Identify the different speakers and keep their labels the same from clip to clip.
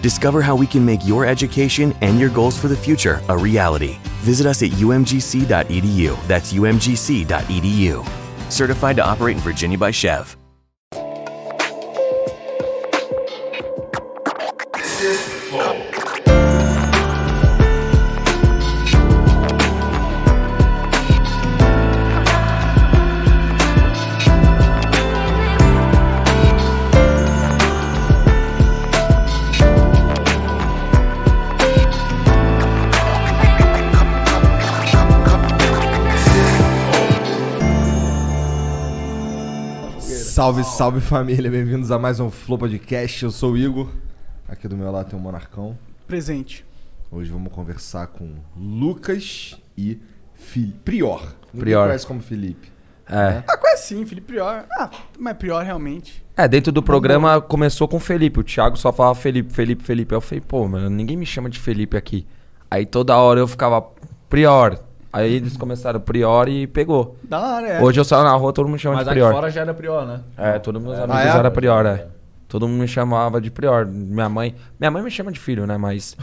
Speaker 1: Discover how we can make your education and your goals for the future a reality. Visit us at umgc.edu. E That's umgc.edu. E Certified to operate in Virginia by Chev.
Speaker 2: Salve, salve família, bem-vindos a mais um Flow Podcast. Eu sou o Igor, aqui do meu lado tem o Monarcão.
Speaker 3: Presente.
Speaker 2: Hoje vamos conversar com Lucas e Fi- Prior. Ninguém
Speaker 4: Prior.
Speaker 2: conhece como Felipe.
Speaker 4: É.
Speaker 3: Ah, quase sim, Felipe Prior. Ah, mas Prior realmente.
Speaker 4: É, dentro do programa começou com o Felipe. O Thiago só falava Felipe, Felipe, Felipe. Aí eu falei, pô, mano, ninguém me chama de Felipe aqui. Aí toda hora eu ficava Prior. Aí eles começaram Prior e pegou.
Speaker 3: Da hora, é.
Speaker 4: Hoje eu saio na rua, todo mundo me chama
Speaker 5: Mas
Speaker 4: de
Speaker 5: aqui
Speaker 4: Prior.
Speaker 5: fora já era prior, né?
Speaker 4: É, todos meus amigos
Speaker 2: Ah, é?
Speaker 4: eram Prior, é. Todo mundo me chamava de Prior. Minha mãe. Minha mãe me chama de filho, né? Mas.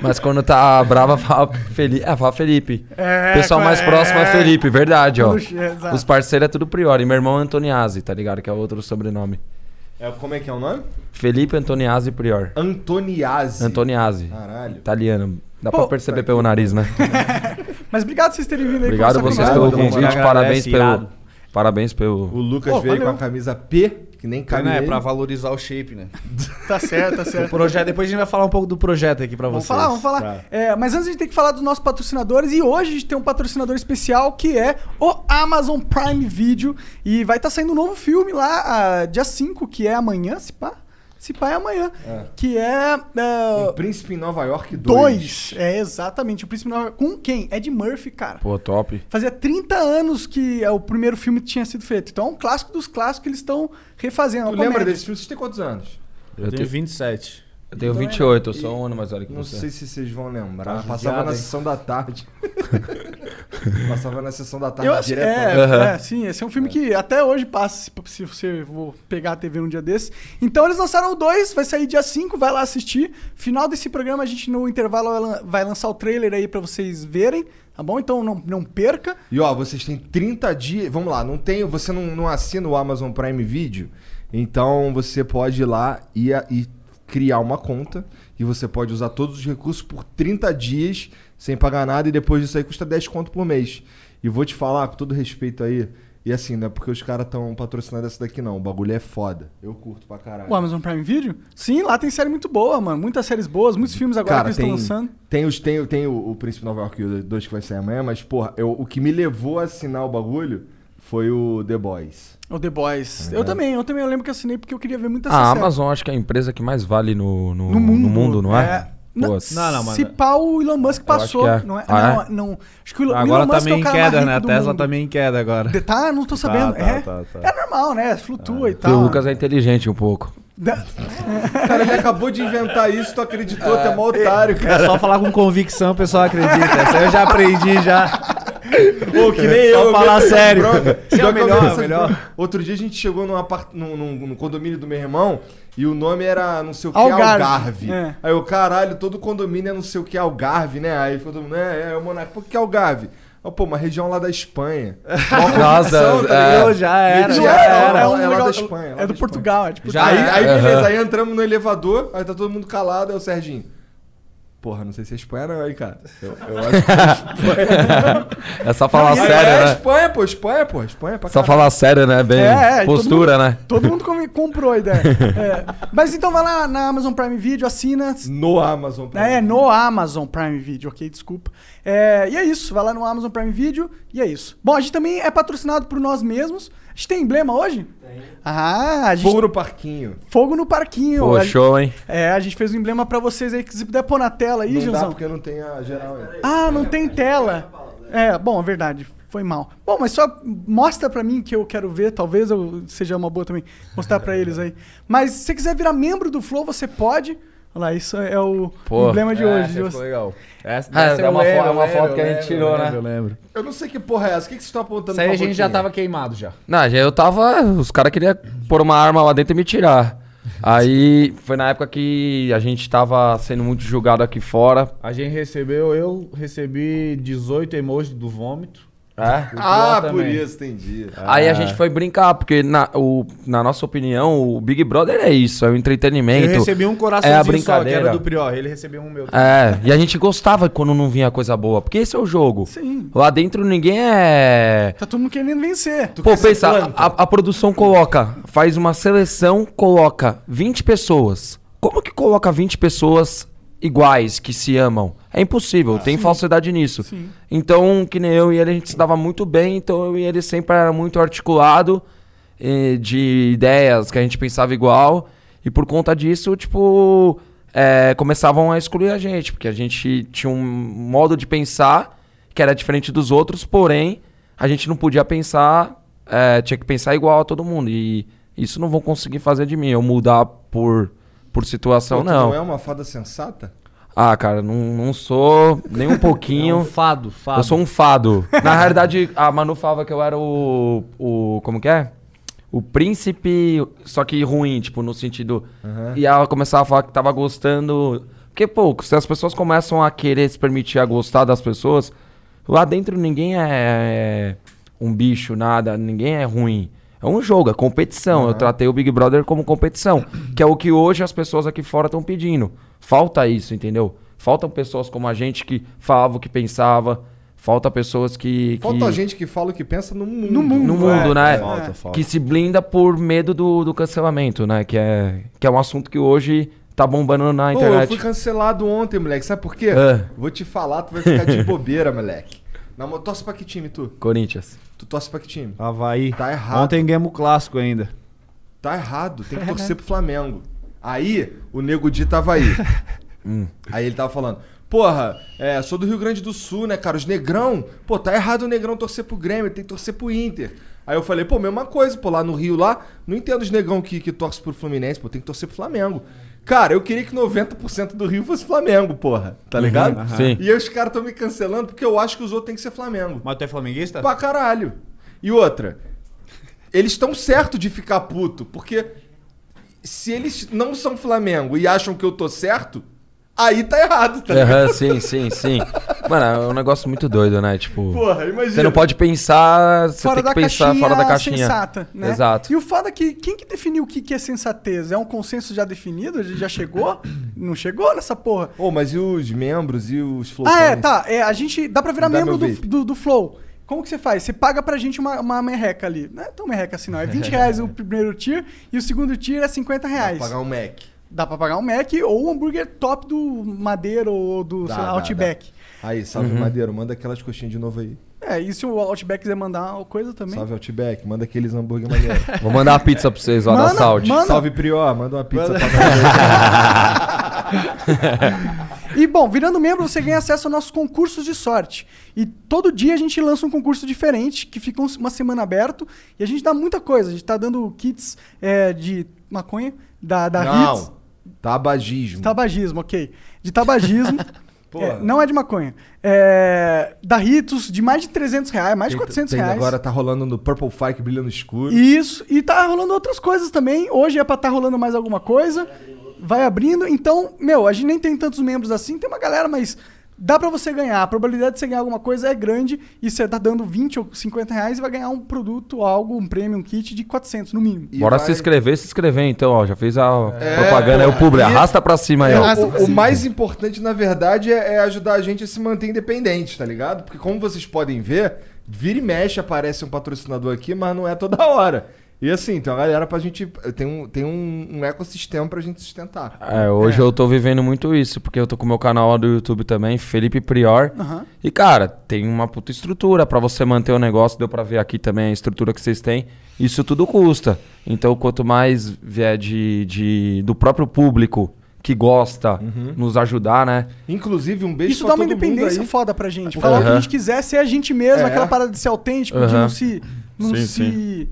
Speaker 4: Mas quando tá brava, fala Felipe. É, fala Felipe.
Speaker 3: É,
Speaker 4: O pessoal
Speaker 3: qual
Speaker 4: mais
Speaker 3: é?
Speaker 4: próximo é Felipe, verdade, ó.
Speaker 3: Quando che- exato.
Speaker 4: Os parceiros é tudo Prior. E meu irmão é Antoniazzi, tá ligado? Que é outro sobrenome.
Speaker 2: É, como é que é o nome?
Speaker 4: Felipe Antoniazzi Prior.
Speaker 2: Antoniazzi.
Speaker 4: Antoniazzi. Tá.
Speaker 2: Caralho.
Speaker 4: Italiano. Dá
Speaker 3: Pô,
Speaker 4: pra perceber pelo nariz, né?
Speaker 3: Mas obrigado vocês terem vindo aí
Speaker 4: Obrigado
Speaker 3: conversar
Speaker 4: vocês
Speaker 2: obrigado,
Speaker 4: pelo
Speaker 2: obrigado,
Speaker 3: conosco.
Speaker 4: convite.
Speaker 5: obrigado,
Speaker 4: Parabéns
Speaker 5: agradece,
Speaker 4: pelo.
Speaker 5: irado.
Speaker 4: Parabéns pelo.
Speaker 2: O Lucas
Speaker 3: Pô,
Speaker 2: veio
Speaker 3: valeu. é
Speaker 2: com a camisa P, que nem
Speaker 5: Né?
Speaker 2: caminhei.
Speaker 5: Pra valorizar o shape, né?
Speaker 3: Tá certo, tá certo.
Speaker 5: O projeto, depois a gente vai falar um pouco do projeto aqui pra
Speaker 3: Vamos
Speaker 5: vocês.
Speaker 3: falar, vamos falar.
Speaker 2: Tá.
Speaker 3: É, mas antes a gente tem que falar dos nossos patrocinadores e hoje a gente tem um patrocinador especial que é o Amazon Prime Video e vai estar saindo um novo filme lá ah, dia 5, que é amanhã, se pá. Se pá é amanhã,
Speaker 2: É.
Speaker 3: que é ah,
Speaker 2: Um Príncipe em Nova York 2.
Speaker 3: dois. É exatamente, o Príncipe Nova com quem? Ed Murphy, cara.
Speaker 4: Pô, top.
Speaker 3: Fazia 30 anos que é, o primeiro filme tinha sido feito. Então é um clássico dos clássicos que eles estão refazendo. é
Speaker 2: Tu
Speaker 3: uma
Speaker 2: lembra
Speaker 3: comédia.
Speaker 2: desse filme? Vocês têm quantos anos?
Speaker 4: Eu
Speaker 5: tenho
Speaker 4: tenho,
Speaker 5: 27.
Speaker 4: eu tenho
Speaker 2: Então é-
Speaker 4: 28, eu sou um ano mais velho que
Speaker 2: Não
Speaker 4: você.
Speaker 2: sei se vocês vão lembrar.
Speaker 5: Tá
Speaker 2: Passava
Speaker 5: judiado,
Speaker 2: na
Speaker 5: hein?
Speaker 2: sessão da tarde. Passava Tá na né? sessão da tarde
Speaker 3: Eu, ass-
Speaker 2: direto.
Speaker 3: é,
Speaker 4: Aham.
Speaker 3: é, sim, esse é um filme que até hoje passa, se, se você vou pegar a TV um dia desse. Então eles lançaram o 2, vai sair dia 5, vai lá assistir. Final desse programa, a gente no intervalo vai lan- vai lançar o trailer aí pra vocês verem, tá bom? Então não, não perca.
Speaker 2: E ó, vocês têm 30 dias. Vamos lá, não tem, você não, não assina o Amazon Prime Video, então você pode ir lá e, a- e criar uma conta e você pode usar todos os recursos por 30 dias sem pagar nada e depois disso aí custa 10 conto por mês. E vou te falar, com todo respeito aí, e assim, não é porque os caras estão patrocinando essa daqui não, o bagulho é foda. Eu curto pra caralho.
Speaker 3: O Amazon Prime Video? Sim, lá tem série muito boa, mano. Muitas séries boas, muitos filmes agora que
Speaker 2: Cara,
Speaker 3: eles estão
Speaker 2: tem,
Speaker 3: lançando.
Speaker 2: tem, os, tem, tem o, o Príncipe Nova York 2 que vai sair amanhã, mas, porra, eu- o que me levou a assinar o bagulho foi o The Boys.
Speaker 3: O The Boys. Eu também, eu também eu lembro que assinei porque eu queria ver muita
Speaker 4: A
Speaker 3: série.
Speaker 4: Amazon acho que é a empresa que mais vale no, no,
Speaker 3: tá No mundo.
Speaker 4: no mundo, não é?
Speaker 3: Não,
Speaker 4: Pô,
Speaker 3: se
Speaker 5: Não, não, mas-
Speaker 3: pá, o Elon Musk passou.
Speaker 4: acho que é.
Speaker 3: Não é?
Speaker 4: Ah,
Speaker 3: não, não. Acho que o Elon, o
Speaker 5: Agora
Speaker 3: Elon
Speaker 5: tá
Speaker 3: Musk é
Speaker 5: meio
Speaker 3: o
Speaker 5: em
Speaker 3: cara mais
Speaker 5: queda,
Speaker 3: rico
Speaker 5: né? A
Speaker 3: do
Speaker 5: Tesla
Speaker 3: mundo.
Speaker 5: tá meio em queda agora.
Speaker 3: De- Tá, não tô sabendo.
Speaker 5: tá,
Speaker 3: é,
Speaker 5: tá, tá.
Speaker 3: é normal, né? Flutua e
Speaker 4: Porque
Speaker 3: tal.
Speaker 4: o Lucas é inteligente um pouco.
Speaker 3: Da-
Speaker 2: Cara, ele acabou de inventar isso, tu acreditou, tu é mó otário, cara.
Speaker 5: É só falar com convicção, o pessoal acredita. Essa eu já aprendi já.
Speaker 2: Pô, que nem
Speaker 5: Só
Speaker 2: eu.
Speaker 5: falar
Speaker 2: eu-
Speaker 5: sério.
Speaker 2: Droga.
Speaker 5: Esse é o
Speaker 2: Pior que eu
Speaker 5: melhor,
Speaker 2: vi essa-
Speaker 5: o melhor.
Speaker 2: Outro dia a gente chegou num, apart... num, num- num condomínio do meu irmão e o nome era não sei o que,
Speaker 3: Algarve.
Speaker 2: Algarve.
Speaker 3: É.
Speaker 2: Aí eu, caralho, todo condomínio é não sei o que, Algarve, né? Aí ficou todo mundo, é, é, é o Monaco. Por que Algarve? Ó, pô, uma região lá da Espanha.
Speaker 4: Nossa, é,
Speaker 5: Eu já era,
Speaker 2: Ele
Speaker 3: Não,
Speaker 5: já
Speaker 2: já
Speaker 5: era.
Speaker 2: era.
Speaker 3: é um
Speaker 2: ela é lá
Speaker 3: legal-
Speaker 2: da Espanha, ela
Speaker 3: É
Speaker 2: é
Speaker 3: do
Speaker 2: da
Speaker 3: Portugal, é tipo.
Speaker 5: Já
Speaker 2: aí,
Speaker 5: é.
Speaker 2: aí,
Speaker 4: Aham.
Speaker 2: beleza, aí entramos no elevador, aí tá todo mundo calado, aí o Serginho. Porra, não sei se é Espanha não, hein, cara. Eu, eu acho que
Speaker 4: É só falar
Speaker 2: é,
Speaker 4: sério,
Speaker 2: é
Speaker 4: né?
Speaker 2: Espanha, pô. Espanha, pô. Espanha pra
Speaker 4: Só
Speaker 2: caralho.
Speaker 4: falar sério, né? Bem,
Speaker 3: É, é, e todo
Speaker 4: postura, né?
Speaker 3: Todo mundo come- comprou a ideia. É. Mas então vai lá na Amazon Prime Video, assina.
Speaker 2: No Amazon. pra
Speaker 3: É,
Speaker 2: mim.
Speaker 3: no Amazon Prime Video, ok? Desculpa. É, e é isso, vai lá no Amazon Prime Video e é isso. Bom, a gente também é patrocinado por nós mesmos. A gente tem emblema hoje? Tem. Ah, a gente...
Speaker 2: Fogo
Speaker 3: Fogo,
Speaker 2: no parquinho.
Speaker 3: no parquinho.
Speaker 4: Pô,
Speaker 3: A-
Speaker 4: show, hein?
Speaker 3: É, a gente fez um emblema pra vocês aí, que se puder pôr na tela aí,
Speaker 2: não dá
Speaker 3: Gilzão.
Speaker 2: porque não tem a geral aí.
Speaker 3: Ah, não tem tela. É, bom, é verdade. Foi mal. Bom, mas só mostra pra mim que eu quero ver, talvez eu seja uma boa também mostrar pra eles aí. Mas se você quiser virar membro do Flow, você pode. Olha lá, isso é o
Speaker 4: Pô,
Speaker 3: emblema de
Speaker 5: É,
Speaker 3: hoje.
Speaker 5: essa
Speaker 3: de
Speaker 5: ficou
Speaker 3: você.
Speaker 5: legal. Essa,
Speaker 4: Ah,
Speaker 5: essa
Speaker 4: é
Speaker 5: eu
Speaker 4: uma fo- é
Speaker 5: lembro,
Speaker 4: uma
Speaker 5: eu
Speaker 4: foto
Speaker 5: lembro,
Speaker 4: que a gente
Speaker 5: eu
Speaker 4: tirou,
Speaker 5: lembro,
Speaker 4: né?
Speaker 5: Eu lembro.
Speaker 2: Eu não sei que porra é essa. O que, que vocês estão apontando
Speaker 5: Isso aí
Speaker 2: pra
Speaker 5: a gente já
Speaker 2: boquinha?
Speaker 5: tava queimado já.
Speaker 4: Não, já eu tava. Os caras queriam pôr uma arma lá dentro e me tirar. Aí foi na época que a gente tava sendo muito julgado aqui fora.
Speaker 6: A gente recebeu, eu recebi 18 emojis do vômito.
Speaker 4: É.
Speaker 2: Ah,
Speaker 6: Lá
Speaker 2: por
Speaker 6: também.
Speaker 2: isso, entendi.
Speaker 4: Aí
Speaker 3: É.
Speaker 4: a gente foi brincar, porque na, o- na nossa opinião, o Big Brother é isso, é o entretenimento.
Speaker 6: Eu recebi um coraçãozinho
Speaker 4: é a
Speaker 6: só, que
Speaker 4: brincadeira.
Speaker 6: era do Prior. Ele recebeu um meu.
Speaker 4: É, e a gente gostava quando não vinha coisa boa, porque esse é o jogo.
Speaker 3: Sim.
Speaker 4: Lá dentro ninguém é.
Speaker 3: Tá todo mundo querendo vencer.
Speaker 4: Pô, pensa, a, a produção coloca, faz uma seleção, coloca 20 pessoas. Como que coloca 20 pessoas iguais, que se amam? É impossível, tem falsidade nisso.
Speaker 3: Sim.
Speaker 4: Então, que nem eu e ele, a gente se dava muito bem, então eu e ele sempre era muito articulado eh, de ideias que a gente pensava igual. E por conta disso, tipo, eh, começavam a excluir a gente, porque a gente tinha um modo de pensar que era diferente dos outros, porém, a gente não podia pensar, eh, tinha que pensar igual a todo mundo. E isso não vão conseguir fazer de mim, eu mudar por, por situação,
Speaker 2: Pô, tu
Speaker 4: não.
Speaker 2: é uma fada sensata?
Speaker 4: Ah, cara, não, não sou nem um pouquinho.
Speaker 6: fado, fado.
Speaker 4: Eu sou um fado. Na realidade, a Manu falava que eu era o. o como que é? O príncipe, só que ruim, tipo, no sentido.
Speaker 2: Né?
Speaker 4: E ela começava a falar que tava gostando. Porque, pô, se as pessoas começam a querer se permitir a gostar das pessoas, lá dentro ninguém é um bicho, nada, ninguém é ruim. É um jogo, é competição. Eu tratei o Big Brother como competição, que é o que hoje as pessoas aqui fora estão pedindo. Falta isso, entendeu? Faltam pessoas como a gente que falava o que pensava. Falta pessoas que. que...
Speaker 2: Falta gente que fala o que pensa no mundo.
Speaker 3: No mundo.
Speaker 4: No mundo,
Speaker 3: é.
Speaker 4: né?
Speaker 6: Falta, falta.
Speaker 4: Que se blinda por medo do, do cancelamento, né? Que é, que é um assunto que hoje tá bombando na
Speaker 2: Pô, eu fui
Speaker 4: internet.
Speaker 2: cancelado ontem, moleque. Sabe por quê?
Speaker 4: Ah.
Speaker 2: Vou te falar, tu vai ficar de bobeira, moleque. Na mo- torce pra que time, tu?
Speaker 4: Corinthians.
Speaker 2: Tu torce pra que time?
Speaker 5: Havaí.
Speaker 2: Tá errado.
Speaker 5: Ontem ganhamos o clássico ainda.
Speaker 2: Tá errado, tem que torcer pro Flamengo. Aí, o Nego Di tava aí. aí ele tava falando, porra, é, sou do Rio Grande do Sul, né, cara? Os negrão, pô, tá errado o negrão torcer pro Grêmio, tem que torcer pro Inter. Aí eu falei, pô, mesma coisa, pô, lá no Rio, lá, não entendo os negão que, que torce pro Fluminense, pô, tem que torcer pro Flamengo. Cara, eu queria que 90% do Rio fosse Flamengo, porra, tá ligado?
Speaker 4: Sim.
Speaker 2: E aí os caras tão me cancelando porque eu acho que os outros têm que ser Flamengo.
Speaker 6: Mas tu é flamenguista?
Speaker 2: Pra caralho. E outra, eles estão certo de ficar puto, porque se eles não são Flamengo e acham que eu tô certo, aí tá errado, tá ligado?
Speaker 4: Aham, sim, sim, sim. Mano, é um negócio muito doido, né? Tipo.
Speaker 2: Porra, imagina.
Speaker 4: Você não pode pensar, você
Speaker 3: Fora
Speaker 4: tem
Speaker 3: da
Speaker 4: que pensar
Speaker 3: caixinha
Speaker 4: fora da caixinha.
Speaker 3: sensata, né?
Speaker 4: Exato.
Speaker 3: E o foda é que quem que definiu o que que é sensatez? É um consenso já definido? A gente já chegou? não chegou nessa porra.
Speaker 2: Pô, mas e os membros e os flotões?
Speaker 3: Ah, é, tá. É, a gente dá pra virar
Speaker 2: Dá
Speaker 3: membro
Speaker 2: meu
Speaker 3: do,
Speaker 2: vape.
Speaker 3: do, do Flow. Como que você faz? Você paga pra gente uma, uma merreca ali. Não é tão merreca assim, não. É 20 reais o primeiro tier e o segundo tier é 50 reais.
Speaker 2: Pagar um Mac.
Speaker 3: Dá pra pagar um Mac ou um hambúrguer top do Madeira ou do
Speaker 2: Dá,
Speaker 3: sei lá,
Speaker 2: dá,
Speaker 3: Outback.
Speaker 2: Aí, salve
Speaker 4: Uhum.
Speaker 2: Madeiro, manda aquelas coxinhas de novo aí.
Speaker 3: É, e se o Outback quiser mandar uma coisa também?
Speaker 2: Salve Outback, manda aqueles hambúrguer maneiro.
Speaker 4: Vou mandar a pizza pra vocês lá da
Speaker 3: Manda-
Speaker 4: Saúde.
Speaker 3: manda-
Speaker 2: Salve Prió, manda uma pizza
Speaker 6: Manda-
Speaker 2: pra nós.
Speaker 3: E bom, virando membro, você ganha acesso aos nossos concursos de sorte. E todo dia a gente lança um concurso diferente, que fica uns- uma semana aberto. E a gente dá muita coisa. A gente tá dando kits é, de maconha, da, da Hits.
Speaker 2: Não, tabagismo.
Speaker 3: Tabagismo, ok. De tabagismo.
Speaker 2: Porra.
Speaker 3: É, não é de maconha. É, da Ritos, de mais de 300 reais, mais de 400
Speaker 2: Tem-
Speaker 3: reais.
Speaker 2: Agora tá rolando no Purple Fire que brilha no escuro.
Speaker 3: Isso. E tá rolando outras coisas também. Hoje é pra tá rolando mais alguma coisa. Vai abrindo. Então, meu, a gente nem tem tantos membros assim. Tem uma galera, mas dá pra você ganhar. A probabilidade de você ganhar alguma coisa é grande e você tá dando 20 ou 50 reais e vai ganhar um produto, algo, um prêmio, um kit de 400 no mínimo.
Speaker 2: E
Speaker 4: Bora
Speaker 2: vai-
Speaker 4: se inscrever, se inscrever então, ó. Já fez a propaganda aí, o publi. Arrasta pra cima aí,
Speaker 2: É,
Speaker 4: ó.
Speaker 2: o- o, mais importante, na verdade, é, é ajudar a gente a se manter independente, tá ligado? Porque como vocês podem ver, vira e mexe aparece um patrocinador aqui, mas não é toda hora. E assim, então a galera pra gente. Tem um, tem um, um ecossistema pra gente sustentar.
Speaker 4: É, hoje eu tô vivendo muito isso, porque eu tô com o meu canal lá do YouTube também, Felipe Prior.
Speaker 3: Aham.
Speaker 4: E, cara, tem uma puta estrutura pra você manter o negócio, deu pra ver aqui também a estrutura que vocês têm. Isso tudo custa. Então, quanto mais vier de, de- do próprio público que gosta nos ajudar, né?
Speaker 2: Inclusive, um beijo
Speaker 3: Isso
Speaker 2: pra
Speaker 3: dá uma
Speaker 2: todo mundo
Speaker 3: independência
Speaker 2: aí.
Speaker 3: foda pra gente. Falar o que a
Speaker 4: Aham.
Speaker 3: gente quiser, ser a gente mesmo,
Speaker 2: É.
Speaker 3: aquela parada de ser autêntico, de
Speaker 4: Aham.
Speaker 3: não se. Não
Speaker 7: Sim,
Speaker 3: se...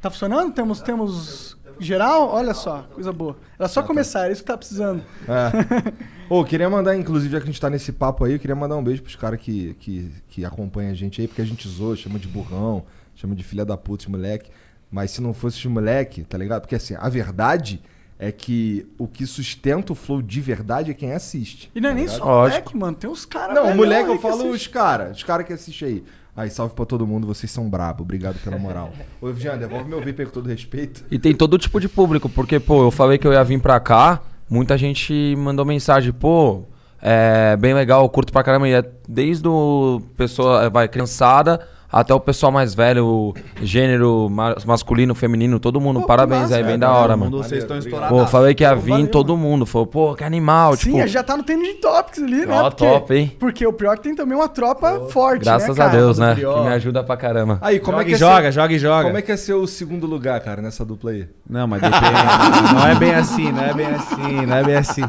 Speaker 3: Tá funcionando? Temos, temos geral? Olha só, coisa boa. Era só começar, era isso que tá precisando.
Speaker 2: É. Ô, queria mandar, inclusive, já que a gente tá nesse papo aí, eu queria mandar um beijo pros caras que, que, que acompanham a gente aí, porque a gente zoa, chama de burrão, chama de filha da puta, esse moleque. Mas se não fosse esse moleque, tá ligado? Porque assim, a verdade é que o que sustenta o flow de verdade é quem assiste.
Speaker 3: E não é nem só
Speaker 4: Lógico.
Speaker 3: moleque, mano. Tem uns caras.
Speaker 2: Não,
Speaker 3: velhão
Speaker 2: moleque,
Speaker 3: aí
Speaker 2: eu
Speaker 3: que
Speaker 2: falo
Speaker 3: assiste.
Speaker 2: os caras, os caras que assistem aí. Aí, salve pra todo mundo, vocês são brabo, obrigado pela moral. Ô, Jean, devolve meu VIP aí com todo respeito.
Speaker 4: E tem todo tipo de público, porque, pô, eu falei que eu ia vir pra cá, muita gente mandou mensagem, pô, é bem legal, eu curto pra caramba. E é desde o pessoa, é, vai, criançada, até o pessoal mais velho, gênero ma- masculino, feminino, todo mundo.
Speaker 3: Pô,
Speaker 4: Parabéns
Speaker 3: massa,
Speaker 4: aí,
Speaker 6: é
Speaker 4: bem
Speaker 3: cara.
Speaker 4: É da hora,
Speaker 6: Quando
Speaker 4: mano.
Speaker 6: vocês estão estourados.
Speaker 4: Pô, eu falei que ia
Speaker 3: Pô,
Speaker 4: vir
Speaker 3: valeu,
Speaker 4: todo mundo, falou, pô, que animal,
Speaker 3: Sim,
Speaker 4: tipo...
Speaker 6: é
Speaker 3: já tá no Trending Topics ali, né?
Speaker 4: Ó, top, hein?
Speaker 3: Porque o pior é que tem também uma tropa forte,
Speaker 4: Graças
Speaker 3: né,
Speaker 4: a
Speaker 3: cara?
Speaker 4: Deus, né? Que
Speaker 6: Pior.
Speaker 4: me ajuda pra caramba.
Speaker 2: Aí, como
Speaker 5: Joga
Speaker 2: é que
Speaker 5: e
Speaker 2: é
Speaker 5: joga,
Speaker 2: seu-
Speaker 5: joga e joga.
Speaker 2: Como é que é seu segundo lugar, cara, nessa dupla aí?
Speaker 5: Não, mas depende. não é bem assim, não é bem assim, não é bem assim.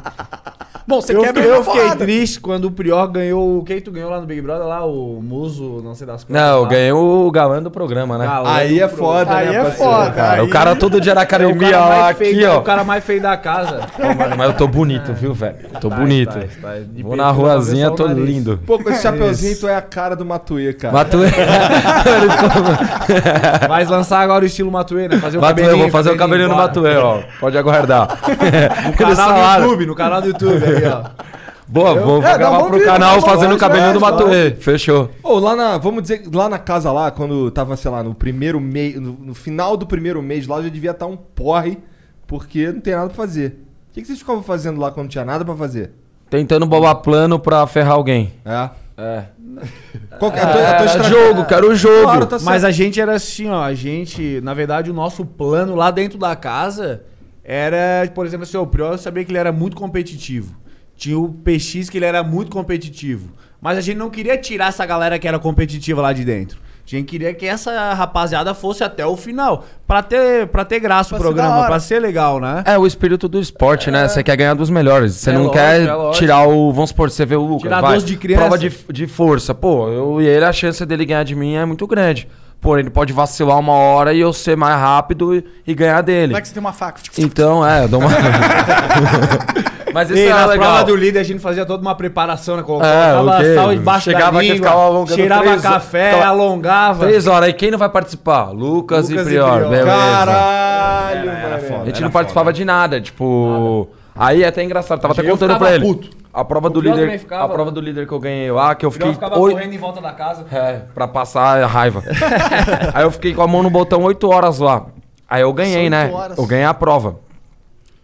Speaker 3: Bom, você
Speaker 6: eu,
Speaker 3: quebra
Speaker 6: eu
Speaker 3: uma
Speaker 6: fiquei
Speaker 3: porrada.
Speaker 6: triste quando o Prior ganhou. Quem tu ganhou lá no Big Brother? Lá, o Muso, não sei das coisas.
Speaker 4: Não, eu
Speaker 6: lá.
Speaker 4: ganhei o galã do programa, né?
Speaker 6: Galã
Speaker 2: Aí
Speaker 6: do
Speaker 2: é
Speaker 6: pro-
Speaker 2: foda,
Speaker 3: Aí
Speaker 2: né,
Speaker 3: é
Speaker 2: parceiro?
Speaker 3: foda.
Speaker 4: Cara,
Speaker 3: aí-
Speaker 4: o cara todo dia na
Speaker 6: É o cara
Speaker 4: academia
Speaker 6: mais
Speaker 4: lá,
Speaker 6: feio,
Speaker 4: aqui,
Speaker 6: da-
Speaker 4: ó.
Speaker 6: O cara mais feio da casa.
Speaker 4: Pô, mano, mas eu tô bonito, viu, velho? Tô bonito.
Speaker 6: tá, tá. De
Speaker 4: Vou na
Speaker 6: perfil,
Speaker 4: ruazinha,
Speaker 6: só o
Speaker 4: tô
Speaker 6: nariz.
Speaker 4: lindo.
Speaker 2: Pô, com esse chapeuzinho, tu é a cara do Matuê, cara.
Speaker 4: Matuê.
Speaker 6: Vai lançar agora o estilo Matuê, né? Fazer o
Speaker 4: Matuê, eu vou
Speaker 6: cabelinho,
Speaker 4: fazer o cabelinho no
Speaker 6: bora.
Speaker 4: Matuê, ó. Pode aguardar.
Speaker 6: No
Speaker 4: Eles
Speaker 6: canal do
Speaker 4: falaram.
Speaker 6: YouTube, no canal do YouTube aí, ó.
Speaker 4: Tá Boa, vou, vou
Speaker 3: É, dá um
Speaker 4: gravar
Speaker 3: bom
Speaker 4: pro
Speaker 3: vídeo,
Speaker 4: canal
Speaker 3: mas
Speaker 4: fazendo o
Speaker 3: lógico,
Speaker 4: cabelinho
Speaker 6: um
Speaker 4: do
Speaker 3: lógico,
Speaker 4: Matuê. Fechou.
Speaker 2: Ô, lá na, vamos dizer, lá na casa lá, quando tava, sei lá, no primeiro mês, no, no final do primeiro mês lá, já devia estar um porre, porque não tem nada pra fazer. O que, que vocês ficavam fazendo lá quando não tinha nada pra fazer?
Speaker 4: Tentando bobar plano pra ferrar alguém.
Speaker 2: É?
Speaker 4: É.
Speaker 2: Qual que é a tua, a tua
Speaker 4: Era
Speaker 2: estratégia?
Speaker 4: jogo, cara, Ah, o jogo.
Speaker 2: Claro, tá
Speaker 6: Mas
Speaker 2: certo.
Speaker 6: a gente era assim, ó. A gente, na verdade, o nosso plano lá dentro da casa era, por exemplo, assim, ó, o Prior eu sabia que ele era muito competitivo. Tinha o PX que ele era muito competitivo. Mas a gente não queria tirar essa galera que era competitiva lá de dentro. A gente queria que essa rapaziada fosse até o final. Pra ter, pra ter graça
Speaker 3: Pra
Speaker 6: o
Speaker 3: ser da
Speaker 6: programa,
Speaker 3: hora.
Speaker 6: pra ser legal, né?
Speaker 4: É o espírito do esporte, né? Você quer ganhar dos melhores. Você
Speaker 6: É
Speaker 4: não
Speaker 6: lógico,
Speaker 4: quer
Speaker 6: é lógico.
Speaker 4: tirar o. Vamos supor, você vê o Lucas.
Speaker 6: Tirar
Speaker 4: vai,
Speaker 6: doce de criança.
Speaker 4: Prova de, de força. Pô, eu e ele, a chance dele ganhar de mim é muito grande. Pô, ele pode vacilar uma hora e eu ser mais rápido e, e ganhar dele.
Speaker 3: Vai é que você tem uma faca.
Speaker 4: Então, é, eu dou uma. Mas isso
Speaker 6: e
Speaker 4: é
Speaker 6: nas provas
Speaker 4: legal.
Speaker 6: do líder a gente fazia toda uma preparação, né?
Speaker 4: É, o
Speaker 6: Colocava
Speaker 4: quê?
Speaker 6: sal embaixo
Speaker 4: Chegava
Speaker 6: da
Speaker 4: aqui,
Speaker 6: língua,
Speaker 4: ficava alongando
Speaker 6: cheirava
Speaker 4: três-
Speaker 6: café,
Speaker 4: ficava-
Speaker 6: alongava.
Speaker 4: Três horas. E quem não vai participar? Lucas, e
Speaker 6: Lucas e
Speaker 4: Prior.
Speaker 6: Prior.
Speaker 4: Beleza.
Speaker 2: Caralho, mano.
Speaker 4: A gente não participava de nada, tipo. Aí é até engraçado, tava até
Speaker 6: Eu
Speaker 4: contando
Speaker 6: ficava
Speaker 4: pra ele.
Speaker 6: puto.
Speaker 4: A prova
Speaker 6: O
Speaker 4: do
Speaker 6: Prior também
Speaker 4: líder.
Speaker 6: ficava,
Speaker 4: a prova
Speaker 6: né?
Speaker 4: do líder que eu ganhei lá, que eu
Speaker 6: Prior
Speaker 4: fiquei.
Speaker 6: ficava
Speaker 4: oito-
Speaker 6: correndo em volta da casa.
Speaker 4: É, pra passar raiva. aí eu fiquei com a mão no botão 8 horas lá. Aí eu ganhei,
Speaker 3: Oito
Speaker 4: né?
Speaker 3: horas.
Speaker 4: Eu ganhei a prova.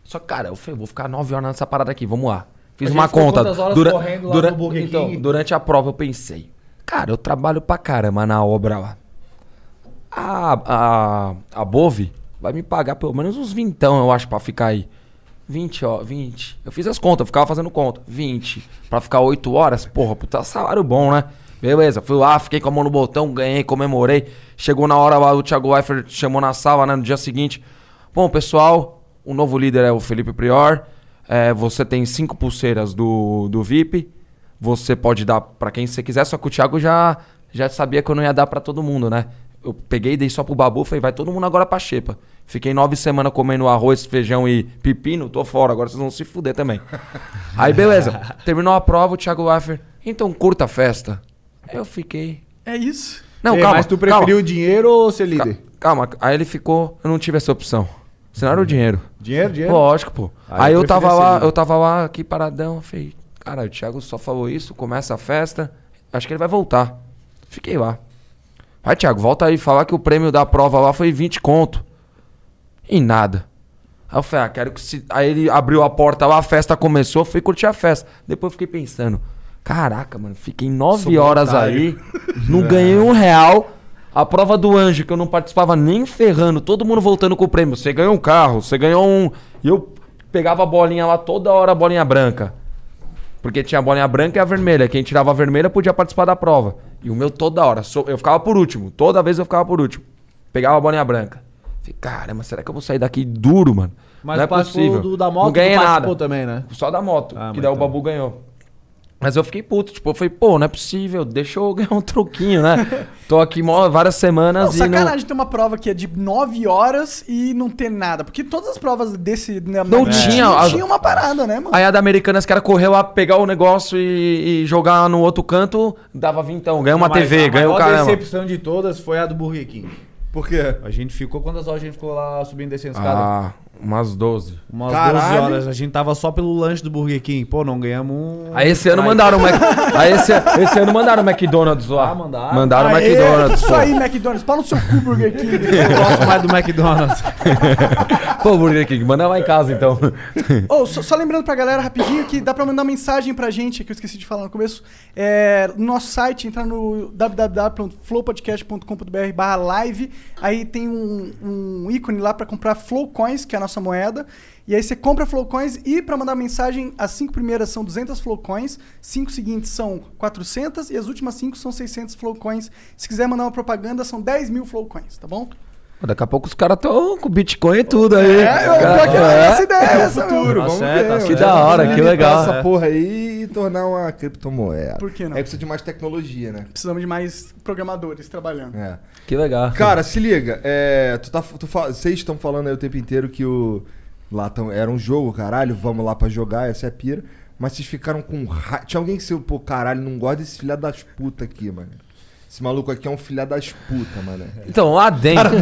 Speaker 4: Só que, cara, eu falei, vou ficar 9 horas nessa parada aqui, vamos lá. Fiz
Speaker 6: A
Speaker 4: uma
Speaker 6: gente ficou
Speaker 4: conta.
Speaker 6: quantas horas
Speaker 4: Dura-
Speaker 6: correndo lá
Speaker 4: dura-
Speaker 6: no Burger
Speaker 4: então,
Speaker 6: King?
Speaker 4: durante a prova eu pensei, cara, eu trabalho pra caramba na obra lá. A, a, a Bove vai me pagar pelo menos uns vintão, eu acho, pra ficar aí. 20, ó, 20. Eu fiz as contas, eu ficava fazendo conta. 20. Pra ficar 8 horas, porra, puta salário bom, né? Beleza, fui lá, fiquei com a mão no botão, ganhei, comemorei. Chegou na hora lá, o Thiago Eifert chamou na sala, né, no dia seguinte. Bom, pessoal, o novo líder é o Felipe Prior. É, você tem cinco pulseiras do, do VIP. Você pode dar pra quem você quiser, só que o Thiago já, já sabia que eu não ia dar pra todo mundo, né? Eu peguei e dei só pro Babu, falei, vai todo mundo agora pra xepa. Fiquei nove semanas comendo arroz, feijão e pepino, tô fora, agora vocês vão se fuder também. Aí beleza, terminou a prova, o Thiago Waffer, então curta a festa. Aí eu fiquei...
Speaker 3: É isso.
Speaker 4: Não,
Speaker 6: Ei,
Speaker 4: calma,
Speaker 6: mas tu preferiu
Speaker 4: calma,
Speaker 6: o dinheiro ou ser
Speaker 4: ca-
Speaker 6: líder?
Speaker 4: calma, aí ele ficou, eu não tive essa opção.
Speaker 6: Uhum.
Speaker 4: Senão era o dinheiro.
Speaker 6: Dinheiro, dinheiro?
Speaker 4: Lógico, pô.
Speaker 6: Ah,
Speaker 4: Aí
Speaker 6: eu
Speaker 4: eu tava
Speaker 6: prefiro
Speaker 4: lá,
Speaker 6: esse livro.
Speaker 4: eu tava lá aqui paradão, falei, Cara, o Thiago só falou isso, começa a festa. Acho que ele vai voltar. Fiquei lá. Vai, Thiago, volta aí falar que o prêmio da prova lá foi 20 conto. E nada. Aí eu falei, ah, quero que se. Aí ele abriu a porta lá, a festa começou, fui curtir a festa. Depois eu fiquei pensando, caraca, mano, fiquei nove
Speaker 2: Sou um
Speaker 4: horas
Speaker 2: otário. É.
Speaker 4: aí, não ganhei um real. A prova do anjo, que eu não participava nem ferrando, todo mundo voltando com o prêmio. Você ganhou um carro, você ganhou um. E eu pegava a bolinha lá toda hora, a bolinha branca. Porque tinha a bolinha branca e a vermelha. Quem tirava a vermelha podia participar da prova. E o meu toda hora. so- Eu ficava por último. Toda vez eu ficava por último. Pegava a bolinha branca. Falei, caramba, será que eu vou sair daqui duro, mano?
Speaker 6: Mas
Speaker 4: Não é
Speaker 6: participou
Speaker 4: possível.
Speaker 6: do- da moto,
Speaker 4: não
Speaker 6: tu
Speaker 4: ganhei
Speaker 6: participou
Speaker 4: nada.
Speaker 6: também, né?
Speaker 4: Só da moto,
Speaker 6: Ah,
Speaker 4: que
Speaker 6: mas
Speaker 4: daí o
Speaker 6: então.
Speaker 4: Babu ganhou. Mas eu fiquei puto, tipo, eu falei, pô, não é possível, deixa eu ganhar um troquinho, né? Tô aqui mó- várias semanas
Speaker 3: Não,
Speaker 4: e não...
Speaker 3: sacanagem ter uma prova que é de 9 horas e não ter nada. Porque todas as provas desse. Não
Speaker 4: tinha, as-
Speaker 3: tinha uma parada, né, mano?
Speaker 4: Aí a da Americanas, cara, correu lá pegar o negócio e, e jogar no outro canto, dava vintão, ganhou uma
Speaker 6: Mas
Speaker 4: TV, ganhou o
Speaker 6: A maior
Speaker 4: caramba.
Speaker 6: decepção de todas foi a do Burger King.
Speaker 2: Por quê?
Speaker 6: A gente ficou, quantas horas a gente ficou lá subindo e descendo escada?
Speaker 4: Ah, umas 12.
Speaker 6: Umas
Speaker 2: Caralho.
Speaker 6: 12 horas. A gente tava só pelo lanche do Burger King. Pô, não ganhamos um.
Speaker 4: Aí Ah, esse ano mandaram o Mac... Aí esse, esse ano mandaram o McDonald's lá.
Speaker 6: Ah, mandaram.
Speaker 4: o
Speaker 3: Aê,
Speaker 4: McDonald's.
Speaker 3: É, Isso
Speaker 4: pô.
Speaker 3: aí, McDonald's. Fala no seu cu, Burger King.
Speaker 6: Eu gosto mais do McDonald's.
Speaker 4: Pô, Burger King, manda lá em casa então.
Speaker 3: Ô, só, só lembrando pra galera rapidinho que dá pra mandar mensagem pra gente, que eu esqueci de falar no começo. É, no nosso site, entrar no www.flowpodcast.com.br barra live. Aí tem um, um ícone lá pra comprar Flowcoins, que é a nossa moeda. E aí você compra Flowcoins e pra mandar mensagem, as cinco primeiras são 200 Flowcoins, cinco seguintes são 400 e as últimas cinco são 600 Flowcoins. Se quiser mandar uma propaganda, são 10 mil Flowcoins, tá bom?
Speaker 4: Pô, Daqui a pouco os caras estão com Bitcoin e tudo aí.
Speaker 3: É, eu,
Speaker 4: Cara,
Speaker 3: pior que é essa ideia, é essa, meu.
Speaker 2: Futuro,
Speaker 6: Tá
Speaker 2: vamos
Speaker 6: certo,
Speaker 2: ver.
Speaker 6: tá
Speaker 2: mano.
Speaker 4: que né? da hora, que
Speaker 2: Limitar
Speaker 4: legal.
Speaker 2: Essa porra aí e tornar uma criptomoeda.
Speaker 3: Por que não?
Speaker 2: Aí precisa de mais tecnologia, né?
Speaker 3: Precisamos de mais programadores trabalhando.
Speaker 2: É.
Speaker 4: Que legal.
Speaker 2: Cara, se liga, é, tu tá, tu fa- vocês estão falando aí o tempo inteiro que o lá tão- era um jogo, caralho, vamos lá pra jogar, essa é a pira. Mas vocês ficaram com raiva. Tinha alguém que se, pô, caralho, não gosta desse filha das puta aqui, mano. Esse maluco aqui é um filha das puta, mano.
Speaker 4: Então, lá dentro.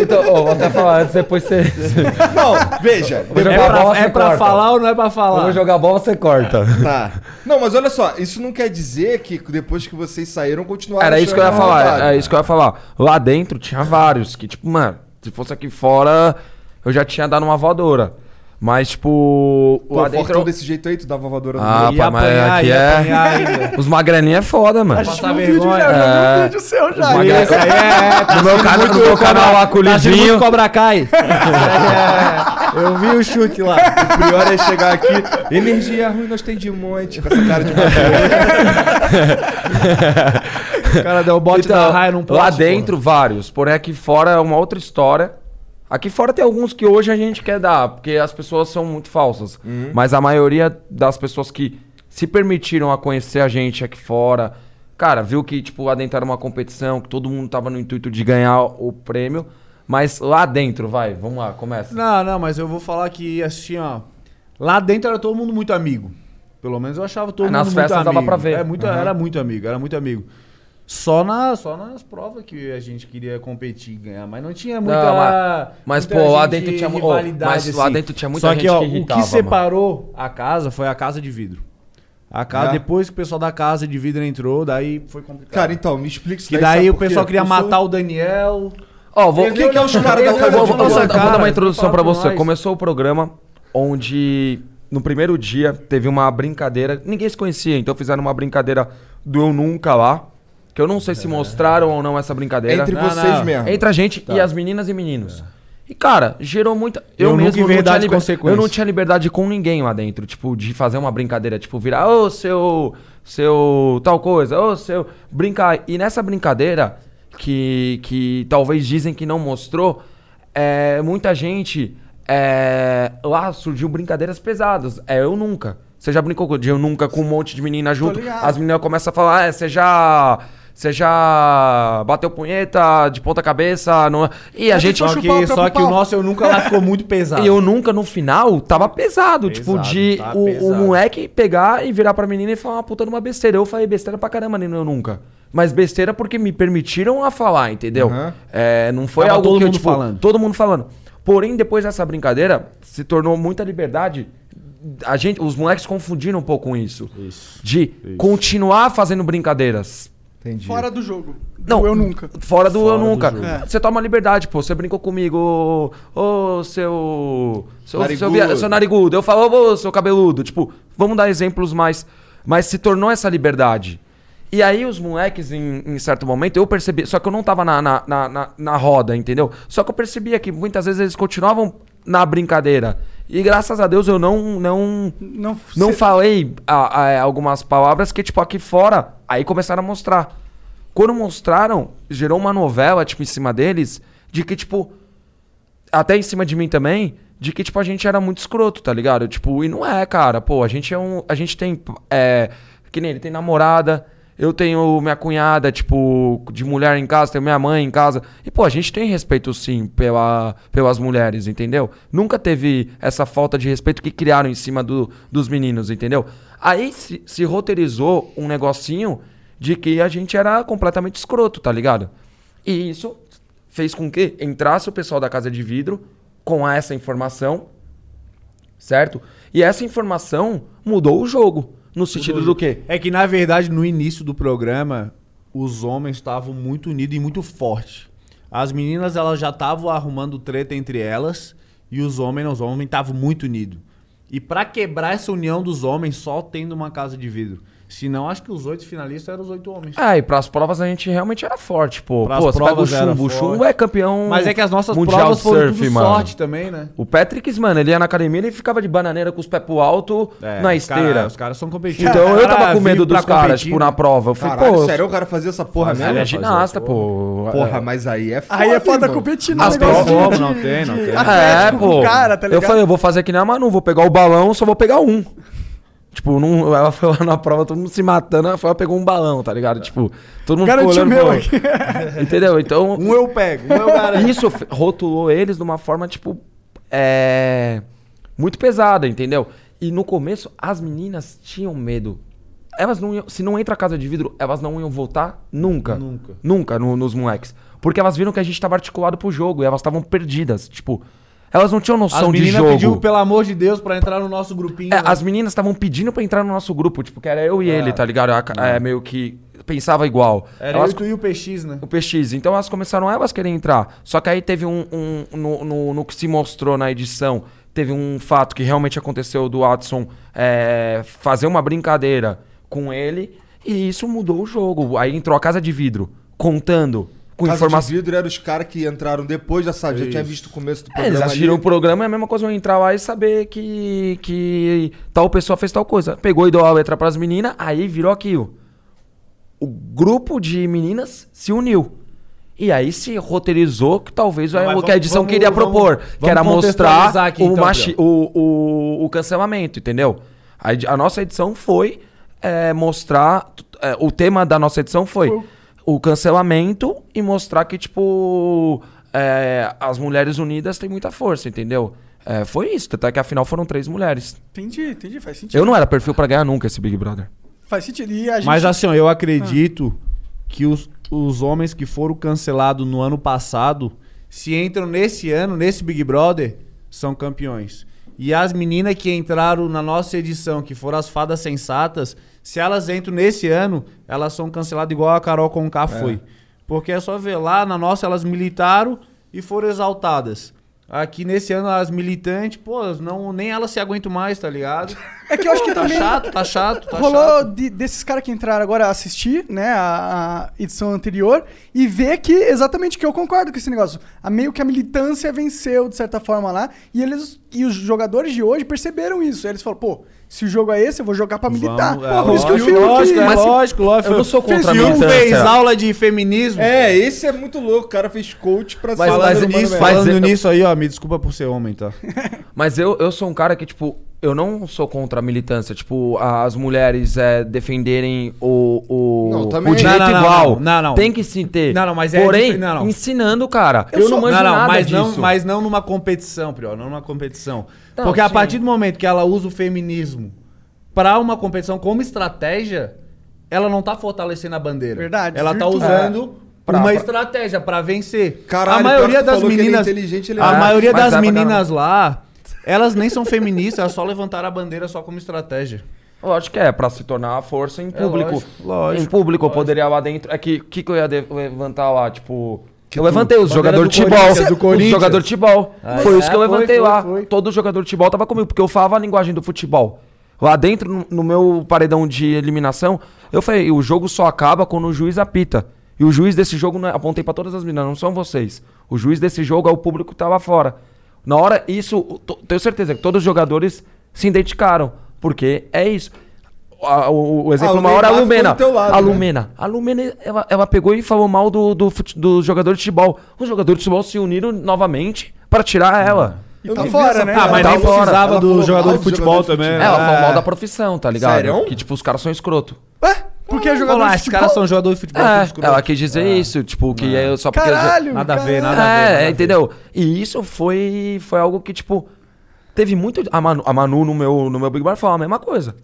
Speaker 4: Então, ó, vou até falar antes, depois você.
Speaker 2: não, veja.
Speaker 4: Vou
Speaker 6: É
Speaker 4: jogar bola,
Speaker 6: pra, é
Speaker 4: você
Speaker 6: pra
Speaker 4: corta.
Speaker 6: falar ou não é pra
Speaker 4: Eu
Speaker 6: falar?
Speaker 4: vou jogar bola, você corta.
Speaker 2: Tá. Não, mas olha só, isso não quer dizer que depois que vocês saíram continuaram.
Speaker 4: Era isso que eu ia
Speaker 2: achando
Speaker 4: falar,
Speaker 2: vontade.
Speaker 4: era isso que eu ia falar. Lá dentro tinha vários que, tipo, mano, se fosse aqui fora, eu já tinha dado uma voadora. Mas, tipo,
Speaker 2: Pô,
Speaker 4: lá
Speaker 2: Fortão
Speaker 4: dentro.
Speaker 2: desse jeito aí, tu dá voadora no
Speaker 4: Ah,
Speaker 2: meio.
Speaker 4: pá, mas aqui
Speaker 6: ia
Speaker 4: é-
Speaker 6: apanhar ainda.
Speaker 4: Os magrelinhos é foda, mano.
Speaker 3: A gente
Speaker 6: Passar
Speaker 3: viu um vídeo
Speaker 6: vergonha.
Speaker 3: já, já viu
Speaker 4: É.
Speaker 3: um vídeo seu já.
Speaker 4: Uma
Speaker 3: Isso.
Speaker 4: galera-
Speaker 6: Isso aí é.
Speaker 4: No meu, cana- no meu canal lá com o
Speaker 6: Tá sendo muito
Speaker 4: Lizinho.
Speaker 6: Cobra Kai. É, eu vi o chute lá.
Speaker 2: O pior é chegar aqui, energia ruim, nós tem de um monte, com essa cara de
Speaker 6: O cara deu É o bote
Speaker 4: Então,
Speaker 6: da raia num poste,
Speaker 4: lá
Speaker 6: porra.
Speaker 4: dentro, vários. Porém, aqui fora é uma outra história. Aqui fora tem alguns que hoje a gente quer dar, porque as pessoas são muito falsas. Mas a maioria das pessoas que se permitiram a conhecer a gente aqui fora, cara, viu que, tipo, lá dentro era uma competição, que todo mundo tava no intuito de ganhar o prêmio. Mas lá dentro, vai, vamos lá, começa.
Speaker 6: Não, não, mas eu vou falar que assim, ó. Lá dentro era todo mundo muito amigo. Pelo menos eu achava todo
Speaker 4: Ah,
Speaker 6: mundo
Speaker 4: nas
Speaker 6: muito
Speaker 4: festas
Speaker 6: amigo.
Speaker 4: dava pra ver.
Speaker 6: É, muito- Era muito amigo, era muito amigo. Só, na, só nas provas que a gente queria competir e ganhar, mas não tinha muita.
Speaker 4: Não, mas- mas,
Speaker 6: muita
Speaker 4: pô, lá
Speaker 6: gente
Speaker 4: dentro tinha mu- ô,
Speaker 6: rivalidade,
Speaker 4: mas lá dentro tinha muita
Speaker 6: só
Speaker 4: gente
Speaker 6: que, ó,
Speaker 4: que irritava,
Speaker 6: O
Speaker 4: mano.
Speaker 6: que separou a casa foi a casa de vidro. A casa,
Speaker 4: Né?
Speaker 2: É.
Speaker 6: Depois que o pessoal da casa de vidro entrou, daí foi complicado.
Speaker 2: Cara, então, me explica isso
Speaker 6: que daí
Speaker 2: sabe
Speaker 6: o
Speaker 2: por quê?
Speaker 6: pessoal queria
Speaker 2: Eu sou-
Speaker 6: matar o Daniel.
Speaker 4: Ó, vou,
Speaker 2: O que que é os caras da
Speaker 4: Eu
Speaker 2: casa
Speaker 4: vou,
Speaker 2: de
Speaker 4: vou, vou,
Speaker 2: nossa
Speaker 4: vou dar
Speaker 6: cara?
Speaker 4: uma introdução
Speaker 6: Fala
Speaker 4: pra
Speaker 6: pra
Speaker 4: você.
Speaker 6: nós.
Speaker 4: Começou o programa onde no primeiro dia teve uma brincadeira, ninguém se conhecia, então fizeram uma brincadeira do Eu Nunca lá, que eu não sei se mostraram ou não essa brincadeira.
Speaker 2: Entre
Speaker 4: Entre,
Speaker 6: É. Não,
Speaker 2: vocês
Speaker 6: não. Tá.
Speaker 2: mesmo.
Speaker 4: a gente e as meninas e meninos. E cara, gerou muita. Eu,
Speaker 6: Eu nunca em
Speaker 4: mesmo não tinha,
Speaker 6: verdade e
Speaker 4: liber-
Speaker 6: consequência.
Speaker 4: eu não tinha liberdade com ninguém lá dentro, tipo, de fazer uma brincadeira, tipo, virar, ô seu. seu. tal coisa, ô seu. brincar. E nessa brincadeira, que, que talvez dizem que não mostrou, é, muita gente. é, lá surgiu brincadeiras pesadas. É, eu nunca. Você já brincou com- de eu nunca com um monte de menina junto?
Speaker 3: ligado.
Speaker 4: As meninas começam a falar, é, você já. Você já bateu punheta de ponta cabeça, não é?" E a
Speaker 3: Mas tipo
Speaker 4: gente
Speaker 3: deixa eu
Speaker 6: Só
Speaker 3: chupar o
Speaker 6: que, só
Speaker 3: próprio
Speaker 6: que o
Speaker 3: pau.
Speaker 6: nosso eu nunca lá ficou muito pesado.
Speaker 4: e eu nunca, no final, tava pesado. tipo,
Speaker 6: Pesado,
Speaker 4: de
Speaker 6: tá
Speaker 4: o, o
Speaker 6: pesado.
Speaker 4: moleque pegar e virar pra menina e falar uma puta de uma besteira. Eu falei besteira pra caramba, nem eu nunca. Mas besteira porque me permitiram a falar, entendeu?
Speaker 2: Aham.
Speaker 4: É, não foi
Speaker 6: Tava
Speaker 4: algo
Speaker 6: todo
Speaker 4: que eu,
Speaker 6: mundo
Speaker 4: tipo,
Speaker 6: falando.
Speaker 4: Todo mundo falando. Porém, depois dessa brincadeira, se tornou muita liberdade a gente, os moleques confundiram um pouco com isso.
Speaker 6: Isso.
Speaker 4: De continuar fazendo brincadeiras.
Speaker 2: Entendi.
Speaker 3: Fora do jogo. Do
Speaker 4: Não,
Speaker 3: eu nunca.
Speaker 4: Fora do
Speaker 6: Fora
Speaker 4: eu
Speaker 6: do
Speaker 4: nunca.
Speaker 6: jogo.
Speaker 3: É.
Speaker 4: Você toma liberdade, pô. Você brincou comigo, ô, ô, seu. Seu, seu,
Speaker 2: Narigudo.
Speaker 4: via- seu narigudo. Eu falo, ô, seu cabeludo. Tipo, vamos dar exemplos mais. Mas se tornou essa liberdade. E aí os moleques, em, em certo momento, eu percebi. Só que eu não tava na, na, na, na- na roda, entendeu? Só que eu percebia que muitas vezes eles continuavam na brincadeira. E graças a Deus eu não. não
Speaker 3: Não,
Speaker 4: não
Speaker 3: cê-
Speaker 4: falei a- a- algumas palavras que, tipo, aqui fora, aí começaram a mostrar. Quando mostraram, gerou uma novela, tipo, em cima deles, de que, tipo, até em cima de mim também, de que, tipo, a gente era muito escroto, tá ligado? Tipo, e não é, cara. Pô, a gente é um. A gente tem. É, que nem ele tem namorada. Eu tenho minha cunhada, tipo, de mulher em casa, tenho minha mãe em casa. E, pô, a gente tem respeito, sim, pela, pelas mulheres, entendeu? Nunca teve essa falta de respeito que criaram em cima do, dos meninos, entendeu? Aí se, se roteirizou um negocinho de que a gente era completamente escroto, tá ligado? E isso fez com que entrasse o pessoal da Casa de Vidro com essa informação, certo? E essa informação mudou o jogo. No sentido do quê?
Speaker 6: É que, na verdade, no início do programa, os homens estavam muito unidos e muito fortes. As meninas, elas já estavam arrumando treta entre elas e os homens, não, os homens estavam muito unidos. E pra quebrar essa união dos homens, só tendo uma casa de vidro. Senão, acho que os oito finalistas eram os oito homens.
Speaker 4: Ah, e pras provas a gente realmente era forte, pô.
Speaker 6: Pras
Speaker 4: pô, você pega o
Speaker 6: provas era
Speaker 4: chumbo. O
Speaker 6: forte.
Speaker 4: chumbo é campeão.
Speaker 6: Mas é que as nossas
Speaker 4: mundial
Speaker 6: provas
Speaker 4: de
Speaker 6: foram
Speaker 4: surf,
Speaker 6: tudo
Speaker 4: mano.
Speaker 6: sorte também, né?
Speaker 4: O Patrick, mano, ele ia na academia e ficava de bananeira com os pés pro alto na
Speaker 6: É, os cara-
Speaker 4: esteira.
Speaker 6: os caras são competitivos.
Speaker 4: Então eu
Speaker 6: Os
Speaker 4: tava
Speaker 6: caras
Speaker 4: com medo
Speaker 6: vivem pra
Speaker 4: dos caras,
Speaker 6: competir,
Speaker 4: tipo, na
Speaker 6: né?
Speaker 4: prova. Eu falei,
Speaker 2: Caralho,
Speaker 4: pô,
Speaker 2: sério? O cara fazia essa porra
Speaker 4: ele é
Speaker 2: mesmo?
Speaker 4: ginasta, pô.
Speaker 2: Porra, mas aí é foda.
Speaker 3: Aí é foda
Speaker 2: irmão.
Speaker 3: competir no
Speaker 4: As
Speaker 3: negócio de-
Speaker 6: provas-
Speaker 3: de-
Speaker 6: não tem, não
Speaker 3: de
Speaker 6: tem.
Speaker 3: Atlético com o cara, tá
Speaker 4: É, eu
Speaker 3: ligado?
Speaker 4: falei, eu vou fazer que nem a Manu, vou pegar o balão, só vou pegar um. Tipo, não, ela foi lá na prova, todo mundo se matando, ela foi lá e pegou um balão, tá ligado? Tipo, todo mundo
Speaker 3: Garantiu
Speaker 4: ficou olhando
Speaker 3: meu
Speaker 4: pro outro. Entendeu? Então,
Speaker 6: Um eu pego, um eu garanto.
Speaker 4: isso fe- rotulou eles de uma forma, tipo, é... Muito pesada, entendeu? E no começo, as meninas tinham medo. Elas não iam, se não entra a casa de vidro, elas não iam voltar nunca.
Speaker 6: Nunca.
Speaker 4: Nunca no- nos moleques. Porque elas viram que a gente tava articulado pro jogo e elas estavam perdidas. Tipo, elas não tinham
Speaker 6: As
Speaker 4: noção de
Speaker 6: meninas
Speaker 4: jogo.
Speaker 6: pediu, pelo amor de Deus, pra entrar no nosso grupinho.
Speaker 4: É,
Speaker 6: né?
Speaker 4: as meninas estavam pedindo pra entrar no nosso grupo, tipo, que era eu e ele, tá ligado? A ca- É, meio que pensava igual.
Speaker 6: Era
Speaker 4: elas
Speaker 6: eu e tu e o PX, né?
Speaker 4: o PX. Então elas começaram elas querem entrar. Só que aí teve um. um- no, no- no que se mostrou na edição, teve um fato que realmente aconteceu do Watson é, fazer uma brincadeira com ele. E isso mudou o jogo. Aí entrou a casa de vidro, contando com
Speaker 2: Casa
Speaker 4: informações.
Speaker 2: de vidro eram os caras que entraram depois, já sabe, já tinha visto o começo do
Speaker 4: É,
Speaker 2: programa
Speaker 4: eles
Speaker 2: ali.
Speaker 4: assistiram o programa, é a mesma coisa eu entrar lá e saber que, que tal pessoa fez tal coisa. Pegou e deu a letra pras meninas, aí virou aquilo. O grupo de meninas se uniu. E aí se roteirizou que talvez é
Speaker 6: Não,
Speaker 4: o
Speaker 6: mas
Speaker 4: que a
Speaker 6: vamos-
Speaker 4: edição
Speaker 6: vamos-
Speaker 4: queria
Speaker 6: vamos-
Speaker 4: propor, que
Speaker 6: vamos
Speaker 4: era mostrar
Speaker 6: contextualizar aqui,
Speaker 4: o,
Speaker 6: então,
Speaker 4: machi- o, o, o cancelamento, entendeu? A, edi- a nossa edição foi é, mostrar. é, o tema da nossa edição foi o cancelamento e mostrar que, tipo, é, as mulheres unidas têm muita força, entendeu? É, foi isso, até que afinal foram três mulheres.
Speaker 3: Entendi, entendi, faz sentido.
Speaker 4: Eu não era perfil pra ganhar nunca esse Big Brother.
Speaker 3: Faz sentido. E a gente... Ah.
Speaker 6: Mas assim, ó, eu acredito que os, os homens que foram cancelados no ano passado, se entram nesse ano, nesse Big Brother, são campeões. E as meninas que entraram na nossa edição, que foram as fadas sensatas, se elas entram nesse ano, elas são canceladas igual a Carol
Speaker 3: É.
Speaker 6: Conká foi. Porque é só ver lá, na nossa elas militaram e foram exaltadas. Aqui nesse ano as militantes, pô, não, nem elas se aguentam mais, tá ligado?
Speaker 3: É que eu acho que
Speaker 6: tá
Speaker 3: também-
Speaker 6: chato, tá chato, tá
Speaker 3: rolou
Speaker 6: chato.
Speaker 3: de- desses caras que entraram agora a assistir, né, a, a edição anterior, e ver que exatamente que eu concordo com esse negócio. A, meio que a militância venceu, de certa forma, lá, e eles e os jogadores de hoje perceberam isso. Eles falaram, pô, se o jogo é esse, eu vou jogar pra
Speaker 2: Tá,
Speaker 3: militar.
Speaker 6: Vamos, é,
Speaker 3: Pô, por isso que o
Speaker 6: lógico,
Speaker 3: filme
Speaker 6: lógico,
Speaker 3: que...
Speaker 6: é
Speaker 4: Mas se-
Speaker 6: lógico, lógico.
Speaker 4: eu não sou contra a
Speaker 6: Se um
Speaker 4: militância.
Speaker 6: fez aula de feminismo.
Speaker 2: É, esse é muito louco. O cara fez coach pra
Speaker 4: Mas-
Speaker 2: falando do
Speaker 4: mas
Speaker 2: Mano
Speaker 4: isso-
Speaker 2: Menezes.
Speaker 4: mas- é-
Speaker 6: Falando
Speaker 4: eu-
Speaker 6: nisso aí, ó, me desculpa por ser homem, tá?
Speaker 4: Mas eu, eu sou um cara que, tipo, eu não sou contra a militância. Tipo, a- as mulheres é, defenderem o, o,
Speaker 2: Não, também-
Speaker 4: o direito
Speaker 6: Não, não, não,
Speaker 4: igual.
Speaker 6: não, não, não.
Speaker 4: Tem que se ter.
Speaker 6: Não, não, mas é
Speaker 4: Porém,
Speaker 6: dif- não, não.
Speaker 4: ensinando, cara. Eu, não
Speaker 6: sou-
Speaker 4: manjo nada
Speaker 6: mas
Speaker 4: disso.
Speaker 6: não, mas não numa competição, Prior, não numa competição.
Speaker 4: Não,
Speaker 6: Porque a
Speaker 4: sim.
Speaker 6: partir do momento que ela usa o feminismo pra uma competição como estratégia, ela não tá fortalecendo a bandeira.
Speaker 3: Verdade,
Speaker 6: Ela tá
Speaker 3: virtual.
Speaker 6: usando
Speaker 4: Pra-
Speaker 6: uma
Speaker 4: pra-
Speaker 6: estratégia pra vencer.
Speaker 2: Caralho,
Speaker 6: a
Speaker 2: pior
Speaker 6: maioria
Speaker 2: que tu
Speaker 6: das
Speaker 2: falou que ele é
Speaker 6: meninas,
Speaker 2: inteligente, ele
Speaker 6: a
Speaker 4: é.
Speaker 6: maioria
Speaker 4: Mas é
Speaker 6: das
Speaker 4: pra
Speaker 6: meninas lá Elas nem são feministas, elas só levantaram a bandeira só como estratégia.
Speaker 4: Lógico que é, pra se tornar uma força em público.
Speaker 6: É lógico, lógico,
Speaker 4: em público, eu poderia lá dentro. É que o que, que eu ia de- levantar lá? Tipo. eu levantei os jogador
Speaker 6: do
Speaker 4: de futebol.
Speaker 6: Corinthians, do
Speaker 4: Os
Speaker 6: Corinthians.
Speaker 4: jogador de futebol. foi isso que eu
Speaker 6: é, foi,
Speaker 4: levantei
Speaker 6: foi,
Speaker 4: lá.
Speaker 6: foi.
Speaker 4: Todo jogador de futebol tava comigo, porque eu falava a linguagem do futebol. Lá dentro, no- no meu paredão de eliminação, eu falei: o jogo só acaba quando o juiz apita. E o juiz desse jogo, não é- apontei pra todas as meninas, não são vocês. O juiz desse jogo é o público que tava fora. Na hora, isso, to- tenho certeza que todos os jogadores se identificaram. Porque é isso. A- o, o exemplo
Speaker 2: o
Speaker 4: maior é a
Speaker 2: Neymar ficou
Speaker 4: Lumena.
Speaker 2: do teu lado,
Speaker 4: a
Speaker 2: né?
Speaker 4: Lumena. A Lumena, ela, ela pegou e falou mal do, do, fute- do jogador de futebol. Os jogadores de futebol se uniram novamente pra tirar ela.
Speaker 3: E tá fora, né?
Speaker 5: Ah, mas
Speaker 4: Tá
Speaker 5: nem
Speaker 4: fora.
Speaker 5: precisava
Speaker 2: Ela
Speaker 5: do
Speaker 2: falou
Speaker 5: jogador
Speaker 2: mal
Speaker 5: de
Speaker 2: do
Speaker 5: futebol
Speaker 2: jogador de
Speaker 5: também.
Speaker 6: né?
Speaker 4: Ela falou mal da
Speaker 5: Ah,
Speaker 4: profissão, tá ligado?
Speaker 2: É. Sério?
Speaker 4: Que, tipo, os caras são escroto.
Speaker 3: Ué? Porque é jogador
Speaker 6: Olha lá,
Speaker 3: de
Speaker 6: esses
Speaker 3: futebol?
Speaker 6: caras são jogadores de futebol. tudo
Speaker 4: É,
Speaker 6: escroto.
Speaker 4: ela quis dizer
Speaker 2: Ah.
Speaker 4: isso, tipo, que é só porque...
Speaker 3: Caralho!
Speaker 6: Nada a ver,
Speaker 3: caralho.
Speaker 6: nada a ver.
Speaker 4: é,
Speaker 6: nada a ver.
Speaker 4: entendeu? E isso foi, foi algo que, tipo, teve muito. A Manu, a Manu no, meu, no meu Big Bar falou a mesma coisa.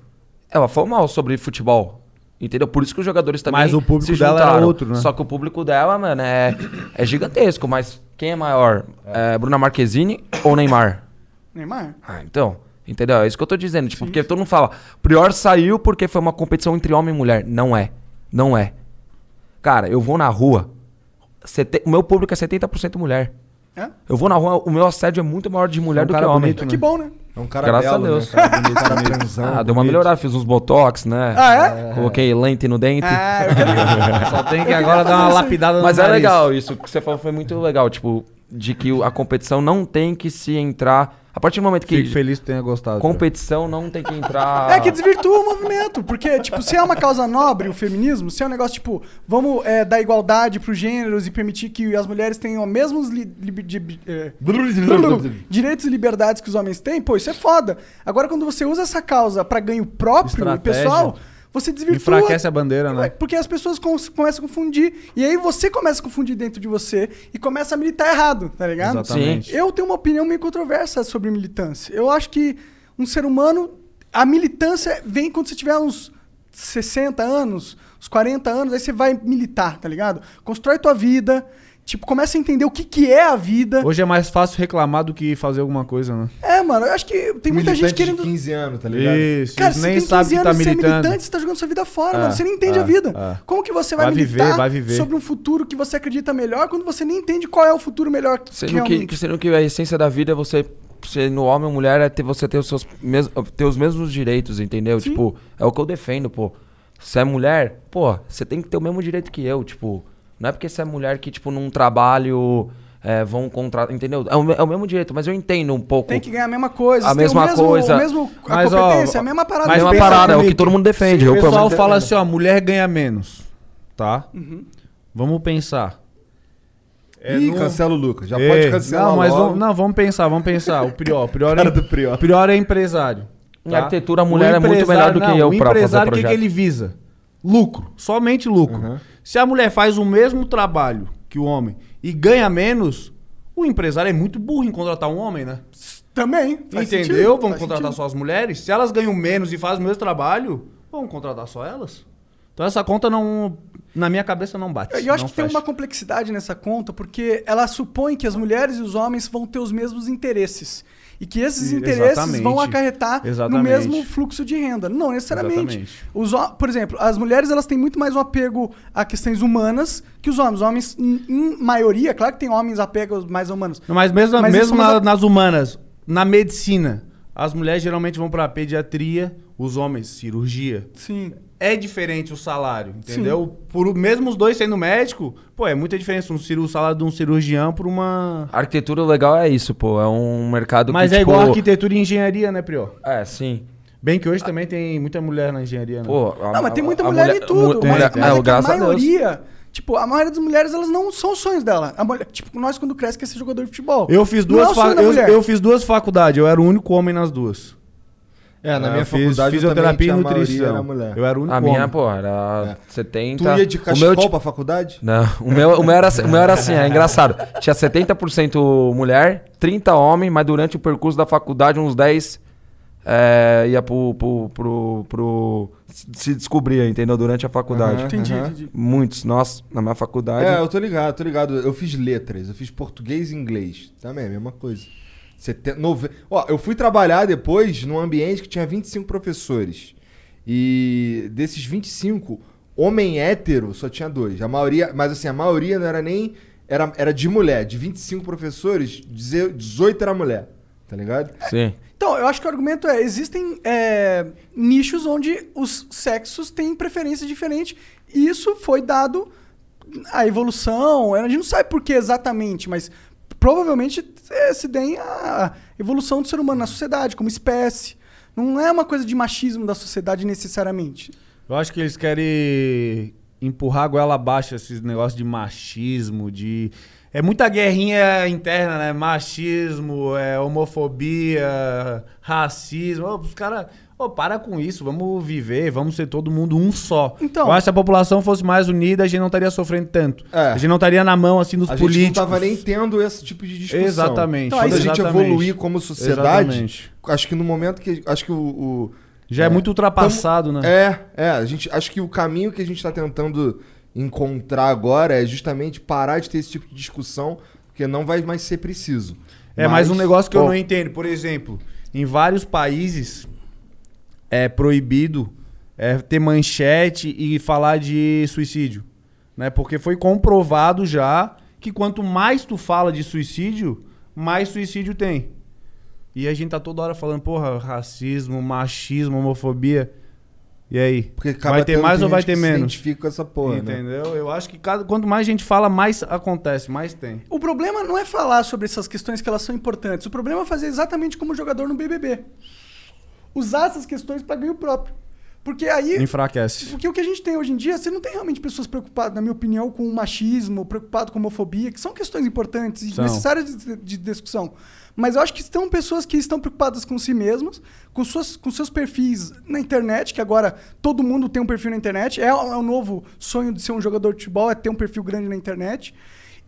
Speaker 4: Ela falou mal sobre futebol. Entendeu? Por isso que os jogadores também.
Speaker 6: Mas o público
Speaker 4: se
Speaker 6: dela era
Speaker 4: juntaram.
Speaker 6: outro, né?
Speaker 4: Só que o público dela, mano, é, é gigantesco. Mas quem é maior? É Bruna Marquezine ou Neymar?
Speaker 3: Neymar?
Speaker 4: Ah, então. Entendeu? É isso que eu tô dizendo. Tipo, porque todo mundo fala, Prior saiu porque foi uma competição entre homem e mulher. Não é. Não é. Cara, eu vou na rua. sete- O meu público é 70% mulher.
Speaker 3: É?
Speaker 4: Eu vou na rua, o meu assédio é muito maior de mulher
Speaker 6: É um
Speaker 4: do que
Speaker 6: cara
Speaker 4: homem.
Speaker 6: bonito, né?
Speaker 3: Que bom, né?
Speaker 2: É um cara
Speaker 4: Graças a
Speaker 2: belo, né,
Speaker 4: Deus.
Speaker 2: cara bonito, cara transão,
Speaker 4: ah, deu
Speaker 2: bonito.
Speaker 4: uma melhorada, fiz uns botox, né?
Speaker 3: Ah, é?
Speaker 4: Coloquei lente no dente.
Speaker 3: Ah,
Speaker 6: É,
Speaker 3: eu quero...
Speaker 6: Só tem que agora dar uma
Speaker 3: fazer isso aí.
Speaker 6: lapidada no
Speaker 4: Mas é
Speaker 6: nariz.
Speaker 4: legal isso que você falou, foi muito legal, tipo, de que o- a competição não tem que se entrar. A partir do momento que
Speaker 6: Fico feliz que tenha gostado.
Speaker 4: competição não tem que entrar.
Speaker 3: É que desvirtua o movimento, porque, tipo, se é uma causa nobre o feminismo, se é um negócio, tipo, vamos é, dar igualdade pros gêneros e permitir que as mulheres tenham os mesmos li- libe- de- é, direitos e liberdades que os homens têm, pô, isso é foda. Agora, quando você usa essa causa pra ganho próprio e
Speaker 6: Estratégia.
Speaker 3: pessoal, você desvirtua...
Speaker 6: Enfraquece a bandeira, né?
Speaker 3: Porque as pessoas com- começam a confundir, e aí você começa a confundir dentro de você e começa a militar errado, tá ligado?
Speaker 6: Exatamente.
Speaker 3: Eu tenho uma opinião meio controversa sobre militância. Eu acho que um ser humano, a militância vem quando você tiver uns 60 anos, uns 40 anos, aí você vai militar, tá ligado? Constrói tua vida, tipo, começa a entender o que, que é a vida.
Speaker 6: Hoje é mais fácil reclamar do que fazer alguma coisa, né?
Speaker 3: É, mano, eu acho que tem muita
Speaker 2: Militante
Speaker 3: gente querendo.
Speaker 2: de 15 anos, tá ligado?
Speaker 6: Isso,
Speaker 3: Cara,
Speaker 6: Cara,
Speaker 3: você
Speaker 6: nem
Speaker 3: tem 15
Speaker 6: sabe que tá
Speaker 3: anos e você é
Speaker 6: militando.
Speaker 3: militante, você tá jogando sua vida fora,
Speaker 6: É,
Speaker 3: mano. Você não entende
Speaker 6: é,
Speaker 3: a vida.
Speaker 6: é.
Speaker 3: Como que você vai,
Speaker 6: Vai viver,
Speaker 3: militar
Speaker 6: vai viver.
Speaker 3: sobre um futuro que você acredita melhor quando você nem entende qual é o futuro melhor que é.
Speaker 4: Sendo que, que- sendo que a essência da vida é você ser no homem ou mulher é ter, você ter os, seus mes, ter os mesmos direitos, entendeu?
Speaker 3: Sim.
Speaker 4: Tipo, é o que eu defendo, pô. Se é mulher, pô, você tem que ter o mesmo direito que eu, tipo. Não é porque você é mulher que, tipo, num trabalho é, vão contratar, entendeu? É o, me- é o mesmo direito, mas eu entendo um pouco.
Speaker 3: Tem que ganhar a mesma coisa.
Speaker 4: A
Speaker 3: você tem
Speaker 4: mesma
Speaker 3: o mesmo,
Speaker 4: coisa.
Speaker 3: O mesmo, a
Speaker 6: Mas, ó,
Speaker 3: competência, a mesma parada.
Speaker 4: Mas é uma
Speaker 6: pensa
Speaker 4: parada, é o
Speaker 6: comigo.
Speaker 4: que todo mundo defende.
Speaker 6: O
Speaker 4: eu, pelo
Speaker 6: pessoal
Speaker 4: menos,
Speaker 6: fala assim, ó, mulher ganha menos, tá?
Speaker 3: Uhum.
Speaker 6: Vamos pensar. É,
Speaker 2: Ih,
Speaker 6: não-
Speaker 2: cancela o Lucas. Já
Speaker 6: É,
Speaker 2: pode cancelar
Speaker 6: Não, mas
Speaker 2: logo.
Speaker 6: vamos, não, vamos pensar, vamos pensar. O Prior, o Prior,
Speaker 2: Cara
Speaker 6: é,
Speaker 2: do Prior.
Speaker 6: o Prior é empresário.
Speaker 4: Em
Speaker 6: tá?
Speaker 4: arquitetura, a
Speaker 6: O
Speaker 4: mulher é muito
Speaker 6: empresário-
Speaker 4: melhor do que
Speaker 6: não,
Speaker 4: eu
Speaker 6: O
Speaker 4: pra fazer
Speaker 6: empresário, o que, que
Speaker 4: projeto.
Speaker 6: ele visa? Lucro, somente lucro.
Speaker 3: Uhum.
Speaker 6: Se a mulher faz o mesmo trabalho que o homem e ganha menos, o empresário é muito burro em contratar um homem, né?
Speaker 3: Também. faz
Speaker 6: Entendeu?
Speaker 3: sentido,
Speaker 6: Vão
Speaker 3: faz
Speaker 6: contratar
Speaker 3: sentido.
Speaker 6: só as mulheres? Se elas ganham menos e fazem o mesmo trabalho, vão contratar só elas? Então essa conta não. Na minha cabeça não bate.
Speaker 3: Eu- Eu acho
Speaker 6: não
Speaker 3: que tem
Speaker 6: fecha.
Speaker 3: uma complexidade nessa conta, porque ela supõe que as mulheres e os homens vão ter os mesmos interesses. E que esses
Speaker 6: E-
Speaker 3: interesses vão
Speaker 6: exatamente.
Speaker 3: acarretar no
Speaker 6: Exatamente.
Speaker 3: mesmo fluxo de renda. Não necessariamente.
Speaker 6: Exatamente.
Speaker 3: Os, ho- por exemplo, as mulheres elas têm muito mais um apego a questões humanas que os homens. Os homens, em, em maioria, claro que tem homens apegos mais a humanos.
Speaker 6: Não, Mas mesmo,
Speaker 3: Mas isso
Speaker 6: mesmo
Speaker 3: é uma-
Speaker 6: na- nas humanas, na medicina, as mulheres geralmente vão pra pediatria, os homens, cirurgia.
Speaker 3: Sim.
Speaker 6: É diferente o salário, entendeu? Por o- mesmo os dois sendo médico, pô, é muita diferença um ciru- o salário de um cirurgião pra uma.
Speaker 4: A Arquitetura legal é isso, pô. É um mercado
Speaker 6: Mas
Speaker 4: que,
Speaker 6: é
Speaker 4: tipo,
Speaker 6: igual arquitetura e engenharia, né, Prior?
Speaker 4: É, sim.
Speaker 6: Bem que hoje também tem muita mulher na engenharia, né?
Speaker 4: Pô,
Speaker 3: Não, mas tem muita mulher, em tudo.
Speaker 4: Tem,
Speaker 3: mas,
Speaker 4: mulher,
Speaker 3: mas
Speaker 4: é,
Speaker 3: é, que a
Speaker 4: graças a Deus.
Speaker 3: maioria. Tipo, a maioria das mulheres, elas não são os sonhos dela. A mulher, tipo, nós quando cresce quer ser jogador de futebol.
Speaker 6: Eu fiz
Speaker 3: Não é
Speaker 6: duas,
Speaker 3: o sonho
Speaker 6: fa-
Speaker 3: da
Speaker 6: eu,
Speaker 3: mulher.
Speaker 6: eu fiz duas faculdades, eu era o único homem nas duas. Ah,
Speaker 2: É, na
Speaker 6: Eu
Speaker 2: minha
Speaker 6: fiz
Speaker 2: faculdade
Speaker 6: fisioterapia e nutrição.
Speaker 2: Era mulher.
Speaker 6: Eu era o único
Speaker 4: A
Speaker 6: homem.
Speaker 4: minha, pô, era 70.
Speaker 2: É. Tu ia de
Speaker 4: tá. o meu,
Speaker 2: cachecol
Speaker 4: ti-
Speaker 2: pra faculdade?
Speaker 4: Não, o meu, o, meu era, o meu era assim, é engraçado. Tinha 70% mulher, 30 homem, mas durante o percurso da faculdade, uns 10 é, ia pro, pro, pro, pro- se descobria, entendeu? Durante a faculdade.
Speaker 3: Entendi, entendi.
Speaker 4: Muitos, nós, na minha faculdade.
Speaker 2: É, eu tô ligado, tô ligado. Eu fiz letras, eu fiz português e inglês. Também, mesma coisa. 70, nove... Ó, eu fui trabalhar depois num ambiente que tinha 25 professores. E desses 25, homem hétero só tinha dois. A maioria, mas assim, a maioria não era nem. Era, era de mulher. De 25 professores, 18 era mulher. Tá ligado?
Speaker 4: Sim.
Speaker 3: Então, eu acho que o argumento é: existem é, nichos onde os sexos têm preferência diferente. E isso foi dado à evolução. A gente não sabe por que exatamente, mas provavelmente é, se tem a evolução do ser humano na sociedade, como espécie. Não é uma coisa de machismo da sociedade necessariamente.
Speaker 6: Eu acho que eles querem empurrar a goela abaixo esses negócios de machismo, de. É muita guerrinha interna, né? Machismo, é homofobia, racismo. Ô, Os caras. Ô, para com isso, vamos viver, vamos ser todo mundo um só.
Speaker 3: Então-
Speaker 6: Eu acho que se a população fosse mais unida, a gente não estaria sofrendo tanto.
Speaker 2: É.
Speaker 6: A gente não estaria na mão, assim, dos
Speaker 2: A
Speaker 6: políticos.
Speaker 2: gente não tava nem tendo esse tipo de discussão.
Speaker 6: Exatamente.
Speaker 2: Quando a gente
Speaker 6: Exatamente.
Speaker 2: evoluir como sociedade,
Speaker 6: Exatamente.
Speaker 2: acho que no momento que. Acho que o- o
Speaker 6: Já é, muito ultrapassado, né?
Speaker 2: É, é. A gente, acho que o caminho que a gente tá tentando encontrar agora é justamente parar de ter esse tipo de discussão, porque não vai mais ser preciso.
Speaker 6: É, mas, um negócio que eu
Speaker 2: Pô,
Speaker 6: não entendo. Por exemplo, em vários países é proibido é, ter manchete e falar de suicídio. Né? Porque foi comprovado já que quanto mais tu fala de suicídio, mais suicídio tem. E a gente tá toda hora falando, porra, racismo, machismo, homofobia. E aí?
Speaker 2: Porque acaba
Speaker 6: vai ter
Speaker 2: tendo
Speaker 6: mais ou
Speaker 2: gente
Speaker 6: vai
Speaker 2: que
Speaker 6: ter
Speaker 2: se
Speaker 6: menos?
Speaker 2: identifica com essa porra, né?
Speaker 6: Entendeu? Eu acho que cada- quanto mais gente fala, mais acontece, mais tem.
Speaker 3: O problema não é falar sobre essas questões que elas são importantes. O problema é fazer exatamente como o jogador no BBB. Usar essas questões para ganho próprio. Porque aí
Speaker 6: Enfraquece.
Speaker 3: Porque o que a gente tem hoje em dia, você não tem realmente pessoas preocupadas, na minha opinião, com o machismo, preocupado com a homofobia, que são questões importantes e
Speaker 6: São.
Speaker 3: necessárias de, de discussão. Mas eu acho que estão pessoas que estão preocupadas com si mesmas, com, suas, com seus perfis na internet, que agora todo mundo tem um perfil na internet. É, o- é o novo sonho de ser um jogador de futebol, é ter um perfil grande na internet.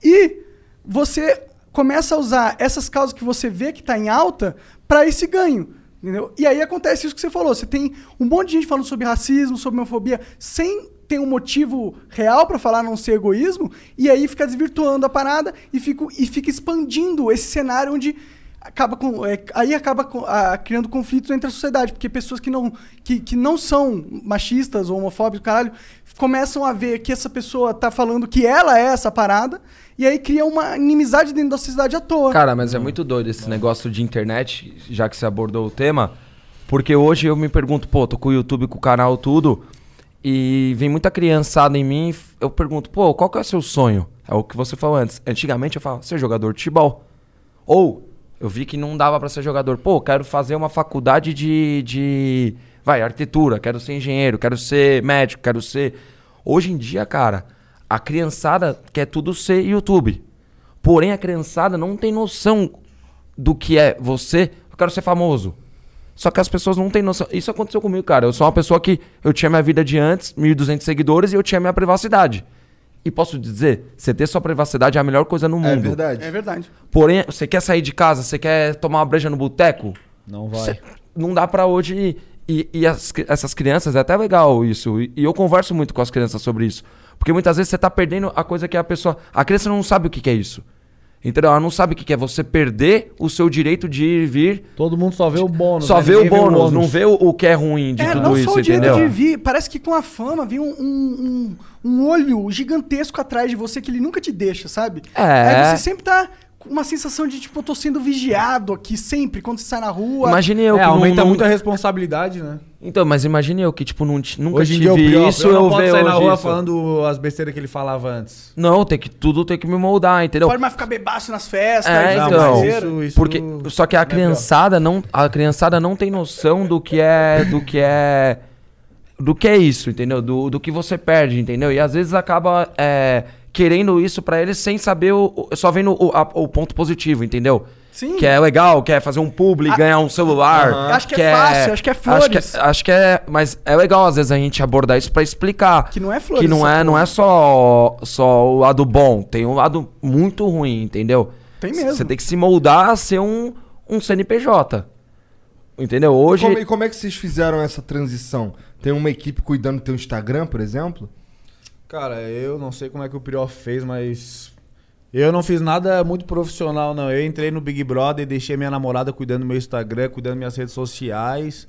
Speaker 3: E você começa a usar essas causas que você vê que está em alta para esse ganho. Entendeu? E aí acontece isso que você falou. Você tem um monte de gente falando sobre racismo, sobre homofobia, sem ter um motivo real para falar, a não ser egoísmo, e aí fica desvirtuando a parada e fica, e fica expandindo esse cenário onde acaba com, é, aí acaba com- ah, criando conflitos entre a sociedade, porque pessoas que não, que, que não são machistas ou homofóbicos, caralho, começam a ver que essa pessoa tá falando que ela é essa parada, e aí cria uma inimizade dentro da sociedade à toa.
Speaker 4: Cara, mas é muito doido esse negócio de internet, já que você abordou o tema. Porque hoje eu me pergunto, pô, tô com o YouTube, com o canal, tudo. E vem muita criançada em mim. f- Eu pergunto, pô, qual que é o seu sonho? É o que você falou antes. Antigamente eu falava, ser jogador de futebol. Ou, eu vi que não dava pra ser jogador. Pô, quero fazer uma faculdade de, de. Vai, arquitetura, quero ser engenheiro, quero ser médico, quero ser. Hoje em dia, cara, a criançada quer tudo ser YouTube. Porém, a criançada não tem noção do que é você. Eu quero ser famoso. Só que as pessoas não têm noção. Isso aconteceu comigo, cara. Eu sou uma pessoa que eu tinha minha vida de antes, 1.200 seguidores, e eu tinha minha privacidade. E posso dizer, você ter sua privacidade é a melhor coisa no
Speaker 2: É
Speaker 4: mundo.
Speaker 2: verdade.
Speaker 3: É verdade.
Speaker 4: Porém, você quer sair de casa, você quer tomar uma breja no boteco?
Speaker 6: Não
Speaker 4: Cê- não dá pra hoje. ir. E, e as cri- essas crianças, é até legal isso. E, e eu converso muito com as crianças sobre isso. Porque muitas vezes você tá perdendo a coisa que a pessoa. A criança não sabe o que, que é isso. Entendeu? Ela não sabe o que, que é você perder o seu direito de ir e vir.
Speaker 6: Todo mundo só vê o bônus.
Speaker 4: só
Speaker 6: né?
Speaker 4: vê o
Speaker 6: Ninguém
Speaker 4: bônus,
Speaker 6: ônus.
Speaker 4: não vê o, o que é ruim de
Speaker 3: é,
Speaker 4: tudo
Speaker 3: não
Speaker 4: isso,
Speaker 3: só o direito
Speaker 4: entendeu?
Speaker 3: de vir. Parece que com a fama vem um, um, um, um olho gigantesco atrás de você que ele nunca te deixa, sabe?
Speaker 4: É.
Speaker 3: Aí você sempre tá com uma sensação de, tipo, eu tô sendo vigiado aqui sempre, quando você sai na rua.
Speaker 4: Imagine eu
Speaker 6: é,
Speaker 4: que não-
Speaker 6: aumenta
Speaker 4: não-
Speaker 6: muito a responsabilidade, né?
Speaker 4: Então, mas imagine eu que, tipo, não, ti- nunca
Speaker 6: Hoje em dia
Speaker 4: tive
Speaker 6: eu, eu,
Speaker 4: isso,
Speaker 6: eu
Speaker 4: eu,
Speaker 6: não
Speaker 4: vejo
Speaker 6: posso sair na
Speaker 4: hoje
Speaker 6: rua
Speaker 4: isso.
Speaker 6: falando as besteiras que ele falava antes.
Speaker 4: Não, tem que, tudo tem que me moldar, entendeu?
Speaker 3: Pode mais ficar bebaço nas festas.
Speaker 4: É,
Speaker 3: nas
Speaker 4: então.
Speaker 3: baladeira.
Speaker 4: Porque só que a
Speaker 6: não é legal.
Speaker 4: criançada não, a criançada não tem noção do que é, do que é, do que é isso, entendeu? Do, do que você perde, entendeu? E às vezes acaba é, querendo isso pra eles sem saber o, o- só vendo o, a- o ponto positivo, entendeu?
Speaker 3: Sim. Ah,
Speaker 4: Que é legal, que é fazer um publi, ganhar um celular.
Speaker 3: Acho que é fácil, acho que é flores.
Speaker 4: Acho que, acho que é, mas é legal às vezes a gente abordar isso pra explicar
Speaker 3: Que não é flores,
Speaker 4: que não
Speaker 3: essa
Speaker 4: é, não é só só o lado bom, tem um lado muito ruim, entendeu?
Speaker 3: Tem
Speaker 4: C-
Speaker 3: mesmo.
Speaker 4: Você tem que se moldar a ser um, um CNPJ. Entendeu? Hoje.
Speaker 2: Como- e como é que vocês fizeram essa transição? Tem uma equipe cuidando do teu Instagram, por exemplo?
Speaker 6: Cara, eu não sei como é que o Prior fez, mas Eu não fiz nada muito profissional, não. Eu entrei no Big Brother e deixei minha namorada cuidando do meu Instagram, cuidando das minhas redes sociais.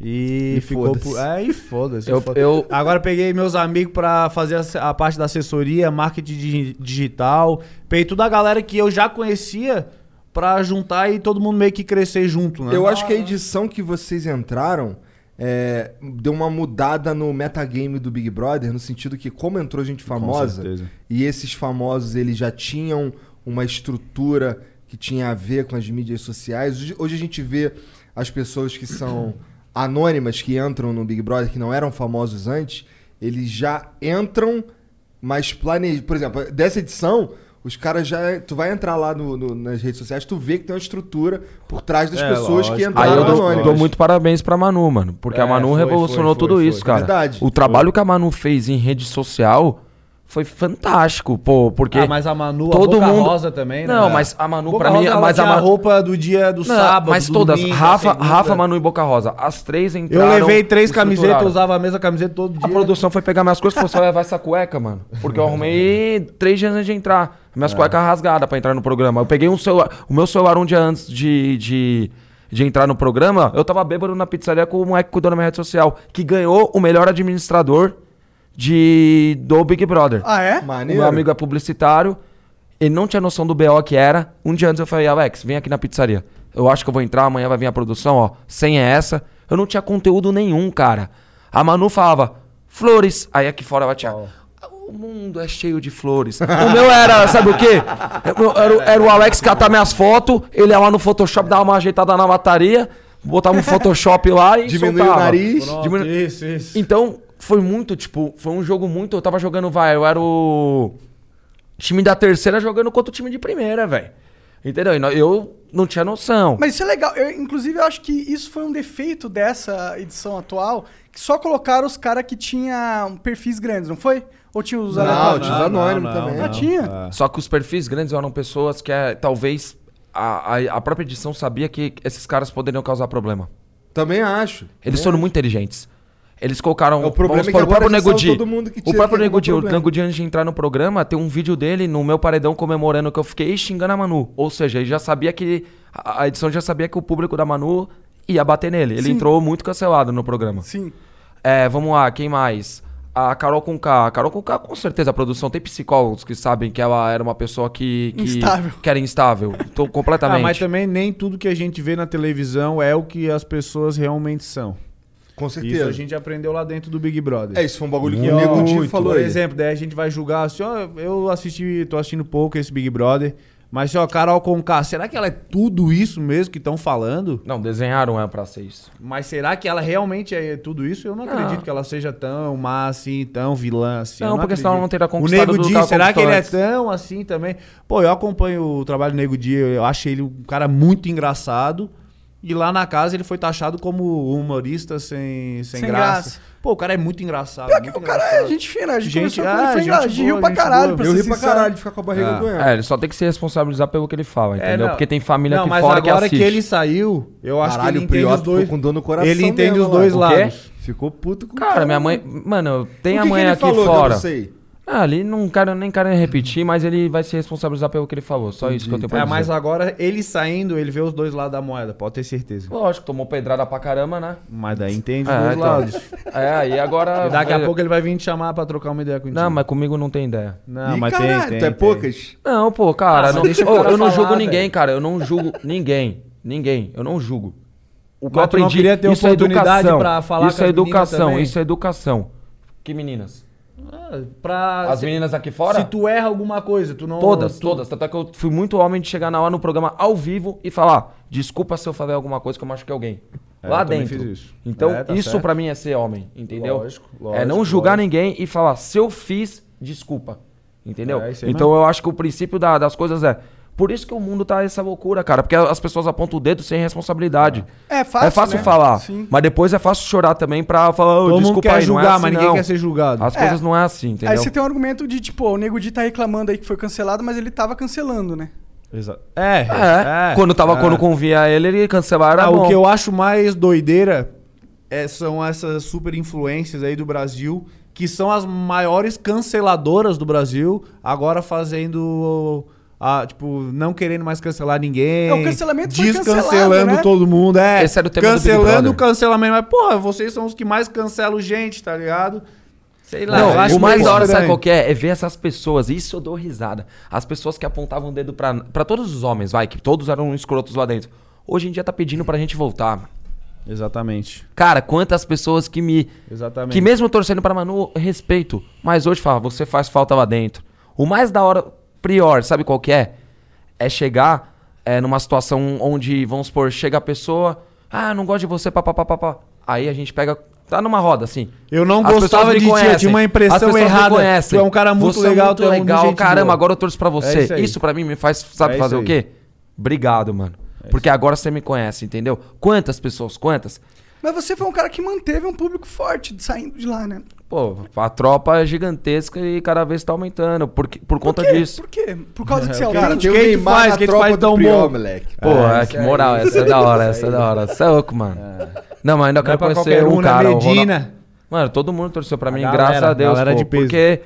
Speaker 6: E,
Speaker 2: E
Speaker 6: ficou.
Speaker 2: foda-se.
Speaker 6: Por... É, e foda-se.
Speaker 4: Eu-
Speaker 6: foda
Speaker 4: eu-
Speaker 6: Agora peguei meus amigos pra fazer a, a parte da assessoria, marketing digi- digital. Peguei toda a galera que eu já conhecia pra juntar e todo mundo meio que crescer junto, né?
Speaker 2: Eu acho que a edição que vocês entraram é, deu uma mudada no metagame do Big Brother, no sentido que, como entrou gente famosa,
Speaker 6: certeza.
Speaker 2: e esses famosos eles já tinham uma estrutura que tinha a ver com as mídias sociais. Hoje, hoje a gente vê as pessoas que são anônimas, que entram no Big Brother, que não eram famosos antes, eles já entram, mas planejam. Por exemplo, dessa edição. Os caras já. Tu vai entrar lá no- no- nas redes sociais, tu vê que tem uma estrutura por trás das
Speaker 6: É,
Speaker 2: pessoas que
Speaker 6: lógico.
Speaker 2: entraram
Speaker 4: Aí eu dou,
Speaker 2: anônimas.
Speaker 4: dou muito parabéns pra Manu, mano. Porque
Speaker 6: É,
Speaker 4: a Manu
Speaker 6: foi,
Speaker 4: revolucionou
Speaker 6: foi, foi,
Speaker 4: tudo
Speaker 6: foi.
Speaker 4: isso, cara.
Speaker 2: Verdade.
Speaker 4: O trabalho que a Manu fez em rede social foi fantástico, pô. Porque.
Speaker 6: Ah, mas a Manu,
Speaker 4: todo
Speaker 6: a Boca
Speaker 4: mundo-
Speaker 6: Rosa também, né?
Speaker 4: Não,
Speaker 6: É.
Speaker 4: mas a Manu,
Speaker 6: Boca
Speaker 4: pra mim.
Speaker 6: Rosa, ela
Speaker 4: mas a
Speaker 6: tinha
Speaker 4: Manu...
Speaker 6: roupa do dia do
Speaker 4: Não,
Speaker 6: sábado.
Speaker 4: Mas
Speaker 6: do
Speaker 4: todas.
Speaker 6: domingo, da
Speaker 4: Rafa,
Speaker 6: segunda.
Speaker 4: Rafa, Manu e Boca Rosa. As três
Speaker 6: Eu
Speaker 4: entraram.
Speaker 6: levei três camisetas, eu
Speaker 4: estruturaram.
Speaker 6: usava a mesma camiseta todo
Speaker 4: A
Speaker 6: dia.
Speaker 4: produção foi pegar minhas coisas e falou: você vai levar essa cueca, mano. Porque eu arrumei três dias antes de entrar. Minhas cuecas rasgadas pra entrar no programa. Eu peguei um celular. O meu celular um dia antes de, de, de entrar no programa, eu tava bêbado na pizzaria com o moleque que cuidou da minha rede social, que ganhou o melhor administrador de, do Big Brother.
Speaker 3: Ah, é?
Speaker 2: Mas-
Speaker 4: O
Speaker 2: Maneiro.
Speaker 4: meu amigo é publicitário. Ele não tinha noção do BO que era. Um dia antes eu falei, Alex, vem aqui na pizzaria. Eu acho que eu vou entrar, amanhã vai vir a produção, ó. Sem é essa. Eu não tinha conteúdo nenhum, cara. A Manu falava, flores. Aí aqui fora ela tinha. O mundo é cheio de flores. O meu era, sabe o quê? Eu- Era, o- era o Alex catar minhas fotos, ele ia lá no Photoshop, dava uma ajeitada na lataria, botava um Photoshop lá e.
Speaker 2: Diminuiu o
Speaker 4: soltava.
Speaker 2: nariz.
Speaker 6: Pronto,
Speaker 4: Diminu-
Speaker 6: Isso, isso.
Speaker 4: então, foi muito, tipo, foi um jogo muito. Eu tava jogando, vai, eu era o time da terceira jogando contra o time de primeira, velho. Entendeu? E nó- Eu não tinha noção.
Speaker 3: Mas isso é legal. Eu, inclusive, eu acho que isso foi um defeito dessa edição atual, que só colocaram os caras que tinham perfis grandes, não foi? Ou tinha os
Speaker 2: Não,
Speaker 3: aleatórios?
Speaker 2: tinha É. os anônimos também.
Speaker 4: É
Speaker 3: Ah, tinha?
Speaker 4: Só que os perfis grandes eram pessoas que é, talvez a, a, a própria edição sabia que esses caras poderiam causar problema.
Speaker 2: Também acho.
Speaker 4: Eles foram muito inteligentes. Eles colocaram.
Speaker 2: É, o problema é que
Speaker 4: supor,
Speaker 2: agora
Speaker 4: próprio
Speaker 2: já
Speaker 4: Nego
Speaker 2: sabe
Speaker 4: Di.
Speaker 2: todo mundo que
Speaker 4: O
Speaker 2: tinha-
Speaker 4: próprio
Speaker 2: tem
Speaker 4: Nego
Speaker 2: algum
Speaker 4: Di, o
Speaker 2: problema.
Speaker 4: Nego Di, antes de entrar no programa, tem um vídeo dele no meu paredão comemorando que eu fiquei xingando a Manu. Ou seja, ele já sabia que. A a edição já sabia que o público da Manu ia bater nele. Ele
Speaker 3: Sim.
Speaker 4: entrou muito cancelado no programa.
Speaker 3: Sim.
Speaker 4: É, vamos lá, quem mais? A Carol com K. A Carol com K, com certeza, a produção tem psicólogos que sabem que ela era uma pessoa que. que
Speaker 3: Instável.
Speaker 4: Que era instável. Então, completamente.
Speaker 6: Ah, mas também nem tudo que a gente vê na televisão é o que as pessoas realmente são.
Speaker 2: Com certeza.
Speaker 6: Isso a gente aprendeu lá dentro do Big Brother.
Speaker 2: É, isso foi um bagulho que
Speaker 6: Muito.
Speaker 2: o Nego Di falou.
Speaker 6: Por
Speaker 2: aí.
Speaker 6: exemplo, daí a gente vai julgar assim, ó, eu assisti, tô assistindo pouco esse Big Brother, mas assim, ó, Carol Conká, será que ela é tudo isso mesmo que estão falando?
Speaker 4: Não, desenharam ela pra ser isso.
Speaker 6: Mas será que ela realmente é tudo isso? Eu não
Speaker 4: Não.
Speaker 6: acredito que ela seja tão má assim, tão vilã assim.
Speaker 4: Não,
Speaker 6: eu
Speaker 4: porque senão ela
Speaker 6: acredito.
Speaker 4: não teria
Speaker 6: O
Speaker 4: conquistado
Speaker 6: Nego
Speaker 4: tudo que
Speaker 6: Di,
Speaker 4: ela
Speaker 6: será que
Speaker 4: conquistou
Speaker 6: ele é
Speaker 4: antes.
Speaker 6: tão assim também? Pô, eu acompanho o trabalho do Nego Di, eu acho ele um cara muito engraçado. E lá na casa ele foi taxado como humorista sem, sem,
Speaker 3: Sem
Speaker 6: graça.
Speaker 3: graça.
Speaker 6: Pô, o cara é muito engraçado.
Speaker 3: Pior que
Speaker 6: muito
Speaker 3: o cara é
Speaker 6: engraçado.
Speaker 3: gente fina, a gente,
Speaker 6: Gente,
Speaker 3: começou com ele,
Speaker 6: ah,
Speaker 3: foi
Speaker 6: gente
Speaker 3: engraçado, a gente riu
Speaker 6: boa,
Speaker 3: pra
Speaker 6: gente
Speaker 3: caralho,
Speaker 6: boa.
Speaker 3: pra
Speaker 2: Eu
Speaker 3: ser
Speaker 2: ri pra
Speaker 3: sincero.
Speaker 2: caralho de ficar com a barriga
Speaker 6: Ah.
Speaker 2: doendo.
Speaker 4: É, ele só tem que se responsabilizar pelo que ele fala,
Speaker 6: É,
Speaker 4: entendeu?
Speaker 6: não.
Speaker 4: Porque tem família
Speaker 6: não,
Speaker 4: aqui
Speaker 6: mas
Speaker 4: fora que
Speaker 6: agora
Speaker 4: assiste.
Speaker 6: que, ele saiu, eu acho
Speaker 2: Caralho,
Speaker 6: que ele
Speaker 2: o Prior
Speaker 6: entende os
Speaker 2: ficou
Speaker 6: dois.
Speaker 2: com dor no coração
Speaker 6: ele entende
Speaker 2: mesmo,
Speaker 6: os dois
Speaker 4: lá. O quê?
Speaker 6: lados.
Speaker 2: Ficou puto com o
Speaker 4: Cara, minha mãe. Mano,
Speaker 2: O
Speaker 4: tem
Speaker 2: que
Speaker 4: a
Speaker 2: que
Speaker 4: mãe
Speaker 2: ele
Speaker 4: aqui
Speaker 2: falou que eu
Speaker 4: fora.
Speaker 2: não sei?
Speaker 4: Ah, ali não quero, nem quero repetir, mas ele vai se responsabilizar pelo que ele falou. Só isso que eu tenho pra
Speaker 6: É,
Speaker 4: dizer.
Speaker 6: mas agora ele saindo, ele vê os dois lados da moeda, pode ter certeza.
Speaker 4: Lógico, tomou pedrada pra caramba, né?
Speaker 6: Mas daí entende os
Speaker 4: É,
Speaker 6: dois
Speaker 4: então.
Speaker 6: lados.
Speaker 4: É, aí agora.
Speaker 6: E daqui a
Speaker 4: eu-
Speaker 6: pouco ele vai vir te chamar pra trocar uma ideia contigo.
Speaker 4: Não, mas comigo não tem ideia.
Speaker 6: Não,
Speaker 2: Ih,
Speaker 6: mas
Speaker 2: caralho,
Speaker 6: tem, tem.
Speaker 2: tu é
Speaker 6: tem.
Speaker 2: poucas?
Speaker 4: Não, pô, cara.
Speaker 6: Ah, mas
Speaker 4: não-
Speaker 6: deixa o
Speaker 4: Ô,
Speaker 6: cara
Speaker 4: eu não
Speaker 6: falar,
Speaker 4: julgo ninguém,
Speaker 6: velho.
Speaker 4: cara. Eu não julgo ninguém. Ninguém. Eu não julgo. O que
Speaker 6: Mas
Speaker 4: eu
Speaker 6: tu não
Speaker 4: aprendi.
Speaker 6: queria ter
Speaker 4: isso é
Speaker 6: oportunidade
Speaker 4: educação.
Speaker 6: pra falar
Speaker 4: isso
Speaker 6: com
Speaker 4: é
Speaker 6: as meninas
Speaker 4: educação.
Speaker 6: também?
Speaker 4: Isso é educação. Que meninas?
Speaker 6: Ah, pra-
Speaker 4: As
Speaker 6: se,
Speaker 4: meninas aqui fora?
Speaker 6: se tu erra alguma coisa, tu não.
Speaker 4: Todas,
Speaker 6: tu-
Speaker 4: todas. Tanto é que eu fui muito homem de chegar na hora no programa ao vivo e falar: "Ah, desculpa se eu falei alguma coisa que eu machuquei alguém.
Speaker 6: É,
Speaker 4: Lá
Speaker 6: eu também
Speaker 4: dentro.
Speaker 6: fiz isso.
Speaker 4: Então,
Speaker 6: É, tá
Speaker 4: isso
Speaker 6: certo.
Speaker 4: pra mim é ser homem, entendeu?
Speaker 6: Lógico,
Speaker 4: é
Speaker 6: lógico,
Speaker 4: não julgar
Speaker 6: lógico.
Speaker 4: ninguém e falar: se eu fiz, desculpa. Entendeu?
Speaker 6: É, isso aí
Speaker 4: então, eu acho que o princípio da- das coisas é. Por isso que o mundo tá essa loucura, cara. Porque as pessoas apontam o dedo sem responsabilidade.
Speaker 3: É fácil,
Speaker 4: É fácil
Speaker 3: né?
Speaker 4: falar.
Speaker 3: Sim.
Speaker 4: Mas depois é fácil chorar também pra falar, "Ô,
Speaker 6: Todo mundo
Speaker 4: desculpa
Speaker 6: quer
Speaker 4: aí,
Speaker 6: julgar,
Speaker 4: não é assim,
Speaker 6: mas ninguém
Speaker 4: não."
Speaker 6: quer ser julgado.
Speaker 4: As
Speaker 3: É.
Speaker 4: coisas não é assim, entendeu?
Speaker 3: Aí você tem um argumento de, tipo, ó, o Nego Di tá reclamando aí que foi cancelado, mas ele tava cancelando, né?
Speaker 6: Exa- É,
Speaker 4: É, quando tava
Speaker 6: é.
Speaker 4: quando convinha ele, ele cancelava.
Speaker 6: Ah, o que eu acho mais doideira é- são essas super influências aí do Brasil que são as maiores canceladoras do Brasil, agora fazendo. ah, tipo, não querendo mais cancelar ninguém.
Speaker 3: É, o cancelamento foi cancelado,
Speaker 6: Descancelando
Speaker 3: né?
Speaker 6: todo mundo. É,
Speaker 4: Esse era o tema do Big
Speaker 6: cancelando
Speaker 4: Brother.
Speaker 6: o cancelamento. Mas, porra, vocês são os que mais cancelam gente, tá ligado? Sei lá. eu
Speaker 4: Não,
Speaker 6: acho
Speaker 4: o mais
Speaker 6: meio
Speaker 4: da hora,
Speaker 6: estranho.
Speaker 4: sabe qual que é? É ver essas pessoas, isso eu dou risada. As pessoas que apontavam o dedo pra, pra todos os homens, vai, que todos eram escrotos lá dentro. Hoje em dia tá pedindo pra gente voltar. mano.
Speaker 6: Exatamente.
Speaker 4: Cara, quantas pessoas que me.
Speaker 6: Exatamente.
Speaker 4: Que mesmo torcendo pra Manu, respeito. Mas hoje fala, você faz falta lá dentro. O mais da hora, prior, sabe qual que é? É chegar é, numa situação onde, vamos supor, chega a pessoa, ah, não gosto de você, papapá. pá, pá, pá." Aí a gente pega. Tá numa roda, assim.
Speaker 6: Eu não
Speaker 4: As
Speaker 6: gostava
Speaker 4: pessoas me
Speaker 6: de ti, eu
Speaker 4: conhecem.
Speaker 6: tinha uma
Speaker 4: As
Speaker 6: impressão
Speaker 4: pessoas me
Speaker 6: errada.
Speaker 4: conhecem.
Speaker 6: Tu é um cara muito
Speaker 4: Você é
Speaker 6: legal, tu é um
Speaker 4: legal.
Speaker 6: gente
Speaker 4: Caramba,
Speaker 6: boa.
Speaker 4: agora eu torço pra você.
Speaker 6: É isso
Speaker 4: isso,
Speaker 6: aí.
Speaker 4: pra mim me faz, sabe
Speaker 6: É isso
Speaker 4: fazer o
Speaker 6: aí. É
Speaker 4: quê? Obrigado, mano. Porque agora você me conhece, entendeu? Quantas pessoas, quantas?
Speaker 3: Mas você foi um cara que manteve um público forte de- saindo de lá, né?
Speaker 4: Pô, a tropa é gigantesca e cada vez tá aumentando por, que- por conta
Speaker 3: Por quê?
Speaker 4: disso.
Speaker 3: Por quê? Por causa que você é o
Speaker 2: Cara,
Speaker 3: cara.
Speaker 2: tem um o
Speaker 6: quem que
Speaker 2: Neymar
Speaker 6: faz?
Speaker 2: na
Speaker 6: Quem que
Speaker 2: tropa
Speaker 6: faz
Speaker 2: do
Speaker 6: tão
Speaker 2: Priol,
Speaker 6: bom?
Speaker 2: moleque.
Speaker 4: Pô, é, que moral, essa é da hora, essa é da hora. Você é louco, mano. Não, mas ainda
Speaker 6: Não é
Speaker 4: quero
Speaker 6: pra
Speaker 4: conhecer
Speaker 6: qualquer
Speaker 4: um
Speaker 6: um, né,
Speaker 4: cara. o
Speaker 6: Medina.
Speaker 4: Ronaldo. Mano, todo mundo torceu pra mim,
Speaker 6: galera,
Speaker 4: graças a Deus,
Speaker 6: galera
Speaker 4: pô,
Speaker 6: de peso.
Speaker 4: porque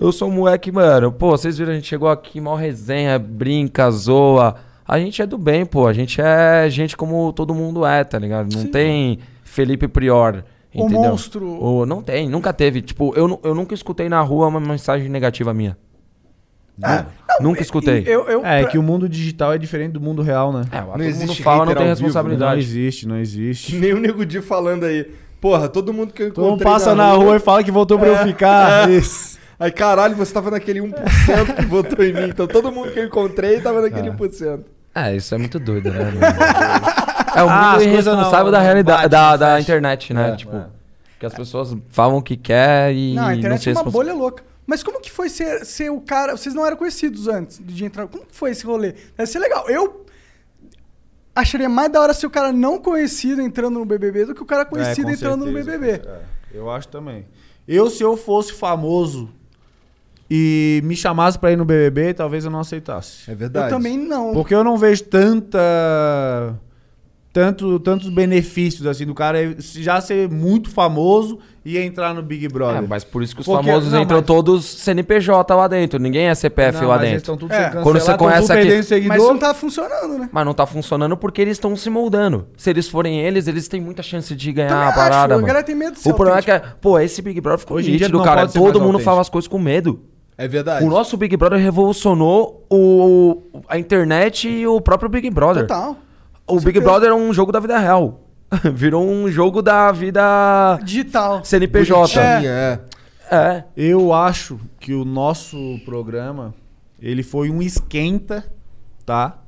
Speaker 4: eu sou um moleque, mano. Pô, vocês viram, a gente chegou aqui, mal resenha, brinca, zoa. A gente é do bem, pô. A gente é gente como todo mundo é, tá ligado? Não tem Felipe Prior,
Speaker 3: O
Speaker 4: entendeu?
Speaker 3: monstro.
Speaker 4: Ou não tem, nunca teve. Tipo, eu, nu- eu nunca escutei na rua uma mensagem negativa minha. nunca escutei.
Speaker 3: Eu, eu,
Speaker 6: É,
Speaker 3: pra-
Speaker 6: que o mundo digital é diferente do mundo real, né?
Speaker 4: É, lá todo
Speaker 2: existe
Speaker 4: mundo fala, não
Speaker 2: hater
Speaker 4: tem
Speaker 2: ao vivo,
Speaker 6: Não
Speaker 4: responsabilidade.
Speaker 6: existe, não existe.
Speaker 2: Nem o Nego Di falando aí. Porra, todo mundo que eu
Speaker 6: Todo
Speaker 2: encontrei
Speaker 6: mundo passa na rua e fala que voltou pra eu ficar. É. Isso.
Speaker 2: Aí, caralho, você tava naquele 1% que votou em mim. Então, todo mundo que eu encontrei tava naquele 1%.
Speaker 4: É, isso é muito doido, né? mano? é o mundo
Speaker 6: Ah, as coisas
Speaker 4: irresponsável
Speaker 6: não-
Speaker 4: da
Speaker 6: não
Speaker 4: realidade,
Speaker 6: bate,
Speaker 4: da,
Speaker 6: não
Speaker 4: da
Speaker 6: fecha.
Speaker 4: internet, né? tipo, que as pessoas falam o que quer e
Speaker 3: Não,
Speaker 4: não,
Speaker 3: a internet
Speaker 4: se
Speaker 3: é uma
Speaker 4: responsa-
Speaker 3: bolha louca. Mas como que foi ser, ser o cara. Vocês não eram conhecidos antes de entrar. Como que foi esse rolê? Deve ser legal. Eu acharia mais da hora ser o cara não conhecido entrando no BBB do que o cara conhecido
Speaker 6: É, com
Speaker 3: entrando no
Speaker 6: certeza,
Speaker 3: BBB.
Speaker 6: com cer- é, eu acho também. Eu, se eu fosse famoso e me chamasse pra ir no BBB, talvez eu não aceitasse.
Speaker 2: É
Speaker 3: Eu
Speaker 2: verdade.
Speaker 3: também não.
Speaker 6: Porque eu não vejo tanta. Tanto, tantos benefícios assim do cara já ser muito famoso e entrar no Big
Speaker 4: É,
Speaker 6: Brother.
Speaker 4: mas por isso que os
Speaker 6: Porque-
Speaker 4: famosos
Speaker 6: não,
Speaker 4: entram
Speaker 6: mas-
Speaker 4: todos CNPJ lá dentro, ninguém é CPF
Speaker 6: Não,
Speaker 4: lá
Speaker 6: mas eles
Speaker 4: dentro.
Speaker 6: tão tudo
Speaker 3: É,
Speaker 6: sem cancelar,
Speaker 4: quando você
Speaker 6: tão tudo
Speaker 4: conhece aqui-
Speaker 6: perdendo
Speaker 3: Mas isso
Speaker 6: seguidor.
Speaker 3: não tá funcionando, né?
Speaker 4: Mas não tá funcionando porque eles estão se moldando. Se eles forem eles, eles têm muita chance de ganhar
Speaker 3: Também
Speaker 4: a
Speaker 3: acho,
Speaker 4: É parada,
Speaker 3: a
Speaker 4: mano.
Speaker 3: galera tem medo de ser
Speaker 4: O problema é que, pô, esse Big Brother ficou
Speaker 6: Hoje em dia
Speaker 4: nítido,
Speaker 6: não
Speaker 4: cara.
Speaker 6: pode ser
Speaker 4: Todo
Speaker 6: mais
Speaker 4: mundo fala
Speaker 6: autêntico.
Speaker 4: as coisas com medo.
Speaker 2: É verdade.
Speaker 4: O nosso Big Brother revolucionou o, a internet e o próprio Big Brother.
Speaker 3: Total.
Speaker 4: O Big
Speaker 3: certeza.
Speaker 4: Brother é um jogo da vida real. Virou um jogo da vida
Speaker 3: Digital.
Speaker 4: CNPJ.
Speaker 2: É.
Speaker 4: É.
Speaker 6: Eu acho que o nosso programa ele foi um esquenta, tá?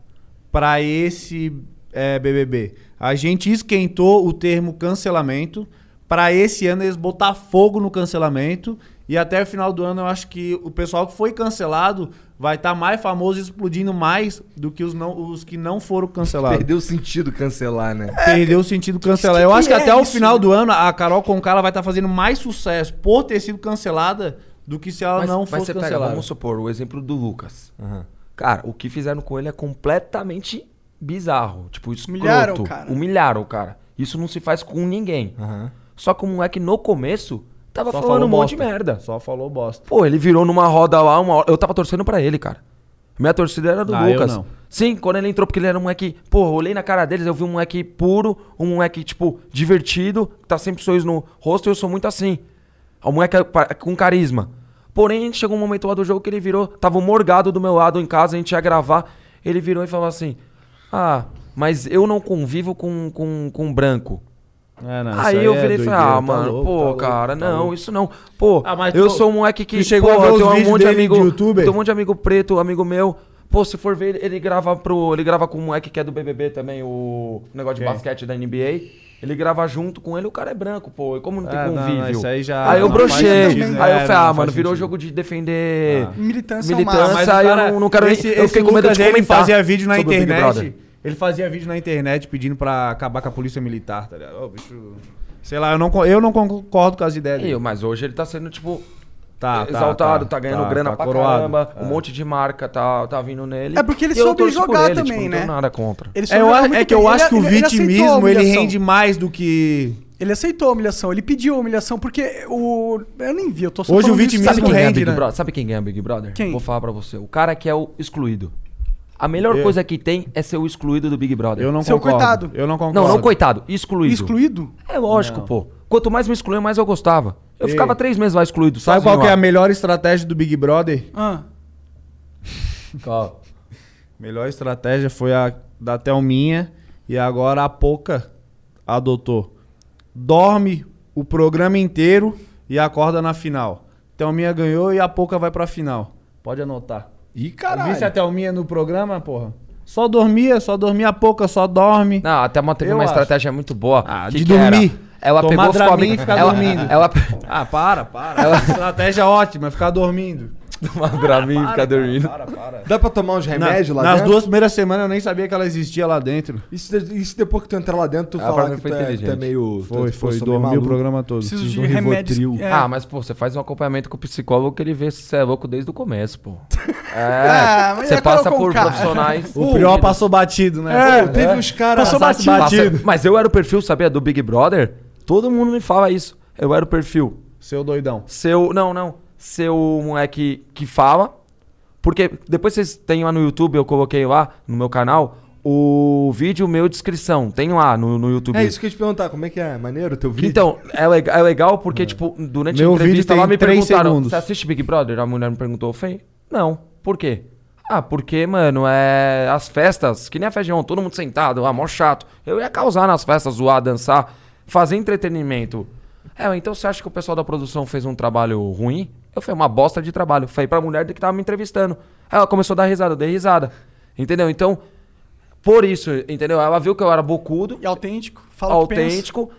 Speaker 6: Pra esse é, BBB. A gente esquentou o termo cancelamento. Pra esse ano eles botar fogo no cancelamento e até o final do ano eu acho que o pessoal que foi cancelado vai estar mais famoso, e explodindo mais do que os, não, os que não foram cancelados.
Speaker 2: Perdeu o sentido cancelar, né?
Speaker 6: Perdeu o sentido cancelar. Eu
Speaker 3: que
Speaker 6: acho que
Speaker 3: é
Speaker 6: até o
Speaker 3: isso,
Speaker 6: final
Speaker 3: né?
Speaker 6: do ano a Carol Concara vai estar fazendo mais sucesso por ter sido cancelada do que se ela
Speaker 4: Mas,
Speaker 6: não
Speaker 4: mas
Speaker 6: fosse
Speaker 4: você pega,
Speaker 6: cancelada.
Speaker 4: vamos supor, o exemplo do Lucas. Cara, o que fizeram com ele é completamente bizarro. Tipo, escroto.
Speaker 3: Humilharam o cara.
Speaker 4: Humilharam o cara. Isso não se faz com ninguém. Só que o moleque, no começo, tava
Speaker 6: Só
Speaker 4: falando um monte de
Speaker 6: bosta.
Speaker 4: merda.
Speaker 6: Só falou bosta.
Speaker 4: Pô, ele virou numa roda lá uma hora. Eu tava torcendo pra ele, cara. Minha torcida era do
Speaker 6: Ah, eu
Speaker 4: Lucas.
Speaker 6: não.
Speaker 4: Sim, quando ele entrou, porque ele era um moleque. Pô, eu olhei na cara deles, eu vi um moleque puro, um moleque, tipo, divertido, que tá sempre sorriso no rosto, e eu sou muito assim. É Um moleque pa- com carisma. Porém, chegou um momento lá do jogo que ele virou. Tava o morgado do meu lado em casa, a gente ia gravar. Ele virou e falou assim: Ah, mas eu não convivo com, com, com branco.
Speaker 6: É, não, isso
Speaker 4: Aí eu
Speaker 6: é
Speaker 4: virei e falei,
Speaker 6: doideira,
Speaker 4: ah,
Speaker 6: tá
Speaker 4: mano,
Speaker 6: louco,
Speaker 4: pô,
Speaker 6: tá louco,
Speaker 4: cara,
Speaker 6: tá
Speaker 4: não,
Speaker 6: louco."
Speaker 4: isso não. Pô,
Speaker 6: Ah, mas
Speaker 4: eu
Speaker 6: tu-
Speaker 4: sou um moleque que.
Speaker 6: tu chegou a
Speaker 4: pô,
Speaker 6: ver
Speaker 4: eu
Speaker 6: os
Speaker 4: tenho um
Speaker 6: vídeos
Speaker 4: monte de
Speaker 6: dele de
Speaker 4: amigo.
Speaker 6: youtuber?
Speaker 4: Tenho um monte de amigo preto, amigo meu. Pô, se for ver, ele grava pro. Ele grava com um moleque que é do BBB também, o negócio de
Speaker 6: Quem?
Speaker 4: basquete da NBA. Ele grava junto com ele, o cara é branco, pô. E como não tem
Speaker 6: Ah, não,
Speaker 4: convívio?
Speaker 6: não, isso aí já
Speaker 4: eu
Speaker 6: não faz
Speaker 4: brochei.
Speaker 6: sentido, Ah. né?
Speaker 4: Aí eu falei,
Speaker 6: É, não
Speaker 4: ah,
Speaker 6: faz
Speaker 4: mano, virou
Speaker 6: sentido.
Speaker 4: jogo de defender.
Speaker 3: Militância, é uma massa.
Speaker 4: Militância. Mas o cara- eu não quero nem-
Speaker 6: esse,
Speaker 4: eu
Speaker 6: esse
Speaker 4: fiquei com medo
Speaker 6: Lucas,
Speaker 4: de
Speaker 6: ele
Speaker 4: comentar
Speaker 6: fazia vídeo na
Speaker 4: sobre o Big Brother.
Speaker 6: internet. Ele fazia vídeo na internet pedindo pra acabar com a polícia militar, tá ligado? Ô, bicho. Sei lá, eu não, con- eu não concordo com as ideias
Speaker 4: E,
Speaker 6: dele.
Speaker 4: mas hoje ele tá sendo, tipo,
Speaker 6: Tá, tá,
Speaker 4: exaltado, tá, ganhando
Speaker 6: tá,
Speaker 4: grana
Speaker 6: tá
Speaker 4: pra
Speaker 6: coroado.
Speaker 4: caramba,
Speaker 6: É.
Speaker 4: um monte de marca tá, tá vindo nele.
Speaker 3: É porque ele
Speaker 4: E eu
Speaker 3: soube
Speaker 4: torço por
Speaker 3: jogar
Speaker 4: tipo,
Speaker 3: também,
Speaker 4: não
Speaker 3: né?
Speaker 4: tenho nada contra.
Speaker 3: Ele
Speaker 6: É, eu
Speaker 3: sobreviveu
Speaker 6: acho-
Speaker 3: muito
Speaker 6: é que eu
Speaker 3: bem.
Speaker 6: acho que o
Speaker 3: aceitou a
Speaker 6: vitimismo ele
Speaker 3: humilhação.
Speaker 6: rende mais do que
Speaker 3: Ele aceitou a humilhação, ele pediu a humilhação, porque o. Eu nem vi, eu tô só
Speaker 6: Hoje
Speaker 3: falando
Speaker 6: o vitimismo
Speaker 3: isso, sabe?
Speaker 4: Sabe
Speaker 3: é?
Speaker 6: Mesmo
Speaker 4: quem, ganha
Speaker 6: rende,
Speaker 4: Big
Speaker 6: né?
Speaker 4: Brother? Sabe quem ganha Big Brother?
Speaker 3: Quem?
Speaker 4: Vou falar pra você. O cara que é o excluído. A melhor
Speaker 6: Eu-
Speaker 4: coisa que tem é ser o excluído do Big Brother.
Speaker 6: Eu não
Speaker 3: Seu
Speaker 6: concordo.
Speaker 3: coitado.
Speaker 6: Eu não concordo.
Speaker 4: Não, não coitado, excluído.
Speaker 3: Excluído?
Speaker 4: É lógico, pô. Quanto mais me excluía, mais eu gostava. Eu ficava três meses lá excluído.
Speaker 6: Sabe
Speaker 4: sozinho
Speaker 6: qual que
Speaker 4: lá.
Speaker 6: é a melhor estratégia do Big Brother?
Speaker 3: Ah.
Speaker 4: Qual?
Speaker 6: Melhor estratégia foi a da Thelminha e agora a Poca adotou. Dorme o programa inteiro e acorda na final. Thelminha ganhou e a Poca vai pra final. Pode anotar.
Speaker 2: Ih,
Speaker 6: Eu vi se a
Speaker 2: caralho.
Speaker 6: Thelminha é no programa, porra. Só dormia, só dormia a Poca, só dorme.
Speaker 4: Não, até uma, teve
Speaker 6: Eu
Speaker 4: uma
Speaker 6: acho.
Speaker 4: estratégia muito boa.
Speaker 6: Ah,
Speaker 4: que
Speaker 6: de
Speaker 4: que era?
Speaker 6: dormir.
Speaker 4: Ela
Speaker 6: Tomar
Speaker 4: pegou ficou É
Speaker 6: Dramin
Speaker 4: amiga-
Speaker 6: e ficar
Speaker 4: ela,
Speaker 6: dormindo.
Speaker 4: Ela
Speaker 6: Ah, para, para. Estratégia é ótima, ficar dormindo.
Speaker 4: tomar Dramin e ficar dormindo.
Speaker 6: Para, para.
Speaker 2: Dá pra tomar uns remédios lá
Speaker 6: nas
Speaker 2: dentro?
Speaker 6: duas primeiras semanas eu nem sabia que ela existia lá dentro.
Speaker 2: Isso, de- isso depois que tu entrar lá dentro, tu
Speaker 4: Ah, pra
Speaker 2: falar
Speaker 4: mim
Speaker 2: que tu
Speaker 4: foi
Speaker 2: é,
Speaker 4: inteligente.
Speaker 2: tu é meio...
Speaker 6: Foi,
Speaker 2: tu- tu sou
Speaker 6: foi,
Speaker 2: meio
Speaker 6: dormiu o
Speaker 2: maluco.
Speaker 6: programa todo.
Speaker 3: Preciso
Speaker 2: Preciso
Speaker 3: de
Speaker 2: de um
Speaker 3: remédios.
Speaker 2: Rivotril.
Speaker 3: é.
Speaker 4: Ah, mas, pô, você faz um acompanhamento com o psicólogo que ele vê se você é louco desde o começo, pô.
Speaker 3: Ah,
Speaker 4: É,
Speaker 3: mas
Speaker 4: você
Speaker 3: já
Speaker 4: passa
Speaker 3: colocou um
Speaker 4: por
Speaker 3: cara.
Speaker 4: profissionais.
Speaker 6: O Priol passou batido, né?
Speaker 2: Pô, É, teve uns caras...
Speaker 6: Passou batido.
Speaker 4: Passa- Mas eu era o perfil, sabia, do Big Brother? Todo mundo me fala isso. Eu era o perfil.
Speaker 6: Seu doidão.
Speaker 4: Seu. Não, não. Seu moleque que fala. Porque depois vocês têm lá no YouTube, eu coloquei lá no meu canal, o vídeo meu descrição. Tem lá no, no YouTube.
Speaker 2: É isso que eu ia te perguntar, como é que é? Maneiro teu vídeo?
Speaker 4: Então, é, lega- é legal porque, tipo, durante
Speaker 6: Meu
Speaker 4: a entrevista
Speaker 6: vídeo tem
Speaker 4: lá me
Speaker 6: três
Speaker 4: perguntaram:
Speaker 6: segundos.
Speaker 4: Você assiste Big Brother? A mulher me perguntou, Fê? Não. Por quê? Ah, porque, mano, é. As festas, que nem a feijão, todo mundo sentado, ah, mó chato. Eu ia causar nas festas, zoar, dançar, fazer entretenimento. É, então você acha que o pessoal da produção fez um trabalho ruim? Eu falei, uma bosta de trabalho. Falei pra mulher que tava me entrevistando. Ela começou a dar risada, eu dei risada. Entendeu? Então, por isso, entendeu? Ela viu que eu era bocudo,
Speaker 3: E autêntico. Fala o que pensa.
Speaker 4: autêntico.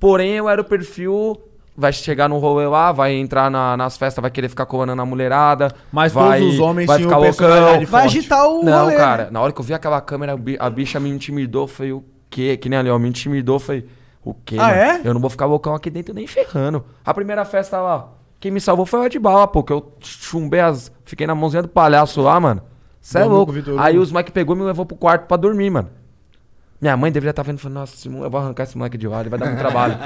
Speaker 4: Porém, eu era o perfil. Vai chegar no rolê lá, vai entrar na- nas festas, vai querer ficar colando na mulherada.
Speaker 6: Mas
Speaker 4: vai,
Speaker 6: todos os homens
Speaker 4: vai
Speaker 6: tinham
Speaker 4: ficar
Speaker 6: personalidade
Speaker 4: loucão.
Speaker 3: Vai
Speaker 6: Forte.
Speaker 3: agitar o
Speaker 4: Não,
Speaker 3: rolê, né?
Speaker 4: cara, na hora que eu vi aquela câmera, a bi- a bicha me intimidou. Foi o quê? Que nem ali, ó, me intimidou. Foi o quê?
Speaker 3: Ah, é?
Speaker 4: Eu não vou ficar loucão aqui dentro nem ferrando. A primeira festa lá, quem me salvou foi o Ed Bala, pô, que eu chumbei as. Fiquei na mãozinha do palhaço lá, mano. Cê é
Speaker 6: Dormiu
Speaker 4: louco.
Speaker 6: com o Vitor Hugo.
Speaker 4: Aí os Mike pegou e me levou pro quarto pra dormir, mano. Minha mãe deveria estar vendo e falando, nossa, esse moleque- eu vou arrancar esse moleque de lá, ele vai dar muito trabalho.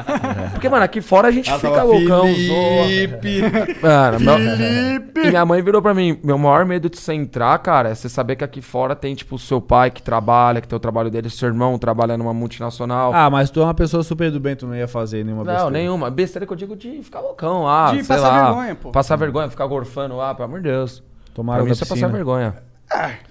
Speaker 4: Porque, mano, aqui fora a gente fica loucão, zoa. Mano, meu- E minha mãe virou pra mim, meu maior medo de você entrar, cara, é você saber que aqui fora tem, tipo, o seu pai que trabalha, que tem o trabalho dele, seu irmão trabalha numa multinacional.
Speaker 6: Ah, mas tu é uma pessoa super do bem, tu não ia fazer nenhuma
Speaker 4: Não,
Speaker 6: besteira.
Speaker 4: nenhuma. Besteira que eu digo de ficar loucão lá.
Speaker 3: De
Speaker 4: sei
Speaker 3: passar
Speaker 4: lá.
Speaker 3: vergonha, pô.
Speaker 4: Passar vergonha, ficar gorfando lá, pelo amor de Deus.
Speaker 6: Tomar
Speaker 4: pra
Speaker 6: água
Speaker 4: mim
Speaker 6: da
Speaker 4: isso é
Speaker 6: piscina.
Speaker 4: passar vergonha.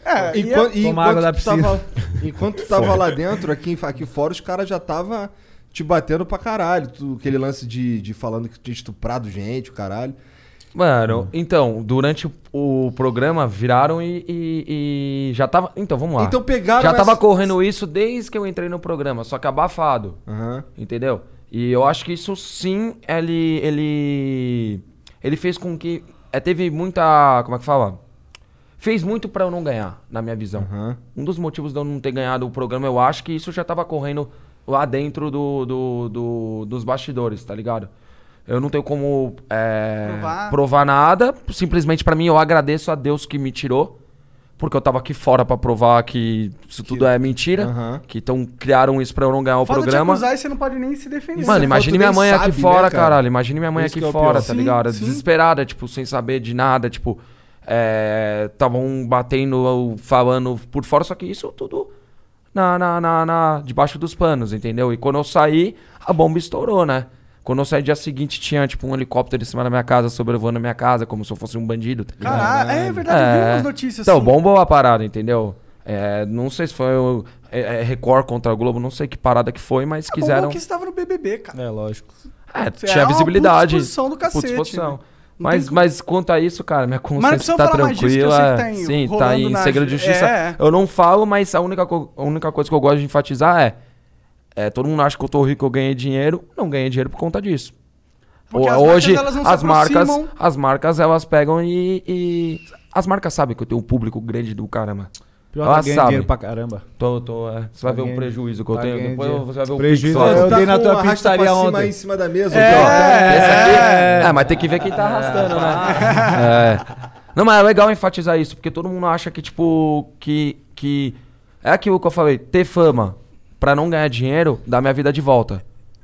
Speaker 3: É, e
Speaker 2: Enquanto, e
Speaker 6: Tomar
Speaker 2: enquanto
Speaker 6: água da
Speaker 2: tu tava, enquanto tu tava lá dentro, aqui, em- aqui fora, os caras já tava te batendo pra caralho. Tu- aquele lance de, de falando que tu tinha estuprado gente, o caralho.
Speaker 6: Hum.
Speaker 4: Mano, então, durante o, o programa viraram e, e- e já tava. Então, vamos lá.
Speaker 2: Então pegaram
Speaker 4: já tava
Speaker 2: essa-
Speaker 4: correndo isso desde que eu entrei no programa, só que abafado,
Speaker 2: Aham.
Speaker 4: entendeu? E eu acho que isso sim, ele. Ele, ele fez com que. é, teve muita. Como é que fala? Fez muito pra eu não ganhar, na minha visão.
Speaker 2: Aham.
Speaker 4: Um dos motivos de eu não ter ganhado o programa, eu acho que isso já tava correndo lá dentro do, do- do- dos bastidores, tá ligado? Eu não tenho como é,
Speaker 3: Provar.
Speaker 4: provar nada. Simplesmente pra mim, eu agradeço a Deus que me tirou. Porque eu tava aqui fora pra provar que isso tudo é mentira.
Speaker 2: Aham.
Speaker 4: Que então criaram isso pra eu não ganhar o
Speaker 3: foda
Speaker 4: programa.
Speaker 3: te acusar e você não pode nem se defender.
Speaker 4: Mano,
Speaker 2: Você falta,
Speaker 4: imagine minha
Speaker 2: nem
Speaker 4: mãe
Speaker 2: sabe,
Speaker 4: aqui fora,
Speaker 2: né, cara?
Speaker 4: caralho. Imagine minha mãe
Speaker 2: Isso
Speaker 4: aqui
Speaker 2: que é o
Speaker 4: fora,
Speaker 2: pior.
Speaker 4: tá
Speaker 3: Sim,
Speaker 4: ligado?
Speaker 3: sim.
Speaker 4: Desesperada, tipo, sem saber de nada, tipo. Estavam batendo, ou falando por fora, só que isso tudo na, na, na, na- debaixo dos panos, entendeu? E quando eu saí, a bomba estourou, né? Quando eu saí dia seguinte, tinha, tipo, um helicóptero em cima da minha casa, sobrevoando a minha casa, como se eu fosse um bandido, tá ligado?
Speaker 3: Caralho, é verdade, eu vi umas notícias
Speaker 4: Então,
Speaker 3: assim.
Speaker 4: bombou a parada, entendeu? É, não sei se foi o é, é, Record contra a Globo, não sei que parada que foi, mas
Speaker 3: Ah, bom,
Speaker 4: quiseram.
Speaker 3: bom que você tava no BBB, cara.
Speaker 6: É, lógico.
Speaker 4: É,
Speaker 3: Você
Speaker 4: tinha
Speaker 3: é uma
Speaker 4: visibilidade.
Speaker 3: puta exposição do
Speaker 4: Puta
Speaker 3: cacete, né? Não
Speaker 4: Mas,
Speaker 3: tem como-
Speaker 4: mas quanto a isso, cara, minha consciência
Speaker 3: precisa
Speaker 4: tá
Speaker 3: falar mais disso, que eu sei que
Speaker 4: tranquila.
Speaker 3: tá em-
Speaker 4: Sim, tá
Speaker 3: rolando
Speaker 4: em
Speaker 3: na-
Speaker 4: segredo de justiça.
Speaker 3: É.
Speaker 4: Eu não falo, mas a única, co- a única coisa que eu gosto de enfatizar é, é, Todo mundo acha que eu tô rico, eu ganhei dinheiro. Não ganhei dinheiro por conta disso.
Speaker 3: Porque
Speaker 4: Ho-
Speaker 3: as marcas,
Speaker 4: Hoje,
Speaker 3: elas não se
Speaker 4: as marcas,
Speaker 3: aproximam.
Speaker 4: as marcas, elas pegam e, e- As marcas sabem que eu tenho um público grande do caramba.
Speaker 6: Pior
Speaker 4: elas
Speaker 6: que ganha
Speaker 4: sabem.
Speaker 6: dinheiro pra caramba.
Speaker 4: Tô, tô, é. Você vai ver
Speaker 6: Tá
Speaker 4: o
Speaker 6: ganhando-
Speaker 4: prejuízo que eu
Speaker 6: tá
Speaker 4: tenho.
Speaker 6: ganhando
Speaker 4: Depois
Speaker 6: dinheiro.
Speaker 4: você vai ver o
Speaker 6: Prejuízo
Speaker 4: pix lá.
Speaker 6: é Eu
Speaker 2: Tu
Speaker 6: dei na
Speaker 2: com
Speaker 6: tua
Speaker 2: um arrasta
Speaker 6: pizzaria
Speaker 2: pra cima
Speaker 6: ontem.
Speaker 2: aí em cima da mesa.
Speaker 4: É,
Speaker 2: aqui, ó.
Speaker 4: aqui- é, mas tem que ver quem tá arrastando, né? É. Não, mas é legal enfatizar isso, porque todo mundo acha que, tipo, que. que é aquilo que eu falei, ter fama pra não ganhar dinheiro dá minha vida de volta.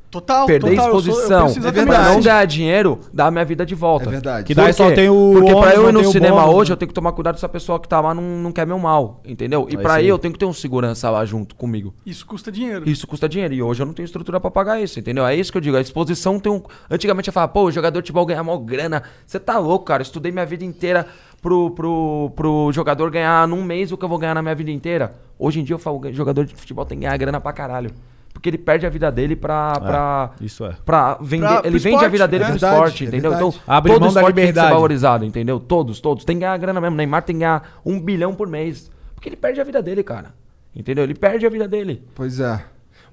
Speaker 3: Total,
Speaker 4: perder
Speaker 3: total. eu sou- eu
Speaker 4: exposição.
Speaker 3: preciso
Speaker 2: É
Speaker 3: exatamente
Speaker 4: pra não
Speaker 2: verdade.
Speaker 3: isso.
Speaker 4: ganhar dinheiro, dar a minha vida de volta.
Speaker 2: É verdade.
Speaker 5: Que daí
Speaker 4: Por
Speaker 5: só
Speaker 4: quê?
Speaker 5: tem o
Speaker 4: Porque
Speaker 5: ônus,
Speaker 4: pra eu
Speaker 5: não
Speaker 4: ir no
Speaker 5: tem o
Speaker 4: cinema
Speaker 5: bônus,
Speaker 4: hoje,
Speaker 5: né?
Speaker 4: eu tenho que tomar cuidado se a pessoa que tá lá não, não quer meu mal, entendeu? E
Speaker 6: É
Speaker 4: pra
Speaker 6: isso aí.
Speaker 4: aí eu tenho que ter um segurança lá junto comigo.
Speaker 3: Isso custa dinheiro.
Speaker 4: Isso custa dinheiro. E hoje eu não tenho estrutura pra pagar isso, entendeu? É isso que eu digo. A exposição tem um. Antigamente eu falava, pô, o jogador de futebol ganha mó grana. Você tá louco, cara. Eu estudei minha vida inteira pro, pro, pro jogador ganhar num mês o que eu vou ganhar na minha vida inteira. Hoje em dia eu falo, o jogador de futebol tem que ganhar grana pra caralho. Porque ele perde a vida dele pra. pra...
Speaker 6: Isso é.
Speaker 4: Pra vender,
Speaker 3: Pra- pro
Speaker 4: ele vende a
Speaker 3: esporte, né?
Speaker 4: vida dele
Speaker 2: é
Speaker 4: pro
Speaker 2: verdade,
Speaker 4: esporte,
Speaker 2: é
Speaker 4: entendeu?
Speaker 2: verdade.
Speaker 4: Então,
Speaker 6: Abre
Speaker 4: todo
Speaker 6: mão da
Speaker 4: esporte tem que ser
Speaker 6: liberdade.
Speaker 4: valorizado, entendeu? Todos, todos. Tem que ganhar grana mesmo. Neymar tem que ganhar um bilhão por mês. Porque ele perde a vida dele, cara. Entendeu? Ele perde a vida dele.
Speaker 2: Pois é.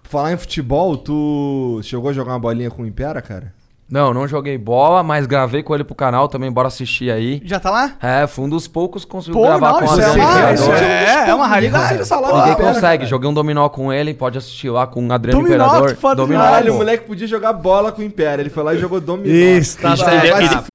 Speaker 2: Por Falar em futebol, tu chegou a jogar uma bolinha com o Impera, cara?
Speaker 4: Não, não joguei bola, mas gravei com ele pro canal também, bora assistir aí.
Speaker 3: Já tá lá?
Speaker 4: É, fui um dos poucos que conseguiu
Speaker 3: Pô,
Speaker 4: gravar
Speaker 3: não,
Speaker 4: com
Speaker 3: isso
Speaker 4: a
Speaker 3: é
Speaker 2: Adão,
Speaker 3: uma,
Speaker 2: Imperador.
Speaker 3: isso é, é uma raridade essa lá.
Speaker 4: Ninguém
Speaker 3: Pô,
Speaker 4: consegue, joguei um dominó com ele, pode assistir lá com o Adriano
Speaker 3: Dominó,
Speaker 4: Imperador.
Speaker 3: que foda
Speaker 2: Caralho, o
Speaker 4: pô.
Speaker 2: moleque podia jogar bola com o Impera. Ele foi lá e jogou dominó.
Speaker 5: Isso, tá
Speaker 2: Vai
Speaker 4: é
Speaker 5: certo.
Speaker 2: se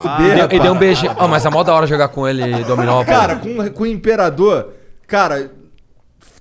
Speaker 2: fuder,
Speaker 4: E deu um
Speaker 2: rapaz.
Speaker 4: beijinho. Ah, mas é mó da hora jogar com ele dominó, pô.
Speaker 2: Cara, com, com o Imperador, cara,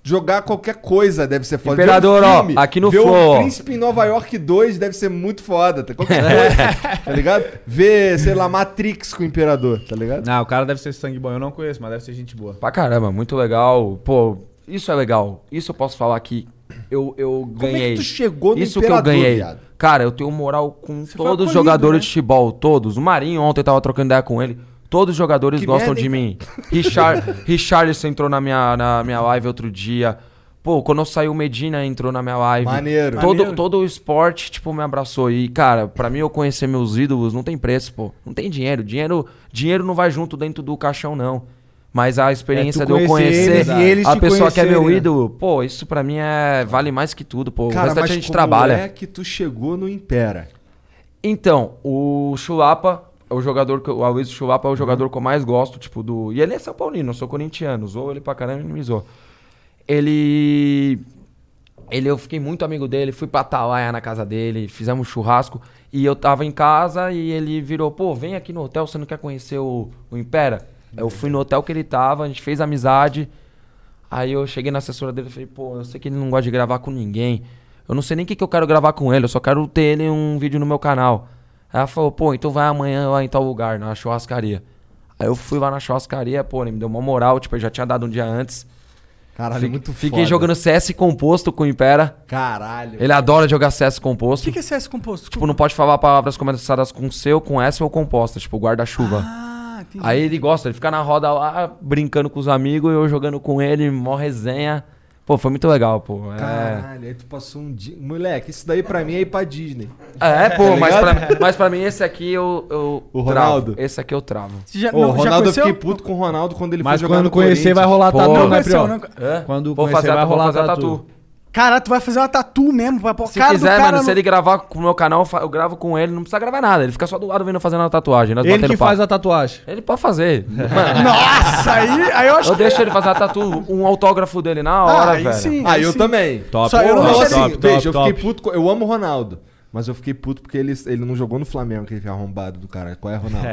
Speaker 2: jogar qualquer coisa deve ser foda.
Speaker 4: Imperador,
Speaker 2: Ver um
Speaker 4: ó,
Speaker 2: filme,
Speaker 4: aqui no
Speaker 2: ver o
Speaker 4: Flow, ó.
Speaker 2: Príncipe em Nova York 2 deve ser muito foda, tá? Qualquer coisa, tá ligado? Ver, sei lá, Matrix com o Imperador, tá ligado?
Speaker 6: Não, Ah, o cara deve ser sangue bom. Eu não conheço, mas deve ser gente boa.
Speaker 4: Pra caramba, muito legal. Pô, isso é legal. Isso eu posso falar que eu, eu
Speaker 2: é que
Speaker 4: ganhei.
Speaker 2: tu chegou no
Speaker 4: Isso
Speaker 2: Imperador,
Speaker 4: que eu ganhei.
Speaker 2: viado?
Speaker 4: Cara, eu tenho moral com
Speaker 3: foi
Speaker 4: todos os
Speaker 3: acolhido,
Speaker 4: jogadores
Speaker 3: né?
Speaker 4: de futebol, todos. O Marinho ontem eu tava trocando ideia com ele. Todos os jogadores
Speaker 2: Que
Speaker 4: gostam
Speaker 2: merda,
Speaker 4: de mim. Richard, Richarlison entrou na minha, na minha live outro dia. Pô, quando saiu Medina entrou na minha live.
Speaker 2: Maneiro.
Speaker 4: Todo,
Speaker 3: Maneiro.
Speaker 4: todo o esporte, tipo, me abraçou. E, cara, pra mim eu conhecer meus ídolos não tem preço, pô. Não tem dinheiro. Dinheiro, dinheiro não vai junto dentro do caixão, não. Mas a experiência
Speaker 6: É,
Speaker 4: de
Speaker 6: tu
Speaker 4: eu
Speaker 6: conhecer
Speaker 4: conhecer
Speaker 6: eles e eles
Speaker 4: a
Speaker 6: te
Speaker 4: pessoa que é meu
Speaker 6: conhecerem, né?
Speaker 4: ídolo, pô, isso pra mim é vale mais que tudo, pô. o
Speaker 2: Cara,
Speaker 4: restante
Speaker 2: mas
Speaker 4: a gente
Speaker 2: como
Speaker 4: trabalha.
Speaker 2: é que tu chegou no Impera?
Speaker 4: Então, o Chulapa é o jogador que eu- o Aloysio Chulapa é o jogador que eu mais gosto, tipo do, e ele é São Paulino, eu sou corintiano, zoou ele pra caramba e me zoou. Ele ele eu fiquei muito amigo dele, fui pra Atalaia na casa dele, fizemos churrasco e eu tava em casa e ele virou, pô, vem aqui no hotel, você não quer conhecer o, o Impera? Eu fui no hotel que ele tava, a gente fez amizade. Aí eu cheguei na assessora dele e falei, pô, eu sei que ele não gosta de gravar com ninguém. Eu não sei nem o que, que eu quero gravar com ele, eu só quero ter ele em um vídeo no meu canal. Aí ela falou, pô, então vai amanhã lá em tal lugar, na churrascaria. Aí eu fui lá na churrascaria, pô, ele me deu uma moral, tipo, eu já tinha dado um dia antes.
Speaker 2: Caralho,
Speaker 4: Fique-
Speaker 2: muito
Speaker 4: Fiquei
Speaker 2: foda.
Speaker 4: jogando CS composto com o Impera.
Speaker 2: Caralho.
Speaker 4: Ele adora jogar CS
Speaker 3: O
Speaker 4: composto.
Speaker 3: que que é CS composto?
Speaker 4: Tipo, não pode falar palavras começadas com seu, com essa ou composta, tipo, guarda-chuva.
Speaker 3: Ah, entendi.
Speaker 4: Aí ele gosta, ele fica na roda lá, brincando com os amigos, eu jogando com ele, mó resenha. Pô, foi muito legal, pô. É,
Speaker 2: Caralho, aí tu passou um dia. Moleque, isso daí pra mim é ir pra Disney.
Speaker 4: é pô, mas pra, mas pra mim esse aqui eu, eu
Speaker 2: O Ronaldo?
Speaker 4: travo. Esse aqui eu travo.
Speaker 3: Você já,
Speaker 2: Ô,
Speaker 3: não, já
Speaker 2: Ronaldo, eu
Speaker 3: conheceu?
Speaker 2: fiquei puto com o Ronaldo quando ele
Speaker 6: Mas
Speaker 2: foi jogar
Speaker 6: quando
Speaker 2: no
Speaker 6: conhecer vai rolar
Speaker 4: Pô.
Speaker 6: tatu, né,
Speaker 3: Conheceu,
Speaker 6: Prió?
Speaker 3: né?
Speaker 4: É?
Speaker 6: Quando
Speaker 4: vou
Speaker 6: conhecer,
Speaker 4: fazer,
Speaker 6: vai
Speaker 4: vou
Speaker 6: rolar
Speaker 4: fazer a
Speaker 6: tatu.
Speaker 4: tatu.
Speaker 3: Cara, tu vai fazer uma tatu mesmo pra pôr
Speaker 4: Se
Speaker 3: cara do
Speaker 4: quiser,
Speaker 3: cara
Speaker 4: mano,
Speaker 3: no-
Speaker 4: se ele gravar com o meu canal, fa- eu gravo com ele, não precisa gravar nada. Ele fica só do lado vendo eu fazendo a tatuagem, nós
Speaker 6: Ele
Speaker 4: batendo
Speaker 6: que
Speaker 4: papo.
Speaker 6: faz a tatuagem.
Speaker 4: Ele pode fazer. Mano,
Speaker 3: Nossa, aí, aí eu acho
Speaker 4: eu deixo ele fazer a tatu, um autógrafo dele na hora,
Speaker 3: aí
Speaker 4: velho.
Speaker 3: sim,
Speaker 2: Ah, eu
Speaker 3: sim.
Speaker 2: também.
Speaker 6: um Top.
Speaker 3: Só eu não
Speaker 2: Não,
Speaker 3: Top,
Speaker 2: assim,
Speaker 6: top,
Speaker 2: veja, eu
Speaker 6: top.
Speaker 2: fiquei puto. com- Eu amo o Ronaldo. Mas eu fiquei puto porque ele, ele não jogou no Flamengo, que ele é arrombado do cara. Qual é, Ronaldo?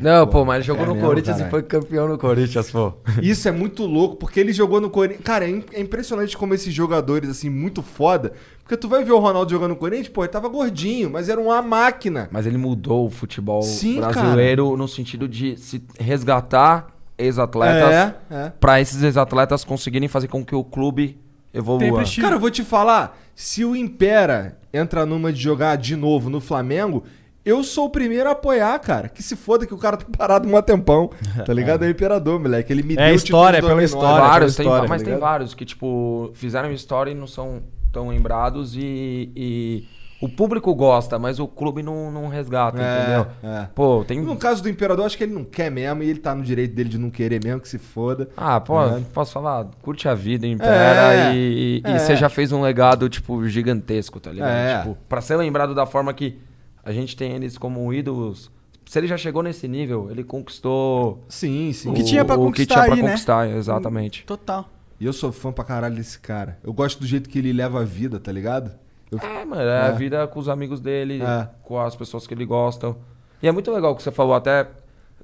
Speaker 4: Não, pô, mas ele jogou
Speaker 2: É
Speaker 4: no
Speaker 2: mesmo,
Speaker 4: Corinthians
Speaker 2: caralho.
Speaker 4: e foi campeão no Corinthians, pô.
Speaker 2: Isso é muito louco, porque ele jogou no Corinthians. Cara, é im- é impressionante como esses jogadores, assim, muito foda. Porque tu vai ver o Ronaldo jogando no Corinthians, pô, ele tava gordinho, mas era uma máquina.
Speaker 4: Mas ele mudou o futebol
Speaker 2: Sim,
Speaker 4: brasileiro no sentido de se resgatar
Speaker 6: tá
Speaker 4: ex-atletas
Speaker 2: É, é.
Speaker 4: pra esses ex-atletas conseguirem fazer com que o clube
Speaker 3: Tem
Speaker 4: evolua.
Speaker 3: prestígio.
Speaker 2: Cara, eu vou te falar, se o Impera entrar numa de jogar de novo no Flamengo, eu sou o primeiro a apoiar, cara. Que se foda que o cara tá parado um tempão, tá ligado? É o Imperador, moleque. Ele me
Speaker 6: É
Speaker 2: o título
Speaker 6: história,
Speaker 2: de
Speaker 6: pela
Speaker 2: 2009.
Speaker 6: história.
Speaker 4: vários, tem,
Speaker 6: história,
Speaker 4: va- mas
Speaker 2: tá
Speaker 4: tem
Speaker 2: ligado?
Speaker 4: vários que, tipo, fizeram história e não são tão lembrados e, e O público gosta, mas o clube não, não resgata, entendeu?
Speaker 2: é.
Speaker 4: Pô, tem.
Speaker 2: No caso do Imperador, acho que ele não quer mesmo e ele tá no direito dele de não querer mesmo, que se foda.
Speaker 4: Ah, pô,
Speaker 2: É.
Speaker 3: Né?
Speaker 4: posso falar? Curte a vida, impera
Speaker 2: É,
Speaker 4: e, e
Speaker 2: é.
Speaker 4: você já fez um legado, tipo, gigantesco, tá ligado?
Speaker 2: É.
Speaker 4: Tipo, pra ser lembrado da forma que a gente tem eles como ídolos. Se ele já chegou nesse nível, ele conquistou
Speaker 2: Sim, sim.
Speaker 3: O que tinha pra
Speaker 4: o que
Speaker 3: conquistar
Speaker 4: tinha pra
Speaker 3: aí, né?
Speaker 4: conquistar, exatamente.
Speaker 3: Total.
Speaker 2: E eu sou fã pra caralho desse cara. Eu gosto do jeito que ele leva a vida, tá ligado? Eu- né?
Speaker 4: É, mano, é, a vida com os amigos dele,
Speaker 2: É.
Speaker 4: com as pessoas que ele gosta. E é muito legal o que você falou até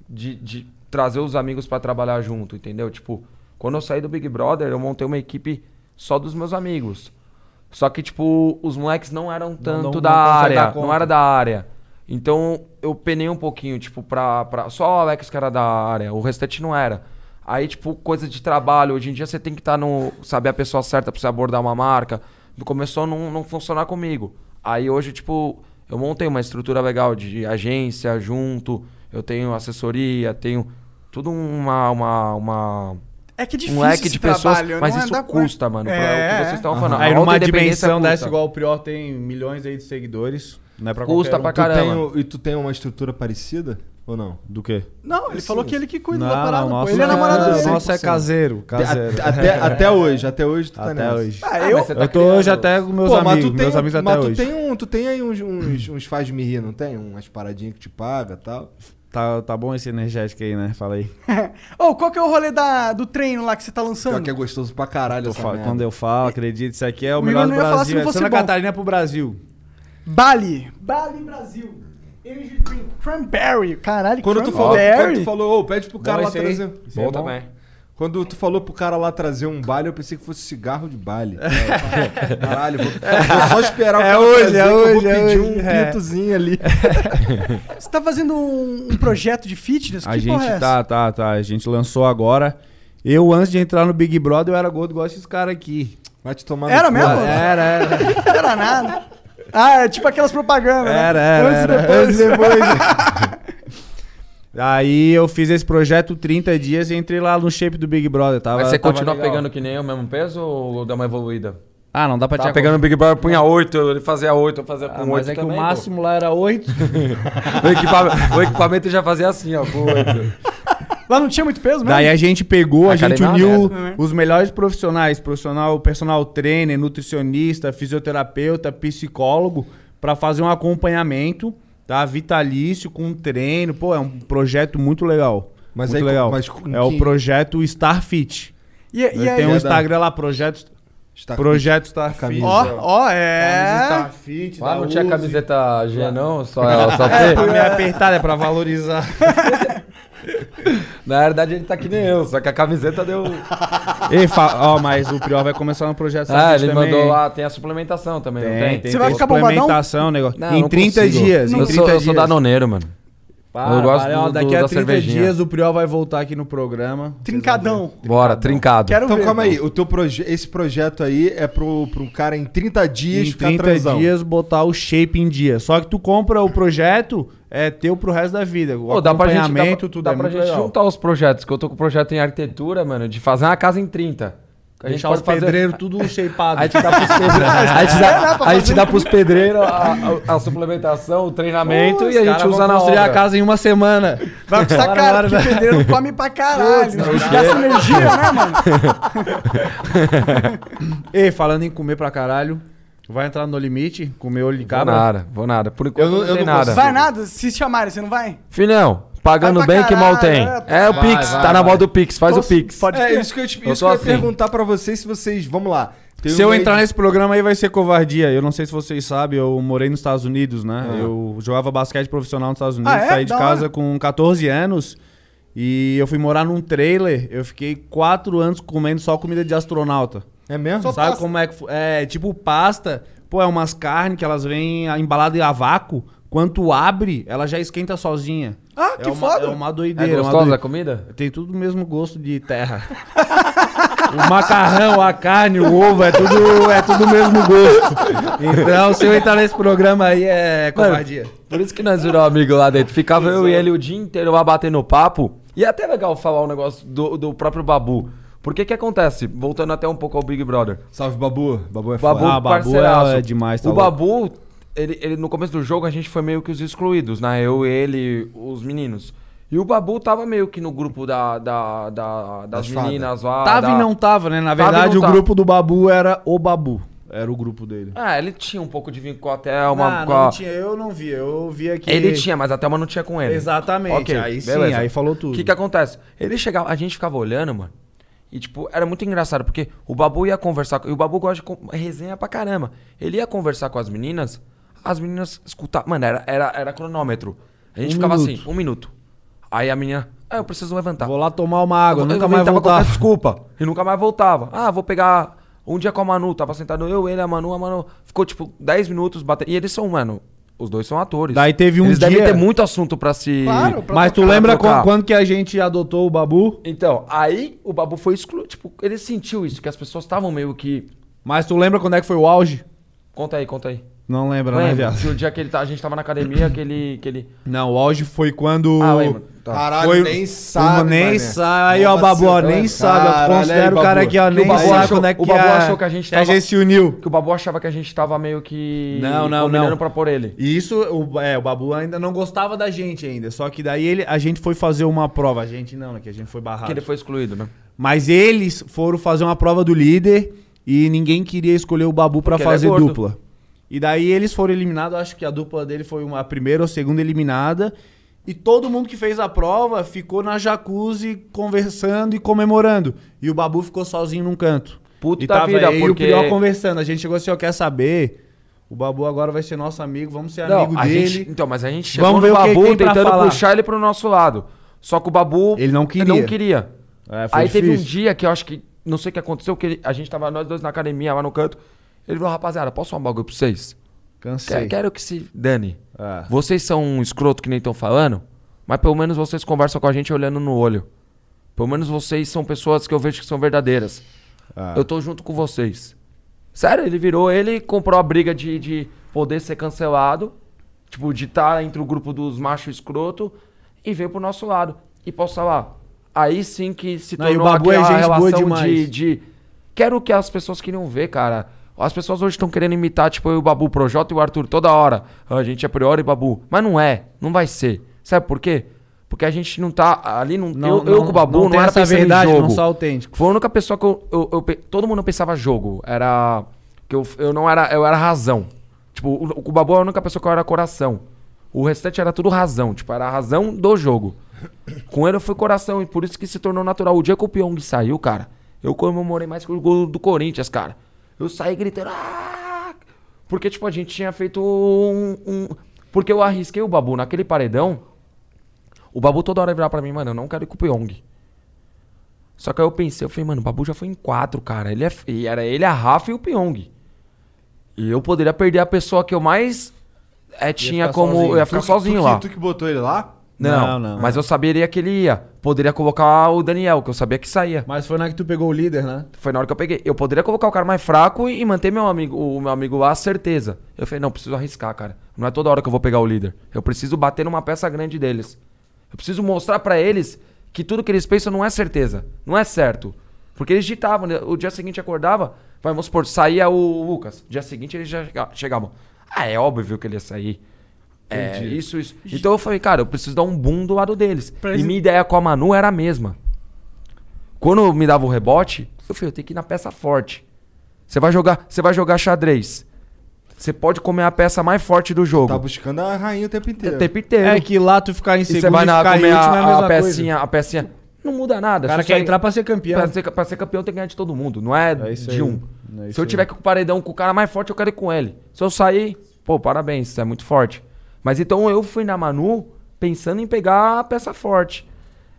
Speaker 4: de, de trazer os amigos pra trabalhar junto, entendeu? Tipo, quando eu saí do Big Brother, eu montei uma equipe só dos meus amigos. Só que, tipo, os moleques não eram tanto
Speaker 6: não-
Speaker 4: da
Speaker 6: não consegue
Speaker 4: área,
Speaker 6: dar conta.
Speaker 4: não era da área. Então, eu penei um pouquinho, tipo, pra, pra... Só o Alex que era da área, o restante não era. Aí, tipo, coisa de trabalho. Hoje em dia, você tem que estar no... Saber a pessoa certa pra você abordar uma marca. Começou a não, não funcionar comigo. Aí, hoje, tipo, eu montei uma estrutura legal de agência, junto. Eu tenho assessoria, tenho... Tudo uma... uma, uma...
Speaker 3: É que é
Speaker 4: Um
Speaker 3: difícil
Speaker 4: leque de
Speaker 3: esse
Speaker 4: pessoas,
Speaker 3: trabalho,
Speaker 4: mas
Speaker 3: não é
Speaker 4: isso
Speaker 3: da-
Speaker 4: custa, mano. pra- o que
Speaker 3: É,
Speaker 4: vocês
Speaker 3: é.
Speaker 4: estavam falando.
Speaker 6: Aí
Speaker 4: A
Speaker 6: numa
Speaker 4: autodependência
Speaker 6: dimensão dessa,
Speaker 4: custa.
Speaker 6: igual o Prior tem milhões aí de seguidores. Não é pra
Speaker 4: Custa
Speaker 6: qualquer
Speaker 4: pra
Speaker 6: um.
Speaker 2: Tu tem,
Speaker 4: caramba.
Speaker 2: o- e tu tem uma estrutura parecida ou não?
Speaker 6: Do quê?
Speaker 3: Não, ele falou que ele que cuida da
Speaker 6: Não,
Speaker 3: parada.
Speaker 6: não,
Speaker 3: pô.
Speaker 6: nosso
Speaker 3: Ele é namorado
Speaker 6: é,
Speaker 3: dele.
Speaker 6: nosso é caseiro.
Speaker 2: Te-
Speaker 6: Caseiro.
Speaker 2: a- Até, até hoje, até hoje tu tá
Speaker 6: até
Speaker 2: nessa.
Speaker 6: hoje.
Speaker 3: Ah,
Speaker 4: mas
Speaker 3: eu,
Speaker 4: você tá
Speaker 6: Eu tô
Speaker 4: criando-
Speaker 6: hoje até com meus
Speaker 2: Pô, mas
Speaker 6: amigos.
Speaker 2: tu tem,
Speaker 6: Meus amigos
Speaker 2: mas
Speaker 6: até
Speaker 2: tu
Speaker 6: hoje.
Speaker 2: tem um, tu tem aí uns, uns, uns faz de mirri, não tem? Umas paradinhas que te paga e tal.
Speaker 6: Tá, tá bom esse energético aí, né? Fala aí.
Speaker 3: Ô, qual que é o rolê da, do treino lá que você tá
Speaker 2: Pior
Speaker 3: lançando?
Speaker 2: que é gostoso pra caralho
Speaker 6: Eu
Speaker 2: essa
Speaker 6: falo-
Speaker 2: merda.
Speaker 6: quando eu falo, acredito, isso aqui é o,
Speaker 3: O
Speaker 6: melhor
Speaker 3: Igor não
Speaker 6: do
Speaker 3: ia falar se
Speaker 6: Brasil.
Speaker 3: não
Speaker 6: É
Speaker 3: fosse
Speaker 6: Santa
Speaker 3: bom.
Speaker 6: Catarina pro Brasil.
Speaker 4: um.
Speaker 3: Bali. Bali, Brasil. Energy Drink. Cranberry. Caralho,
Speaker 2: Quando tu falou, quando
Speaker 3: cranberry.
Speaker 2: tu falou ô, pede pro cara
Speaker 6: Bom,
Speaker 2: lá
Speaker 6: esse aí.
Speaker 2: trazer... é
Speaker 6: Esse
Speaker 4: é Bom também.
Speaker 2: Quando tu falou pro cara lá trazer um baile, eu pensei que fosse cigarro de baile. Caralho, vou, vou só esperar o
Speaker 6: É
Speaker 2: cara
Speaker 6: hoje,
Speaker 2: trazer
Speaker 6: é
Speaker 2: que eu
Speaker 6: hoje,
Speaker 2: vou
Speaker 6: é
Speaker 2: pedir
Speaker 6: hoje.
Speaker 2: um
Speaker 6: É.
Speaker 2: pintozinho ali.
Speaker 3: Você tá fazendo um, um projeto de fitness?
Speaker 6: A
Speaker 3: que porra é
Speaker 6: gente
Speaker 3: essa?
Speaker 6: tá, tá, tá. A gente lançou agora. Eu, antes de entrar no Big Brother, eu era gordo igual esses caras aqui.
Speaker 2: Vai te tomar cu.
Speaker 3: Era
Speaker 2: É,
Speaker 3: mesmo?
Speaker 6: Era, era.
Speaker 3: Não era nada. Ah, é tipo aquelas propagandas,
Speaker 6: Era,
Speaker 3: né?
Speaker 6: era,
Speaker 3: Antes e
Speaker 6: era.
Speaker 3: depois.
Speaker 6: Antes e Aí eu fiz esse projeto 30 dias e entrei lá no shape do Big Brother. Tava,
Speaker 4: Mas você
Speaker 6: tava
Speaker 4: continua
Speaker 6: legal.
Speaker 4: pegando que nem o mesmo peso ou dá uma evoluída?
Speaker 6: Ah, não dá pra te
Speaker 4: o Big Brother, punha 8, ele fazia 8, eu fazia
Speaker 6: Ah, mas é que o máximo lá era 8.
Speaker 4: O, equipa- o equipamento já fazia assim, ó, com 8.
Speaker 3: Lá não tinha muito peso né? mesmo?
Speaker 6: Daí a gente pegou,
Speaker 4: A
Speaker 6: a gente
Speaker 4: academia é uma
Speaker 6: uniu
Speaker 3: merda.
Speaker 6: os melhores profissionais, profissional, personal trainer, nutricionista, fisioterapeuta, psicólogo, pra fazer um acompanhamento, tá? Vitalício com treino, pô, é um projeto muito legal.
Speaker 2: Mas
Speaker 6: muito
Speaker 2: aí,
Speaker 6: legal.
Speaker 2: mas com
Speaker 6: é o
Speaker 2: que-
Speaker 6: projeto Star Fit.
Speaker 3: E, e aí,
Speaker 6: Tem um
Speaker 2: Verdade.
Speaker 6: Instagram lá, projeto, Tá
Speaker 2: Está-
Speaker 6: projeto Star Fit.
Speaker 2: Camisa.
Speaker 3: ó, ó,
Speaker 4: Tá
Speaker 3: é...
Speaker 6: Camisa Star Fit,
Speaker 4: Lá
Speaker 6: da
Speaker 4: não tinha
Speaker 6: Uzi.
Speaker 4: camiseta G, não? Só, só P?
Speaker 6: Tá meio apertada, é pra valorizar.
Speaker 4: Na verdade, ele tá que nem eu, só que a camiseta deu...
Speaker 6: Ei, fa- ó, mas o Prior vai começar no projeto
Speaker 4: Ah,
Speaker 6: Fit
Speaker 4: ele
Speaker 6: também,
Speaker 4: mandou
Speaker 6: hein?
Speaker 4: lá, tem a suplementação também, não tem?
Speaker 3: Você vai ficar bombadão?
Speaker 6: Suplementação, negócio.
Speaker 4: Não,
Speaker 6: em
Speaker 4: não
Speaker 6: 30
Speaker 4: consigo.
Speaker 6: dias.
Speaker 4: Eu
Speaker 6: em 30
Speaker 4: sou, eu
Speaker 6: dias.
Speaker 4: sou danoneiro, mano.
Speaker 6: Para,
Speaker 4: eu gosto
Speaker 6: para, ó,
Speaker 4: do-
Speaker 6: daqui
Speaker 4: do-
Speaker 6: a
Speaker 4: da
Speaker 6: 30
Speaker 4: cervejinha.
Speaker 6: dias o Priol vai voltar aqui no programa.
Speaker 3: Trincadão.
Speaker 4: Bora, trincado.
Speaker 3: Quero
Speaker 2: Então
Speaker 3: ver.
Speaker 2: calma aí, o teu proje esse projeto aí é pro, pro cara em 30 dias
Speaker 6: Em
Speaker 2: ficar
Speaker 6: 30
Speaker 2: transão.
Speaker 6: dias botar o shape em dia. Só que tu compra o projeto, é teu pro resto da vida. O
Speaker 4: Pô, dá pra gente, dá pra,
Speaker 6: tudo
Speaker 4: dá
Speaker 6: é
Speaker 4: pra
Speaker 6: muito
Speaker 4: gente
Speaker 6: legal.
Speaker 4: juntar os projetos, que eu tô com o projeto em arquitetura, mano, de fazer uma casa em 30. A gente
Speaker 6: Deixar os
Speaker 4: pode fazer-
Speaker 6: pedreiros tudo shapeado.
Speaker 4: Aí te dá pros pedreiros. aí te dá, aí te dá pros pedreiros a, a- a suplementação, o treinamento e a gente usa na
Speaker 6: construir
Speaker 4: obra.
Speaker 6: a casa em uma semana.
Speaker 3: Vai custar
Speaker 6: Bora,
Speaker 3: caro,
Speaker 6: bora,
Speaker 3: porque pedreiro não come pra caralho. Os bichos gastam energia, né, mano?
Speaker 6: Ei, falando em comer pra caralho, vai entrar no limite, comer olho de
Speaker 4: Vou
Speaker 6: cabra.
Speaker 4: nada, vou nada. Por enquanto
Speaker 2: Eu
Speaker 4: não,
Speaker 2: não- eu
Speaker 4: tem
Speaker 2: não
Speaker 6: Tá
Speaker 4: nada.
Speaker 3: Vai nada, se chamarem, você não vai?
Speaker 4: Filhão, pagando
Speaker 3: Vai pra
Speaker 4: bem que mal tem.
Speaker 3: caralho,
Speaker 4: É o
Speaker 6: vai,
Speaker 4: Pix,
Speaker 6: vai,
Speaker 4: tá na
Speaker 6: vai.
Speaker 4: moda do Pix, faz o
Speaker 3: Posso-
Speaker 4: Pix.
Speaker 3: pode-
Speaker 2: É, isso que eu, te,
Speaker 4: Eu
Speaker 2: isso
Speaker 4: tô
Speaker 2: que eu ia
Speaker 4: afim.
Speaker 2: perguntar pra vocês se vocês... Vamos lá. Tem
Speaker 6: Se
Speaker 2: um
Speaker 6: eu
Speaker 2: aí-
Speaker 6: entrar nesse programa aí vai ser covardia. Eu não sei se vocês sabem, eu morei nos Estados Unidos, né? Eu jogava basquete profissional nos Estados Unidos,
Speaker 3: Ah, é?
Speaker 6: saí de
Speaker 3: Da
Speaker 6: casa
Speaker 3: hora.
Speaker 6: com 14 anos e eu fui morar num trailer. Eu fiquei 4 anos comendo só comida de astronauta.
Speaker 2: É mesmo?
Speaker 3: Só-
Speaker 6: Sabe
Speaker 3: pasta.
Speaker 6: como é que fu- é? Tipo pasta. Pô, é umas carnes que elas vêm embaladas a vácuo. Quando abre, ela já esquenta sozinha.
Speaker 3: Ah,
Speaker 6: É
Speaker 3: que
Speaker 6: uma-
Speaker 3: foda.
Speaker 6: É uma
Speaker 4: É
Speaker 6: doideira. é uma
Speaker 4: gostosa
Speaker 6: doideira.
Speaker 4: a comida?
Speaker 6: Tem tudo o mesmo gosto de terra. o macarrão, a carne, o ovo, é tudo é tudo o mesmo gosto. Então, se eu entrar nesse programa aí, é covardia.
Speaker 4: Por isso que nós viramos amigo lá dentro. Ficava eu e ele o dia inteiro lá batendo papo. E é até legal falar um negócio do, do próprio Babu. Porque que acontece? Voltando até um pouco ao Big Brother.
Speaker 2: Salve, Babu. Babu é
Speaker 4: Babu,
Speaker 2: foda.
Speaker 6: Ah, Babu
Speaker 4: parceiraço.
Speaker 6: é demais, tá
Speaker 4: o
Speaker 6: louco.
Speaker 4: Babu ele, ele- no começo do jogo a gente foi meio que os excluídos, né? Eu, ele, os meninos. E o Babu tava meio que no grupo da, da, da-
Speaker 2: Das
Speaker 4: das, meninas lá.
Speaker 6: Tava
Speaker 4: da-
Speaker 6: e não tava, né? Na
Speaker 4: ah, Tava e
Speaker 6: verdade,
Speaker 4: não
Speaker 6: o
Speaker 4: tava.
Speaker 6: grupo do Babu era o Babu. Era o grupo dele.
Speaker 4: Ah, ele tinha um pouco de vínculo com a Thelma.
Speaker 6: Ah,
Speaker 4: com a-
Speaker 6: não tinha, eu não via. Eu via que.
Speaker 4: Ele tinha, mas a Thelma não tinha com ele.
Speaker 6: Exatamente.
Speaker 4: Ok,
Speaker 6: aí sim,
Speaker 4: beleza.
Speaker 6: aí falou
Speaker 4: O
Speaker 6: tudo.
Speaker 4: que que acontece? Ele chegava, a gente ficava olhando, mano. E, tipo, era muito engraçado, porque o Babu ia conversar. com- E o Babu gosta de con- resenha pra caramba. Ele ia conversar com as meninas, as meninas escutavam. Mano, era, era, era cronômetro. A gente
Speaker 6: Um
Speaker 4: ficava
Speaker 6: minuto.
Speaker 4: assim, um minuto. Aí a menina, ah, eu preciso levantar.
Speaker 6: Vou lá tomar uma água,
Speaker 4: Eu
Speaker 6: nunca mais
Speaker 4: inventava
Speaker 6: voltava.
Speaker 4: qualquer desculpa. E nunca mais voltava. Ah, vou pegar um dia com a Manu. Tava sentado eu, ele, a Manu, a Manu. Ficou tipo 10 minutos batendo. E eles são, mano, os dois são atores.
Speaker 6: Daí teve um
Speaker 4: Eles devem
Speaker 6: dia-
Speaker 4: ter muito assunto pra se.
Speaker 3: Claro, pra
Speaker 6: Mas tu
Speaker 4: pra
Speaker 6: lembra
Speaker 4: trocar.
Speaker 6: quan- quando que a gente adotou o Babu?
Speaker 4: Então, aí o Babu foi excluído. Tipo, ele sentiu isso, que as pessoas estavam meio que.
Speaker 6: Mas tu lembra quando é que foi o auge?
Speaker 4: Conta aí, conta aí.
Speaker 6: Não lembra, né,
Speaker 4: Lembra?
Speaker 6: viado?
Speaker 4: Que o dia que ele tá, a gente tava na academia, que ele. Que ele...
Speaker 6: Não, o auge foi quando.
Speaker 4: Ah, lembra. Tá.
Speaker 2: Caralho,
Speaker 6: Foi-
Speaker 2: nem sabe.
Speaker 6: Uma- nem
Speaker 2: mané.
Speaker 6: sabe. Aí, ó,
Speaker 2: Nossa,
Speaker 6: Babu, ó,
Speaker 2: tá
Speaker 6: nem
Speaker 2: vendo?
Speaker 6: sabe. ó,
Speaker 2: Caralho,
Speaker 6: tu considera
Speaker 2: aí,
Speaker 6: o cara
Speaker 2: Babu.
Speaker 6: aqui, ó,
Speaker 4: Que o
Speaker 6: nem
Speaker 4: Babu
Speaker 6: sabe
Speaker 4: achou-
Speaker 6: quando é que
Speaker 4: o Babu
Speaker 6: a-
Speaker 4: achou que a gente tava-
Speaker 6: gente se uniu.
Speaker 4: Que o Babu achava que a gente tava meio que.
Speaker 6: Não, não,
Speaker 4: combinando
Speaker 6: não.
Speaker 4: pra pôr ele.
Speaker 6: E isso, o, é, o Babu ainda não gostava da gente ainda. Só que daí ele, a gente foi fazer uma prova. A gente não, né? Que a gente foi barrado.
Speaker 4: Que ele foi excluído, né?
Speaker 6: Mas eles foram fazer uma prova do líder e ninguém queria escolher o Babu pra
Speaker 4: Porque ele é
Speaker 6: fazer
Speaker 4: gordo.
Speaker 6: dupla. E daí eles foram eliminados, acho que a dupla dele foi uma, a primeira ou segunda eliminada. E todo mundo que fez a prova ficou na jacuzzi conversando e comemorando. E o Babu ficou sozinho num canto.
Speaker 4: Puto
Speaker 6: e
Speaker 4: da vida,
Speaker 6: eu e o
Speaker 4: porque-
Speaker 6: Prior conversando. A gente chegou assim, ó, quer saber? O Babu agora vai ser nosso amigo, vamos ser amigo
Speaker 4: a
Speaker 6: dele.
Speaker 4: gente- então, mas a gente chegou
Speaker 6: Vamos
Speaker 4: no
Speaker 6: ver o que
Speaker 4: Babu
Speaker 6: tem pra
Speaker 4: tentando
Speaker 6: falar.
Speaker 4: puxar ele pro nosso lado. Só que o Babu...
Speaker 6: Ele não queria.
Speaker 4: Não queria.
Speaker 6: É, foi
Speaker 4: Aí teve um
Speaker 6: difícil.
Speaker 4: dia que eu acho que... Não sei o que aconteceu, que ele- a gente tava nós dois na academia, lá no canto. Ele falou, rapaziada, posso falar um bagulho pra vocês? Que-
Speaker 6: Cansei.
Speaker 4: Quero que se dane.
Speaker 6: Ah.
Speaker 4: Vocês são um escroto que nem estão falando, mas pelo menos vocês conversam com a gente olhando no olho. Pelo menos vocês são pessoas que eu vejo que são verdadeiras.
Speaker 6: Ah.
Speaker 4: Eu tô junto com vocês. Sério, ele virou, ele comprou a briga de, de poder ser cancelado, tipo, de estar entre o grupo dos machos escroto, e veio pro nosso lado. E posso falar, aí sim que se
Speaker 6: Não, e o
Speaker 4: tornou
Speaker 6: Babu é
Speaker 4: aquela
Speaker 6: gente boa
Speaker 4: relação de,
Speaker 6: demais.
Speaker 4: de... Quero o que as pessoas queriam ver, cara. As pessoas hoje estão querendo imitar, tipo, eu e o Babu, o Projota e o Arthur toda hora. Ah, A gente é priori Babu. Mas não é, não vai ser. Sabe por quê? Porque a gente não tá ali, não,
Speaker 6: Não-
Speaker 4: eu, eu
Speaker 6: não-
Speaker 4: com o Babu
Speaker 6: não
Speaker 4: não,
Speaker 6: tem
Speaker 4: era
Speaker 6: essa
Speaker 4: pensando
Speaker 6: verdade,
Speaker 4: em jogo.
Speaker 6: não sou autêntico.
Speaker 4: Foi a única pessoa que eu, eu- eu pe- Todo mundo pensava jogo. Era. Que eu, eu não era. Eu era razão. Tipo, o, o Babu era a única pessoa que eu era coração. O restante era tudo razão. Tipo, era a razão do jogo. Com ele eu fui coração e por isso que se tornou natural. O dia que o Pyong saiu, cara, eu comemorei mais que o gol do Corinthians, cara. Eu saí gritando. "Ah!" Porque, tipo, a gente tinha feito um. um- Porque eu arrisquei o Babu naquele paredão. O Babu toda hora virava pra mim, mano, eu não quero ir com o Pyong. Só que aí eu pensei, eu falei, mano, o Babu já foi em quatro, cara. Ele é, e era ele, a Rafa e o Pyong. E eu poderia perder a pessoa que eu mais é, tinha
Speaker 6: ficar
Speaker 4: como.
Speaker 6: sozinho.
Speaker 4: Eu ia ficar
Speaker 2: Tu que-
Speaker 4: sozinho
Speaker 2: tu que-
Speaker 4: lá.
Speaker 2: Tu que botou ele lá?
Speaker 4: Não,
Speaker 6: Não, não.
Speaker 4: Mas eu saberia que ele ia. Poderia colocar o Daniel, que eu sabia que saía.
Speaker 6: Mas foi na que tu pegou o líder, né?
Speaker 4: Foi na hora que eu peguei. Eu poderia colocar o cara mais fraco e e manter meu amigo, o meu amigo lá, certeza. Eu falei, não, preciso arriscar, cara. Não é toda hora que eu vou pegar o líder. Eu preciso bater numa peça grande deles. Eu preciso mostrar pra eles que tudo que eles pensam não é certeza. Não é certo. Porque eles ditavam, né? o dia seguinte acordava, vai, vamos supor, saía o Lucas. Dia seguinte eles já chega- chegavam. Ah, é óbvio que ele ia sair. É, isso, isso. Então eu falei, cara, eu preciso dar um boom do lado deles.
Speaker 3: Pra
Speaker 4: E
Speaker 3: eles-
Speaker 4: minha ideia com a Manu era a mesma. Quando eu me dava o rebote, eu falei, eu tenho que ir na peça forte. Você vai jogar, você vai jogar xadrez. Você pode comer a peça mais forte do jogo.
Speaker 2: Tá buscando a rainha o tempo inteiro.
Speaker 4: o tempo inteiro.
Speaker 6: É que lá tu ficar em
Speaker 4: e
Speaker 6: segundo
Speaker 4: você vai na,
Speaker 6: ficar em
Speaker 4: comer a,
Speaker 6: último é
Speaker 4: a
Speaker 6: mesma coisa.
Speaker 4: pecinha, a pecinha. Não muda nada.
Speaker 6: O cara
Speaker 4: se
Speaker 6: quer
Speaker 4: você-
Speaker 6: entrar pra ser campeão.
Speaker 4: pra ser, pra ser campeão tem que ganhar de todo mundo, não é,
Speaker 6: É isso
Speaker 4: de
Speaker 6: aí.
Speaker 4: um.
Speaker 6: É isso
Speaker 4: Se eu
Speaker 6: aí.
Speaker 4: tiver que ir com o paredão com o cara mais forte, eu quero ir com ele. Se eu sair, pô, parabéns, você é muito forte. Mas então eu fui na Manu pensando em pegar a peça forte.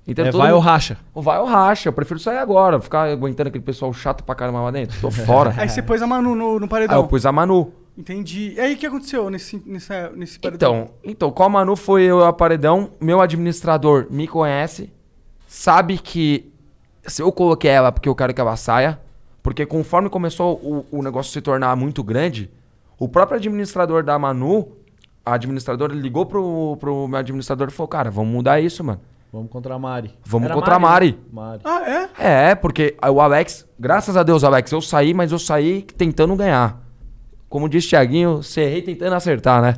Speaker 4: Então,
Speaker 6: É,
Speaker 4: todo
Speaker 6: vai ou
Speaker 4: mundo-
Speaker 6: racha.
Speaker 4: Ou vai ou racha, eu prefiro sair agora, ficar aguentando aquele pessoal chato pra caramba lá dentro. Tô fora.
Speaker 3: Aí você pôs a Manu no, no
Speaker 4: Aí Ah, eu
Speaker 3: paredão.
Speaker 4: pus a Manu.
Speaker 3: Entendi. E aí o que aconteceu nesse, nessa, nesse paredão?
Speaker 4: Então, então, com a Manu foi eu a paredão, meu administrador me conhece, sabe que se eu coloquei ela porque eu quero que ela saia, porque conforme começou o, o negócio se tornar muito grande, o próprio administrador da Manu, a administradora ele ligou pro, pro meu administrador e falou, cara, vamos mudar isso, mano.
Speaker 6: Vamos contra a Mari.
Speaker 4: Vamos contra a Mari.
Speaker 6: né? Mari.
Speaker 3: Ah, é?
Speaker 4: É, porque o Alex, graças a Deus, Alex, eu saí, mas eu saí tentando ganhar. Como diz Thiaguinho, você errei tentando acertar, né?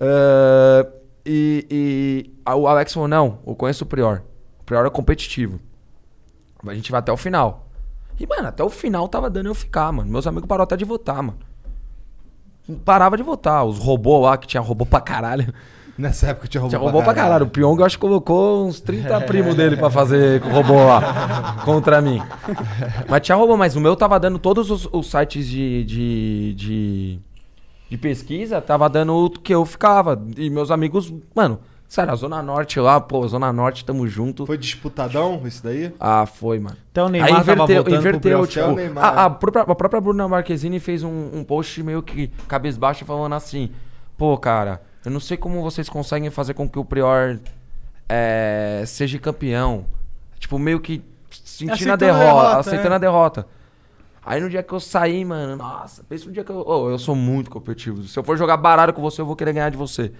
Speaker 4: Ah, e, e a- o Alex falou: não, eu conheço o Prior. O Prior é competitivo. A gente vai até o final. E, mano, até o final tava dando eu ficar, mano. Meus amigos pararam até de votar, mano. Não Parava de votar. Os robôs lá, que tinha robô pra caralho.
Speaker 2: Nessa época tinha robô,
Speaker 4: Tinha robô pra caralho. O Pyong, eu acho que colocou uns 30 primos dele pra fazer robô lá contra mim. Mas tinha robô, mas o meu tava dando todos os, os sites de, de, de, de pesquisa, tava dando o que eu ficava. E meus amigos, mano, sério, a Zona Norte lá, pô, Zona Norte, tamo junto.
Speaker 2: Foi disputadão isso daí?
Speaker 4: Ah, foi, mano.
Speaker 6: Então o Neymar
Speaker 4: Aí
Speaker 6: tava
Speaker 4: inverteu,
Speaker 6: voltando pro
Speaker 4: inverteu
Speaker 6: Brasil.
Speaker 4: tipo,
Speaker 2: Até o Neymar.
Speaker 4: a, a própria, a própria Bruna Marquezine fez um, um post meio que cabisbaixo falando assim, pô, cara, eu não sei como vocês conseguem fazer com que o Prior eh, seja campeão. Tipo, meio que sentindo a
Speaker 3: Aceitando a
Speaker 4: derrota,
Speaker 3: derrota,
Speaker 4: aceitando
Speaker 3: é.
Speaker 4: a derrota. Aí no dia que eu saí, mano, nossa, pensa no dia que eu. Ô, eu sou muito competitivo. Se eu for jogar baralho com você, eu vou querer ganhar de você.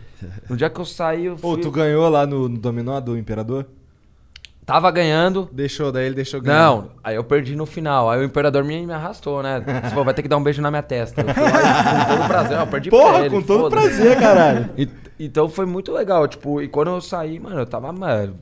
Speaker 4: No dia que eu saí, eu
Speaker 2: Pô,
Speaker 4: fui-
Speaker 2: tu ganhou lá no, no dominó do Imperador?
Speaker 4: tava ganhando.
Speaker 5: Deixou, daí ele deixou ganhar.
Speaker 4: Não, aí eu perdi no final. Aí o imperador me, me arrastou, né? Você falou, vai ter que dar um beijo na minha testa. Eu fui lá e, com todo prazer, ó, perdi pra
Speaker 2: Porra,
Speaker 4: ele,
Speaker 2: com todo
Speaker 4: foda-se.
Speaker 2: prazer, caralho.
Speaker 4: E- então foi muito legal, tipo, e quando eu saí, mano, eu tava, mano,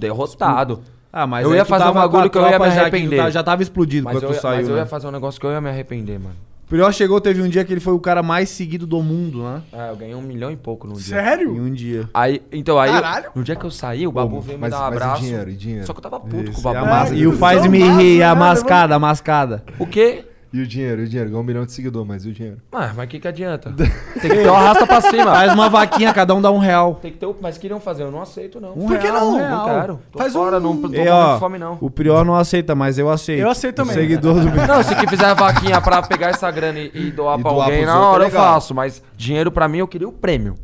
Speaker 4: derrotado.
Speaker 6: Ah, mas
Speaker 4: eu
Speaker 6: aí
Speaker 4: ia
Speaker 6: tu
Speaker 4: fazer um
Speaker 6: tava com a
Speaker 4: bagulho que eu ia me
Speaker 6: tropa já que
Speaker 4: arrepender.
Speaker 6: tá- Já tava explodido
Speaker 4: mas
Speaker 6: quando
Speaker 4: eu,
Speaker 6: tu
Speaker 4: ia-
Speaker 6: saiu.
Speaker 4: mas eu
Speaker 6: né?
Speaker 4: ia fazer um negócio que eu ia me arrepender, mano.
Speaker 6: O Prior chegou, teve um dia que ele foi o cara mais seguido do mundo, né?
Speaker 4: Ah, eu ganhei um milhão e pouco num dia.
Speaker 6: Em
Speaker 3: Sério?
Speaker 6: um dia.
Speaker 4: Aí, então, aí,
Speaker 3: Caralho.
Speaker 4: no dia que eu saí, o Babu veio me
Speaker 2: mas-
Speaker 4: dar um
Speaker 2: mas e
Speaker 4: abraço.
Speaker 2: dinheiro, e dinheiro?
Speaker 4: Só que eu tava puto com o
Speaker 6: E,
Speaker 4: Babu.
Speaker 6: a mas-
Speaker 3: Caralho,
Speaker 6: e o faz me
Speaker 3: massa,
Speaker 6: rir, a
Speaker 3: cara,
Speaker 6: mascada, a mascada.
Speaker 4: O quê?
Speaker 2: E o dinheiro, e o dinheiro? Ganhou um milhão de seguidor, mas e o dinheiro?
Speaker 4: Ah, mas o que que adianta? Tem que ter o arrasta pra cima.
Speaker 6: Faz uma vaquinha, cada um dá um real.
Speaker 4: Tem que ter o. Mas queriam fazer, eu não aceito, não.
Speaker 6: Um Por que real, não? um real.
Speaker 4: Não quero. Tô
Speaker 3: Faz
Speaker 4: fora,
Speaker 3: um-
Speaker 4: não tô
Speaker 6: E,
Speaker 4: morrendo
Speaker 6: ó,
Speaker 4: de fome, não.
Speaker 6: o Prior não aceita, mas eu aceito.
Speaker 3: Eu aceito também.
Speaker 6: O seguidor do Prior.
Speaker 4: Não, se que fizer a vaquinha pra pegar essa grana e, e doar
Speaker 2: E
Speaker 4: pra
Speaker 2: doar
Speaker 4: alguém,
Speaker 2: pros
Speaker 4: na
Speaker 2: outros,
Speaker 4: hora
Speaker 2: é
Speaker 4: eu
Speaker 2: legal.
Speaker 4: faço. Mas dinheiro pra mim, eu queria o prêmio.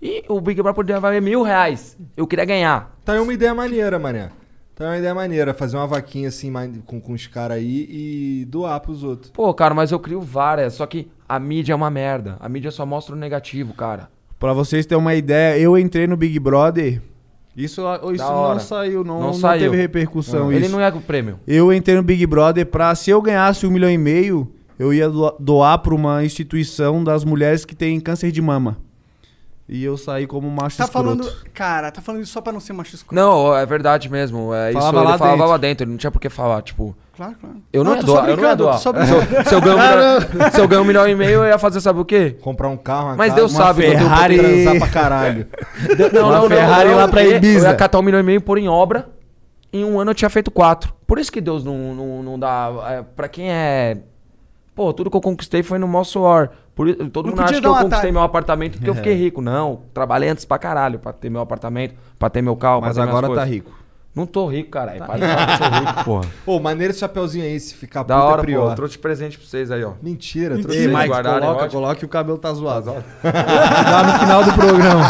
Speaker 4: E o Big Brother podia valer mil reais. Eu queria ganhar.
Speaker 2: Tá aí uma ideia maneira, mané. Tá aí uma ideia maneira, fazer uma vaquinha assim ma- com, com os caras aí e doar pros outros.
Speaker 4: Pô, cara, mas eu crio várias. Só que a mídia é uma merda. A mídia só mostra o negativo, cara.
Speaker 6: Pra vocês terem uma ideia, eu entrei no Big Brother. Isso, isso não
Speaker 4: hora.
Speaker 6: saiu, não,
Speaker 4: Não
Speaker 6: não
Speaker 4: saiu.
Speaker 6: teve repercussão.
Speaker 4: Ele
Speaker 6: isso.
Speaker 4: não ia com o prêmio.
Speaker 6: Eu entrei no Big Brother pra, se eu ganhasse um milhão e meio, eu ia doa- doar pra uma instituição das mulheres que têm câncer de mama. E eu saí como macho
Speaker 3: Tá
Speaker 6: escroto.
Speaker 3: falando. Cara, tá falando isso só pra não ser machista.
Speaker 4: Não, é verdade mesmo. É isso
Speaker 6: Falava
Speaker 4: ele
Speaker 6: lá
Speaker 4: falava
Speaker 6: dentro.
Speaker 4: lá dentro. Ele não tinha por que falar, tipo.
Speaker 3: Claro, claro. Ah,
Speaker 4: Eu não, ia
Speaker 3: tô só
Speaker 4: doar, eu não ia
Speaker 3: brincando,
Speaker 4: doar.
Speaker 3: tô só
Speaker 4: Se eu- se eu ganho um milhão- se eu ganho um milhão e meio, eu ia fazer sabe o quê?
Speaker 2: Comprar um carro, uma
Speaker 4: Mas
Speaker 2: casa,
Speaker 4: Deus
Speaker 2: uma
Speaker 4: sabe que eu tenho
Speaker 2: Ferrari...
Speaker 6: poder de
Speaker 2: transar
Speaker 6: transar
Speaker 2: pra caralho.
Speaker 4: Deu- Não,
Speaker 6: Uma Ferrari lá pra
Speaker 4: porque
Speaker 6: Ibiza.
Speaker 4: Eu ia catar um milhão e meio por em obra. Em um ano eu tinha feito quatro. Por isso que Deus não, não, não dá. É, pra quem é. Pô, tudo que eu conquistei foi no maior suor. Por, i- todo
Speaker 3: Não
Speaker 4: mundo
Speaker 3: podia
Speaker 4: acha que
Speaker 3: dar
Speaker 4: eu
Speaker 3: um
Speaker 4: conquistei
Speaker 3: atalho.
Speaker 4: meu apartamento porque eu fiquei rico. Não, trabalhei antes pra caralho pra ter meu apartamento, pra ter meu carro, pra
Speaker 6: Mas
Speaker 4: ter minhas
Speaker 6: agora tá
Speaker 4: coisas.
Speaker 6: rico.
Speaker 4: Não tô rico, caralho. Para de falar que eu sou rico, porra.
Speaker 2: Pô, maneiro esse chapeuzinho aí, se ficar
Speaker 4: Da
Speaker 2: é
Speaker 4: hora, pô.
Speaker 2: prior.
Speaker 4: Eu trouxe presente pra vocês aí, ó.
Speaker 2: Mentira, trouxe.
Speaker 6: Ei,
Speaker 4: Vocês
Speaker 6: Mike,
Speaker 4: guardaram, é eu
Speaker 6: coloca,
Speaker 4: acho.
Speaker 6: coloca que o cabelo tá zoado. Lá no final do programa.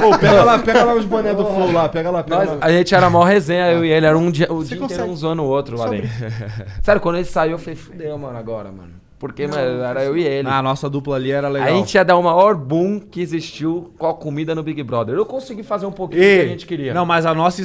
Speaker 2: Pô, pega lá, pega lá os boné do Flow lá, pega lá, pega
Speaker 4: Nós-
Speaker 2: lá.
Speaker 4: a gente era mó resenha, eu e ele. Era um dia, o dia inteiro
Speaker 3: consegue.
Speaker 4: um zoando o outro lá
Speaker 3: Só
Speaker 4: dentro. Sério, quando ele saiu, eu falei, fudeu, mano, agora, mano. Porque, mano, era eu e ele.
Speaker 6: Ah, a nossa dupla ali era legal.
Speaker 4: A gente ia dar o maior boom que existiu com a comida no Big Brother. Eu consegui fazer um pouquinho do que a gente queria.
Speaker 6: Não, mas a
Speaker 3: Ah, é,
Speaker 6: nossa
Speaker 3: me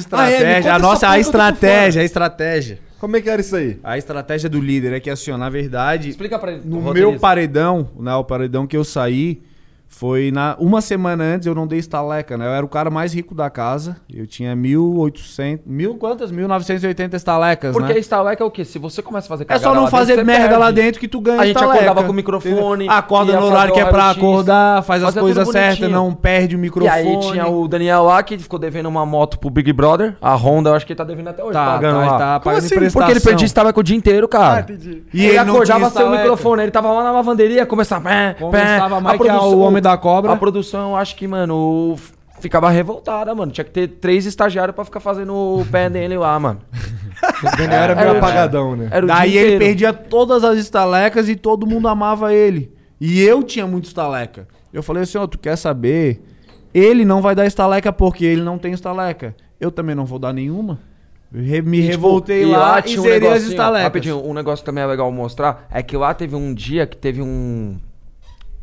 Speaker 3: conta
Speaker 6: estratégia, a
Speaker 3: essa
Speaker 6: nossa a
Speaker 3: porra que eu tô
Speaker 6: estratégia, a estratégia.
Speaker 2: Como é que era isso aí?
Speaker 6: A estratégia do líder é que assim, ó, na verdade,
Speaker 4: Explica pra ele.
Speaker 6: No meu
Speaker 4: roteiriza.
Speaker 6: paredão, né, o paredão que eu saí, foi na uma semana antes eu não dei estaleca, né? Eu era o cara mais rico da casa. Eu tinha 1.800, mil quantas? 1.980 estalecas,
Speaker 4: Porque
Speaker 6: né?
Speaker 4: a estaleca é o quê? Se você começa a fazer
Speaker 6: É
Speaker 4: cagada
Speaker 6: só não
Speaker 4: lá dentro,
Speaker 6: fazer
Speaker 4: você
Speaker 6: merda
Speaker 4: perde.
Speaker 6: lá dentro que tu ganha
Speaker 4: A gente
Speaker 6: estaleca.
Speaker 4: acordava com o microfone,
Speaker 6: Entendeu? Acorda
Speaker 4: ia
Speaker 6: no horário
Speaker 4: fazer
Speaker 6: que é
Speaker 4: o
Speaker 6: pra
Speaker 4: raio-x,
Speaker 6: acordar, faz as
Speaker 4: fazia tudo
Speaker 6: coisas certas,
Speaker 4: bonitinho.
Speaker 6: não perde o
Speaker 4: E
Speaker 6: microfone.
Speaker 4: aí tinha o Daniel lá que ficou devendo uma moto pro Big Brother. A Honda, eu acho que ele tá devendo até hoje.
Speaker 6: Tá,
Speaker 4: pagando
Speaker 6: tá,
Speaker 4: lá.
Speaker 6: tá
Speaker 4: Como
Speaker 6: pagando
Speaker 4: assim? Porque ele
Speaker 6: prestação.
Speaker 4: perdia estaleca o dia inteiro, cara.
Speaker 3: Ah, entendi.
Speaker 6: E
Speaker 4: E ele,
Speaker 6: ele não
Speaker 4: acordava
Speaker 6: tinha
Speaker 4: sem o
Speaker 6: estaleca.
Speaker 4: microfone, ele tava lá na lavanderia, começava. Pé,
Speaker 6: Começava
Speaker 4: pé.
Speaker 6: mais que a- o Homem da Cobra.
Speaker 4: A produção, eu acho que, mano, f- ficava revoltada, mano. Tinha que ter três estagiários pra ficar fazendo o pé dele lá, mano.
Speaker 2: O Daniel era meio apagadão, né?
Speaker 4: Era o
Speaker 6: Daí
Speaker 4: dia
Speaker 6: ele
Speaker 4: inteiro.
Speaker 6: perdia todas as estalecas e todo mundo amava ele. E eu tinha muito estaleca. Eu falei assim, ó, tu quer saber? Ele não vai dar estaleca porque ele não tem estaleca. Eu também não vou dar nenhuma. Re- me
Speaker 4: E, tipo,
Speaker 6: revoltei
Speaker 4: e
Speaker 6: lá, e
Speaker 4: tinha um
Speaker 6: zerei as
Speaker 4: negocinho,
Speaker 6: estalecas.
Speaker 4: Rapidinho, um negócio que também é legal mostrar é que lá teve um dia que teve um.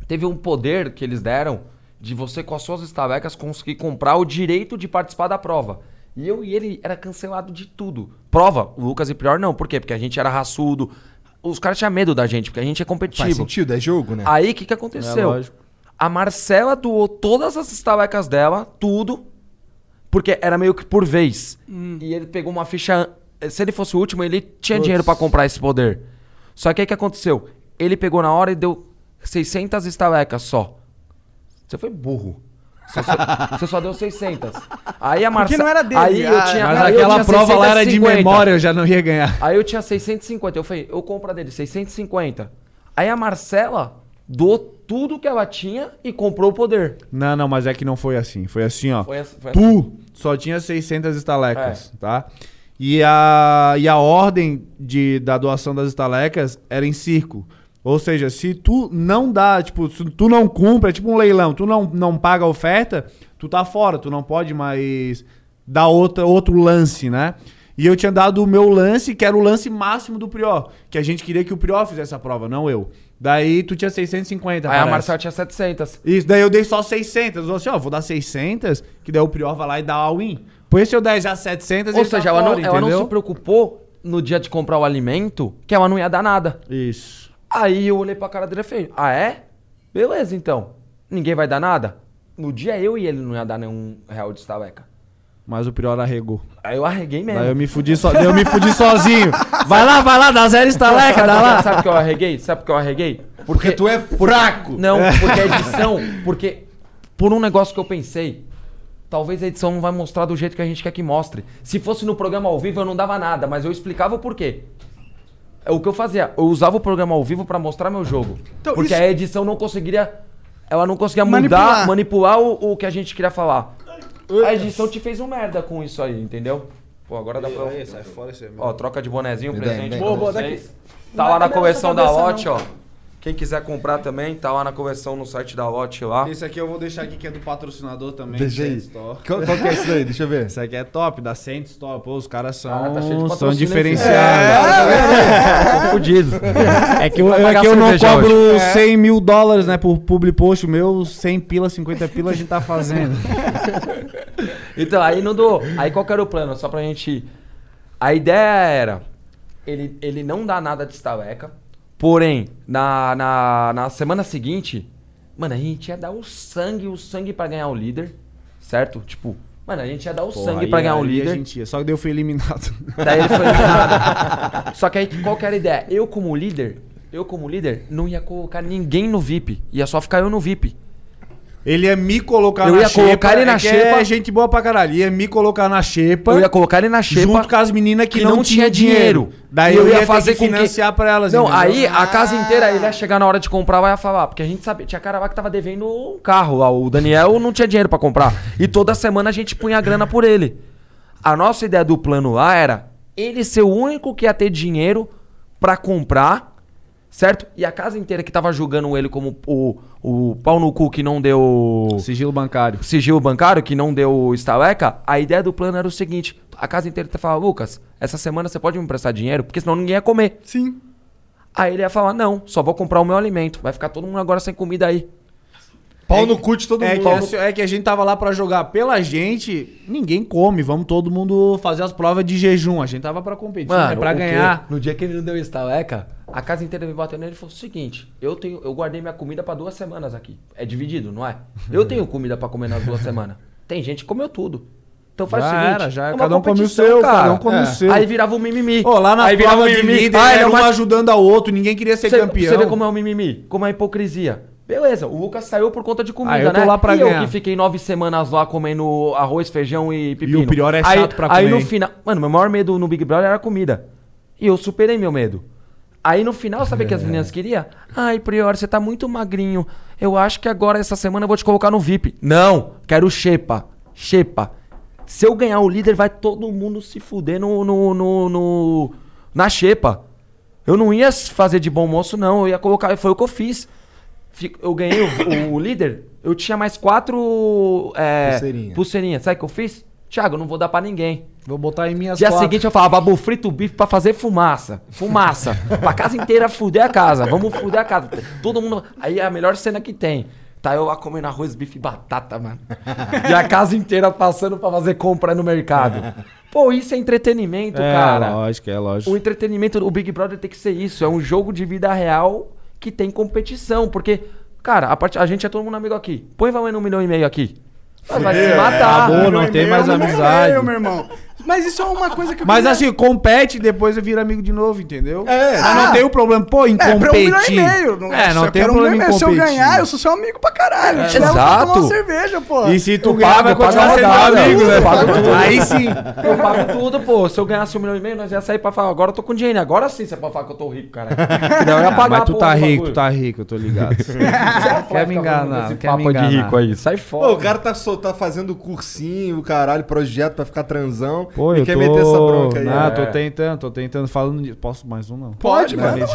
Speaker 4: Teve um poder que eles deram de você, com as suas estalecas, conseguir comprar o direito de participar da prova. E eu e ele era cancelado de tudo. Prova, o Lucas e Prior não. Por quê? Porque a gente era raçudo. Os caras tinham medo da gente, porque a gente é
Speaker 2: Faz
Speaker 4: competitivo.
Speaker 2: sentido, é jogo, né?
Speaker 4: Aí o que, que
Speaker 6: É,
Speaker 4: aconteceu? a Marcela doou todas as estalecas dela, tudo, porque era meio que por vez. E ele pegou uma ficha. Se ele fosse o último, ele tinha dinheiro pra comprar esse poder. Só que aí o que aconteceu? Ele pegou na hora e deu 600 estalecas só. Você foi burro. Você só, você só deu 600. Aí a Marcela.
Speaker 3: não era dele,
Speaker 4: Aí eu
Speaker 3: ah,
Speaker 4: tinha,
Speaker 6: Mas
Speaker 4: aí eu
Speaker 6: aquela
Speaker 4: tinha
Speaker 6: prova lá era de
Speaker 4: 650.
Speaker 6: memória, eu já não ia ganhar.
Speaker 4: Aí eu tinha 650. Eu falei, eu compro a dele, 650. Aí a Marcela doou tudo que ela tinha e comprou o poder.
Speaker 6: Não, não, mas é que não foi assim. Foi assim, ó.
Speaker 4: Foi assim- foi
Speaker 6: tu só tinha 600 estalecas,
Speaker 4: É.
Speaker 6: tá? E a, e a ordem de, da doação das estalecas era em circo. Ou seja, se tu não dá, tipo, se tu não cumpre, é tipo um leilão, tu não, não paga a oferta, tu tá fora, tu não pode mais dar outra, outro lance, né? E eu tinha dado o meu lance, que era o lance máximo do Prió, que a gente queria que o Prió fizesse a prova, não eu. Daí tu tinha 650,
Speaker 4: Aí Ah, é, a
Speaker 6: parece.
Speaker 4: Marcela tinha 700.
Speaker 6: Isso, daí eu dei só 600. Eu assim, ó, vou dar 600, que daí o Prior vai lá e dá all-in. Por isso eu der já 700
Speaker 4: Ou
Speaker 6: ele tá
Speaker 4: seja, ela, não,
Speaker 6: fora,
Speaker 4: ela não se
Speaker 6: entendeu?
Speaker 4: preocupou no dia de comprar o alimento que ela não ia dar nada.
Speaker 6: Isso.
Speaker 4: Aí eu olhei pra cara dele e falei, ah é? Beleza então. Ninguém vai dar nada? No dia eu e ele não ia dar nenhum real de estaleca.
Speaker 6: Mas o Prior arregou.
Speaker 4: Aí eu arreguei mesmo.
Speaker 6: Daí eu me fudi, so... daí eu me fudi sozinho. Vai lá, vai lá, dá zero estaleca, dá lá.
Speaker 4: Sabe por que eu arreguei? Sabe por que eu arreguei? Porque,
Speaker 2: tu é fraco.
Speaker 4: Não, porque a edição. Porque. Por um negócio que eu pensei. Talvez a edição não vai mostrar do jeito que a gente quer que mostre. Se fosse no programa ao vivo, eu não dava nada, mas eu explicava o porquê. É O que eu fazia? Eu usava o programa ao vivo pra mostrar meu jogo.
Speaker 3: Então,
Speaker 4: porque
Speaker 3: isso-
Speaker 4: a edição não conseguiria. Ela não conseguia
Speaker 3: Manipular.
Speaker 4: mudar, manipular o, o que a gente queria falar. A edição te fez um merda com isso aí, entendeu? Pô, agora dá pra. Ó, troca de bonezinho,
Speaker 2: dá,
Speaker 4: presente
Speaker 2: me dá.
Speaker 3: Boa,
Speaker 4: pra
Speaker 3: boa,
Speaker 4: vocês.
Speaker 3: daqui.
Speaker 4: Tá
Speaker 3: Não
Speaker 4: lá
Speaker 3: vai
Speaker 4: na
Speaker 3: caber
Speaker 4: coleção
Speaker 3: nessa
Speaker 4: da
Speaker 3: cabeça,
Speaker 4: Lote, ó. Quem quiser comprar também, tá lá na coleção no site da Lote lá.
Speaker 6: Esse aqui eu vou deixar aqui que é do patrocinador também.
Speaker 2: Deixa aí. Qual, qual que é isso daí? Deixa eu ver.
Speaker 6: Isso aqui é top, da Cent Stop. Pô, os caras são,
Speaker 4: Ah, tá cheio de
Speaker 6: são
Speaker 4: patrocínio, É,
Speaker 6: diferenciados.
Speaker 4: Tô fudido.
Speaker 6: É que eu,
Speaker 4: pagar
Speaker 6: é que eu não
Speaker 4: cerveja
Speaker 6: cobro 100 mil dólares, né, por public post. O meu 100 pila, 50 pila a gente tá fazendo.
Speaker 4: Então, aí não dou. Aí qual que era o plano? Só pra gente. A ideia era. Ele, ele não dá nada de estaleca. Porém, na, na, na semana seguinte, mano, a gente ia dar o sangue, o sangue pra ganhar o líder. Certo? Tipo, mano, a gente ia dar o sangue pra ganhar o líder.
Speaker 6: é só que daí eu fui eliminado.
Speaker 4: Daí ele foi eliminado. Só que aí, qual que era a ideia? Eu, como líder, eu, como líder, não ia colocar ninguém no VIP. Ia só ficar eu no VIP.
Speaker 6: Ele ia me colocar
Speaker 4: Eu
Speaker 6: na
Speaker 4: ia
Speaker 6: xepa.
Speaker 4: colocar ele na
Speaker 6: é que
Speaker 4: xepa.
Speaker 6: É gente boa pra caralho. Ia me colocar na xepa.
Speaker 4: Eu ia colocar ele na xepa.
Speaker 6: junto com as meninas que, não, tinha dinheiro. Daí
Speaker 4: E
Speaker 6: eu, ia,
Speaker 4: ter
Speaker 6: fazer
Speaker 4: que
Speaker 6: com financiar pra elas.
Speaker 4: Não,
Speaker 6: entendeu?
Speaker 4: aí a casa inteira, ele ia chegar na hora de comprar, vai falar. "Ah, Porque a gente sabia, tinha cara lá que tava devendo um carro lá. O Daniel não tinha dinheiro pra comprar. E toda semana a gente punha a grana por ele. A nossa ideia do plano lá era ele ser o único que ia ter dinheiro pra comprar, certo? E a casa inteira que tava julgando ele como o, o pau no cu que não deu
Speaker 6: Ah, Sigilo bancário.
Speaker 4: sigilo bancário, que não deu estaleca, a ideia do plano era o seguinte: a casa inteira falava, Lucas, essa semana você pode me emprestar dinheiro, porque senão ninguém ia comer.
Speaker 3: Sim.
Speaker 4: Aí ele ia falar, não, só vou comprar o meu alimento. Vai ficar todo mundo agora sem comida aí.
Speaker 2: Pau no cu de todo
Speaker 6: É
Speaker 2: mundo.
Speaker 6: que, assim, é que a gente tava lá pra jogar pela gente, ninguém come, vamos todo mundo fazer as provas de jejum. A gente tava pra competir, né, pra
Speaker 4: o quê?
Speaker 6: ganhar.
Speaker 4: No dia que ele não deu estaleca, a casa inteira me bateu nele e falou: seguinte, eu tenho, eu guardei minha comida pra duas semanas aqui. É dividido, não é? Eu tenho comida pra comer nas duas semanas. Tem gente que comeu tudo. Então faz
Speaker 6: Já
Speaker 4: o seguinte,
Speaker 6: era, já era.
Speaker 4: é uma
Speaker 6: Cada um come o
Speaker 4: competição,
Speaker 6: seu, cada um come
Speaker 2: É.
Speaker 6: o seu.
Speaker 4: Aí virava um mimimi.
Speaker 6: Ô, lá na
Speaker 4: aí
Speaker 6: prova de
Speaker 4: mimimi.
Speaker 6: líder,
Speaker 4: Ah, ele é
Speaker 6: era
Speaker 4: o
Speaker 6: um
Speaker 4: mais
Speaker 6: ajudando ao outro, ninguém queria ser
Speaker 4: Cê-
Speaker 6: campeão.
Speaker 4: Você vê como é o mimimi, como é a hipocrisia. Beleza, o Lucas saiu por conta de comida,
Speaker 6: Ah, eu tô
Speaker 4: né?
Speaker 6: lá pra
Speaker 4: e
Speaker 6: ganhar.
Speaker 4: eu que fiquei nove semanas lá comendo arroz, feijão e pepino.
Speaker 6: o pior é
Speaker 4: aí,
Speaker 6: chato pra
Speaker 4: Aí
Speaker 6: comer,
Speaker 4: no
Speaker 6: hein?
Speaker 4: final... Mano, meu maior medo no Big Brother era a comida. E eu superei meu medo. Aí no final, sabe o que as meninas queriam? Ai, Prior, você tá muito magrinho. Eu acho que agora, essa semana, eu vou te colocar no VIP. Não, quero xepa. Xepa. Se eu ganhar o líder, vai todo mundo se fuder no, no, no, no- na xepa. Eu não ia fazer de bom moço, não. Eu ia colocar... Foi o que eu fiz. Fico- Eu ganhei o, o líder, eu tinha mais quatro é,
Speaker 2: Pulseirinha.
Speaker 4: pulseirinhas. Sabe o que eu fiz? Thiago, eu não vou dar pra ninguém.
Speaker 6: Vou botar em minhas
Speaker 4: Dia
Speaker 6: quatro.
Speaker 4: seguinte eu falava, babu frito o bife pra fazer fumaça. Fumaça. pra casa inteira fuder a casa. Vamos fuder a casa. Todo mundo. Aí é a melhor cena que tem. Tá eu lá comendo arroz, bife e batata, mano. e a casa inteira passando pra fazer compra no mercado. Pô, isso é entretenimento,
Speaker 5: É,
Speaker 4: cara.
Speaker 5: lógico, é lógico.
Speaker 4: O entretenimento, o Big Brother tem que ser isso. É um jogo de vida real que tem competição. Porque, cara, a, parte, a gente é todo mundo amigo aqui. Põe valendo um milhão e meio aqui. Mas vai se matar.
Speaker 5: né? acabou, não tem mais
Speaker 3: Eu não
Speaker 5: amizade.
Speaker 3: leio, Ah, meu irmão. Mas isso é uma coisa que eu
Speaker 6: Mas
Speaker 3: queria-
Speaker 6: assim, compete e depois eu viro amigo de novo, entendeu?
Speaker 3: É.
Speaker 6: Mas não
Speaker 3: Ah.
Speaker 6: tem o problema, pô, em
Speaker 3: É, pra um milhão e
Speaker 6: competir.
Speaker 3: meio. Não,
Speaker 6: É, não
Speaker 3: se eu
Speaker 6: tem
Speaker 3: quero um
Speaker 6: problema em
Speaker 3: milhão e meio, Se eu
Speaker 6: competir.
Speaker 3: ganhar, eu sou seu amigo pra caralho. Eu te levo pra tomar
Speaker 4: É, Exato.
Speaker 3: uma cerveja, pô.
Speaker 6: E se tu
Speaker 4: Eu
Speaker 6: ganhar,
Speaker 4: pago,
Speaker 6: vai
Speaker 4: eu pago
Speaker 6: continuar
Speaker 4: a
Speaker 6: sendo
Speaker 4: rodada,
Speaker 6: amigo,
Speaker 4: eu
Speaker 6: né?
Speaker 4: pago tudo.
Speaker 6: Aí sim.
Speaker 4: Eu pago tudo, pô. Se eu ganhasse um milhão e meio, nós ia sair pra falar. Agora eu tô com dinheiro. Agora sim você pode falar que eu tô rico, cara. Não, eu ia
Speaker 5: Ah,
Speaker 4: pagar um
Speaker 5: mas tu tá rico, tu tá rico, eu tô ligado.
Speaker 4: Quer
Speaker 5: me enganar, quer me
Speaker 4: de
Speaker 5: enganar.
Speaker 4: rico aí. Sai fora.
Speaker 2: Pô, o cara tá, sol- tá fazendo cursinho, caralho, projeto pra ficar transão.
Speaker 5: Pô,
Speaker 2: e
Speaker 5: eu
Speaker 2: quer
Speaker 5: tô...
Speaker 2: meter essa bronca aí.
Speaker 5: Ah,
Speaker 2: né?
Speaker 5: tô tentando, tô tentando. Falando de... Posso mais um, não?
Speaker 3: Pode, mano.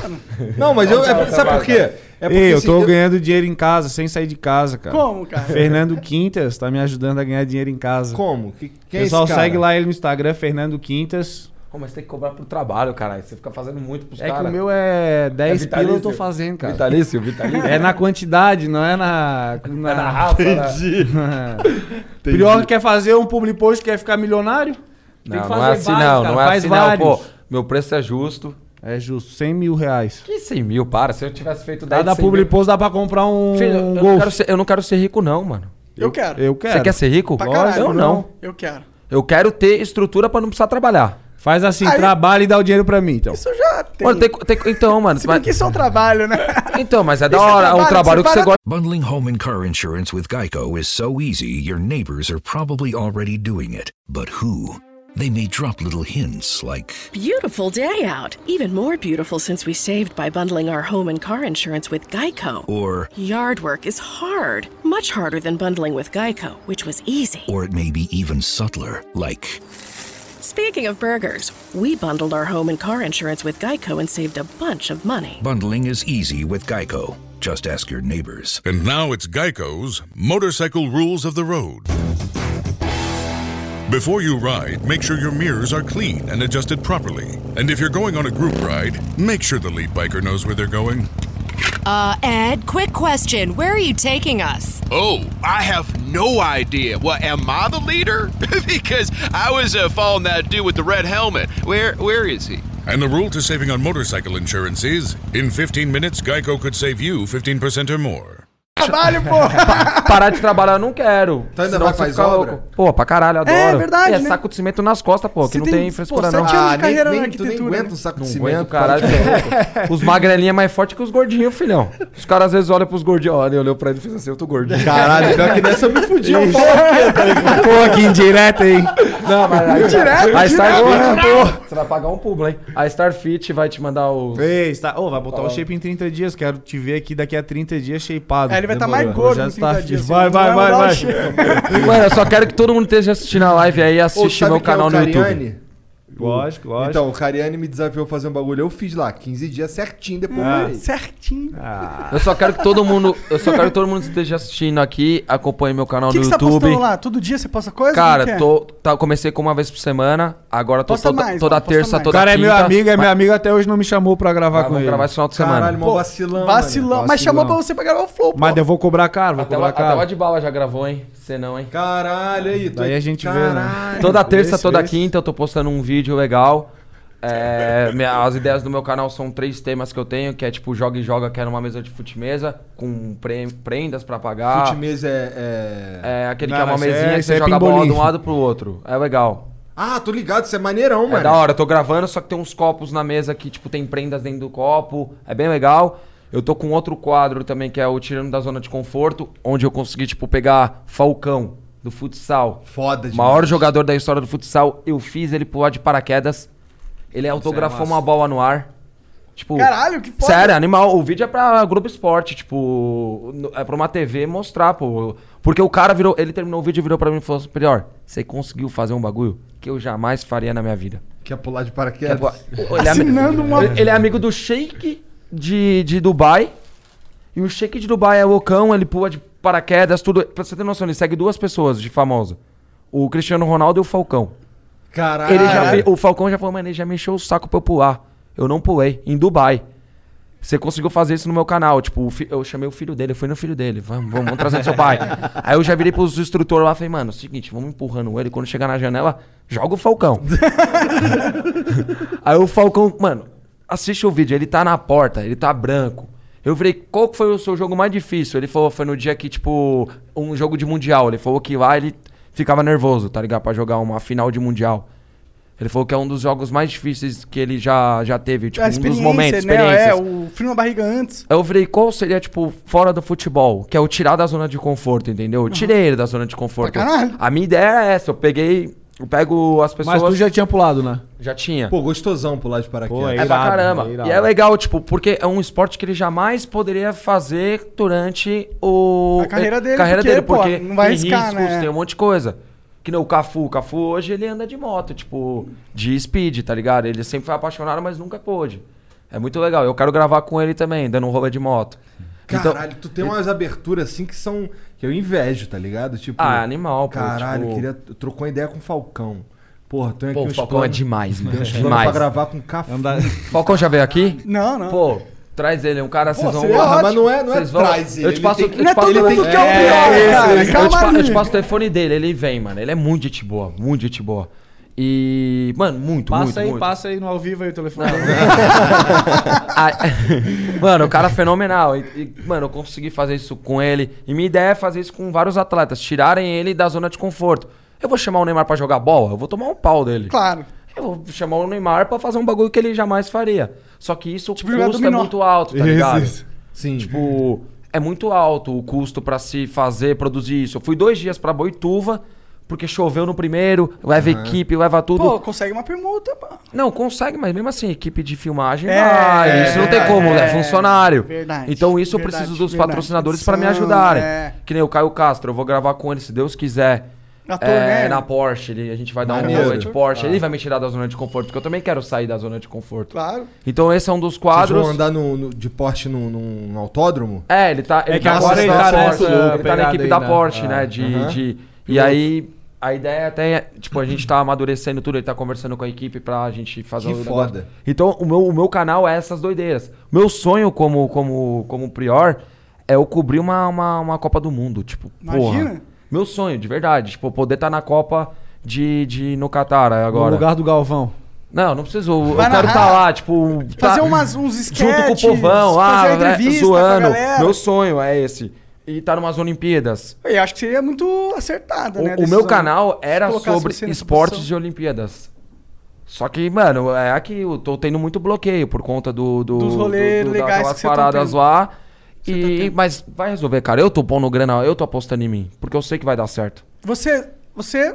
Speaker 2: Não, mas eu. é- sabe por quê? É
Speaker 5: Ei, eu
Speaker 2: assim,
Speaker 5: tô ganhando dinheiro em casa, sem sair de casa, cara.
Speaker 3: Como, cara?
Speaker 5: Fernando Quintas tá me ajudando a ganhar dinheiro em casa.
Speaker 2: Como? Que, que
Speaker 5: O
Speaker 2: é
Speaker 5: pessoal
Speaker 2: esse cara?
Speaker 5: segue lá ele no Instagram, Fernando Quintas.
Speaker 4: Pô, mas tem que cobrar pro trabalho, caralho. Você fica fazendo muito pros
Speaker 5: É
Speaker 4: caras.
Speaker 5: que o meu é
Speaker 4: É assim,
Speaker 5: 10 pila, eu tô
Speaker 4: vitalício.
Speaker 5: fazendo, cara.
Speaker 4: Vitalício, vitalício.
Speaker 5: É na quantidade, não é na. na...
Speaker 4: É na rafa, né?
Speaker 5: Pior que quer fazer um public post, quer ficar milionário?
Speaker 4: Não, não é assim não, não é
Speaker 5: faz
Speaker 4: assim não,
Speaker 5: vários.
Speaker 4: pô. Meu preço é justo.
Speaker 5: É justo, 100 mil reais.
Speaker 4: Que 100 mil, para. Se eu tivesse feito 10
Speaker 5: Cada
Speaker 4: 100 Tá mil-
Speaker 5: public post dá pra comprar um,
Speaker 4: Filho, eu,
Speaker 5: um
Speaker 4: não quero
Speaker 5: Golf.
Speaker 4: ser, eu não quero ser rico não, mano.
Speaker 3: Eu quero.
Speaker 5: Eu quero.
Speaker 4: Você quer ser rico?
Speaker 3: Pra caralho.
Speaker 4: eu não.
Speaker 3: Eu quero.
Speaker 4: Eu quero ter estrutura pra não precisar trabalhar.
Speaker 5: Faz assim,
Speaker 3: Aí-
Speaker 5: trabalha e dá o dinheiro pra mim, então.
Speaker 4: é-
Speaker 3: Isso eu já tem.
Speaker 4: Mano, tem co- tem co- então, mano.
Speaker 3: Se bem
Speaker 4: mas-
Speaker 3: que isso é um trabalho, né?
Speaker 4: Então, mas é da
Speaker 3: Isso é
Speaker 4: hora. É um
Speaker 3: trabalho
Speaker 4: trabalho
Speaker 3: que
Speaker 4: que
Speaker 3: você
Speaker 4: você
Speaker 3: para-
Speaker 4: gosta.
Speaker 8: Bundling home and car insurance with Geico is so easy, your neighbors are probably already doing it. But who? They may drop little hints like,
Speaker 9: Beautiful day out. Even more beautiful since we saved by bundling our home and car insurance with Geico.
Speaker 8: or,
Speaker 9: Yard work is hard, much harder than bundling with Geico, which was easy.
Speaker 8: or it may be even subtler, like,
Speaker 9: Speaking of burgers, we bundled our home and car insurance with Geico and saved a bunch of money.
Speaker 8: bundling is easy with Geico. Just ask your neighbors.
Speaker 10: And now it's Geico's Motorcycle Rules of the Road. Before you ride, make sure your mirrors are clean and adjusted properly. And if you're going on a group ride, make sure the lead biker knows where they're going.
Speaker 11: Uh, Ed, quick question. Where are you taking us?
Speaker 12: Oh, I have no idea. Well, am I the leader? because I was uh, following that dude with the red helmet. Where Where is he?
Speaker 10: And the rule to saving on motorcycle insurance is in 15 minutes, Geico could save you 15% or more.
Speaker 3: Trabalho, porra.
Speaker 4: Parar de trabalhar eu não quero.
Speaker 2: Então ainda
Speaker 4: Senão
Speaker 2: vai
Speaker 4: você
Speaker 2: faz
Speaker 4: fica
Speaker 2: obra?
Speaker 4: louco. Pô, pra caralho, eu adoro.
Speaker 3: verdade,
Speaker 4: É
Speaker 3: né?
Speaker 4: saco de cimento nas costas, pô.
Speaker 3: Você
Speaker 4: Que não
Speaker 3: tem-
Speaker 4: tem,
Speaker 3: pô,
Speaker 4: frescura
Speaker 3: sete
Speaker 4: não.
Speaker 3: anos
Speaker 4: Ah,
Speaker 2: Ah,
Speaker 3: de
Speaker 2: nem,
Speaker 3: carreira na
Speaker 2: nem, tu nem
Speaker 3: arquitetura,
Speaker 2: aguenta
Speaker 3: né?
Speaker 2: um saco
Speaker 4: Não
Speaker 2: de
Speaker 4: aguento,
Speaker 2: cimento.
Speaker 4: caralho. você é louco. Os magrelinhos é mais forte que os gordinhos, filhão. Os caras às vezes olham pros gordinhos. Olha, ele olhou pra ele e fez assim, eu tô gordinho.
Speaker 2: Caralho, pior que nessa eu me fudi. Eu falo
Speaker 5: Pô, que indireta, hein?
Speaker 4: Não, mas aí,
Speaker 3: Direto,
Speaker 4: a Starfit, você vai pagar um pulo, hein? A Starfit vai te mandar o...
Speaker 5: Ei, está... Ô, vai botar o shape em 30 dias. Quero te ver aqui daqui a 30 dias shapeado.
Speaker 3: É, ele vai
Speaker 6: tá
Speaker 3: estar mais
Speaker 5: Demorou.
Speaker 3: gordo
Speaker 5: Já
Speaker 3: em 30
Speaker 5: está-
Speaker 3: dias,
Speaker 5: Vai,
Speaker 3: assim,
Speaker 5: vai,
Speaker 3: não
Speaker 5: vai,
Speaker 3: vai
Speaker 5: vai.
Speaker 3: mudar
Speaker 4: Mano, eu só quero que todo mundo esteja assistindo a live aí e assiste meu canal no YouTube.
Speaker 5: Lógico, lógico.
Speaker 2: é Então, o Cariani me desafiou a fazer um bagulho. Eu fiz lá, 15 dias certinho, depois
Speaker 4: Ah,
Speaker 2: eu parei.
Speaker 3: Certinho. O
Speaker 4: Eu só quero que todo mundo, eu só quero que todo mundo esteja assistindo aqui, acompanhe meu canal
Speaker 3: que,
Speaker 4: no
Speaker 3: que você tá
Speaker 4: YouTube.
Speaker 3: postando lá? Todo dia você posta coisa? Como
Speaker 4: Cara,
Speaker 3: que é?
Speaker 4: tô, tá, comecei com uma vez por semana, agora tô
Speaker 3: Posta
Speaker 4: toda,
Speaker 3: mais,
Speaker 4: toda
Speaker 3: mano, posta
Speaker 4: terça,
Speaker 3: mais.
Speaker 5: o
Speaker 4: toda
Speaker 5: cara é
Speaker 4: quinta.
Speaker 5: meu amigo, é
Speaker 4: Mas-
Speaker 5: meu amigo até hoje não me chamou pra gravar com
Speaker 4: mas Ah, Vamos
Speaker 5: ele.
Speaker 4: gravar esse final de
Speaker 2: Caralho,
Speaker 4: semana.
Speaker 2: mó vacilão.
Speaker 3: Vacilão.
Speaker 2: mano.
Speaker 3: Mas chamou pra
Speaker 5: vacilão.
Speaker 3: você pra gravar o flow, pô.
Speaker 5: Mas eu vou cobrar caro, vou
Speaker 4: Até, o-
Speaker 5: cobrar
Speaker 4: até o
Speaker 5: caro.
Speaker 4: Adbala já gravou, hein? Você não, hein?
Speaker 2: Caralho, aí. tu- é
Speaker 5: Daí a gente vê, né?
Speaker 2: Caralho.
Speaker 4: Toda terça,
Speaker 5: esse,
Speaker 4: toda
Speaker 5: esse.
Speaker 4: quinta eu tô postando um vídeo legal. É, minha- as ideias do meu canal são três temas que eu tenho, que é tipo joga e joga, que é numa mesa de fute-mesa, com pre- prendas pra pagar.
Speaker 2: Futimês é, é-
Speaker 4: ah. É aquele
Speaker 5: Não,
Speaker 4: que é uma
Speaker 5: mas isso é-
Speaker 4: mesinha que
Speaker 5: isso
Speaker 4: você
Speaker 5: é
Speaker 4: joga a bola de
Speaker 5: pimbolim.
Speaker 4: um lado pro outro. É legal.
Speaker 2: Ah, tô ligado, isso é maneirão,
Speaker 4: É
Speaker 2: mano.
Speaker 4: da hora, eu tô gravando, só que tem uns copos na mesa que, tipo, tem prendas dentro do copo. É bem legal. Eu tô com outro quadro também, que é o Tirando da Zona de Conforto, onde eu consegui, tipo, pegar Falcão, do futsal.
Speaker 2: Foda demais.
Speaker 4: Maior jogador da história do futsal. Eu fiz ele pular de paraquedas. Ele autografou uma bola no ar. Tipo,
Speaker 3: Caralho, que foda.
Speaker 4: Sério, animal. O vídeo é pra Globo Esporte, tipo, no- é pra uma TV mostrar, pô. Porque o cara virou, ele terminou o vídeo e virou pra mim e falou assim, "Prior, você conseguiu fazer um bagulho que eu jamais faria na minha vida.
Speaker 2: Quer pular de
Speaker 4: Que é
Speaker 2: paraquedas?
Speaker 4: bo- ele, é ami-
Speaker 3: Assinando uma-
Speaker 4: ele- ele é amigo do Sheik de, de Dubai. E o Sheik de Dubai é loucão, ele pula de paraquedas, tudo. Pra você ter noção, ele segue duas pessoas de famosa. O Cristiano Ronaldo e o Falcão.
Speaker 3: Ah,
Speaker 2: Caralho.
Speaker 3: é?
Speaker 4: Ele já, fe- o Falcão já falou, mano, ele já mexeu o saco pra eu pular. Eu não pulei, em Dubai. Você conseguiu fazer isso no meu canal. Tipo, o fi- eu chamei o filho dele, eu fui no filho dele. Vamos, vamos, vamos trazer do seu pai. Aí eu já virei pros instrutores lá e falei, mano, é seguinte, vamos empurrando ele. Quando chegar na janela, joga o Falcão. Aí o Falcão, mano, assiste o vídeo, ele tá na porta, ele tá branco. Eu falei, qual que foi o seu jogo mais difícil? Ele falou, foi no dia que, tipo, um jogo de mundial. Ele falou que lá ele ficava nervoso, tá ligado? Pra jogar uma final de mundial. Ele falou que é um dos jogos mais difíceis que ele já, já teve, tipo,
Speaker 3: a
Speaker 4: um dos
Speaker 3: experiência,
Speaker 4: momentos,
Speaker 3: né?
Speaker 4: experiências.
Speaker 3: É, o frio na barriga antes.
Speaker 4: Aí Eu falei, qual seria, tipo, fora do futebol? Que é o tirar da zona de conforto, entendeu? Eu tirei ele da zona de conforto.
Speaker 3: Pra caralho.
Speaker 4: A minha ideia era essa, eu peguei, eu pego as pessoas...
Speaker 6: Mas tu já tinha pulado, né?
Speaker 4: Já tinha.
Speaker 2: Pô, gostosão pular de paraquedas.
Speaker 4: é, pra caramba. e é legal, tipo, porque é um esporte que ele jamais poderia fazer durante o... é,
Speaker 3: A carreira dele,
Speaker 4: carreira
Speaker 3: porque,
Speaker 4: dele,
Speaker 3: pô,
Speaker 4: porque
Speaker 3: não vai
Speaker 4: tem
Speaker 3: arriscar, né?
Speaker 4: tem um monte de coisa. Que nem o Cafu. O Cafu hoje ele anda de moto, tipo, de speed, tá ligado? Ele sempre foi apaixonado, mas nunca pôde. É muito legal. Eu quero gravar com ele também, dando um rolê de moto. Então-
Speaker 2: Caralho, tu tem umas aberturas assim que são. que eu invejo, tá ligado? Tipo.
Speaker 4: Ah, animal, pô,
Speaker 2: Caralho,
Speaker 4: tipo-
Speaker 2: queria. Trocou uma ideia com o Falcão. Porra, tem aqui um
Speaker 4: Pô, o
Speaker 2: uns
Speaker 4: Falcão
Speaker 2: planos-
Speaker 4: é demais, mano.
Speaker 2: Tem uns planos
Speaker 4: Demais.
Speaker 2: pra gravar com café.
Speaker 4: Falcão já veio aqui?
Speaker 3: Não, não.
Speaker 4: Pô, traz ele, um cara, vocês vão.
Speaker 2: seria ótimo. Mas não é- não é
Speaker 4: Vocês vão-
Speaker 2: traz ele,
Speaker 4: Eu te
Speaker 2: ele
Speaker 4: passo
Speaker 2: tem-
Speaker 4: eu te
Speaker 2: Não é
Speaker 4: passo-
Speaker 2: todo
Speaker 4: eu te
Speaker 2: mundo
Speaker 4: passo-
Speaker 2: que é o
Speaker 4: é,
Speaker 2: pior,
Speaker 4: é,
Speaker 2: cara.
Speaker 4: Eu te
Speaker 2: Calma
Speaker 4: pa-
Speaker 2: ali.
Speaker 4: eu te passo o telefone dele, ele vem, mano. Ele é muito gente boa, muito gente boa. E, mano, muito,
Speaker 6: Passa
Speaker 4: muito,
Speaker 6: aí,
Speaker 4: muito.
Speaker 6: passa aí no ao vivo aí o telefone.
Speaker 4: Ah, mano, o cara é fenomenal. E, e, mano, eu consegui fazer isso com ele. E minha ideia é fazer isso com vários atletas. Tirarem ele da zona de conforto. Eu vou chamar o Neymar pra jogar bola? Eu vou tomar um pau dele.
Speaker 3: Claro.
Speaker 4: Eu vou chamar o Neymar pra fazer um bagulho que ele jamais faria. Só que isso o
Speaker 3: jogar
Speaker 4: custo é
Speaker 3: dominó.
Speaker 4: muito alto, tá
Speaker 2: Tipo Isso,
Speaker 4: ligado?
Speaker 2: isso. Sim.
Speaker 4: Tipo, é muito alto o custo pra se fazer, produzir isso. Eu fui dois dias pra Boituva, porque choveu no primeiro, leva
Speaker 3: Aham.
Speaker 4: equipe, leva tudo. Tá.
Speaker 3: Pô, consegue uma permuta, pá.
Speaker 4: Não, consegue, mas mesmo assim, equipe de filmagem.
Speaker 3: É,
Speaker 4: ah, isso não tem como,
Speaker 3: é,
Speaker 4: é funcionário.
Speaker 3: verdade,
Speaker 4: então isso eu
Speaker 3: verdade,
Speaker 4: preciso dos
Speaker 3: verdade.
Speaker 4: patrocinadores pra me
Speaker 3: Edição,
Speaker 4: ajudarem.
Speaker 3: é.
Speaker 4: Que nem o Caio Castro, eu vou gravar com ele se Deus quiser.
Speaker 3: Ator,
Speaker 4: é,
Speaker 3: né?
Speaker 4: Na Porsche, ele- a gente vai dar
Speaker 3: Maneiro.
Speaker 4: um rolê de Porsche.
Speaker 3: Ah.
Speaker 4: Ele vai me tirar da zona de conforto, porque eu também quero sair da zona de conforto.
Speaker 3: Claro.
Speaker 4: Então esse é um dos
Speaker 2: Vocês
Speaker 4: quadros.
Speaker 2: vão andar no, no- de Porsche num, num autódromo?
Speaker 4: É, ele tá. Ele
Speaker 2: que
Speaker 4: tá
Speaker 2: agora
Speaker 4: na
Speaker 2: ele
Speaker 4: equipe
Speaker 2: tá
Speaker 4: da
Speaker 2: nessa
Speaker 4: Porsche, ele tá na
Speaker 2: pegada
Speaker 4: equipe
Speaker 2: aí,
Speaker 4: da
Speaker 2: né?
Speaker 4: Porsche,
Speaker 2: Ah,
Speaker 4: né? De,
Speaker 2: aham.
Speaker 4: de- e
Speaker 2: Piloto.
Speaker 4: aí a ideia até é, tipo, a gente tá amadurecendo tudo, ele tá conversando com a equipe pra gente fazer
Speaker 2: Que
Speaker 4: o negócio.
Speaker 2: foda.
Speaker 4: Então, o meu, o meu canal é essas doideiras. Meu sonho como, como, como prior é eu cobrir uma, uma, uma Copa do Mundo. Tipo,
Speaker 3: Imagina.
Speaker 4: porra. Meu sonho, de verdade. Tipo, poder estar na Copa de, de no Catar agora.
Speaker 6: No lugar do Galvão.
Speaker 4: Não, não preciso. Eu
Speaker 6: Vai
Speaker 4: quero
Speaker 6: narrar.
Speaker 4: estar lá, tipo.
Speaker 3: Fazer
Speaker 4: tá-
Speaker 3: umas- uns
Speaker 4: Junto com o
Speaker 3: sketches,
Speaker 4: povão,
Speaker 3: fazer
Speaker 4: ah,
Speaker 3: uma
Speaker 4: né,
Speaker 3: entrevista com a
Speaker 4: zoando.
Speaker 3: galera.
Speaker 4: Meu sonho é esse. E tá numas Olimpíadas.
Speaker 3: Eu acho que seria muito acertada,
Speaker 4: O,
Speaker 3: né? a
Speaker 4: o
Speaker 3: decisão.
Speaker 4: meu canal era
Speaker 3: Se colocasse
Speaker 4: sobre
Speaker 3: você nessa
Speaker 4: esportes
Speaker 3: posição.
Speaker 4: de Olimpíadas. Só que, mano, é aqui eu tô tendo muito bloqueio por conta do, do,
Speaker 3: Dos rolês
Speaker 4: do, do,
Speaker 3: legais
Speaker 4: daquelas
Speaker 3: que você tá
Speaker 4: paradas
Speaker 3: tendo. tá
Speaker 4: lá. E, mas vai resolver, cara. Eu tô pondo grana, eu tô apostando em mim. Porque eu sei que vai dar certo.
Speaker 3: Você, você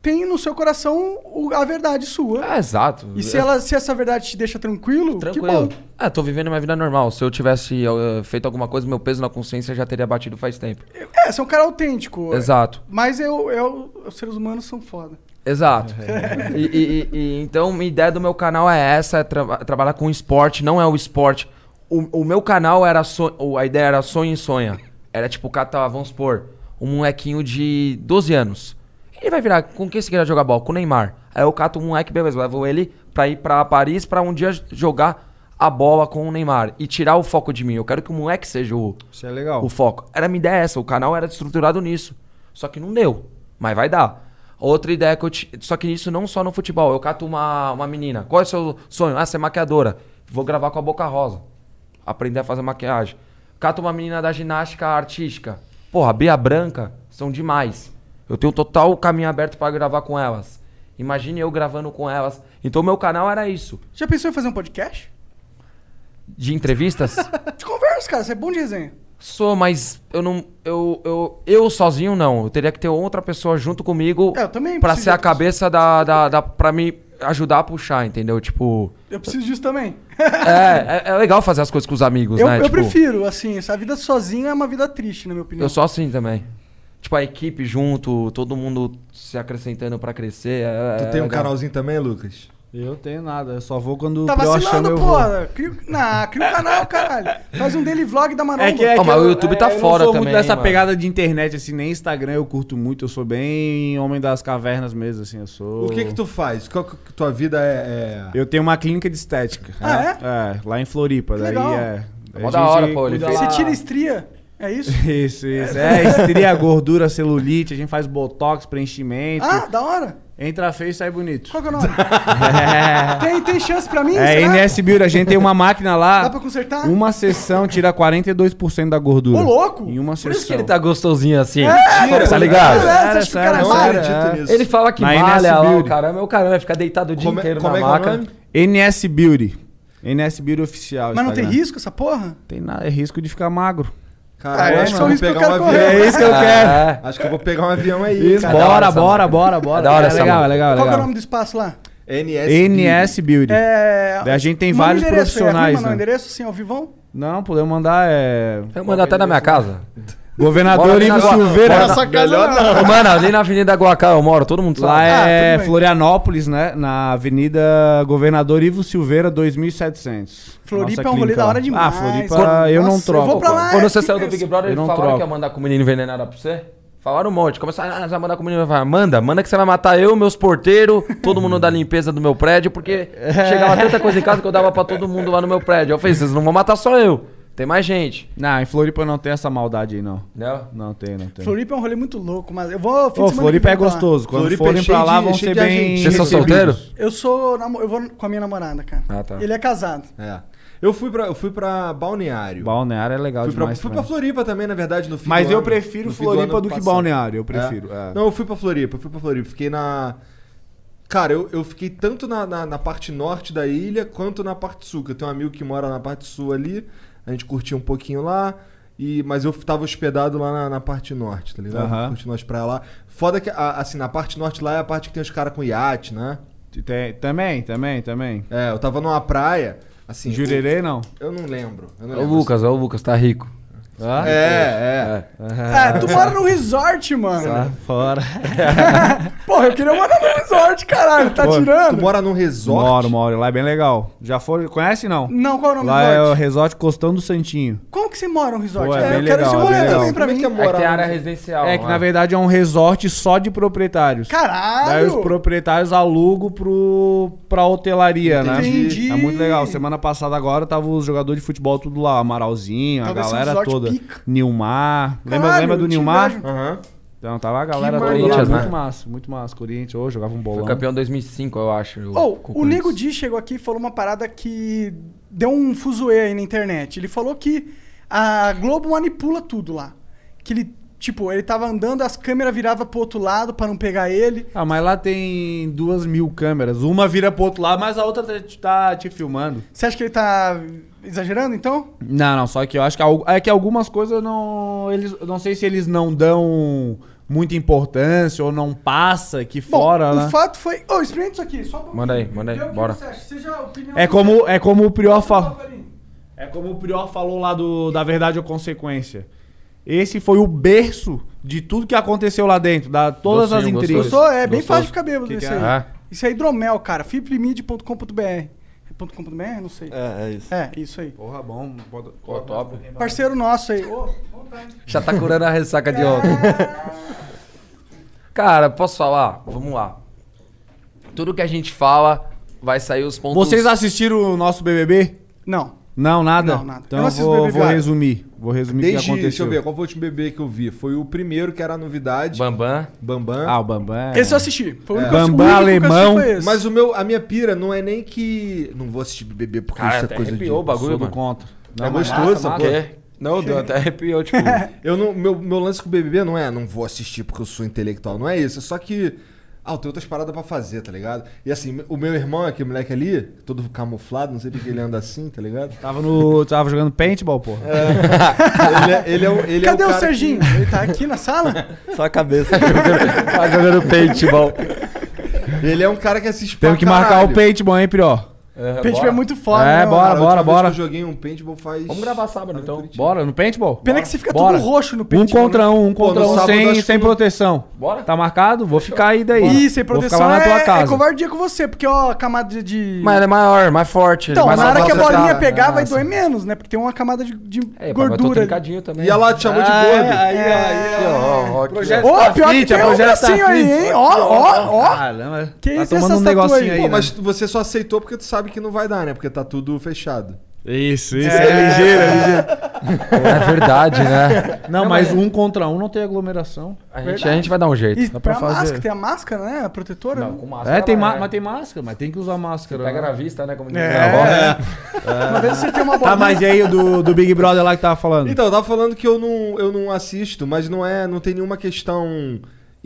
Speaker 3: tem no seu coração o- a verdade sua.
Speaker 4: É, exato.
Speaker 3: E se, ela, se essa verdade te deixa tranquilo,
Speaker 4: Tranquilo.
Speaker 3: que bom.
Speaker 4: Ah, tô vivendo minha vida normal. Se eu tivesse eh, feito alguma coisa, meu peso na consciência já teria batido faz tempo.
Speaker 3: É, você é um cara autêntico.
Speaker 4: Exato.
Speaker 3: Mas eu, eu, os seres humanos são foda.
Speaker 4: Exato. e, e- e- e então, a ideia do meu canal é essa: é traba- trabalhar com esporte, não é o esporte. O, o meu canal era sonho, a ideia era sonho e sonha. Era tipo, catar, vamos supor, um molequinho de 12 anos. Ele vai virar, com quem você quer jogar bola? Com o Neymar. Aí eu cato um moleque, beleza, levo ele pra ir pra Paris pra um dia jogar a bola com o Neymar e tirar o foco de mim. Eu quero que o moleque seja o,
Speaker 6: Isso é legal.
Speaker 4: o foco. Era a minha ideia é essa, o canal era estruturado nisso. Só que não deu, mas vai dar. Outra ideia que eu ti- Só que isso não só no futebol. Eu cato uma, uma menina. Qual é o seu sonho? Ah, ser maquiadora. Vou gravar com a Boca Rosa. Aprender a fazer maquiagem. Cato uma menina da ginástica artística. Porra, Bia Branca são demais. Eu tenho total caminho aberto pra gravar com elas. Imagine eu gravando com elas. Então meu canal era isso.
Speaker 3: Já pensou em fazer um podcast?
Speaker 4: De entrevistas?
Speaker 3: Te conversa, cara. Você é bom de resenha.
Speaker 4: Sou, mas eu não. Eu, eu, eu sozinho não. Eu teria que ter outra pessoa junto comigo.
Speaker 3: É, eu também
Speaker 4: Pra
Speaker 3: preciso
Speaker 4: ser a
Speaker 3: de outra
Speaker 4: cabeça da, da, da. Pra me ajudar a puxar, entendeu? Tipo.
Speaker 3: Eu preciso disso também.
Speaker 4: É, é, é legal fazer as coisas com os amigos,
Speaker 3: Eu,
Speaker 4: né?
Speaker 3: eu
Speaker 4: tipo,
Speaker 3: prefiro, assim, essa vida sozinha é uma vida triste, na minha opinião.
Speaker 4: Eu sou assim também. Tipo, a equipe junto, todo mundo se acrescentando pra crescer. é-
Speaker 2: Tu tem
Speaker 4: é
Speaker 2: um
Speaker 4: legal.
Speaker 2: canalzinho também, Lucas?
Speaker 6: Eu tenho nada, eu só vou quando
Speaker 3: Tá
Speaker 6: o Prior chama
Speaker 3: vacilando,
Speaker 6: eu
Speaker 3: pô.
Speaker 6: vou.
Speaker 3: Cria, o- nah, cria o canal, caralho. Faz um daily vlog da Maromba.
Speaker 6: É que, é que eu- é,
Speaker 4: tá
Speaker 6: Eu não sou muito dessa
Speaker 3: mano.
Speaker 6: pegada de internet, assim, nem Instagram eu curto muito. Eu sou bem homem das cavernas mesmo, assim, eu sou...
Speaker 2: O que que tu faz? Qual que tua vida é...
Speaker 6: Eu tenho uma clínica de estética.
Speaker 2: Ah,
Speaker 6: é? É, lá em Floripa.
Speaker 2: Que
Speaker 6: daí
Speaker 2: legal.
Speaker 6: é...
Speaker 2: É
Speaker 6: a
Speaker 2: mó da hora,
Speaker 6: gente
Speaker 2: pô, ele
Speaker 6: cuida
Speaker 2: fez-
Speaker 6: tá lá-
Speaker 3: Você tira estria. É isso?
Speaker 6: Isso, isso. É, estria, gordura, celulite, a gente faz botox, preenchimento.
Speaker 3: Ah, da hora.
Speaker 6: Entra feio e sai bonito.
Speaker 3: Qual que é o nome?
Speaker 6: É.
Speaker 3: tem, tem chance pra mim?
Speaker 6: É,
Speaker 3: será?
Speaker 6: NS Build, a gente tem uma máquina lá.
Speaker 3: né? Dá pra consertar?
Speaker 6: Uma sessão tira 42% da gordura.
Speaker 3: Ô, louco!
Speaker 6: Em uma sessão.
Speaker 4: Por isso que ele tá gostosinho assim.
Speaker 6: É,
Speaker 4: tá
Speaker 6: tira.
Speaker 4: ligado?
Speaker 6: É, você acha que o cara
Speaker 4: Sério,
Speaker 6: malha?
Speaker 4: sério.
Speaker 6: Eu acredito nisso.
Speaker 4: Ele fala que
Speaker 6: Na NS
Speaker 4: malha lá, o
Speaker 6: Build.
Speaker 4: caramba. é O caramba vai ficar deitado o dia
Speaker 2: é-
Speaker 4: inteiro na maca.
Speaker 6: NS Beauty. NS Beauty oficial.
Speaker 3: Mas não tem
Speaker 6: Instagram.
Speaker 3: risco essa porra?
Speaker 6: Tem nada, é risco de ficar magro.
Speaker 2: Cara, eu acho que eu
Speaker 6: mano.
Speaker 2: vou pegar um avião.
Speaker 6: É isso que eu quero.
Speaker 2: Acho que eu vou pegar um avião aí.
Speaker 6: Isso,
Speaker 2: cara.
Speaker 6: bora, bora, bora, bora.
Speaker 2: Da hora
Speaker 6: É
Speaker 2: essa
Speaker 6: legal,
Speaker 2: mão.
Speaker 6: é legal,
Speaker 3: Qual
Speaker 6: é
Speaker 3: que é o
Speaker 6: legal.
Speaker 3: nome do espaço lá?
Speaker 6: NS Build.
Speaker 3: É...
Speaker 6: Daí a gente tem
Speaker 3: Manda o
Speaker 6: vários
Speaker 3: endereço aí,
Speaker 6: profissionais,
Speaker 3: Arruma o
Speaker 6: né?
Speaker 3: endereço, assim, ao vivão?
Speaker 6: Não, podemos mandar é.
Speaker 4: Eu mando até na minha casa.
Speaker 6: Governador Ivo Silveira.
Speaker 4: Ô, Mano, ali na Avenida Guacá eu moro, todo mundo sabe.
Speaker 6: Lá é Florianópolis, né? Na Avenida Governador Ivo Silveira, 2700.
Speaker 4: Floripa
Speaker 6: Nossa
Speaker 4: é um rolê
Speaker 6: clínica
Speaker 4: da
Speaker 6: lá.
Speaker 4: hora demais,
Speaker 6: Ah, Floripa
Speaker 4: mano.
Speaker 6: eu não
Speaker 4: Nossa, eu
Speaker 6: troco.
Speaker 4: vou pra lá,
Speaker 6: cara.
Speaker 4: Quando você saiu do Big Brother,
Speaker 6: Eu
Speaker 4: eles
Speaker 6: não
Speaker 4: falaram
Speaker 6: troco.
Speaker 4: que ia mandar com o menino envenenado pra você? Falaram um monte. Começaram, ah, você vai mandar com o menino envenenado. Manda, manda que você vai matar eu, meus porteiros, todo mundo da limpeza do meu prédio, porque chegava tanta coisa em casa que eu dava pra todo mundo lá no meu prédio. Eu falei, vocês não vão matar só eu, tem mais gente.
Speaker 6: Não, em Floripa não tem essa maldade aí, não.
Speaker 4: Não?
Speaker 6: Não tem, não tem.
Speaker 3: Floripa é um rolê muito louco, mas eu vou. fim de
Speaker 6: Ô,
Speaker 3: semana que
Speaker 6: Floripa
Speaker 3: vem
Speaker 6: é
Speaker 3: pra lá.
Speaker 6: gostoso. Quando Floripa é forem pra cheio lá, de- vão cheio ser de bem agentes
Speaker 4: Vocês são
Speaker 6: recebidos.
Speaker 4: solteiros?
Speaker 3: Eu sou. namo- Eu vou com a minha namorada, cara.
Speaker 4: Ah, tá.
Speaker 3: Ele é casado.
Speaker 2: É. Eu fui pra, eu fui pra Balneário.
Speaker 6: Balneário é legal
Speaker 2: Fui pra,
Speaker 6: demais.
Speaker 2: fui pra
Speaker 6: também.
Speaker 2: Floripa também, na verdade, no fim
Speaker 6: Mas
Speaker 2: do
Speaker 6: eu
Speaker 2: ano.
Speaker 6: prefiro
Speaker 2: No fim
Speaker 6: Floripa
Speaker 2: ano
Speaker 6: do que
Speaker 2: passado.
Speaker 6: Balneário, eu prefiro, é.
Speaker 2: Não, eu fui pra Floripa, eu fui pra Floripa. Fiquei na... Cara, eu, eu fiquei tanto na, na, na parte norte da ilha quanto na parte sul. Que eu tenho um amigo que mora na parte sul ali. A gente curtia um pouquinho lá. E, mas eu tava hospedado lá na, na parte norte, tá ligado?
Speaker 6: Aham.
Speaker 2: Curtindo as praias lá. Foda que, a- assim, na parte norte lá é a parte que tem os caras com iate, né?
Speaker 6: Tem, também, também, também.
Speaker 2: É, eu tava numa praia, assim...
Speaker 6: Jurerê, não?
Speaker 2: Eu não lembro. Eu não
Speaker 4: Ô,
Speaker 2: lembro.
Speaker 4: Lucas, ó, É o Lucas tá rico.
Speaker 2: É,
Speaker 3: Ah, tu mora no resort, mano.
Speaker 6: Fora.
Speaker 3: Porra, eu queria morar no resort, caralho. Tá
Speaker 4: É.
Speaker 3: tirando?
Speaker 2: mora num resort?
Speaker 6: Moro, moro. Lá é bem legal. Já foram. Conhece, não?
Speaker 3: Não, qual é o nome
Speaker 6: Lá
Speaker 3: do
Speaker 6: é o
Speaker 3: resort?
Speaker 6: Resort Costão do Santinho.
Speaker 3: Como que você mora num resort?
Speaker 6: Pô, é
Speaker 3: É,
Speaker 6: bem
Speaker 3: eu quero
Speaker 6: legal,
Speaker 3: esse
Speaker 6: é bem
Speaker 3: rolê
Speaker 6: legal.
Speaker 3: também pra mim.
Speaker 4: É que tem área residencial.
Speaker 6: É que
Speaker 4: lá.
Speaker 6: na verdade é um resort só de proprietários.
Speaker 3: Caralho!
Speaker 6: Daí os proprietários alugam pro, pra hotelaria,
Speaker 3: Entendi.
Speaker 6: né? É muito legal. Semana passada agora tava os jogadores de futebol tudo lá, Amaralzinho,
Speaker 3: Tava
Speaker 6: a
Speaker 3: esse
Speaker 6: galera
Speaker 3: resort
Speaker 6: toda.
Speaker 3: pica.
Speaker 6: Nilmar. Lembra,
Speaker 3: Caralho,
Speaker 6: lembra do
Speaker 3: eu te
Speaker 6: Nilmar?
Speaker 3: invejo.
Speaker 6: Então tava a galera toda lá.
Speaker 4: Corinthians,
Speaker 6: Muito
Speaker 4: né?
Speaker 6: massa, muito massa. Corinthians, ô, jogava um bolão.
Speaker 4: Foi campeão em 2005, eu acho. eu-
Speaker 3: Ou,
Speaker 4: com
Speaker 3: o
Speaker 4: Corinthians.
Speaker 3: Nego Di chegou aqui e falou uma parada que deu um fuzuê aí na internet. Ele falou que a Globo manipula tudo lá. Que ele, tipo, ele tava andando, as câmeras viravam pro outro lado pra não pegar ele.
Speaker 6: Ah, mas lá tem duas mil câmeras. Uma vira pro outro lado, mas a outra tá te, tá te filmando.
Speaker 3: Você acha que ele tá exagerando, então?
Speaker 6: Não, não, só que eu acho que, al- é que algumas coisas não. Eles, eu não sei se eles não dão muita importância ou não passa aqui fora,
Speaker 3: Bom,
Speaker 6: né?
Speaker 3: o fato foi... Ô, experimenta isso aqui, só pra...
Speaker 4: Manda aí, manda aí,
Speaker 3: Vê o que
Speaker 4: bora.
Speaker 3: você acha, seja a opinião
Speaker 6: É
Speaker 3: do-
Speaker 6: como, é como o Prior falou. É como o Prior falou lá do, da verdade ou consequência. Esse foi o berço de tudo que aconteceu lá dentro, da todas as
Speaker 4: Docinho,
Speaker 6: intrigas.
Speaker 3: Gostou? É bem
Speaker 4: Gostoso.
Speaker 3: fácil ficar bêbado
Speaker 4: Que
Speaker 3: desse
Speaker 4: que é?
Speaker 3: aí.
Speaker 4: Ah.
Speaker 3: Isso é hidromel, cara. Fiplimid.com.br. É ponto .com.br? Não sei.
Speaker 6: É, é isso.
Speaker 3: É, isso aí.
Speaker 6: Porra, bom. Bota,
Speaker 4: top.
Speaker 3: Parceiro nosso aí. Ô,
Speaker 4: Já tá curando a ressaca de ontem. Cara, posso falar? Vamos lá. Tudo que a gente fala vai sair os pontos.
Speaker 6: Vocês assistiram o nosso BBB?
Speaker 3: Não.
Speaker 6: Não, nada?
Speaker 2: Não, nada. Eu
Speaker 6: Então
Speaker 2: não
Speaker 6: eu
Speaker 2: assisto
Speaker 6: vou,
Speaker 2: BBB,
Speaker 6: vou
Speaker 2: cara.
Speaker 6: resumir. Vou resumir o que
Speaker 2: Desde,
Speaker 6: aconteceu.
Speaker 2: deixa eu ver, qual foi o último bebê que eu vi? Foi o primeiro que era a novidade.
Speaker 4: Bambam.
Speaker 2: Bambam.
Speaker 6: Ah, o Bambam.
Speaker 3: Esse eu assisti. Foi o único que eu assisti-
Speaker 6: Bambam
Speaker 3: o único que eu assisti
Speaker 6: alemão.
Speaker 3: foi esse.
Speaker 2: Mas o meu, a minha pira não é nem que. Não vou assistir bebê porque
Speaker 4: Cara,
Speaker 2: isso é
Speaker 4: até
Speaker 2: coisa de.
Speaker 4: arrepiou o bagulho,
Speaker 2: absurdo.
Speaker 4: mano.
Speaker 6: Contra.
Speaker 2: é gostoso,
Speaker 4: massa,
Speaker 2: essa
Speaker 4: massa. É.
Speaker 2: porra.
Speaker 4: Não, deu até arrepiou, tipo.
Speaker 2: eu não, meu, meu lance com o BBB não é, não vou assistir porque eu sou intelectual, não é isso. É só que. Ah, eu tenho outras paradas pra fazer, tá ligado? E assim, o meu irmão, aquele moleque ali, todo camuflado, não sei porque ele anda assim, tá ligado?
Speaker 6: Tava, no, tava jogando paintball, porra.
Speaker 2: ele, é, ele é o- ele é
Speaker 3: Cadê o,
Speaker 2: cara que-
Speaker 3: Serginho? Ele tá aqui na sala?
Speaker 2: Só a cabeça.
Speaker 4: tá jogando paintball.
Speaker 2: Ele é um cara que assiste
Speaker 6: Temos que marcar o paintball, hein, Prió?
Speaker 3: Paintball é muito foda,
Speaker 6: É,
Speaker 3: né, mano?
Speaker 6: bora,
Speaker 3: Cara, a
Speaker 6: bora,
Speaker 3: última vez
Speaker 6: bora.
Speaker 2: que eu joguei um paintball faz.
Speaker 4: Vamos gravar sábado então.
Speaker 6: Bora, no paintball?
Speaker 3: Pena que você fica
Speaker 6: Bora.
Speaker 3: todo roxo no
Speaker 6: Um
Speaker 3: paintball,
Speaker 6: contra
Speaker 3: né?
Speaker 6: um, um
Speaker 3: Pô,
Speaker 6: contra
Speaker 3: no
Speaker 6: um,
Speaker 3: sábado eu
Speaker 6: sem,
Speaker 3: acho
Speaker 6: sem
Speaker 3: que-
Speaker 6: proteção. Bora. Tá marcado? Vou ficar aí daí.
Speaker 3: Ih, sem
Speaker 6: Vou
Speaker 3: proteção
Speaker 6: ficar lá na tua
Speaker 3: é, é
Speaker 6: casa.
Speaker 3: covardia com você, porque ó, a camada de...
Speaker 4: Mas ele é maior, mais forte.
Speaker 3: Então,
Speaker 4: ele mais
Speaker 3: na hora que a
Speaker 4: saudável,
Speaker 3: bolinha
Speaker 4: tá?
Speaker 3: pegar, vai
Speaker 4: Nossa.
Speaker 3: doer menos, né? Porque tem uma camada de, de
Speaker 4: É, mas eu tô
Speaker 3: gordura.
Speaker 4: trincadinho também.
Speaker 2: E a lá te chamou de
Speaker 4: Ah,
Speaker 2: gordo.
Speaker 4: é, aí,
Speaker 2: aí,
Speaker 4: ó, ó, aqui, ó.
Speaker 3: Ô, pior que
Speaker 6: é
Speaker 3: tem um bracinho aí, hein? Ó, ó, ó.
Speaker 6: Caramba.
Speaker 3: Que
Speaker 2: Tá
Speaker 3: isso
Speaker 2: tomando
Speaker 3: essas
Speaker 2: um
Speaker 3: tatu
Speaker 2: negocinho
Speaker 3: aí?
Speaker 2: aí, Pô,
Speaker 6: né?
Speaker 2: mas
Speaker 4: né?
Speaker 2: você só aceitou porque tu sabe que não vai dar, né? Porque tá tudo fechado.
Speaker 5: Isso,
Speaker 6: isso, é ligeiro, é ligeiro.
Speaker 4: É verdade, né?
Speaker 6: Não, mas um contra um não tem aglomeração.
Speaker 4: A gente, a gente vai dar um jeito.
Speaker 3: E tem a máscara, tem a máscara, né? A protetora. Não,
Speaker 4: com
Speaker 6: É, tem ma- mas tem máscara, mas tem que usar máscara.
Speaker 4: Pega na vista, né? Como diz
Speaker 6: É.
Speaker 4: minha avó.
Speaker 6: É.
Speaker 3: Uma vez você tem uma
Speaker 6: Tá,
Speaker 3: bolinha-
Speaker 6: mas e aí o do, do Big Brother lá que tava falando?
Speaker 2: Então, eu tava falando que eu não, eu não assisto, mas não é, não tem nenhuma questão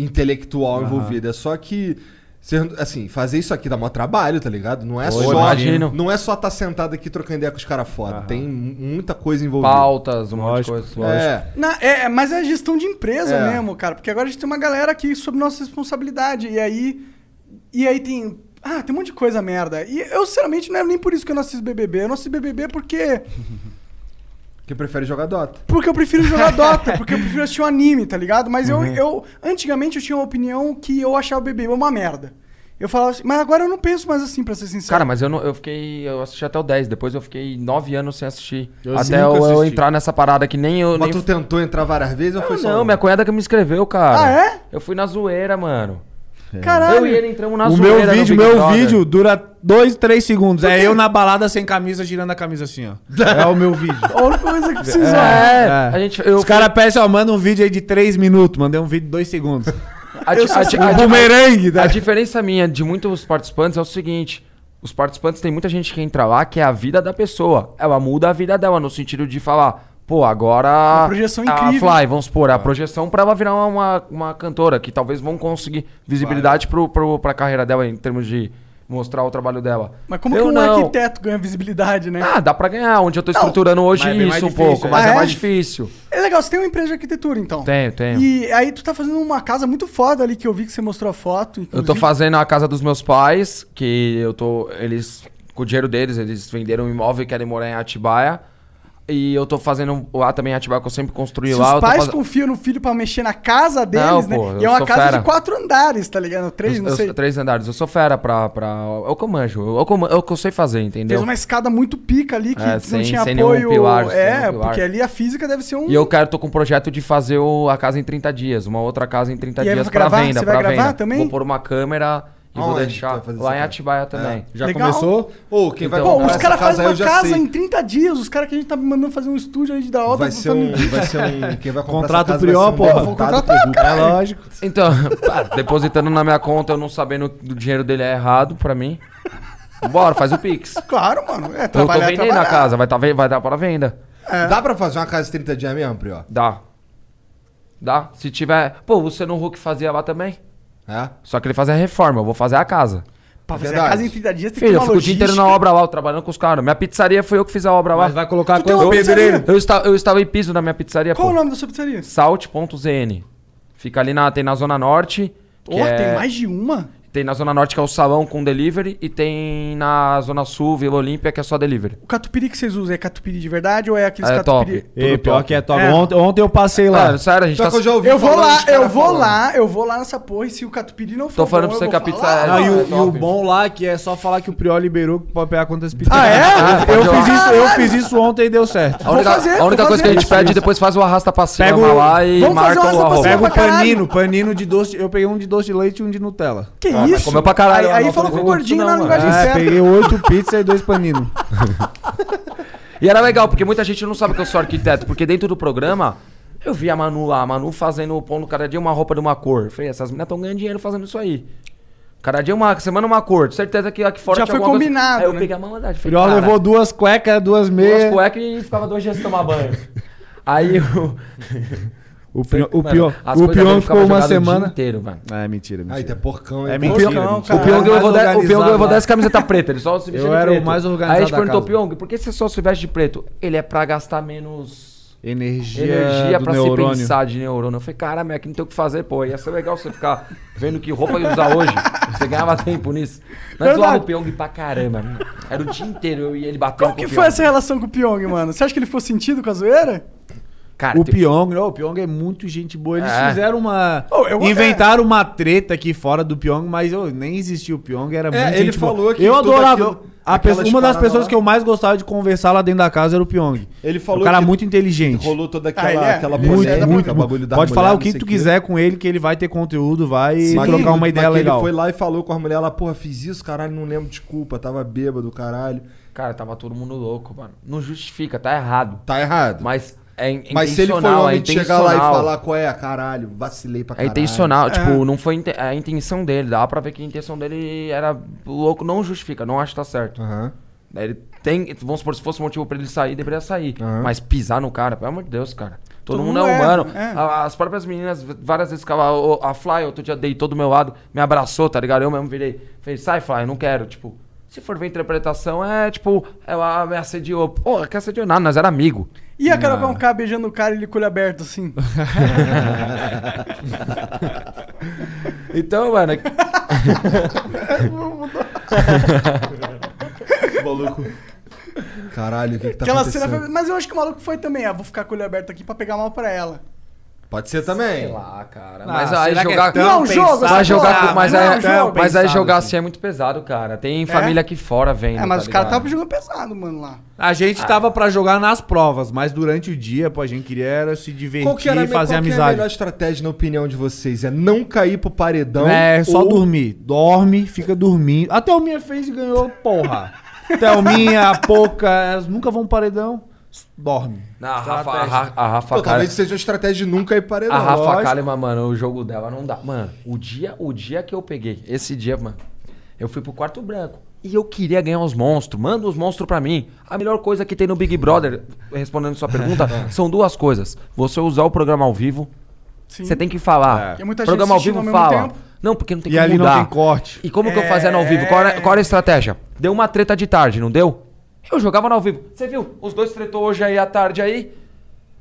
Speaker 2: intelectual
Speaker 6: Aham.
Speaker 2: envolvida. É só que cê- assim, fazer isso aqui dá mó trabalho, tá ligado? Não é
Speaker 4: Pô,
Speaker 2: só
Speaker 4: imagino.
Speaker 2: não é só tá sentado aqui trocando ideia com os caras foda. Tem mu- muita coisa envolvida.
Speaker 4: Pautas, um monte de coisa.
Speaker 2: É.
Speaker 3: Na- é, é, mas é gestão de empresa
Speaker 2: É.
Speaker 3: mesmo, cara. Porque agora a gente tem uma galera aqui sob nossa responsabilidade. E aí. E aí tem. Ah, tem um monte de coisa merda. E eu, sinceramente, não é nem por isso que eu não assisto BBB. Eu não assisto BBB porque.
Speaker 2: Que prefere jogar Dota.
Speaker 3: Porque eu prefiro jogar Dota, porque eu prefiro assistir um anime, tá ligado? Mas
Speaker 4: Uhum.
Speaker 3: eu, eu. Antigamente eu tinha uma opinião que eu achava o BBB uma merda. Eu falava assim, mas agora eu não penso mais assim, pra ser sincero.
Speaker 4: Cara, mas eu, não, eu fiquei. Eu assisti até o 10, depois eu fiquei 9 anos sem assistir.
Speaker 2: Eu
Speaker 4: até
Speaker 2: nunca
Speaker 4: eu, eu
Speaker 2: assisti.
Speaker 4: entrar nessa parada que nem eu.
Speaker 2: Mas
Speaker 4: Nem...
Speaker 2: tu tentou entrar várias vezes ou foi só?
Speaker 6: um.
Speaker 4: Não,
Speaker 2: uma?
Speaker 4: minha cunhada que me escreveu, cara.
Speaker 2: Ah,
Speaker 3: é?
Speaker 4: Eu fui na zoeira, mano.
Speaker 3: Caralho.
Speaker 4: Eu e ele entramos na
Speaker 6: o
Speaker 4: zoeira.
Speaker 6: meu
Speaker 4: no
Speaker 6: vídeo,
Speaker 4: Big
Speaker 6: meu
Speaker 4: Brother.
Speaker 6: vídeo dura dois, três segundos. É eu na balada sem camisa, girando a camisa assim, ó. É o meu vídeo.
Speaker 3: A única coisa que precisa.
Speaker 6: É,
Speaker 4: A gente, eu
Speaker 6: Os caras pedem, ó, manda um vídeo aí de três minutos. Mandei um vídeo de dois segundos.
Speaker 4: A,
Speaker 6: Eu
Speaker 4: di- a,
Speaker 6: sou
Speaker 4: di-
Speaker 6: um
Speaker 4: a, di-
Speaker 6: bumerangue, né?
Speaker 4: a diferença minha de muitos participantes é o seguinte: os participantes tem muita gente que entra lá que é a vida da pessoa. Ela muda a vida dela, no sentido de falar, pô, agora.
Speaker 3: Uma projeção
Speaker 4: A
Speaker 3: incrível.
Speaker 4: Fly, vamos supor,
Speaker 3: É.
Speaker 4: a projeção pra ela virar uma, uma, uma cantora, que talvez vão conseguir visibilidade pro, pro, pra carreira dela em termos de mostrar o trabalho dela.
Speaker 3: Mas como
Speaker 4: É. Eu
Speaker 3: que um
Speaker 4: não.
Speaker 3: arquiteto ganha visibilidade, né?
Speaker 4: Ah, dá pra ganhar. Onde eu tô estruturando hoje
Speaker 3: mas é
Speaker 4: isso
Speaker 3: bem mais
Speaker 4: um
Speaker 3: difícil,
Speaker 4: pouco,
Speaker 3: é.
Speaker 4: mas
Speaker 3: Ah,
Speaker 4: é
Speaker 3: é?
Speaker 4: mais difícil.
Speaker 3: É legal, você tem uma empresa de arquitetura, então.
Speaker 4: Tenho, tenho.
Speaker 3: E aí tu tá fazendo uma casa muito foda ali que eu vi que você mostrou a foto.
Speaker 4: Eu tô
Speaker 3: inclusive.
Speaker 4: fazendo a casa dos meus pais, que eu tô. Eles. Com o dinheiro deles, eles venderam um imóvel e querem morar em Atibaia. E eu tô fazendo lá também em Atibaia, que eu sempre construí
Speaker 3: Se
Speaker 4: lá.
Speaker 3: os
Speaker 4: eu tô
Speaker 3: pais
Speaker 4: fazendo-
Speaker 3: confiam no filho pra mexer na casa deles,
Speaker 4: Não,
Speaker 3: né?
Speaker 4: pô,
Speaker 3: e é
Speaker 4: eu
Speaker 3: uma
Speaker 4: sou
Speaker 3: casa
Speaker 4: fera.
Speaker 3: de quatro andares, tá ligado? Três,
Speaker 4: eu-
Speaker 3: não
Speaker 4: eu-
Speaker 3: sei.
Speaker 4: Três andares. Eu sou fera pra. pra é o que eu manjo. É o que eu, man- é o que eu sei fazer, entendeu?
Speaker 3: Fez uma escada muito pica ali que
Speaker 4: É,
Speaker 3: não
Speaker 4: sem-
Speaker 3: tinha
Speaker 4: sem nenhum
Speaker 3: apoio.
Speaker 4: pilar, sem
Speaker 3: é,
Speaker 4: nenhum pilar.
Speaker 3: porque ali a física deve ser um.
Speaker 4: E eu quero, tô com um projeto de fazer o- a casa em 30 dias, uma outra casa em 30
Speaker 3: E aí
Speaker 4: dias
Speaker 3: vai
Speaker 4: pra
Speaker 3: gravar?
Speaker 4: venda.
Speaker 3: Você vai
Speaker 4: pra
Speaker 3: gravar
Speaker 4: venda.
Speaker 3: também?
Speaker 4: Vou pôr uma câmera e vou
Speaker 2: Aonde tu
Speaker 4: deixar
Speaker 2: vai fazer
Speaker 4: lá
Speaker 2: essa
Speaker 4: em
Speaker 2: casa? Ah,
Speaker 4: Atibaia também.
Speaker 2: Já Legal. começou? Ô, quem vai
Speaker 6: Então,
Speaker 3: Pô,
Speaker 2: comprar
Speaker 3: os
Speaker 2: essa
Speaker 3: caras
Speaker 2: casa
Speaker 3: fazem
Speaker 2: aí eu
Speaker 3: uma
Speaker 2: já
Speaker 3: casa
Speaker 2: sei.
Speaker 3: em 30 dias. Os caras que a gente tá mandando fazer um estúdio aí de da hora.
Speaker 2: Vai
Speaker 3: tá
Speaker 2: ser um,
Speaker 3: falando-
Speaker 2: vai ser um, quem vai comprar
Speaker 6: Contrato
Speaker 2: essa casa vai
Speaker 6: Prió,
Speaker 2: ser um
Speaker 6: pô.
Speaker 2: deputado
Speaker 6: Vou contratar,
Speaker 2: corrupto.
Speaker 6: cara. É lógico.
Speaker 4: Então, pá, depositando na minha conta, eu não sabendo do dinheiro dele é errado pra mim. Bora, faz o Pix.
Speaker 3: Claro, mano. É,
Speaker 4: Eu tô
Speaker 3: trabalhar,
Speaker 4: vendendo a
Speaker 3: trabalhar.
Speaker 4: casa, vai, tá, ve- vai dar para venda.
Speaker 3: É.
Speaker 2: Dá pra fazer uma casa de 30 dias mesmo, Prió?
Speaker 4: Dá. Dá. Se tiver. Pô, o Luciano Huck fazia lá também.
Speaker 2: É?
Speaker 4: Só que ele fazia a reforma, eu vou fazer a casa.
Speaker 3: Pra fazer a
Speaker 4: Verdade.
Speaker 3: casa em 30 dias tem que
Speaker 4: Filho,
Speaker 3: ter
Speaker 4: eu
Speaker 3: uma
Speaker 4: fico o dia inteiro na
Speaker 3: logística.
Speaker 4: obra lá, eu trabalhando com os caras. Minha pizzaria foi eu que fiz a obra lá.
Speaker 6: Mas vai colocar
Speaker 4: eu,
Speaker 6: Tu tem quanto? uma
Speaker 4: eu,
Speaker 6: pizzaria?
Speaker 4: eu, esta- eu estava em piso na minha pizzaria.
Speaker 3: Qual
Speaker 4: pô.
Speaker 3: o nome da sua pizzaria?
Speaker 4: Salt.zn. Fica ali na. Tem na Zona Norte. é
Speaker 3: Pô, tem mais de uma?
Speaker 4: Tem na Zona Norte que é o salão com delivery. E tem na Zona Sul, Vila Olímpia, que é só delivery.
Speaker 3: O catupiry que vocês usam é catupiry de verdade ou é aqueles
Speaker 4: É
Speaker 3: catupiry?
Speaker 4: top.
Speaker 6: Ei,
Speaker 4: Tudo
Speaker 6: pior
Speaker 4: top.
Speaker 6: que é top.
Speaker 4: É.
Speaker 6: Ontem, ontem eu passei lá.
Speaker 4: Cara, sério, a gente Pior tá- que eu já ouvi
Speaker 3: Eu vou
Speaker 4: falando
Speaker 3: lá,
Speaker 4: dos
Speaker 3: eu
Speaker 4: caras
Speaker 3: vou
Speaker 4: falando.
Speaker 3: lá, eu vou lá nessa porra e se o catupiry não for
Speaker 4: Tô falando
Speaker 3: bom,
Speaker 4: pra você
Speaker 3: eu
Speaker 4: que a
Speaker 3: vou
Speaker 4: pizza
Speaker 3: falar. Ah,
Speaker 4: é-
Speaker 6: Não, e, o,
Speaker 4: top.
Speaker 6: e o bom lá que é só falar que o Prió liberou que pode pegar quantas pizzas.
Speaker 3: Ah, é?
Speaker 6: Eu, eu
Speaker 4: Pode
Speaker 6: fiz
Speaker 4: ir lá.
Speaker 6: isso, eu fiz isso ontem e deu certo.
Speaker 4: A única, a única coisa que a gente pede é depois faz o arrasta pra cima
Speaker 6: Pega o-
Speaker 4: lá e
Speaker 6: Vamos fazer
Speaker 4: marca
Speaker 6: um
Speaker 4: o arroz.
Speaker 6: Pega o panino, panino de doce. Eu peguei um de doce de leite e um de Nutella.
Speaker 3: Que
Speaker 6: É,
Speaker 4: Ah, mas
Speaker 3: é isso?
Speaker 4: comeu pra caralho,
Speaker 3: Aí, aí
Speaker 4: não,
Speaker 3: falou
Speaker 4: não
Speaker 3: com o
Speaker 4: comeu
Speaker 3: gordinho
Speaker 4: isso
Speaker 3: na
Speaker 4: não, É,
Speaker 3: linguagem
Speaker 4: mano.
Speaker 3: certa.
Speaker 6: peguei oito pizzas e dois paninos.
Speaker 4: E era legal, porque muita gente não sabe que eu sou arquiteto, porque dentro do programa eu vi a Manu lá, a Manu fazendo, pondo cada dia uma roupa de uma cor. Eu falei, essas meninas estão ganhando dinheiro fazendo isso aí. Cada dia uma semana uma cor, Com certeza que aqui fora
Speaker 3: Já
Speaker 4: tinha
Speaker 3: foi
Speaker 4: alguma coisa.
Speaker 3: combinado,
Speaker 4: Aí eu
Speaker 3: né?
Speaker 4: peguei a malandade.
Speaker 6: O Prió levou duas cuecas, duas meias.
Speaker 4: duas cuecas e ficava dois dias sem tomar banho. Aí eu.
Speaker 6: O Prió, o
Speaker 4: Mano,
Speaker 6: Prió,
Speaker 4: as
Speaker 6: o
Speaker 4: coisas dele
Speaker 6: Prió
Speaker 4: ficava
Speaker 6: ficou uma
Speaker 4: jogado o dia
Speaker 6: semana.
Speaker 4: inteiro, mano.
Speaker 6: Ah, é mentira, mentira.
Speaker 2: Aí tá porcão aí.
Speaker 6: É
Speaker 2: pô.
Speaker 6: mentira,
Speaker 2: Porcão,
Speaker 6: mentira.
Speaker 4: O Pyong
Speaker 6: Mais
Speaker 4: levou dez- o
Speaker 6: organizado
Speaker 4: Pyong levou
Speaker 6: lá.
Speaker 4: 10 camisetas pretas, ele só se vestia
Speaker 6: Eu
Speaker 4: de
Speaker 6: era o
Speaker 4: preto.
Speaker 6: mais organizado
Speaker 4: Aí a gente
Speaker 6: da
Speaker 4: perguntou,
Speaker 6: casa.
Speaker 4: Pyong, por que você só se veste de preto? Ele é pra gastar menos
Speaker 6: Energia,
Speaker 4: Energia
Speaker 6: do
Speaker 4: pra
Speaker 6: neurônio.
Speaker 4: se pensar de neurônio. Eu falei, caralho, meu, aqui não tem o que fazer, pô. Ia ser legal você ficar vendo que roupa eu ia usar hoje. Você ganhava tempo nisso. Nós
Speaker 3: Verdade.
Speaker 4: zoava o Pyong pra caramba. Era o dia inteiro eu e ele batendo
Speaker 3: Como
Speaker 4: com
Speaker 3: que
Speaker 4: o
Speaker 3: foi
Speaker 4: Pyong.
Speaker 3: essa relação com o Pyong, mano? Você acha que ele ficou sentido com a zoeira?
Speaker 4: Cara,
Speaker 6: o Pyong, não, o Pyong é muito gente boa. Eles
Speaker 3: É.
Speaker 6: fizeram uma.
Speaker 3: Oh, eu-
Speaker 6: inventaram uma treta aqui fora do Pyong, mas eu nem existia o Pyong, era
Speaker 2: É,
Speaker 6: muito
Speaker 2: ele
Speaker 6: gente boa.
Speaker 2: falou que
Speaker 6: Eu
Speaker 2: tudo
Speaker 6: adorava.
Speaker 2: aquilo-
Speaker 6: a
Speaker 2: aquelas
Speaker 6: pessoa- uma das
Speaker 2: paradas
Speaker 6: pessoas
Speaker 2: lá-
Speaker 6: que eu mais gostava de conversar lá dentro da casa era o Pyong.
Speaker 2: Ele falou
Speaker 6: Um cara
Speaker 2: que
Speaker 6: muito inteligente.
Speaker 2: rolou toda aquela-
Speaker 6: Ah, ele
Speaker 3: é?
Speaker 2: aquela
Speaker 6: muito,
Speaker 2: polêmica, o
Speaker 6: muito, muito.
Speaker 2: bagulho da
Speaker 6: Pode
Speaker 2: mulher,
Speaker 6: falar o
Speaker 2: não
Speaker 6: que
Speaker 2: sei
Speaker 6: tu
Speaker 2: o quê.
Speaker 6: quiser com ele, que ele vai ter conteúdo, vai
Speaker 2: Mas
Speaker 6: trocar
Speaker 2: que-
Speaker 6: uma ideia
Speaker 2: mas que
Speaker 6: legal.
Speaker 2: Ele foi lá e falou com a mulher, ela, porra, fiz isso, caralho, não lembro, desculpa, tava bêbado, caralho.
Speaker 4: Cara, tava todo mundo louco, mano. Não justifica, tá errado.
Speaker 2: Tá errado.
Speaker 4: Mas é in-
Speaker 2: Mas se ele foi
Speaker 4: intencional,
Speaker 2: homem
Speaker 4: é
Speaker 2: de chegar lá e
Speaker 4: intencional.
Speaker 2: falar qual é, caralho, vacilei pra
Speaker 4: É
Speaker 2: caralho.
Speaker 4: intencional,
Speaker 2: É.
Speaker 4: tipo, não foi inte- a intenção dele. Dá pra ver que a intenção dele era louco, não justifica, não acho que tá certo. Daí Ele tem, vamos supor, se fosse motivo pra ele sair, deveria sair. Mas pisar no cara, pelo amor de Deus, cara. Todo,
Speaker 3: Todo
Speaker 4: mundo
Speaker 3: mundo
Speaker 4: é
Speaker 3: é,
Speaker 4: humano.
Speaker 3: é.
Speaker 4: A- As próprias meninas v- várias vezes ficavam. A, a Fly outro dia deitou do meu lado, me abraçou, tá ligado? Eu mesmo virei. Falei, sai, Fly, não quero. Tipo, se for ver interpretação, é tipo, ela me assediou. Porra, que assediou nada, nós era amigo.
Speaker 3: E a Carol K beijando o cara e ele com o olho aberto, assim.
Speaker 4: Tá Então, mano.
Speaker 2: Maluco. Caralho, o que, que tá
Speaker 3: Aquela
Speaker 2: acontecendo?
Speaker 3: cena foi... Mas eu acho que o maluco foi também. Ah, vou ficar com o olho aberto aqui pra pegar mal pra ela.
Speaker 2: Pode ser também.
Speaker 4: Sei lá, Ah, cara. Mas aí jogar. é Mas jogar com- É? Mas, aí, mas aí jogar assim é muito pesado, cara. Tem família aqui fora vendo.
Speaker 3: É, mas os caras
Speaker 4: tá ligado?
Speaker 3: estavam jogando pesado, mano, lá.
Speaker 6: A
Speaker 2: Ah.
Speaker 6: gente tava pra jogar nas provas, mas durante o dia, pô, a gente queria era se
Speaker 2: Qual
Speaker 6: divertir
Speaker 2: que era
Speaker 6: e
Speaker 2: a,
Speaker 6: fazer
Speaker 2: qual que é a
Speaker 6: amizade.
Speaker 2: melhor estratégia, na opinião de vocês? É não cair pro paredão?
Speaker 6: É, só
Speaker 2: ou-
Speaker 6: dormir. Dorme, fica dormindo. A Thelminha fez e ganhou, porra. Thelminha, a Pouca, elas nunca vão paredão. Dorme.
Speaker 4: Não, a Rafa, a Ra- a Rafa
Speaker 2: Pô,
Speaker 4: Kalimann-
Speaker 2: talvez seja uma estratégia de nunca ir pro paredão.
Speaker 4: A Rafa é
Speaker 2: lógico.
Speaker 4: Kalimann, mano, o jogo dela não dá. Mano, o dia, o dia que eu peguei, esse dia, mano, eu fui pro quarto branco. E eu queria ganhar os monstros. Manda os monstros pra mim. A melhor coisa que tem no Big Brother, respondendo sua pergunta, são duas coisas. Você usar o programa ao vivo.
Speaker 3: Sim.
Speaker 4: Você tem que falar.
Speaker 3: Tem muita gente
Speaker 4: programa ao
Speaker 3: assistindo
Speaker 4: vivo
Speaker 3: ao mesmo
Speaker 4: fala.
Speaker 3: tempo. É.
Speaker 4: Não, porque não tem
Speaker 6: É. E
Speaker 4: como
Speaker 6: ali não
Speaker 4: mudar.
Speaker 6: tem corte.
Speaker 4: E como que eu fazia no ao vivo? Qual era, qual era a estratégia? Deu uma treta de tarde, não deu? Eu jogava no ao vivo. Você viu? Os dois tretou hoje aí à tarde aí.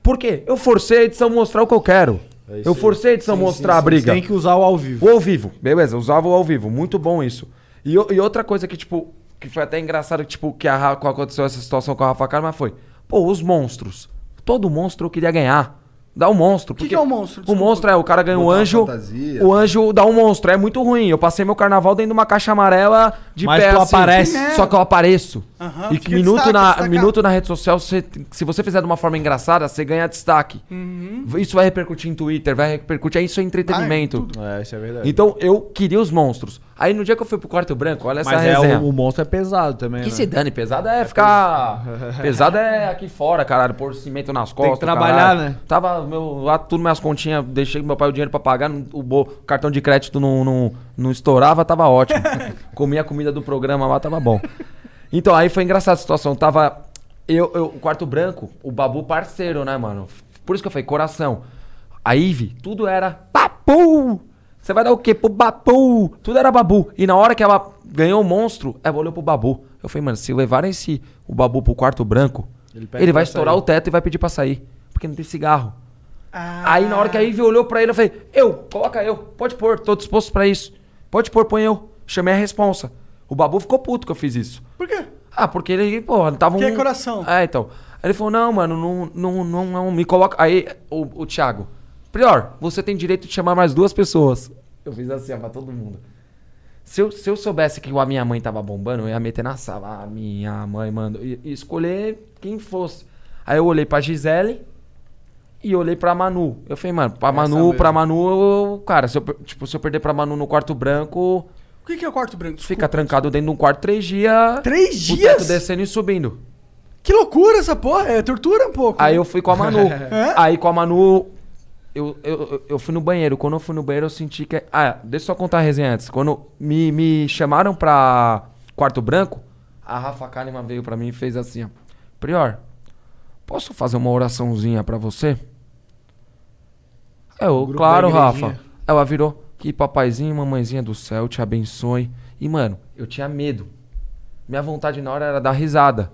Speaker 4: Por quê? Eu forcei a edição a mostrar o que eu quero. eu forcei a edição a mostrar a briga.
Speaker 6: Tem que usar o ao vivo.
Speaker 4: O ao vivo. Beleza, eu usava o ao vivo. Muito bom isso. E, o- e outra coisa que, tipo, que foi até engraçado, tipo, que a, Ra- que aconteceu essa situação com a Rafa Karma foi, pô, os monstros. Todo monstro eu queria ganhar. Dá um monstro. O
Speaker 3: que é o monstro?
Speaker 4: O monstro é, o cara ganha um
Speaker 2: Botar uma
Speaker 4: anjo.
Speaker 2: fantasia.
Speaker 4: O anjo dá um monstro. É muito ruim. Eu passei meu carnaval dentro de uma caixa amarela de
Speaker 6: Mas
Speaker 4: pé
Speaker 6: tu
Speaker 4: assim.
Speaker 6: aparece. Que
Speaker 4: Só que eu apareço.
Speaker 6: Aham,
Speaker 4: e
Speaker 6: fica
Speaker 4: minuto,
Speaker 6: destaque,
Speaker 4: na,
Speaker 6: destacado.
Speaker 4: minuto na rede social, você- se você fizer de uma forma engraçada, você ganha destaque.
Speaker 6: Uhum.
Speaker 4: Isso vai repercutir em Twitter, vai repercutir. Isso é entretenimento.
Speaker 6: É, isso é verdade.
Speaker 4: Então eu queria os monstros. Aí no dia que eu fui pro quarto branco, olha essa
Speaker 6: Mas é,
Speaker 4: resenha.
Speaker 6: o, o monstro é pesado também.
Speaker 4: Que
Speaker 6: né?
Speaker 4: se dane, pesado é ficar. Pesado é aqui fora, caralho, pôr cimento nas costas.
Speaker 6: trabalhar,
Speaker 4: caralho.
Speaker 6: né?
Speaker 4: Tava meu, lá tudo minhas continhas, deixei meu pai o dinheiro pra pagar, não- o, bo- o cartão de crédito não, não, não estourava, tava ótimo. Comia a comida do programa lá, tava bom. Então aí foi engraçada a situação. Tava eu, eu, o quarto branco, o babu parceiro, né, mano? Por isso que eu falei, coração. A Ive, tudo era papu! Você vai dar o quê? Pro babu! Tudo era babu. E na hora que ela ganhou o monstro, ela olhou pro babu. Eu falei, mano, se levarem esse, o babu pro quarto branco, ele,
Speaker 6: pede pra
Speaker 4: vai estourar
Speaker 6: sair.
Speaker 4: o teto e vai pedir pra sair. Porque não tem cigarro. Aí na hora que a Ivy olhou pra ele, eu falei, eu, coloca eu, pode pôr, tô disposto pra isso. Pode pôr, põe eu. Chamei a responsa. O babu ficou puto que eu fiz isso.
Speaker 3: Por quê?
Speaker 4: Ah, porque ele, porra, tava
Speaker 3: Que
Speaker 4: um...
Speaker 3: é coração.
Speaker 4: É, então. Aí ele falou, não, mano, não, não, não, não me coloca... Aí o, o Thiago, Prior, você tem direito de chamar mais duas pessoas. Eu fiz assim, ó, pra todo mundo. Se eu, se eu soubesse que a minha mãe tava bombando, eu ia meter na sala. A minha mãe mandou. E e escolher quem fosse. Aí eu olhei pra Gisele e olhei pra Manu. Eu falei, mano, pra Manu,
Speaker 3: mesmo.
Speaker 4: pra Manu, eu- cara, se eu, per- tipo, se eu perder pra Manu no quarto branco,
Speaker 3: O que, que é o quarto branco?
Speaker 4: fica trancado dentro de um quarto três dias.
Speaker 3: Três
Speaker 4: o
Speaker 3: dias?
Speaker 4: teto descendo e subindo.
Speaker 3: Que loucura essa porra. É tortura um pouco.
Speaker 4: Aí
Speaker 3: né?
Speaker 4: eu fui com a Manu. Aí com a Manu. Eu, eu, eu- eu fui no banheiro. Quando eu fui no banheiro, eu senti que. Ah, deixa eu só contar a resenha antes. Quando me, me chamaram pra quarto branco, a Rafa Kalimann veio pra mim e fez assim: ó. Prior, posso fazer uma oraçãozinha pra você? É, eu,
Speaker 6: grupo
Speaker 4: claro,
Speaker 6: da igrejinha.
Speaker 4: Rafa. Ela virou. Que papaizinho e mamãezinha do céu te abençoe. E, mano, eu tinha medo. Minha vontade na hora era dar risada.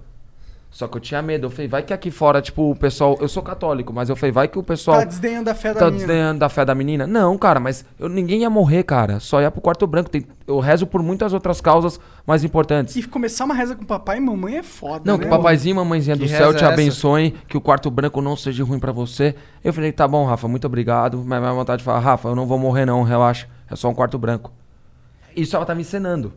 Speaker 4: Só que eu tinha medo. Eu falei, vai que aqui fora, tipo, o pessoal. Eu sou católico, mas eu falei, vai que o pessoal.
Speaker 3: Tá desdenhando da fé da
Speaker 4: tá
Speaker 3: menina.
Speaker 4: desdenhando da fé da menina? Não, cara, mas eu, ninguém ia morrer, cara. Só ia pro quarto branco. Tem- eu rezo por muitas outras causas mais importantes.
Speaker 3: E começar uma reza com papai e mamãe é foda,
Speaker 4: Não,
Speaker 3: né?
Speaker 4: que papaizinho e mamãezinha
Speaker 3: Que
Speaker 4: do céu
Speaker 3: reza
Speaker 4: te
Speaker 3: é essa?
Speaker 4: abençoem, que o quarto branco não seja ruim pra você. Eu falei, tá bom, Rafa, muito obrigado. Mas minha vontade de falar, Rafa, eu não vou morrer não, relaxa. É só um quarto branco. Isso ela tá me encenando.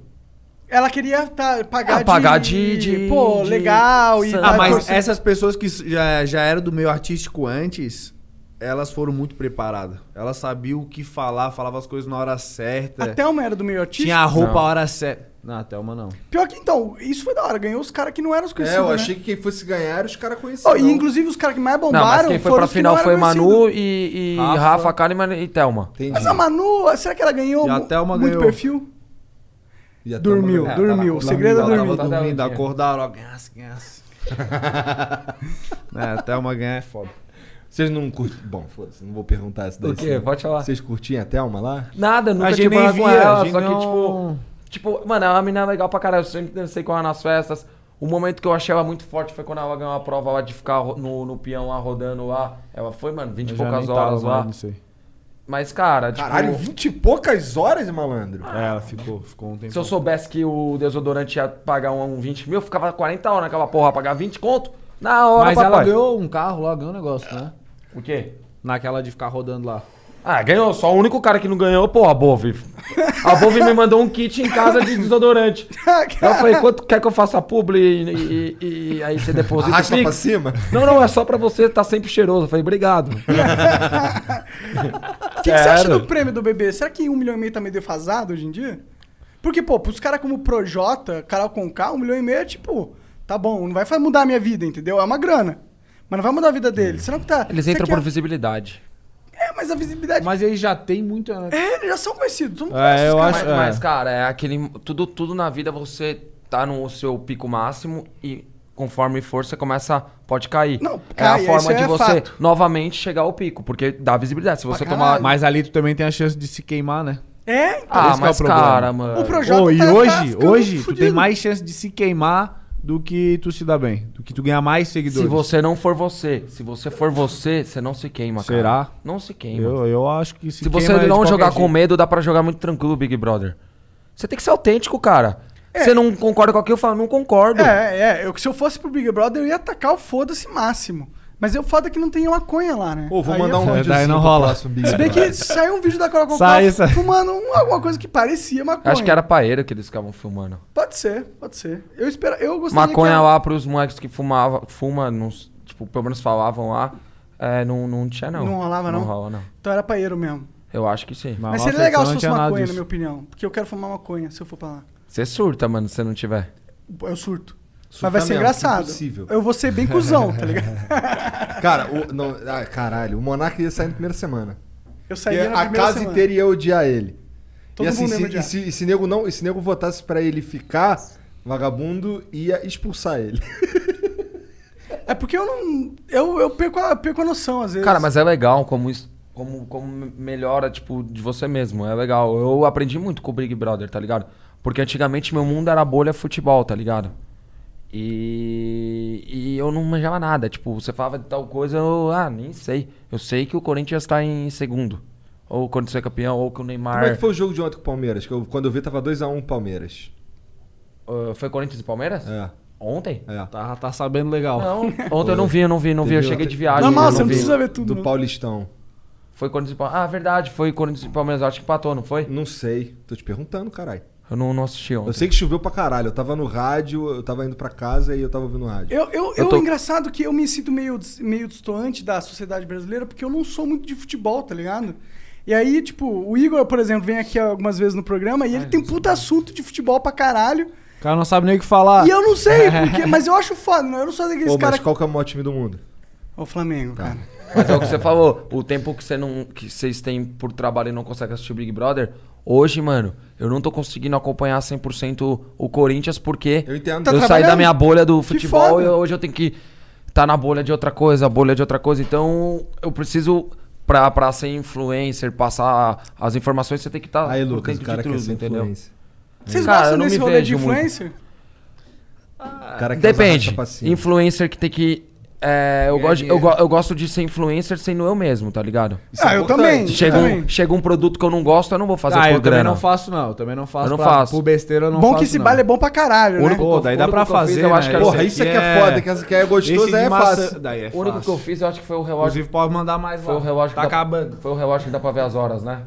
Speaker 3: Ela queria tá, pagar,
Speaker 4: Ah, pagar
Speaker 3: de,
Speaker 4: de- de-
Speaker 3: Pô,
Speaker 4: de-
Speaker 3: legal. E
Speaker 6: Ah,
Speaker 3: tá-
Speaker 6: mas
Speaker 3: torcer-
Speaker 6: essas pessoas que já, já eram do meio artístico antes, elas foram muito preparadas. Elas sabiam o que falar, falavam as coisas na hora certa.
Speaker 3: A Thelma era do meio artístico?
Speaker 6: Tinha a roupa
Speaker 3: Não.
Speaker 6: a hora certa. Não, a Thelma não.
Speaker 3: Pior que então, isso foi da hora. Ganhou os caras que não eram os
Speaker 2: É,
Speaker 3: conhecidos.
Speaker 2: eu
Speaker 3: né?
Speaker 2: achei que quem fosse ganhar, os caras
Speaker 3: Oh,
Speaker 2: conheciam.
Speaker 3: e inclusive os caras que mais bombaram.
Speaker 4: não, mas quem foi
Speaker 3: foram
Speaker 4: pra
Speaker 3: os que
Speaker 4: final
Speaker 3: não
Speaker 4: foi
Speaker 3: eram conhecidos.
Speaker 4: Manu e, e
Speaker 3: Rafa.
Speaker 4: Rafa, Kalimann e Thelma.
Speaker 3: Mas a Manu, será que ela ganhou
Speaker 6: E a
Speaker 3: mu-
Speaker 6: Thelma
Speaker 3: muito
Speaker 6: ganhou.
Speaker 3: perfil? Dormiu,
Speaker 6: É,
Speaker 3: dormiu. O
Speaker 6: tava
Speaker 3: segredo é
Speaker 6: dormindo,
Speaker 3: dormir.
Speaker 6: Tava dormindo, acordaram, ó, ganhasse, ganhasse. é, até uma ganhar é foda.
Speaker 2: Vocês não curtem. Bom, foda-se, não vou perguntar isso daí.
Speaker 4: O quê?
Speaker 2: senão-
Speaker 4: Pode falar.
Speaker 2: Vocês curtiam a Thelma lá?
Speaker 4: Nada, nunca
Speaker 2: A
Speaker 4: tinha
Speaker 2: gente nem
Speaker 4: falado com
Speaker 2: via, a
Speaker 4: ela.
Speaker 2: gente
Speaker 4: Só que,
Speaker 2: não-
Speaker 4: tipo. Tipo, mano, ela é uma menina legal pra caralho. Eu sempre dancei com ela nas festas. O momento que eu achei ela muito forte foi quando ela ganhou uma prova lá de ficar ro- no, no peão lá rodando lá. Ela foi, mano, 20 e
Speaker 6: Eu já
Speaker 4: poucas
Speaker 6: nem tava
Speaker 4: horas lá.
Speaker 6: mais nisso aí.
Speaker 4: Mas, cara, tipo.
Speaker 2: Caralho, 20 e poucas horas, malandro.
Speaker 6: É, ela ficou, ficou um tempo.
Speaker 4: Se eu soubesse que o desodorante ia pagar um, um 20 mil, eu ficava 40 horas naquela porra, pagar 20 conto na hora,
Speaker 6: Mas
Speaker 4: papai.
Speaker 6: ela ganhou um carro lá, ganhou um negócio, né?
Speaker 4: O quê?
Speaker 6: Naquela de ficar rodando lá.
Speaker 4: Ah, ganhou. Só o único cara que não ganhou, pô, a Bove. A Bove me mandou um kit em casa de desodorante.
Speaker 6: Ah,
Speaker 4: eu falei, quanto quer que eu faça publi e, e- e aí você deposita
Speaker 2: Arrasta
Speaker 4: o Pix?
Speaker 2: pra cima?
Speaker 4: Não, não, é só pra você estar sempre cheiroso. Eu falei, obrigado.
Speaker 3: O que, que você acha
Speaker 4: Sério?
Speaker 3: do prêmio do bebê? Será que um milhão e meio tá meio defasado hoje em dia? Porque, pô, pros caras como Projota, Carol Conká, um milhão e meio é tipo, tá bom, não vai fa- mudar a minha vida, entendeu? É uma grana. Mas não vai mudar a vida deles. Será que tá.
Speaker 4: Eles
Speaker 3: você
Speaker 4: entram
Speaker 3: quer-
Speaker 4: por visibilidade.
Speaker 3: É, mas a visibilidade.
Speaker 6: Mas eles já tem né? muita.
Speaker 3: É, eles já são conhecidos. Todo mundo
Speaker 4: Mas,
Speaker 3: conhece os
Speaker 4: cara,
Speaker 3: caras.
Speaker 4: Mas, mas, cara, é aquele. Tudo, tudo na vida você tá no seu pico máximo e conforme for, você começa. Pode cair. Não,
Speaker 6: cai,
Speaker 4: é a forma
Speaker 6: isso
Speaker 4: de
Speaker 6: é
Speaker 4: você
Speaker 6: fato.
Speaker 4: novamente chegar ao pico, porque dá visibilidade. Se você tomar.
Speaker 6: Mas ali tu também tem a chance de se queimar, né?
Speaker 3: É,
Speaker 4: então. Ah, mas, cara, mano. O Projota
Speaker 6: Ô, e
Speaker 4: tá- tá
Speaker 6: hoje,
Speaker 4: ficando
Speaker 6: hoje tu
Speaker 4: fudido.
Speaker 6: tem mais chance de se queimar do que tu se dá bem, do que tu ganhar mais
Speaker 4: Se
Speaker 6: seguidores.
Speaker 4: você não for você, se você for você, você não se queima, cara.
Speaker 6: Será?
Speaker 4: Não se queima.
Speaker 6: Eu, eu acho que se
Speaker 4: Se você
Speaker 6: queima é de
Speaker 4: não
Speaker 6: qualquer
Speaker 4: jogar com
Speaker 6: jeito.
Speaker 4: medo, dá pra jogar muito tranquilo, Big Brother. Você tem que ser autêntico, cara.
Speaker 6: É.
Speaker 4: Você não concorda com aquilo, eu falo, não concordo.
Speaker 3: É, é. Eu, se eu fosse pro Big Brother, eu ia atacar o foda-se máximo. Mas eu foda é que não tem maconha lá, né?
Speaker 2: Ô, vou
Speaker 3: Aí
Speaker 2: mandar
Speaker 3: é
Speaker 2: um
Speaker 3: foda.
Speaker 2: vídeo assim pro próximo Big
Speaker 3: Se bem
Speaker 2: Brother.
Speaker 3: que saiu um vídeo da Carol Conká
Speaker 4: Sai, sai.
Speaker 3: fumando um- alguma coisa que parecia maconha.
Speaker 4: Acho que era paeira que eles ficavam filmando.
Speaker 3: Pode ser, pode ser. Eu espero, eu gostaria
Speaker 4: Maconha
Speaker 3: que ela-
Speaker 4: lá pros moleques que fumava, fuma, não s- tipo, pelo menos falavam lá, é, não, não tinha não.
Speaker 3: Não rolava, não?
Speaker 4: Não rola, não.
Speaker 3: Então era paeiro mesmo.
Speaker 4: Eu acho que sim.
Speaker 3: Mas seria legal
Speaker 4: então
Speaker 6: é
Speaker 3: se fosse maconha, na minha opinião. Porque eu quero fumar maconha se eu for pra lá.
Speaker 4: Você surta, mano, se você não tiver.
Speaker 3: Eu surto.
Speaker 2: Surtar
Speaker 3: Mas vai ser
Speaker 2: mesmo,
Speaker 3: engraçado.
Speaker 2: impossível.
Speaker 3: Eu vou ser bem cuzão, tá ligado?
Speaker 2: Cara, o, não, ah, caralho, o Monark ia sair na primeira semana.
Speaker 3: Eu sairia
Speaker 2: Porque
Speaker 3: na
Speaker 2: A
Speaker 3: primeira
Speaker 2: casa
Speaker 3: semana.
Speaker 2: inteira ia odiar ele.
Speaker 3: Todo
Speaker 2: e assim,
Speaker 3: mundo ia
Speaker 2: se,
Speaker 3: odiar.
Speaker 2: e se, e se nego não, e se nego votasse pra ele ficar, vagabundo ia expulsar ele.
Speaker 3: É porque eu não. Eu, eu perco, a, perco a noção às vezes.
Speaker 4: Cara, mas é legal como isso. Como, como melhora, tipo, de você mesmo. É legal. Eu aprendi muito com o Big Brother, tá ligado? Porque antigamente meu mundo era bolha futebol, tá ligado? E, e eu não manjava nada. Tipo, você falava de tal coisa, eu ah, nem sei. Eu sei que o Corinthians tá em segundo. Ou quando você é campeão, ou que o Neymar.
Speaker 2: Como é que foi o jogo de ontem com o Palmeiras? Que eu- quando eu vi, tava 2x1 Palmeiras.
Speaker 4: Ah, foi Corinthians e Palmeiras?
Speaker 2: É.
Speaker 4: Ontem?
Speaker 2: É.
Speaker 6: Tá, tá sabendo legal.
Speaker 4: Não, ontem eu não vi, eu não vi, não vi. Eu cheguei de viagem. eu vi.
Speaker 2: Do Paulistão.
Speaker 4: Foi Corinthians e Palmeiras. Ah, verdade, foi Corinthians e Palmeiras. Eu Acho que empatou, não foi?
Speaker 2: Não sei. Tô te perguntando, caralho.
Speaker 4: Eu não, não assisti ontem.
Speaker 2: Eu sei que choveu pra caralho. Eu tava no rádio, eu tava indo pra casa e eu tava ouvindo rádio.
Speaker 3: Eu, eu, eu, engraçado que eu me sinto meio, des- meio distoante da sociedade brasileira, porque eu não sou muito de futebol, tá ligado? E aí, tipo, o Igor, por exemplo, vem aqui algumas vezes no programa e ele tem um puta assunto de futebol pra caralho.
Speaker 6: O cara não sabe nem o que falar.
Speaker 3: E eu não sei, porque, mas eu acho foda, né? Eu não sou daqueles
Speaker 2: Pô, mas
Speaker 3: caras
Speaker 2: qual que é o maior time do mundo?
Speaker 3: O Flamengo, cara.
Speaker 4: Mas é o que você falou, o tempo que, você não, que vocês têm por trabalho e não conseguem assistir o Big Brother, hoje, mano, eu não tô conseguindo acompanhar 100% o Corinthians porque eu,
Speaker 2: Tá
Speaker 4: saí
Speaker 2: trabalhando.
Speaker 4: da minha bolha do
Speaker 2: Que
Speaker 4: futebol
Speaker 2: foda.
Speaker 4: e hoje eu tenho que estar tá na bolha de outra coisa, bolha de outra coisa. Então, eu preciso, pra, pra ser influencer, passar as informações, você tem que estar tá
Speaker 2: Aí,
Speaker 4: por
Speaker 2: Lucas,
Speaker 4: dentro
Speaker 2: o cara
Speaker 4: de
Speaker 2: quer
Speaker 4: tudo,
Speaker 2: ser
Speaker 4: entendeu?
Speaker 2: influencer.
Speaker 3: Vocês
Speaker 4: Cara, eu
Speaker 3: gostam
Speaker 4: não
Speaker 3: desse
Speaker 4: me
Speaker 3: rolê de
Speaker 4: vejo muito.
Speaker 3: influencer?
Speaker 2: cara que usa
Speaker 4: Ah. Depende.
Speaker 2: racha pra cima.
Speaker 4: Influencer que tem que. é, eu,
Speaker 2: Ganhar
Speaker 4: gosto, eu,
Speaker 2: dinheiro.
Speaker 4: go- eu gosto de ser influencer sendo eu mesmo, tá ligado?
Speaker 6: Isso é Ah, eu importante. também, eu
Speaker 4: Chega,
Speaker 6: também.
Speaker 4: Um, chega um produto que eu não gosto, eu não vou fazer
Speaker 6: ah,
Speaker 4: por
Speaker 6: eu também
Speaker 4: grana.
Speaker 6: não faço, não. Eu também não faço.
Speaker 4: Eu não
Speaker 6: pra-
Speaker 4: faço.
Speaker 6: Por besteira eu não
Speaker 3: Bom
Speaker 6: faço,
Speaker 3: que esse
Speaker 6: não.
Speaker 3: baile é bom pra caralho,
Speaker 6: O
Speaker 3: né?
Speaker 6: único- Pô, daí dá pra fazer,
Speaker 4: eu acho
Speaker 6: né?
Speaker 4: que
Speaker 6: Porra,
Speaker 2: Ah,
Speaker 4: esse
Speaker 6: isso é
Speaker 4: aqui
Speaker 6: que é foda, que esse aqui é gostoso,
Speaker 4: Esse
Speaker 6: aí é
Speaker 4: de maçã-
Speaker 6: fácil. Daí é
Speaker 4: O único que
Speaker 6: fácil.
Speaker 4: eu fiz, eu acho que foi o relógio.
Speaker 6: Inclusive, pode mandar mais
Speaker 4: Foi
Speaker 6: lá.
Speaker 4: o relógio
Speaker 6: Tá
Speaker 4: que dá-
Speaker 6: acabando.
Speaker 4: Foi o relógio que dá pra ver as horas, né?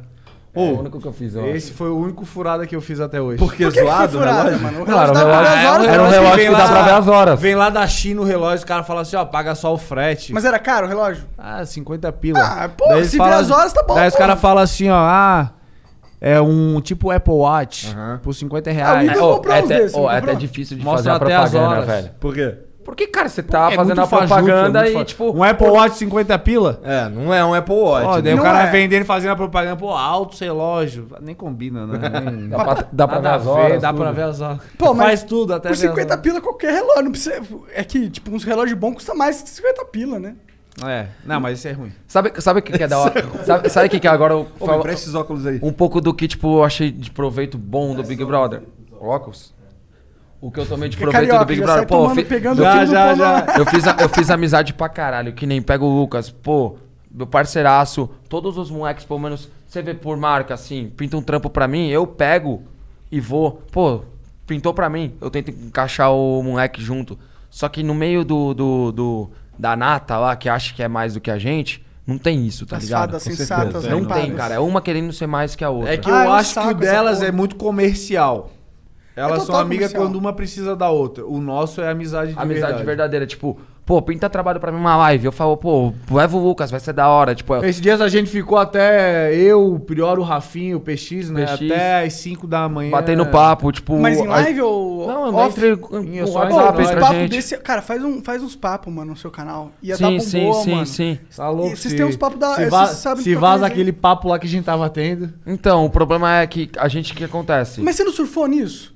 Speaker 4: é o único que eu fiz, eu acho.
Speaker 6: Esse foi o único furada que eu fiz até hoje.
Speaker 4: Por que Por que que zoado
Speaker 6: é
Speaker 4: foi o furada, relógio? mano? O relógio
Speaker 6: Não,
Speaker 4: dá pra ver as horas,
Speaker 6: era
Speaker 4: cara.
Speaker 6: um relógio que
Speaker 4: Vem
Speaker 6: dá
Speaker 4: lá-
Speaker 6: pra ver as horas. Vem lá da China o relógio, o cara fala assim, ó, paga só o frete.
Speaker 3: Mas era caro o relógio?
Speaker 6: Ah, 50 pila.
Speaker 3: Ah, pô,
Speaker 6: Daí eles
Speaker 3: se
Speaker 6: falam-
Speaker 3: vira as horas, tá bom.
Speaker 6: Daí os
Speaker 3: pô.
Speaker 6: caras falam assim, ó, ah, é um tipo Apple Watch por 50 reais.
Speaker 4: Ah, o Igor É, comprou é uns até- desses, não ó, é comprou? até difícil de fazer a
Speaker 6: até as
Speaker 4: propaganda,
Speaker 6: horas.
Speaker 4: velho.
Speaker 2: Por quê?
Speaker 4: Porque, cara, você tá
Speaker 6: É
Speaker 4: fazendo
Speaker 6: muito
Speaker 4: a
Speaker 6: fajuto,
Speaker 4: propaganda
Speaker 6: é muito
Speaker 4: e,
Speaker 6: fa-
Speaker 4: tipo.
Speaker 6: Um Apple Watch 50 pila?
Speaker 2: É, não é um Apple Watch.
Speaker 6: Ó,
Speaker 2: né?
Speaker 6: daí o
Speaker 2: Não
Speaker 6: cara
Speaker 2: é.
Speaker 6: vendendo e fazendo a propaganda, pô, alto relógio. Nem combina, né? Nem-
Speaker 4: Dá pra- dá pra ver
Speaker 6: Nada a
Speaker 4: as horas,
Speaker 6: Dá pra
Speaker 4: tudo.
Speaker 6: ver as horas.
Speaker 3: Pô, mas
Speaker 6: Faz tudo até
Speaker 3: Por
Speaker 6: ver as
Speaker 3: 50 pila qualquer relógio. Não precisa, é que, tipo, uns relógios bons custa mais que 50 pila, né?
Speaker 6: É, não, mas isso é ruim.
Speaker 4: Sabe, sabe o que, que é da hora? Sabe- Sabe o que, que é agora? Eu
Speaker 6: me empresta
Speaker 2: esses óculos aí.
Speaker 4: Um pouco do que, tipo, eu achei de proveito bom do Big Brother. Óculos? O que eu tomei de
Speaker 6: Que
Speaker 4: proveito
Speaker 6: É carioca,
Speaker 4: do Big
Speaker 6: já
Speaker 4: Brother.
Speaker 6: sai
Speaker 4: Pô, eu
Speaker 6: tomando,
Speaker 4: fi-
Speaker 6: pegando
Speaker 4: eu
Speaker 6: o
Speaker 4: fiz-
Speaker 6: fio do
Speaker 4: já,
Speaker 6: pano
Speaker 4: já.
Speaker 6: lá.
Speaker 4: Eu fiz, a- eu fiz amizade pra caralho, que nem pega o Lucas. Pô, meu parceiraço, todos os moleques, pelo menos, você vê por marca, assim, pinta um trampo pra mim, eu pego e vou. Pô, pintou pra mim, eu tento encaixar o moleque junto. Só que no meio do, do, do- da nata lá, que acha que é mais do que a gente, não tem isso, tá
Speaker 3: As
Speaker 4: ligado?
Speaker 3: fadas
Speaker 4: Com
Speaker 3: sensatas,
Speaker 4: certeza.
Speaker 3: né?
Speaker 4: Não tem,
Speaker 3: Pagas.
Speaker 4: cara. É uma querendo ser mais que a outra.
Speaker 6: É que
Speaker 3: Ah,
Speaker 6: eu acho que o delas é muito comercial.
Speaker 3: É
Speaker 6: Elas são
Speaker 4: total
Speaker 6: amigas
Speaker 4: comercial.
Speaker 6: quando uma precisa da outra. O nosso é amizade de
Speaker 4: Amizade
Speaker 6: verdade.
Speaker 4: verdadeira, tipo, pô, pinta trabalho pra mim uma live. Eu falo, pô, leva o Lucas, vai ser da hora. Tipo,
Speaker 6: Esses dias a gente ficou até eu, o Prior, o Rafinho, o PX, né?
Speaker 4: PX.
Speaker 6: Até as 5 da manhã.
Speaker 4: batendo papo, tipo.
Speaker 3: Mas em
Speaker 4: a-
Speaker 3: live ou.
Speaker 4: Não,
Speaker 3: off?
Speaker 4: entre com-
Speaker 3: Em
Speaker 4: com
Speaker 3: só
Speaker 4: WhatsApp
Speaker 3: Pô,
Speaker 4: entre
Speaker 3: uns
Speaker 4: a
Speaker 3: papo
Speaker 4: gente.
Speaker 3: desse- Cara, faz, um, faz uns papos, mano, no seu canal. Ia dar
Speaker 4: Sim,
Speaker 3: bom
Speaker 4: sim,
Speaker 3: boa,
Speaker 4: sim,
Speaker 3: mano.
Speaker 4: sim. Tá
Speaker 3: louco, Vocês têm uns papos da.
Speaker 6: Se,
Speaker 3: vocês
Speaker 6: va
Speaker 3: sabem
Speaker 6: se
Speaker 3: pra
Speaker 6: vaza
Speaker 3: caralho.
Speaker 6: aquele papo lá que a gente tava tendo.
Speaker 4: Então, o problema é que a gente o que acontece.
Speaker 3: Mas você não surfou nisso?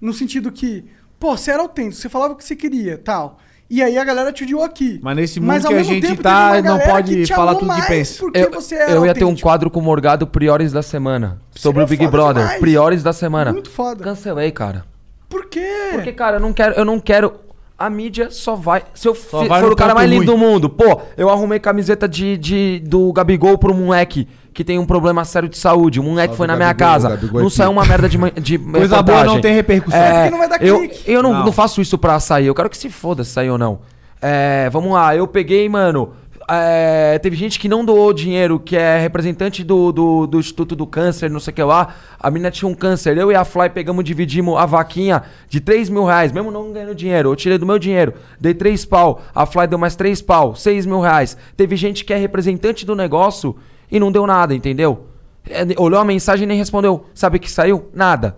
Speaker 3: No sentido que, pô, você era autêntico, você falava o que você queria tal. E aí a galera te odiou aqui.
Speaker 6: Mas nesse mundo
Speaker 3: Mas ao
Speaker 6: que a
Speaker 3: mesmo
Speaker 6: gente
Speaker 3: tempo,
Speaker 6: tá,
Speaker 3: teve uma
Speaker 6: não
Speaker 3: galera
Speaker 6: pode
Speaker 3: que te
Speaker 6: falar
Speaker 3: amou
Speaker 6: tudo que
Speaker 3: mais
Speaker 6: pensa.
Speaker 3: Porque
Speaker 4: eu,
Speaker 3: você
Speaker 4: eu
Speaker 3: é
Speaker 4: ia ter um
Speaker 3: autêntico. é
Speaker 4: quadro com o Morgado Priores da Semana. Sobre o Big Brother.
Speaker 3: demais.
Speaker 4: Priores da Semana.
Speaker 3: Muito foda.
Speaker 4: Cancelei, cara.
Speaker 3: Por quê?
Speaker 6: É.
Speaker 4: Porque, cara, eu não quero. Eu não quero a mídia só vai. Se eu
Speaker 6: Só
Speaker 4: fi-
Speaker 6: vai
Speaker 4: for
Speaker 6: no
Speaker 4: o cara
Speaker 6: canto
Speaker 4: mais lindo do
Speaker 6: ruim.
Speaker 4: mundo, pô, eu arrumei camiseta de, de- do Gabigol pro moleque que tem um problema sério de saúde. O moleque
Speaker 6: Salve,
Speaker 4: foi na minha
Speaker 6: Gabigol,
Speaker 4: casa.
Speaker 6: Gabigol é
Speaker 4: não saiu
Speaker 6: pica.
Speaker 4: uma merda de. man- de
Speaker 6: Coisa boa
Speaker 4: reportagem.
Speaker 6: não tem repercussão.
Speaker 4: É,
Speaker 6: É porque não vai dar
Speaker 4: eu,
Speaker 6: clique.
Speaker 4: eu não,
Speaker 6: Não.
Speaker 4: não faço isso pra sair. Eu quero que se foda se sair ou não. É, vamos lá, eu peguei, mano. é, teve gente que não doou dinheiro, que é representante do, do, do Instituto do Câncer, não sei o que lá. A mina tinha um câncer. Eu e a Fly pegamos, dividimos a vaquinha de 3 mil reais, mesmo não ganhando dinheiro. Eu tirei do meu dinheiro, dei 3 pau. A Fly deu mais 3 pau, 6 mil reais. Teve gente que é representante do negócio e não deu nada, entendeu? É, Olhou a mensagem e nem respondeu. Sabe o que saiu? Nada.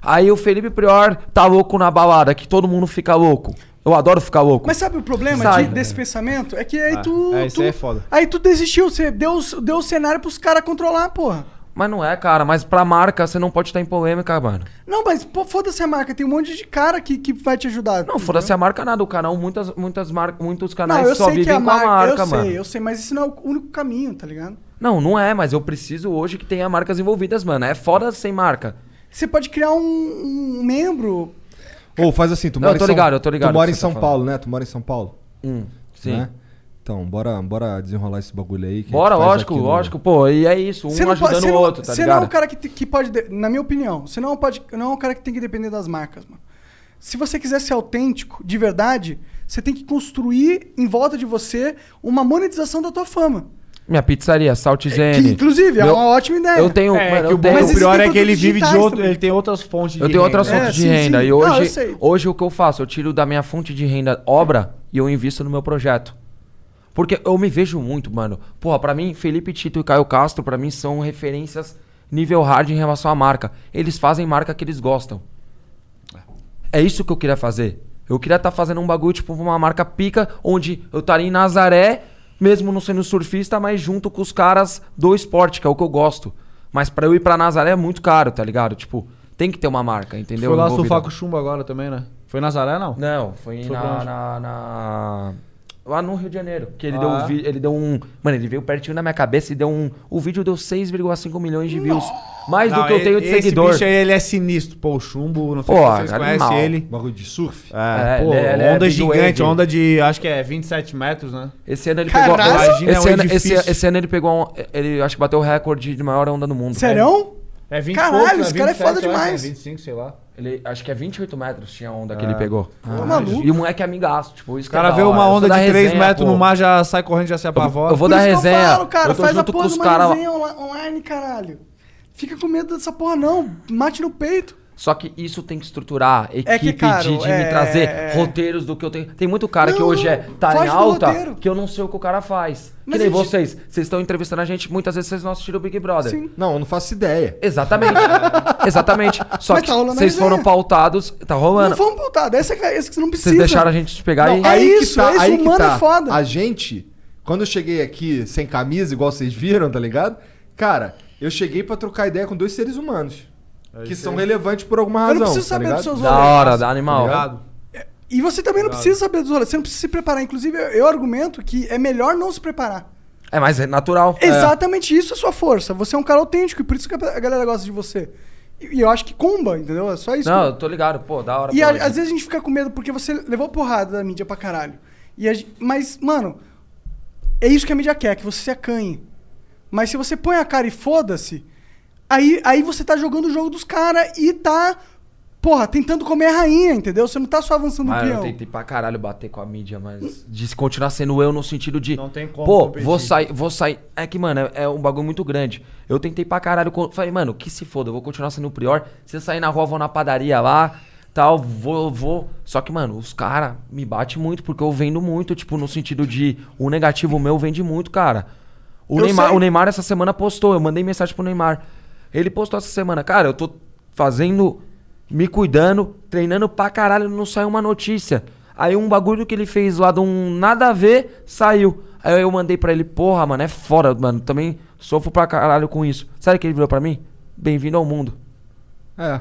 Speaker 4: Aí o Felipe Prior tá louco na balada, que todo mundo fica louco. Eu adoro ficar louco.
Speaker 3: Mas sabe o problema
Speaker 4: Sai. né?
Speaker 3: de- desse pensamento? É que aí
Speaker 4: Ah,
Speaker 3: tu.
Speaker 4: é, isso
Speaker 3: tu-
Speaker 4: aí é foda.
Speaker 3: Aí tu desistiu, você deu, os- deu o cenário pros caras controlar, porra.
Speaker 4: Mas não é, cara. Mas pra marca, você não pode estar em polêmica, mano.
Speaker 3: Não, mas pô, foda-se a marca, tem um monte de cara que, que vai te ajudar.
Speaker 4: Não, foda-se a marca nada. O canal, muitas, muitas mar... muitos
Speaker 3: Não,
Speaker 4: canais
Speaker 3: eu
Speaker 4: só
Speaker 3: sei que
Speaker 4: vivem
Speaker 3: é a
Speaker 4: com a
Speaker 3: marca,
Speaker 4: marca,
Speaker 3: eu
Speaker 4: mano.
Speaker 3: sei, eu sei, mas esse não é o único caminho, tá ligado?
Speaker 4: Não, não é, mas eu preciso hoje que tenha marcas envolvidas, mano. É foda sem marca.
Speaker 3: Você pode criar um, um membro.
Speaker 2: Ou faz assim, tu
Speaker 4: Não,
Speaker 2: mora
Speaker 4: eu tô
Speaker 2: em São,
Speaker 4: ligado, eu tô ligado
Speaker 2: Tu mora
Speaker 4: que
Speaker 2: em
Speaker 4: você
Speaker 2: São
Speaker 4: tá falando.
Speaker 2: Paulo, né? Tu mora em São Paulo.
Speaker 4: Hum, sim.
Speaker 2: Então, bora, bora desenrolar esse bagulho aí. que a
Speaker 4: Bora,
Speaker 2: gente faz né?
Speaker 4: lógico,
Speaker 2: aqui no-
Speaker 4: lógico. Pô, e é isso. Um
Speaker 3: Você não pode-
Speaker 4: ajudando
Speaker 3: você
Speaker 4: o
Speaker 3: não-
Speaker 4: outro, tá
Speaker 3: Você não é
Speaker 4: ligado?
Speaker 3: o cara que, te- que pode. de- Na minha opinião, você não, pode, não é o cara que tem que depender das marcas, mano. Se você quiser ser autêntico, de verdade, você tem que construir em volta de você uma monetização da tua fama.
Speaker 4: Minha pizzaria, Saltzene.
Speaker 3: Que, inclusive, é
Speaker 4: Meu-
Speaker 3: uma ótima ideia.
Speaker 4: Eu tenho.
Speaker 6: É,
Speaker 4: mano,
Speaker 6: que
Speaker 4: um- eu
Speaker 6: o
Speaker 4: tenho-
Speaker 6: bom pior é que ele vive de outro. Ele tem outras fontes de
Speaker 4: Eu tenho outras
Speaker 6: renda.
Speaker 4: fontes de renda. E hoje, hoje o que eu faço? Eu tiro da minha fonte de renda obra e eu invisto no meu projeto. Porque eu me vejo muito, mano. Porra, pra mim, Felipe Tito e Caio Castro, pra mim, são referências nível hard em relação à marca. Eles fazem marca que eles gostam. É isso que eu queria fazer. Eu queria estar fazendo um bagulho, tipo, pra uma marca pica, onde eu estaria em Nazaré, mesmo não sendo surfista, mas junto com os caras do esporte, que é o que eu gosto. Mas pra eu ir pra Nazaré é muito caro, tá ligado? Tipo, tem que ter uma marca,
Speaker 6: Tu
Speaker 4: entendeu?
Speaker 6: Foi lá
Speaker 4: Envolvida.
Speaker 6: surfar com o chumbo agora também, né? Foi em Nazaré, não?
Speaker 4: Não, foi
Speaker 6: pra
Speaker 4: na,
Speaker 6: onde?
Speaker 4: na, na- Lá no Rio de Janeiro. Que ele
Speaker 6: Ah,
Speaker 4: deu um
Speaker 6: é?
Speaker 4: vídeo. Ele deu um. Mano, ele veio pertinho na minha cabeça e deu um. O vídeo deu 6,5 milhões de views. Mais do
Speaker 6: Não,
Speaker 4: que eu tenho de
Speaker 6: e- esse
Speaker 4: seguidor.
Speaker 6: bicho aí, ele é sinistro. Pô, o chumbo, não sei
Speaker 4: Pô,
Speaker 6: se vocês
Speaker 4: animal.
Speaker 6: conhecem ele.
Speaker 2: Bagulho de surf?
Speaker 6: É,
Speaker 4: É,
Speaker 6: pô,
Speaker 4: ele é- ele é
Speaker 6: onda
Speaker 4: big
Speaker 6: gigante,
Speaker 4: wave.
Speaker 6: onda de, acho que é 27 metros, né?
Speaker 4: Esse ano ele
Speaker 6: Caralho!
Speaker 4: pegou.
Speaker 6: Imagina,
Speaker 4: esse,
Speaker 6: é
Speaker 4: ano,
Speaker 6: um
Speaker 4: esse-
Speaker 6: edifício.
Speaker 4: esse ano ele pegou. um- ele acho que bateu o recorde de maior onda do mundo.
Speaker 3: Serão?
Speaker 6: É 20
Speaker 3: Caralho,
Speaker 6: poucos, né?
Speaker 3: esse cara é
Speaker 6: 27,
Speaker 3: foda
Speaker 6: eu acho,
Speaker 3: demais.
Speaker 6: né? 25, sei lá.
Speaker 4: Ele, acho que é 28 metros tinha a onda que
Speaker 6: Ah.
Speaker 4: ele pegou.
Speaker 6: Tá maluco.
Speaker 4: E o moleque é amigaço, tipo, isso
Speaker 6: O
Speaker 4: que
Speaker 6: cara
Speaker 4: é da
Speaker 6: vê
Speaker 4: hora.
Speaker 6: uma
Speaker 4: Eu sou
Speaker 6: onda
Speaker 4: da
Speaker 6: de 3
Speaker 4: resenha,
Speaker 6: metros
Speaker 4: pô.
Speaker 6: no mar, já sai correndo, já se apavora.
Speaker 4: eu vou
Speaker 6: Por
Speaker 4: dar
Speaker 6: isso que
Speaker 4: resenha.
Speaker 6: falo.
Speaker 3: Claro, cara,
Speaker 4: eu tô
Speaker 3: faz a
Speaker 4: junto com
Speaker 3: porra
Speaker 4: os
Speaker 3: de uma
Speaker 4: cara lá.
Speaker 3: resenha onla- online, caralho. Fica com medo dessa porra, não. Mate no peito.
Speaker 4: Só que isso tem que estruturar, equipe
Speaker 3: É cara,
Speaker 4: de, de
Speaker 3: é-
Speaker 4: me trazer roteiros do que eu tenho. Tem muito cara que
Speaker 3: Não,
Speaker 4: hoje é tá
Speaker 3: foge
Speaker 4: em
Speaker 3: do
Speaker 4: alta
Speaker 3: roteiro.
Speaker 4: que eu não sei o que o cara faz.
Speaker 3: Mas
Speaker 4: que nem
Speaker 3: a gente-
Speaker 4: vocês. Vocês estão entrevistando a gente, muitas vezes vocês não assistiram o Big Brother.
Speaker 3: Sim.
Speaker 2: Não, eu não faço ideia.
Speaker 4: Exatamente. Exatamente. Só
Speaker 3: Mas
Speaker 4: que
Speaker 3: tá rolando a
Speaker 4: vocês
Speaker 3: resenha.
Speaker 4: foram pautados. Tá rolando.
Speaker 3: Não vamos pautar. Essa, é- essa que você não precisa.
Speaker 4: Vocês deixaram a gente pegar
Speaker 2: Não,
Speaker 4: e.
Speaker 3: É
Speaker 2: aí que
Speaker 3: isso,
Speaker 2: tá,
Speaker 3: esse
Speaker 2: aí que
Speaker 3: humano
Speaker 2: tá.
Speaker 3: é foda.
Speaker 2: A gente, quando eu cheguei aqui sem camisa, igual vocês viram, tá ligado? Cara, eu cheguei pra trocar ideia com dois seres humanos. que
Speaker 3: isso
Speaker 2: são
Speaker 3: aí.
Speaker 2: relevantes por alguma
Speaker 3: Eu não
Speaker 2: razão.
Speaker 3: preciso
Speaker 2: tá
Speaker 3: saber
Speaker 2: ligado?
Speaker 3: dos seus
Speaker 4: Da
Speaker 3: rolês.
Speaker 4: hora, da animal.
Speaker 2: Obrigado.
Speaker 3: E você também não
Speaker 4: Obrigado.
Speaker 3: precisa saber dos rolês. Você não precisa se preparar. Inclusive, eu- eu argumento que é melhor não se preparar.
Speaker 4: É mais natural.
Speaker 3: Exatamente isso é sua força. Você é um cara autêntico e por isso que a a galera gosta de você. E e eu acho que comba, entendeu? É só
Speaker 4: É.
Speaker 3: isso.
Speaker 4: Não,
Speaker 3: que-
Speaker 4: eu tô ligado, pô, da hora.
Speaker 3: E
Speaker 4: pô.
Speaker 3: a- às vezes a gente fica com medo porque você levou porrada da mídia pra caralho. E a gen- mas, mano, é isso que a mídia quer, que você se acanhe. Mas se você põe a cara e foda-se, aí, aí você tá jogando o jogo dos caras e tá, porra, tentando comer a rainha, entendeu? Você não tá só avançando o
Speaker 4: Mano, eu
Speaker 3: peão.
Speaker 4: tentei pra caralho bater com a mídia, mas. De se continuar sendo eu no sentido de. Não tem
Speaker 6: como
Speaker 4: Pô,
Speaker 6: competir.
Speaker 4: vou sair, vou sair. É que, mano, é, é um bagulho muito grande. Eu tentei pra caralho. co- Falei, mano, que se foda, eu vou continuar sendo o prior. Se eu sair na rua, vou na padaria lá. Tal, vou, vou. Só que, mano, os caras me batem muito porque eu vendo muito. Tipo, no sentido de. O negativo meu vende muito, cara. O
Speaker 6: Eu
Speaker 4: Neymar,
Speaker 6: sei.
Speaker 4: o Neymar essa semana postou. Eu mandei mensagem pro Neymar. Ele postou essa semana. Cara, eu tô fazendo me cuidando, treinando pra caralho, não saiu uma notícia. Aí um bagulho que ele fez lá de um nada a ver, saiu. Aí eu mandei pra ele, porra, mano, é fora, mano, também sofro pra caralho com isso. Sabe o que ele virou pra mim? Bem-vindo ao mundo.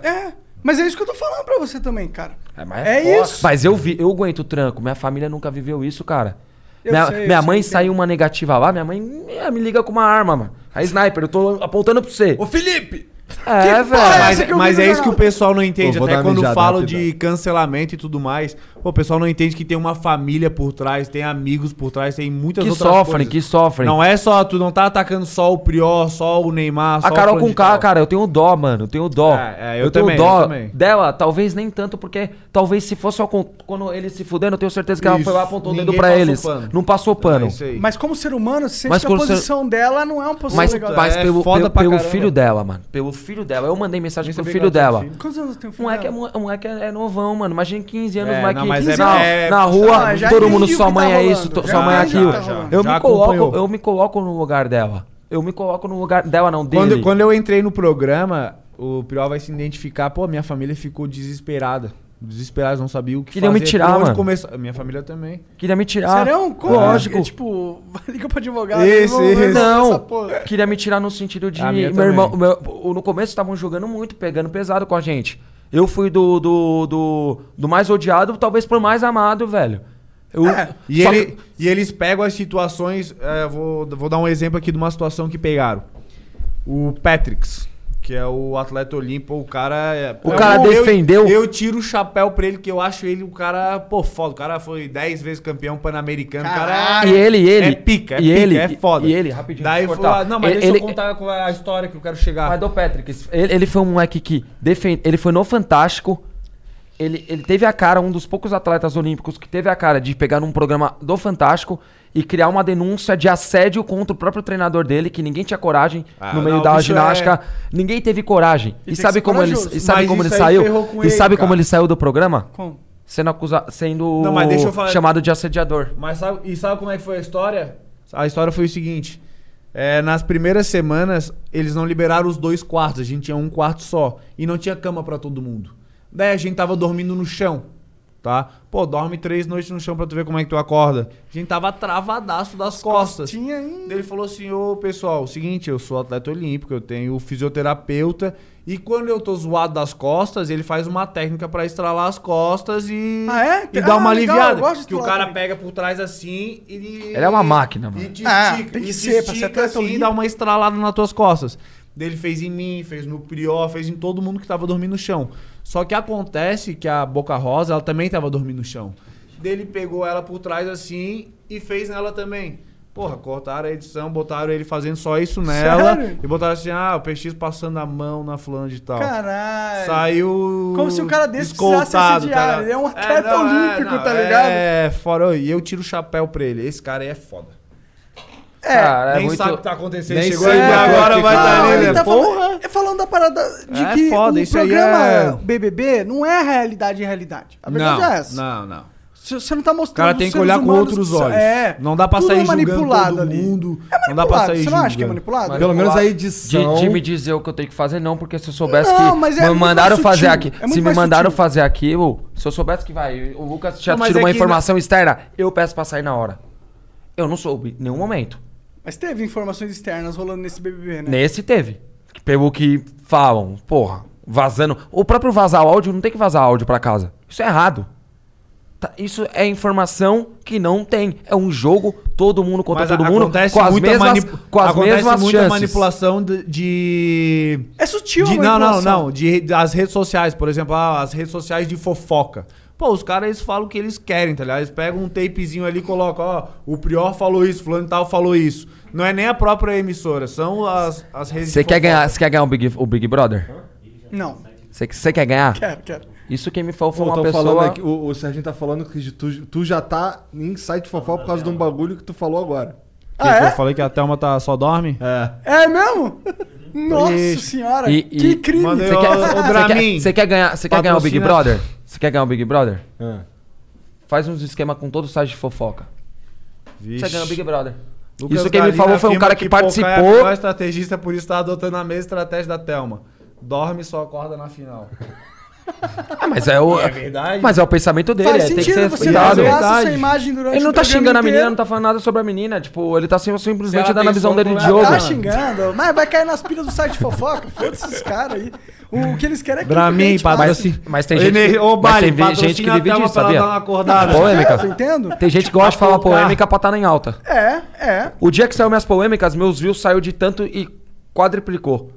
Speaker 3: É, mas é isso que eu tô falando pra você também, cara.
Speaker 4: É,
Speaker 3: É
Speaker 4: foda.
Speaker 3: isso.
Speaker 4: Mas eu vi, eu aguento o tranco, minha família nunca viveu isso, cara.
Speaker 3: Eu
Speaker 4: minha
Speaker 3: sei, eu
Speaker 4: minha
Speaker 3: sei
Speaker 4: mãe
Speaker 3: que tem.
Speaker 4: saiu uma negativa lá, minha mãe me, me liga com uma arma, mano. A sniper, eu tô apontando pra você. Ô,
Speaker 2: Felipe!
Speaker 4: É, velho.
Speaker 6: Mas, mas é isso que o pessoal não entende.
Speaker 4: Eu vou
Speaker 6: Até
Speaker 4: dar
Speaker 6: quando
Speaker 4: mijada
Speaker 6: falo
Speaker 4: rapidão.
Speaker 6: de cancelamento e tudo mais, pô, o pessoal não entende que tem uma família por trás, tem amigos por trás, tem muitas
Speaker 4: Que
Speaker 6: outras
Speaker 4: sofrem,
Speaker 6: coisas.
Speaker 4: que sofrem.
Speaker 6: Não é só, tu não tá atacando só o Prior, só o Neymar, só
Speaker 4: A
Speaker 6: o
Speaker 4: Carol
Speaker 6: fulano
Speaker 4: com
Speaker 6: de tal.
Speaker 4: K, cara, eu tenho dó, mano. Eu tenho dó.
Speaker 6: É, é, eu
Speaker 4: tenho
Speaker 6: também,
Speaker 4: dó
Speaker 6: eu também.
Speaker 4: dela, talvez nem tanto, porque talvez se fosse só com- quando ele se fudendo, eu tenho certeza que ela
Speaker 6: Isso.
Speaker 4: foi lá apontou o dedo
Speaker 6: Ninguém
Speaker 4: pra
Speaker 6: passou
Speaker 4: eles.
Speaker 6: pano. É
Speaker 4: Não passou pano.
Speaker 3: Mas como ser humano, você sente
Speaker 4: Mas
Speaker 3: que a
Speaker 4: como ser-
Speaker 3: posição dela não é uma posição
Speaker 4: Mas,
Speaker 3: legal.
Speaker 4: mas pelo, pelo,
Speaker 6: pra
Speaker 4: pelo
Speaker 6: caramba.
Speaker 4: filho dela, mano. Pelo filho dela. Eu mandei mensagem pro
Speaker 6: sabia
Speaker 4: filho
Speaker 6: que
Speaker 4: dela.
Speaker 6: ela tinha filho.
Speaker 3: Quantos anos tem o filho
Speaker 4: Moleque, é, mo- moleque é, é novão, mano. Imagina 15 anos,
Speaker 6: É,
Speaker 4: moleque.
Speaker 6: não, mas é-
Speaker 4: 15 anos,
Speaker 6: é-
Speaker 4: na rua,
Speaker 6: Ah, já
Speaker 4: todo
Speaker 6: entendi
Speaker 4: mundo,
Speaker 6: o que
Speaker 4: sua
Speaker 6: tá
Speaker 4: mãe é
Speaker 6: rolando.
Speaker 4: isso, to-
Speaker 6: Já,
Speaker 4: sua mãe é
Speaker 6: já,
Speaker 4: aquilo.
Speaker 6: já.
Speaker 4: Eu,
Speaker 6: Já
Speaker 4: me coloco,
Speaker 6: acompanhou.
Speaker 4: eu me coloco no lugar dela. Eu me coloco no lugar dela, não dele.
Speaker 6: Quando, quando eu entrei no programa, o Priol vai se identificar, pô, minha família ficou desesperada. Desesperados, não sabia o que
Speaker 4: Queriam me tirar,
Speaker 6: por onde
Speaker 4: mano.
Speaker 6: começar. Minha família também.
Speaker 4: Queria me tirar.
Speaker 3: Serão? Como?
Speaker 4: Lógico.
Speaker 3: É, tipo, liga pro advogado.
Speaker 4: Isso,
Speaker 3: vamos resolver
Speaker 4: isso.
Speaker 3: essa
Speaker 4: Não,
Speaker 3: porra.
Speaker 4: queria me tirar no sentido de.
Speaker 6: A Ah, minha
Speaker 4: Meu
Speaker 6: também.
Speaker 4: irmão, meu- o- no começo estavam jogando muito, pegando pesado com a gente. Eu fui do, do, do, do mais odiado, talvez por mais amado, velho. Eu,
Speaker 6: É,
Speaker 4: É.
Speaker 6: E,
Speaker 4: só
Speaker 6: ele-
Speaker 4: que-
Speaker 6: e eles pegam as situações. é, vou, vou dar um exemplo aqui de uma situação que pegaram. O Patricks, que é o atleta olímpico, o cara. é-
Speaker 4: O
Speaker 6: eu-
Speaker 4: cara
Speaker 6: eu-
Speaker 4: defendeu.
Speaker 6: Eu, tiro o chapéu pra ele, que eu acho ele o cara, pô, foda. O cara foi 10 vezes campeão pan-americano. o cara é-
Speaker 4: E ele, e ele.
Speaker 6: É pica, é
Speaker 4: e
Speaker 6: pica,
Speaker 4: ele,
Speaker 6: é foda.
Speaker 4: E ele, rapidinho.
Speaker 6: Daí
Speaker 4: deixa eu
Speaker 6: foi lá,
Speaker 4: cortar.
Speaker 6: Não, mas
Speaker 4: ele,
Speaker 6: deixa
Speaker 4: ele-
Speaker 6: eu contar qual é a história que eu quero chegar.
Speaker 4: Mas do Patrick, Ah. ele, ele foi um moleque que defende. Ele foi no Fantástico. Ele, ele teve a cara, um dos poucos atletas olímpicos que teve a cara de pegar um programa do Fantástico e criar uma denúncia de assédio contra o próprio treinador dele, que ninguém tinha coragem
Speaker 6: Ah,
Speaker 4: no meio
Speaker 6: não,
Speaker 4: da
Speaker 6: isso
Speaker 4: ginástica. Ninguém teve coragem.
Speaker 6: E
Speaker 4: E,
Speaker 6: tem que ser
Speaker 4: sabe como ele,
Speaker 6: corajoso.
Speaker 4: e sabe
Speaker 6: Mas
Speaker 4: como ele
Speaker 6: isso aí
Speaker 4: saiu?
Speaker 6: ferrou com
Speaker 4: E
Speaker 6: ele,
Speaker 4: sabe como
Speaker 6: cara.
Speaker 4: ele saiu do programa?
Speaker 3: Como?
Speaker 4: Sendo acusado. Sendo
Speaker 6: Não, mas deixa eu falar-
Speaker 4: chamado de assediador.
Speaker 6: Mas sabe, e sabe como é que foi a história? A história foi o seguinte: é, nas primeiras semanas, eles não liberaram os dois quartos, a gente tinha um quarto só. E não tinha cama pra todo mundo. Daí a gente tava dormindo no chão. tá? Pô, dorme três noites no chão pra tu ver como é que tu acorda. A gente tava travadaço das costas.
Speaker 3: Tinha
Speaker 6: Ele falou assim, ô pessoal, o seguinte, eu sou atleta olímpico, eu tenho fisioterapeuta, e quando eu tô zoado das costas, ele faz uma técnica pra estralar as costas e,
Speaker 3: Ah, é?
Speaker 6: e dar
Speaker 3: Ah,
Speaker 6: uma
Speaker 3: legal, eu
Speaker 6: aliviada.
Speaker 3: gosto de
Speaker 6: que o
Speaker 3: estralar
Speaker 6: cara
Speaker 3: também.
Speaker 6: pega por trás assim e... Ele
Speaker 4: Ele é uma máquina, mano.
Speaker 6: E te
Speaker 3: Ah,
Speaker 6: estica,
Speaker 3: tem que
Speaker 6: e te
Speaker 3: ser, pra ser
Speaker 6: estica
Speaker 3: atleta
Speaker 6: assim,
Speaker 3: olímpico.
Speaker 6: dá uma estralada nas tuas costas. Daí Ele fez em mim, fez no Prior, fez em todo mundo que tava dormindo no chão. Só que acontece que a Boca Rosa, ela também tava dormindo no chão. Daí Ele pegou ela por trás assim e fez nela também. Porra, cortaram a edição, botaram ele fazendo só isso nela.
Speaker 3: Sério?
Speaker 6: E botaram assim, ah, o PX passando a mão na fulana de tal.
Speaker 3: Caralho.
Speaker 6: Saiu.
Speaker 3: Como se um cara desse precisasse
Speaker 6: escoltado,
Speaker 3: assediar,
Speaker 6: tá ligado?
Speaker 3: ele é um atleta
Speaker 6: não,
Speaker 3: olímpico,
Speaker 6: não,
Speaker 3: tá ligado?
Speaker 6: É, fora. E eu tiro o chapéu pra ele. Esse cara aí é foda.
Speaker 3: É,
Speaker 4: Cara, é
Speaker 6: nem
Speaker 4: muito-
Speaker 6: sabe o que tá acontecendo.
Speaker 4: Nem
Speaker 6: Chegou
Speaker 4: sei
Speaker 6: aí
Speaker 4: o que
Speaker 6: agora
Speaker 4: aconteceu,
Speaker 6: vai
Speaker 4: cara.
Speaker 6: estar tá ali, né?
Speaker 3: Ele tá
Speaker 6: Porra.
Speaker 3: falando, é falando da parada de
Speaker 6: É
Speaker 3: que
Speaker 6: foda,
Speaker 3: o
Speaker 6: isso aí
Speaker 3: programa
Speaker 6: é-
Speaker 3: BBB não é a realidade, é a realidade. A verdade é essa.
Speaker 6: Não, não.
Speaker 3: Se Você não tá
Speaker 6: O
Speaker 3: mostrando
Speaker 6: cara
Speaker 3: os
Speaker 6: tem que
Speaker 3: seres
Speaker 6: olhar com
Speaker 3: humanos
Speaker 6: outros
Speaker 3: que
Speaker 6: olhos.
Speaker 3: são- É.
Speaker 6: Não dá pra
Speaker 3: Tudo
Speaker 6: sair
Speaker 3: é
Speaker 6: julgando
Speaker 3: manipulado
Speaker 6: todo
Speaker 3: ali.
Speaker 6: mundo.
Speaker 3: É
Speaker 6: Não dá pra
Speaker 3: manipulado,
Speaker 6: sair
Speaker 3: Você não acha que é
Speaker 6: julgando.
Speaker 3: manipulado?
Speaker 2: Pelo menos a
Speaker 4: edição. De, de me dizer o que eu tenho que fazer, não, porque se eu soubesse
Speaker 3: Não,
Speaker 4: que.
Speaker 3: mas é
Speaker 4: me
Speaker 3: muito
Speaker 4: mandaram
Speaker 3: mais sutil.
Speaker 4: fazer aqui.
Speaker 3: É muito
Speaker 4: se me
Speaker 3: mais
Speaker 4: mandaram
Speaker 3: sutil.
Speaker 4: fazer aquilo, se eu soubesse que vai. O Lucas já
Speaker 6: Não, mas
Speaker 4: tirou
Speaker 6: é
Speaker 4: uma
Speaker 6: que
Speaker 4: informação externa, eu peço pra sair na hora. Eu não soube, em nenhum momento.
Speaker 3: Mas teve informações externas rolando nesse BBB, né?
Speaker 4: Nesse teve. Pelo que falam, porra, vazando. O próprio vazar áudio não tem que vazar áudio pra casa. Isso é errado. Tá, isso é informação que não tem. É um jogo, todo mundo contra
Speaker 6: Mas
Speaker 4: todo
Speaker 6: a-
Speaker 4: mundo,
Speaker 6: acontece
Speaker 4: com as
Speaker 6: muita
Speaker 4: mesmas,
Speaker 6: manip-
Speaker 4: com as
Speaker 6: acontece
Speaker 4: mesmas
Speaker 6: muita
Speaker 4: chances.
Speaker 6: manipulação de, de-
Speaker 3: É sutil
Speaker 6: de-
Speaker 3: a
Speaker 6: Não, não,
Speaker 3: manipulação.
Speaker 6: não. De, das redes sociais, por exemplo, ah, as redes sociais de fofoca. Pô, os caras eles falam o que eles querem, tá ligado? Eles pegam um tapezinho ali e colocam, ó, o Prior falou isso, fulano e tal falou isso. Não é nem a própria emissora, são as, as redes
Speaker 4: Você
Speaker 6: de
Speaker 4: quer
Speaker 6: fofoca.
Speaker 4: ganhar, você quer ganhar o Big, o Big Brother?
Speaker 3: Não.
Speaker 4: Você, você quer ganhar?
Speaker 3: Quero, quero.
Speaker 4: Isso quem me falou foi
Speaker 2: Pô,
Speaker 4: uma
Speaker 2: tão
Speaker 4: pessoa.
Speaker 2: falando aqui- o, o Serginho tá falando que tu, tu já tá em site fofó por causa de um bagulho que tu falou agora.
Speaker 6: Que Eu falei que a Thelma tá, só dorme?
Speaker 2: É.
Speaker 3: Ah, É mesmo? Nossa
Speaker 6: Ixi.
Speaker 3: senhora,
Speaker 4: Uhum. E-
Speaker 3: que
Speaker 4: e-
Speaker 3: crime.
Speaker 6: Mandei
Speaker 4: Você
Speaker 6: o-
Speaker 4: quer,
Speaker 6: o
Speaker 4: você
Speaker 6: Dramin.
Speaker 4: quer- você quer ganhar, você quer ganhar o Big
Speaker 6: Patrocina.
Speaker 4: Brother? Você quer ganhar o Big Brother? Faz uns esquema com todo o site de fofoca. Você ganha o Big Brother.
Speaker 6: Lucas
Speaker 4: isso quem me
Speaker 6: Galina
Speaker 4: falou foi um
Speaker 6: afirma
Speaker 4: cara que,
Speaker 6: Pocah É a
Speaker 4: participou.
Speaker 6: melhor estrategista, por isso tá adotando a mesma estratégia da Thelma. Dorme e só acorda na final.
Speaker 4: Ah, mas é o,
Speaker 6: É verdade.
Speaker 4: mas é o pensamento dele.
Speaker 3: Faz
Speaker 4: é, tem que
Speaker 3: sentido
Speaker 4: ser
Speaker 3: você
Speaker 4: respeitado.
Speaker 3: não gastar essa imagem durante
Speaker 4: Ele não
Speaker 3: o
Speaker 4: tá
Speaker 3: programa
Speaker 4: xingando a menina,
Speaker 3: inteiro.
Speaker 4: não tá falando nada sobre a menina. Tipo, ele tá sim-
Speaker 6: Se
Speaker 4: simplesmente
Speaker 6: ela
Speaker 4: dando a
Speaker 6: tem
Speaker 4: visão
Speaker 6: sono,
Speaker 4: dele de
Speaker 6: ela
Speaker 4: jogo.
Speaker 3: Tá xingando, mas vai cair nas pilhas do site de fofoca. Foda-se esses caras aí. O que eles querem é clickbait,
Speaker 4: mas,
Speaker 3: fácil.
Speaker 4: mas tem gente, que-
Speaker 6: Ô,
Speaker 4: mas
Speaker 6: Bali,
Speaker 4: tem vi- gente que
Speaker 6: patrocina a
Speaker 4: vive
Speaker 6: Thelma
Speaker 4: disso,
Speaker 6: pra ela
Speaker 4: sabia?
Speaker 6: dar uma acordada.
Speaker 4: Polêmica.
Speaker 3: Eu entendo.
Speaker 4: Tem gente que gosta de falar
Speaker 6: focar.
Speaker 4: polêmica pra estar em alta.
Speaker 3: É, é.
Speaker 4: O dia que saiu minhas polêmicas, meus views saiu de tanto e quadriplicou.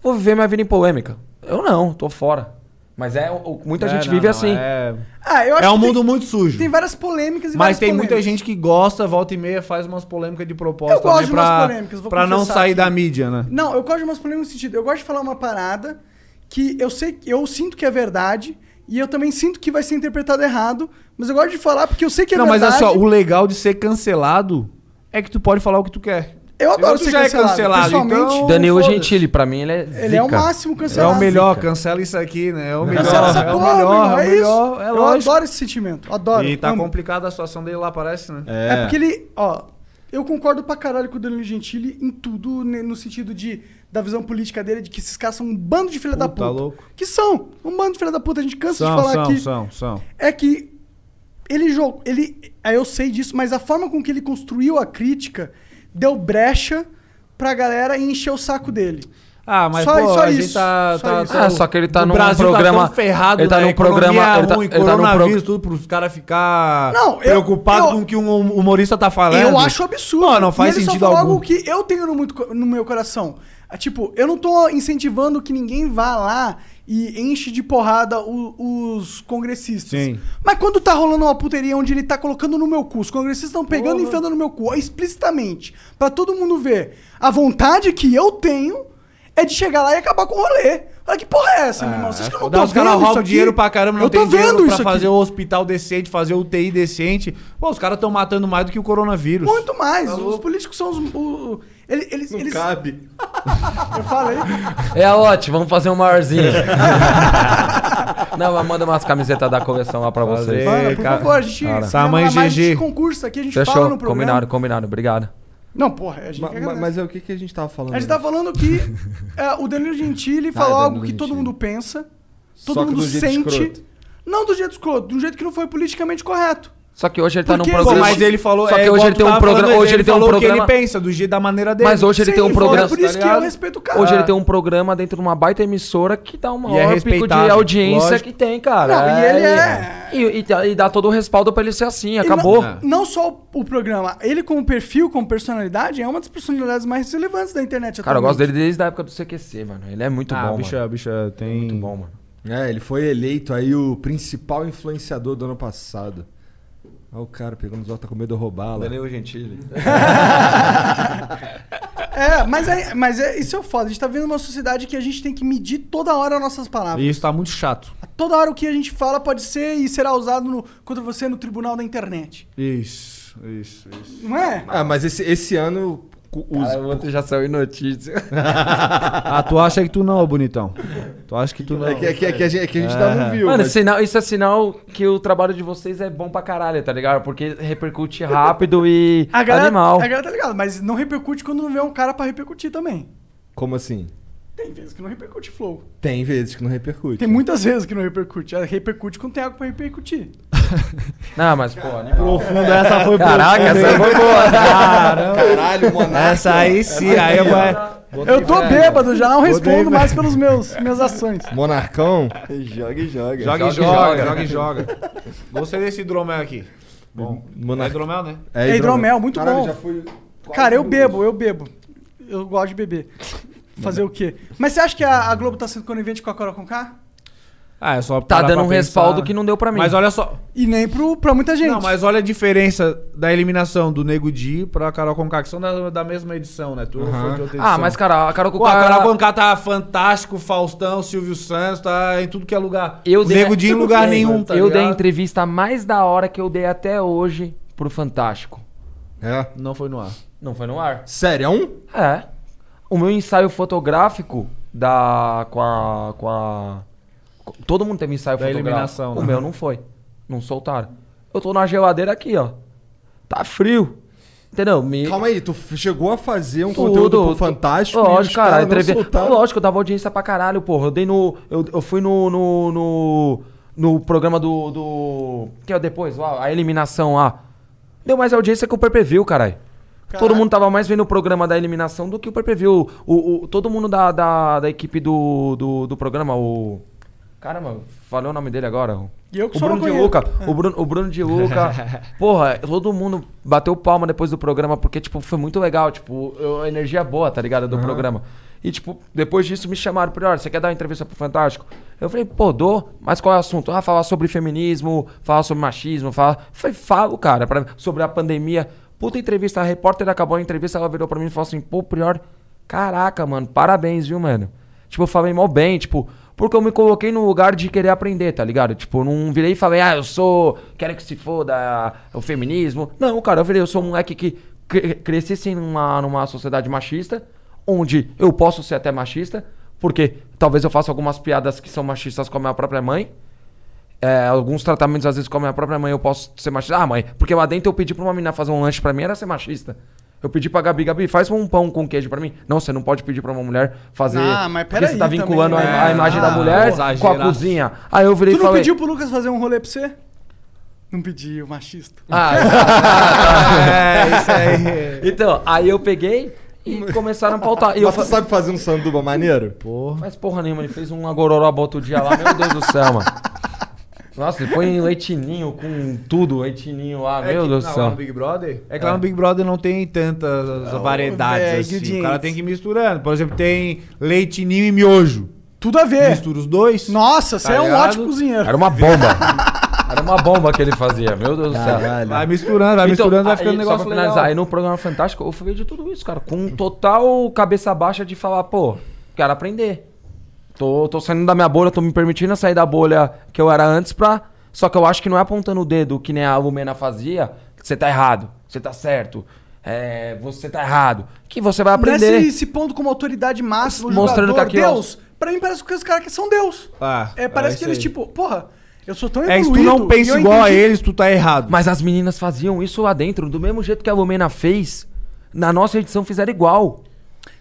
Speaker 4: Vou viver minha vida em polêmica. Eu não, tô fora. Mas é, o- o- muita
Speaker 6: É,
Speaker 4: gente
Speaker 6: não,
Speaker 4: vive
Speaker 6: não,
Speaker 4: assim.
Speaker 6: É,
Speaker 3: Ah, eu acho
Speaker 6: é um
Speaker 3: que tem-
Speaker 6: mundo muito
Speaker 3: tem,
Speaker 6: sujo.
Speaker 3: várias polêmicas e
Speaker 6: Mas
Speaker 3: várias
Speaker 6: tem muita
Speaker 3: polêmicas.
Speaker 6: gente que gosta, volta e meia, faz umas polêmicas de
Speaker 3: Eu
Speaker 6: propósito
Speaker 3: gosto
Speaker 6: também
Speaker 3: de umas
Speaker 6: pra,
Speaker 3: polêmicas, vou
Speaker 6: pra não
Speaker 3: confessar
Speaker 6: sair
Speaker 3: aqui.
Speaker 6: da mídia, né?
Speaker 3: Não, eu gosto de umas polêmicas no sentido. Eu gosto de falar uma parada que eu sei, que- eu sinto que é verdade e eu também sinto que vai ser interpretado errado, mas eu gosto de falar porque eu sei que é
Speaker 6: não, mas
Speaker 3: verdade.
Speaker 6: olha só, o legal de ser cancelado é que tu pode falar o que tu quer.
Speaker 3: Eu adoro
Speaker 6: tu
Speaker 3: ser
Speaker 6: já é
Speaker 3: cancelado,
Speaker 6: cancelado,
Speaker 3: pessoalmente.
Speaker 6: então
Speaker 4: Danilo
Speaker 6: foda-se.
Speaker 4: Gentili, pra mim, ele é
Speaker 3: Ele é o
Speaker 4: zica.
Speaker 3: máximo
Speaker 6: É
Speaker 3: cancelado.
Speaker 6: o melhor, cancela isso aqui, né? É o melhor,
Speaker 3: Cancela essa
Speaker 6: é o
Speaker 3: porra, meu irmão,
Speaker 6: melhor, é o
Speaker 3: é isso.
Speaker 6: melhor, é
Speaker 3: eu
Speaker 6: lógico.
Speaker 3: adoro esse sentimento, adoro.
Speaker 6: E tá
Speaker 3: amo.
Speaker 6: complicada a situação dele lá, parece, né?
Speaker 3: É. porque ele, ó, eu concordo pra caralho com o Danilo Gentili em tudo, né, no sentido de da visão política dele, de que esses caras são um bando de filha da
Speaker 6: Puta,
Speaker 3: puta.
Speaker 6: louco.
Speaker 3: Que são, um bando de filha da puta, a gente cansa
Speaker 6: São,
Speaker 3: de falar
Speaker 6: são,
Speaker 3: aqui.
Speaker 6: são, são.
Speaker 3: É que ele jogou, ele, aí eu sei disso, mas a forma com que ele construiu a crítica deu brecha pra galera e encher o saco dele.
Speaker 6: Ah, mas
Speaker 3: Só-
Speaker 6: pô,
Speaker 3: só
Speaker 6: a gente
Speaker 3: isso,
Speaker 6: tá,
Speaker 3: só
Speaker 6: tá-
Speaker 3: isso.
Speaker 6: tá-
Speaker 4: Ah, só que ele tá
Speaker 6: o
Speaker 4: num
Speaker 6: Brasil
Speaker 4: programa-
Speaker 6: Tá tão ferrado,
Speaker 4: ele tá
Speaker 6: né?
Speaker 4: num
Speaker 6: Economia
Speaker 4: programa- ele tá-
Speaker 6: ruim,
Speaker 4: ele tá num pro-
Speaker 6: coronavírus, tudo pros caras ficar
Speaker 3: Não, eu-
Speaker 6: preocupado
Speaker 3: eu-
Speaker 6: com o que um humorista tá falando.
Speaker 3: Eu acho absurdo.
Speaker 6: Pô, não faz
Speaker 3: e ele
Speaker 6: sentido
Speaker 3: só falou
Speaker 6: algum.
Speaker 3: algo que eu tenho no, muito co- no meu coração. Ah, Tipo, eu não tô incentivando que ninguém vá lá e enche de porrada o- os congressistas.
Speaker 6: Sim.
Speaker 3: Mas quando tá rolando uma putaria onde ele tá colocando no meu cu, os congressistas estão pegando e enfiando no meu cu, explicitamente, pra todo mundo ver, a vontade que eu tenho é de chegar lá e acabar com o rolê. Olha que porra é essa, meu irmão? Vocês que eu não
Speaker 6: Ah, Dá,
Speaker 3: tô
Speaker 6: os caras
Speaker 3: vendo isso
Speaker 6: roubam
Speaker 3: aqui?
Speaker 6: dinheiro pra caramba, não
Speaker 3: eu
Speaker 6: tem
Speaker 3: tô
Speaker 6: dinheiro
Speaker 3: vendo
Speaker 6: pra
Speaker 3: isso
Speaker 6: fazer
Speaker 3: aqui.
Speaker 6: o hospital decente, fazer UTI decente. Pô, os caras estão matando mais do que o coronavírus.
Speaker 3: Muito mais. os políticos são os... o- ele- eles, eles,
Speaker 2: Cabe.
Speaker 3: Eu falei.
Speaker 4: É ótimo, vamos fazer um maiorzinho. não, mas manda umas camisetas da coleção lá pra vocês.
Speaker 3: Mano, por favor, a gente.
Speaker 4: Cara.
Speaker 3: se
Speaker 6: Tamanho
Speaker 3: lembra mais, a gente
Speaker 6: GG.
Speaker 3: concursa aqui, a gente fala
Speaker 4: Tá, Fechou,
Speaker 3: no programa.
Speaker 4: combinado, combinado. Obrigado.
Speaker 3: Não, porra, a gente
Speaker 2: Ma-
Speaker 3: que
Speaker 2: ma-
Speaker 3: agradece.
Speaker 2: mas é o que, que a gente tava falando?
Speaker 3: A gente tá falando que é, o Danilo Gentili falou
Speaker 2: Danilo
Speaker 3: algo que todo
Speaker 2: Gentili.
Speaker 3: mundo pensa,
Speaker 2: Só
Speaker 3: todo
Speaker 2: que
Speaker 3: mundo
Speaker 2: do jeito
Speaker 3: sente.
Speaker 2: escroto.
Speaker 3: Não do jeito escroto, do jeito que não foi politicamente correto.
Speaker 4: Só que hoje ele tá
Speaker 3: Por
Speaker 4: num
Speaker 3: quê?
Speaker 4: programa.
Speaker 3: Pô, mas ele falou-
Speaker 4: Só
Speaker 3: é
Speaker 4: que
Speaker 3: igual
Speaker 4: hoje ele
Speaker 3: tu
Speaker 4: tem um
Speaker 3: tava
Speaker 4: programa.
Speaker 3: falando,
Speaker 4: Hoje
Speaker 3: ele
Speaker 4: ele tem um
Speaker 3: falou o que ele
Speaker 4: programa.
Speaker 6: pensa, do jeito da maneira dele.
Speaker 4: Mas hoje ele
Speaker 6: Sim,
Speaker 4: tem um
Speaker 6: foi
Speaker 4: programa.
Speaker 6: por isso
Speaker 4: tá
Speaker 6: que eu
Speaker 4: ligado?
Speaker 6: respeito o cara.
Speaker 4: Hoje ele tem um programa dentro de uma baita emissora que dá o
Speaker 6: E é
Speaker 4: maior pico de
Speaker 6: respeitável,
Speaker 4: audiência
Speaker 6: lógico.
Speaker 4: que tem, cara.
Speaker 3: Não, e ele é-
Speaker 4: E, e dá- e dá todo o respaldo pra ele ser assim, acabou.
Speaker 3: Não, É. não só o- o programa, ele como perfil, como personalidade, é uma das personalidades mais relevantes da internet
Speaker 4: Cara, eu gosto
Speaker 3: atualmente.
Speaker 4: dele desde a época do CQC, mano. Ele é muito
Speaker 3: Ah,
Speaker 4: bom,
Speaker 3: bicho,
Speaker 4: mano.
Speaker 6: bicho, tem... Muito
Speaker 4: bom, mano.
Speaker 2: É, ele foi eleito aí o principal influenciador do ano passado. Olha o cara pegando os olhos, tá com medo de roubá-la.
Speaker 5: Danilo Gentili.
Speaker 3: É, mas, é, mas é, isso é o foda. A gente tá vendo uma sociedade que a gente tem que medir toda hora as nossas palavras.
Speaker 6: E isso tá muito chato.
Speaker 3: Toda hora o que a gente fala pode ser e será usado no- contra você no tribunal da internet.
Speaker 6: Isso, isso, isso.
Speaker 3: Não é?
Speaker 2: Ah, mas esse, esse ano.
Speaker 4: Cara, você já saiu em notícia.
Speaker 6: ah, tu acha que tu não, bonitão? Tu acha que tu não.
Speaker 4: É que- é que- é que a gente- é que a gente
Speaker 6: É.
Speaker 4: tá no Mano, sinal- isso é sinal que o trabalho de vocês é bom pra caralho, tá ligado? Porque repercute rápido e
Speaker 3: A galera,
Speaker 4: animal.
Speaker 3: a galera tá ligada, mas não repercute quando não vê um cara pra repercutir também.
Speaker 2: Como assim?
Speaker 3: Tem vezes que não repercute flow.
Speaker 2: Tem vezes que não repercute.
Speaker 3: Tem muitas vezes que não repercute. Ela Repercute quando tem algo pra repercutir.
Speaker 4: Não, mas pô, animal.
Speaker 6: Profunda, essa foi
Speaker 4: Caraca,
Speaker 6: profunda,
Speaker 4: essa
Speaker 6: hein?
Speaker 4: foi boa.
Speaker 6: Caramba.
Speaker 4: Caralho, monarca.
Speaker 6: Essa aí sim, aí eu vou...
Speaker 3: Eu tô bêbado, já não
Speaker 6: Botei
Speaker 3: respondo
Speaker 6: pra-
Speaker 3: mais pelas minhas ações.
Speaker 2: Monarcão?
Speaker 5: Joga e joga.
Speaker 6: Joga e joga, joga e joga. Gostei desse hidromel aqui. Bom,
Speaker 2: Monar-
Speaker 6: é hidromel, né?
Speaker 3: É hidromel, muito
Speaker 2: Caralho,
Speaker 3: bom.
Speaker 2: já fui quase
Speaker 3: Cara, eu
Speaker 2: no
Speaker 3: bebo, eu bebo. Eu gosto de beber. Fazer o quê? Mas você acha que a, a Globo tá sendo conivente com a Cora Conká?
Speaker 6: Ah, é só
Speaker 4: Tá
Speaker 6: parar
Speaker 4: dando
Speaker 6: pra
Speaker 4: um
Speaker 6: pensar.
Speaker 4: respaldo que não deu pra mim.
Speaker 6: Mas olha só.
Speaker 3: E nem pro, pra muita gente.
Speaker 6: Não, mas olha a diferença da eliminação do Nego Di pra Carol Conká, que são da, da mesma edição, né? Tu foi de outra edição.
Speaker 4: Ah, mas cara, a Carol
Speaker 6: Pô, a
Speaker 4: Conká-
Speaker 6: Carol Conká tá fantástico, Faustão, Silvio Santos, tá em tudo que é lugar.
Speaker 4: Eu
Speaker 6: o Nego Di em lugar nenhum, tá
Speaker 4: Eu dei a
Speaker 6: ligado?
Speaker 4: entrevista mais da hora que eu dei até hoje pro Fantástico.
Speaker 2: É?
Speaker 6: Não foi no ar.
Speaker 4: Não foi no ar.
Speaker 2: Sério? um?
Speaker 4: É. O meu ensaio fotográfico da. com a. com a. com- Todo mundo teve ensaio
Speaker 6: Da
Speaker 4: fotográfico.
Speaker 6: eliminação,
Speaker 4: o
Speaker 6: né?
Speaker 4: meu não foi. Não soltaram. Eu tô na geladeira aqui, ó. Tá frio. Entendeu? Me...
Speaker 2: Calma aí, tu f- chegou a fazer um conteúdo pro fantástico. e os
Speaker 4: Lógico, cara.
Speaker 2: caras não
Speaker 4: a entrevista-
Speaker 2: soltaram.
Speaker 4: Lógico, eu dava audiência pra caralho, porra. Eu dei no. Eu, eu fui no. no, no... no programa do. do... Que é depois? lá, A eliminação lá. Deu mais audiência que o pay per view, caralho. Todo mundo tava mais vendo o programa da eliminação do que o pay per view. O, o- todo mundo da, da, da equipe do, do, do programa, o. Caramba, falei o nome dele agora. o-
Speaker 3: E eu que
Speaker 4: o
Speaker 3: só não
Speaker 4: Bruno de
Speaker 3: conheço.
Speaker 4: Luca. O Bruno, o Bruno de Luca. porra, todo mundo bateu palma depois do programa, porque, tipo, foi muito legal. Tipo, eu- a energia boa, tá ligado? Do
Speaker 6: Aham.
Speaker 4: programa. E, tipo, depois disso me chamaram pra olha, você quer dar uma entrevista pro Fantástico? Eu falei, pô, dou, mas qual é o assunto? Ah, falar sobre feminismo, falar sobre machismo, falar. Falei, falo, cara, pra, sobre a pandemia. Puta entrevista, a repórter acabou a entrevista, ela virou pra mim e falou assim, pô, Prior, caraca, mano, parabéns, viu, mano? Tipo, eu falei mal bem, tipo, porque eu me coloquei no lugar de querer aprender, tá ligado? Tipo, eu não virei e falei, ah, eu sou. Quero que se foda o feminismo. Não, cara, eu virei, eu sou um moleque que cre- cresci sim numa, numa sociedade machista onde eu posso ser até machista, porque talvez eu faça algumas piadas que são machistas com a minha própria mãe. É, alguns tratamentos, às vezes, com a minha própria mãe, eu posso ser machista. Ah, mãe, porque lá dentro eu pedi pra uma menina fazer um lanche pra mim, era ser machista. Eu pedi pra Gabi, Gabi, faz um pão com queijo pra mim. Não, você não pode pedir pra uma mulher fazer.
Speaker 3: Ah, mas
Speaker 4: porque você
Speaker 3: peraí
Speaker 4: tá vinculando
Speaker 3: também,
Speaker 4: a, a
Speaker 3: né?
Speaker 4: imagem da
Speaker 3: Ah,
Speaker 4: mulher
Speaker 3: exageraço.
Speaker 4: com a cozinha. Aí eu virei
Speaker 3: tu
Speaker 4: e
Speaker 3: não
Speaker 4: falei.
Speaker 3: pediu pro Lucas fazer um rolê pra você? Não pedi, o machista.
Speaker 4: Ah,
Speaker 6: É,
Speaker 4: tá. Então, aí eu peguei e começaram a pautar. E eu
Speaker 2: Mas tu
Speaker 4: fa-
Speaker 2: sabe fazer um sanduba maneiro?
Speaker 6: Porra.
Speaker 4: Faz porra nenhuma, ele fez um agororoba outro dia lá, meu Deus do céu, mano. Nossa, ele põe leitinho com tudo, leitinho lá,
Speaker 6: É
Speaker 4: meu Deus
Speaker 6: que- não,
Speaker 4: do
Speaker 6: lá
Speaker 4: céu.
Speaker 6: no Big Brother? É que lá
Speaker 4: É.
Speaker 6: no Big Brother não tem tantas variedades
Speaker 4: é,
Speaker 6: assim. O
Speaker 4: ingredientes.
Speaker 6: cara tem que ir misturando. Por exemplo, tem leite ninho e miojo.
Speaker 3: Tudo a ver.
Speaker 6: Mistura os dois.
Speaker 3: Nossa, você é um ótimo cozinheiro.
Speaker 4: Era uma bomba. Era uma bomba que ele fazia, meu Deus do céu.
Speaker 6: Caralho. Vai misturando, vai misturando, vai
Speaker 4: Então,
Speaker 6: ficando um
Speaker 4: aí,
Speaker 6: negócio
Speaker 4: só pra finalizar,
Speaker 6: legal.
Speaker 4: Aí no programa Fantástico eu falei de tudo isso, cara, com total cabeça baixa de falar, pô, quero aprender. Tô, tô saindo da minha bolha, tô me permitindo sair da bolha que eu era antes pra. Só que eu acho que não é apontando o dedo que nem a Lumena fazia, que você tá errado, você tá certo, é, você tá errado. Que você vai aprender.
Speaker 3: Nesse, se pondo como autoridade máxima, o
Speaker 4: Mostrando
Speaker 3: jogador,
Speaker 4: que aquilo-
Speaker 3: Deus. Pra mim parece que os caras que são Deus.
Speaker 6: Ah,
Speaker 3: É, parece
Speaker 6: é
Speaker 3: que eles,
Speaker 6: isso aí.
Speaker 3: tipo, porra, eu sou tão
Speaker 6: É,
Speaker 3: evoluído.
Speaker 6: se tu não
Speaker 3: e eu
Speaker 6: pensa igual a
Speaker 3: entendi-
Speaker 6: eles, tu tá errado.
Speaker 4: Mas as meninas faziam isso lá dentro, do mesmo jeito que a Lumena fez, na nossa edição fizeram igual.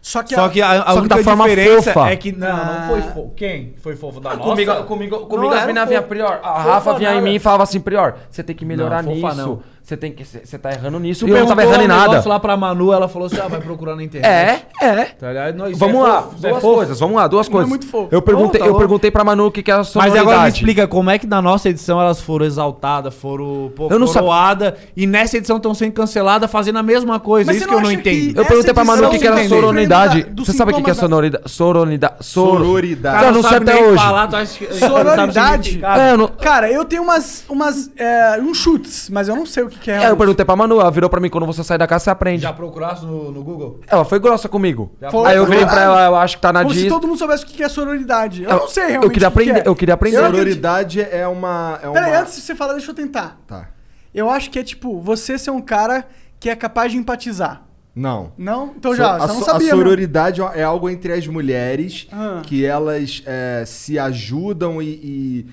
Speaker 3: Só que,
Speaker 6: Só que a, a
Speaker 4: Só que
Speaker 6: única
Speaker 4: da forma
Speaker 6: diferença
Speaker 4: fofa.
Speaker 6: é que. Ah, Não, não foi fofo. Quem? Foi fofo da nossa?
Speaker 4: Comigo, comigo, comigo
Speaker 6: Não
Speaker 4: as
Speaker 6: era
Speaker 4: meninas
Speaker 6: fofo.
Speaker 4: vinham, Prior. A
Speaker 6: Fofa
Speaker 4: Rafa vinha em
Speaker 6: nada.
Speaker 4: mim e falava assim, Prior, você tem que melhorar
Speaker 6: Não, fofa
Speaker 4: nisso.
Speaker 6: não.
Speaker 4: Você tem que. Você você tá errando nisso.
Speaker 6: Tu
Speaker 4: E eu não tava
Speaker 6: perguntou
Speaker 4: errando em
Speaker 6: um
Speaker 4: nada.
Speaker 6: negócio lá pra Manu, ela falou assim: ah, vai procurar na internet.
Speaker 4: É, é.
Speaker 6: Tá ligado? Não, isso
Speaker 4: Vamos
Speaker 6: é
Speaker 4: lá,
Speaker 6: fofo, isso é
Speaker 4: duas
Speaker 6: fofo.
Speaker 4: coisas, vamos lá, duas
Speaker 6: Não é
Speaker 4: coisas.
Speaker 6: muito fofo.
Speaker 4: Eu perguntei,
Speaker 6: Fofo, tá
Speaker 4: eu
Speaker 6: bom.
Speaker 4: perguntei pra Manu o que, que era a
Speaker 6: Mas agora me
Speaker 4: sonoridade.
Speaker 6: explica como é que na nossa edição elas foram exaltadas, foram pô,
Speaker 4: Eu não sab-
Speaker 6: coroadas, e nessa edição estão sendo canceladas fazendo a mesma coisa.
Speaker 4: Mas
Speaker 6: isso
Speaker 4: você
Speaker 6: que eu
Speaker 4: não
Speaker 6: não
Speaker 4: acha
Speaker 6: entendo.
Speaker 4: Eu perguntei pra Manu o que, que era sonoridade.
Speaker 6: Do
Speaker 4: Você sabe o que, que é
Speaker 6: sintoma
Speaker 4: sonoridade? Sonoridade.
Speaker 2: Sororidade.
Speaker 4: Cara, eu não sei até hoje.
Speaker 3: Sororidade?
Speaker 4: É, eu não-
Speaker 3: Cara, eu tenho umas. umas é, uns chutes, mas eu não sei o que, que é.
Speaker 4: É, eu perguntei pra Manu, ela virou pra mim, quando você sai da casa, você aprende.
Speaker 6: Já procurasse no, no Google?
Speaker 4: Ela foi grossa comigo.
Speaker 3: Foi,
Speaker 4: Aí eu virei
Speaker 3: foi.
Speaker 4: pra ela, eu acho que tá na
Speaker 3: Como se
Speaker 4: Disney.
Speaker 3: todo mundo soubesse o que que é sororidade. Eu,
Speaker 4: Eu-
Speaker 3: não sei
Speaker 4: eu
Speaker 3: realmente.
Speaker 4: queria
Speaker 3: o que que
Speaker 4: aprender-
Speaker 3: é.
Speaker 4: eu queria aprender.
Speaker 3: não acredito.
Speaker 2: Sororidade é uma. É uma...
Speaker 3: Peraí, antes de você falar, deixa eu tentar.
Speaker 2: Tá.
Speaker 3: Eu acho que é tipo, você ser um cara que é capaz de empatizar.
Speaker 2: Não.
Speaker 3: Não? Então
Speaker 2: So-
Speaker 3: já,
Speaker 2: a,
Speaker 3: já não
Speaker 2: so-
Speaker 3: sabia.
Speaker 2: A
Speaker 3: né?
Speaker 2: sororidade é algo entre as mulheres
Speaker 3: Ah.
Speaker 2: que elas é, se ajudam e, e-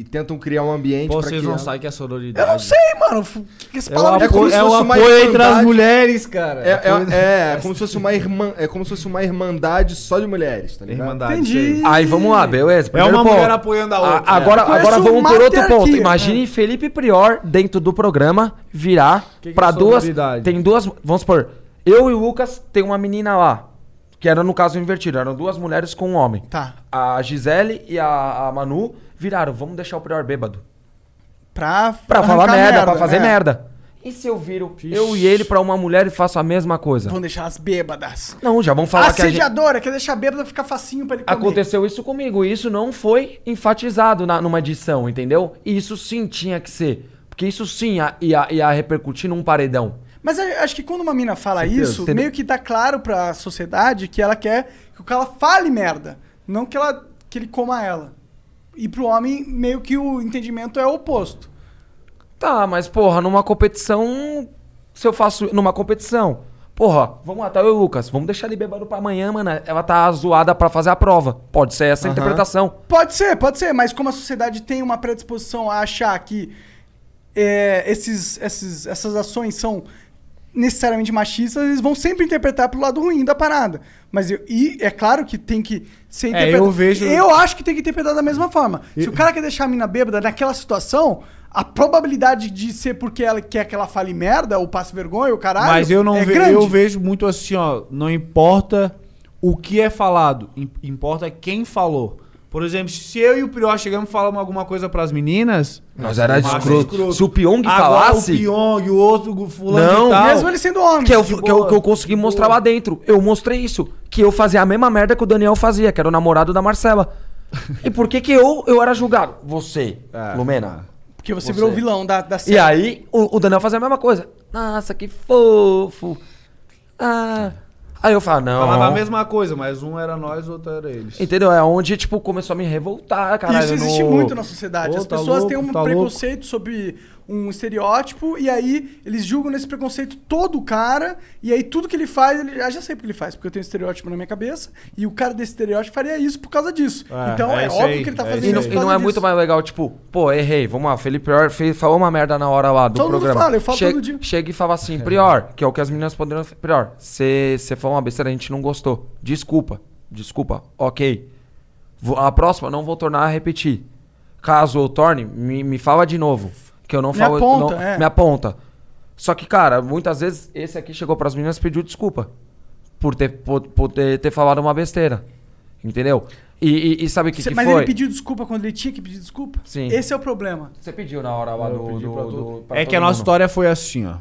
Speaker 2: e tentam criar um ambiente
Speaker 6: Pô,
Speaker 2: pra
Speaker 6: vocês
Speaker 2: que...
Speaker 6: não sabem o que é sororidade.
Speaker 3: Eu não sei, mano. F- Que que essa palavra
Speaker 2: É como se fosse uma irmandade.
Speaker 6: cara.
Speaker 2: É, é- é, é como se fosse uma irmã, é como se fosse uma irmandade só de mulheres, tá ligado?
Speaker 6: Irmandade,
Speaker 4: Entendi. Aí vamos lá, beleza.
Speaker 2: É uma mulher
Speaker 6: apoiando a
Speaker 2: outra.
Speaker 4: agora
Speaker 2: É. Eu conheço
Speaker 3: um
Speaker 4: agora vamos por outro
Speaker 2: matriarquia,
Speaker 4: ponto. Imagine Felipe Prior dentro do programa virar
Speaker 6: Que que
Speaker 4: pra
Speaker 6: é
Speaker 4: duas.
Speaker 6: sonoridade?
Speaker 4: Tem duas. Vamos supor, eu e o Lucas tem uma menina lá. Que era no caso um invertido, eram duas mulheres com um homem.
Speaker 3: Tá.
Speaker 4: A Gisele e a, a Manu viraram, vamos deixar o Prior bêbado.
Speaker 3: Pra,
Speaker 4: Pra falar
Speaker 3: arrancar
Speaker 4: merda, pra fazer
Speaker 3: é.
Speaker 4: merda. E se eu viro Eu e ele pra uma mulher e faço a mesma coisa.
Speaker 3: Vão deixar as bêbadas.
Speaker 4: Não, já vão
Speaker 3: Ah,
Speaker 4: falar que a gente...
Speaker 3: Assediadora, quer deixar bêbada ficar facinho pra ele comer.
Speaker 4: Aconteceu isso comigo. e Isso não foi enfatizado na, numa edição, entendeu? E isso sim tinha que ser. Porque isso sim ia, ia, ia repercutir num paredão.
Speaker 3: Mas eu acho que quando uma mina fala
Speaker 4: Certeza,
Speaker 3: isso,
Speaker 4: entendeu?
Speaker 3: meio que dá claro pra sociedade que ela quer que o cara fale merda. Não que, ela, que ele coma ela. E pro homem, meio que o entendimento é o oposto.
Speaker 4: Tá, mas porra, numa competição. Se eu faço. Numa competição. Porra, vamos lá, tá eu e o Lucas. Vamos deixar ele bebendo pra amanhã, mano. Ela tá zoada pra fazer a prova. Pode ser essa a
Speaker 3: Aham.
Speaker 4: interpretação.
Speaker 3: Pode ser, pode ser, mas como a sociedade tem uma predisposição a achar que é, esses, esses, essas ações são necessariamente machistas, eles vão sempre interpretar pelo lado ruim da parada. Mas eu- e é claro que tem que ser
Speaker 6: É, eu vejo-
Speaker 3: Eu acho que tem que interpretar da mesma forma. Se o cara quer deixar a mina bêbada naquela situação, a probabilidade de ser porque ela quer que ela fale merda ou passe vergonha, o caralho,
Speaker 6: Mas eu não
Speaker 3: é
Speaker 6: ve-
Speaker 3: grande.
Speaker 6: eu vejo muito assim, ó, não importa o que é falado, im- importa quem falou. Por exemplo, se eu e o Prior chegamos e falamos alguma coisa pras meninas,
Speaker 4: Nós era
Speaker 6: Mas é
Speaker 4: escroto. Se o Pyong
Speaker 6: Agora,
Speaker 4: falasse-
Speaker 6: o Pyong, o outro o fulano
Speaker 4: Não,
Speaker 6: e tal.
Speaker 4: mesmo ele
Speaker 3: sendo homem.
Speaker 4: Que eu, que, eu, que eu consegui mostrar lá dentro. Eu mostrei isso. Que eu fazia a mesma merda que o Daniel fazia, que era o namorado da Marcela. e por que que eu, eu era julgado? Você, Lumena.
Speaker 3: Porque você, virou o vilão da, da
Speaker 4: E aí, o, o Daniel fazia a mesma coisa. Nossa, que fofo. Ah. Aí eu falo, não.
Speaker 6: Falava a mesma coisa, mas um era nós, o outro era eles.
Speaker 4: Entendeu? É onde, tipo, começou a me revoltar, caralho.
Speaker 3: Isso existe
Speaker 4: no-
Speaker 3: muito na sociedade.
Speaker 4: Ô,
Speaker 3: As
Speaker 4: tá
Speaker 3: pessoas têm
Speaker 4: louco,
Speaker 3: um
Speaker 4: tá louco.
Speaker 3: preconceito sobre um estereótipo e aí eles julgam nesse preconceito todo o cara e aí tudo que ele faz, ele ah, já sei porque ele faz, porque eu tenho um estereótipo na minha cabeça e o cara desse estereótipo faria isso por causa disso.
Speaker 4: É,
Speaker 3: então é,
Speaker 4: isso
Speaker 3: óbvio
Speaker 4: aí,
Speaker 3: que ele tá
Speaker 4: é
Speaker 3: fazendo
Speaker 4: isso
Speaker 3: isso.
Speaker 4: aí. E não, e não é muito mais legal, tipo, pô, errei, vamos lá, Felipe Prior fez, falou uma merda na hora lá do
Speaker 3: Todo mundo
Speaker 4: programa.
Speaker 3: fala, eu falo
Speaker 4: chega,
Speaker 3: todo dia.
Speaker 4: Chega e fala assim, Prior, que é o que as meninas poderiam... Prior, você falou uma besteira, a gente não gostou. Desculpa, desculpa, ok. Vou- A próxima não vou tornar a repetir. Caso eu torne, me, me fala de novo. Que eu não
Speaker 3: Me
Speaker 4: falo...
Speaker 3: aponta,
Speaker 4: não-
Speaker 3: é.
Speaker 4: Me aponta. Só que, cara, muitas vezes esse aqui chegou pras meninas e pediu desculpa. Por ter, por, por ter, ter falado uma besteira. Entendeu? E, e- e sabe o que, que
Speaker 3: Mas
Speaker 4: foi?
Speaker 3: ele pediu desculpa quando ele tinha que pedir desculpa?
Speaker 4: Sim.
Speaker 3: Esse é o problema.
Speaker 4: Você pediu na hora lá do. do- do- pra
Speaker 6: É
Speaker 4: todo
Speaker 6: que a nossa
Speaker 4: mundo.
Speaker 6: história foi assim, ó.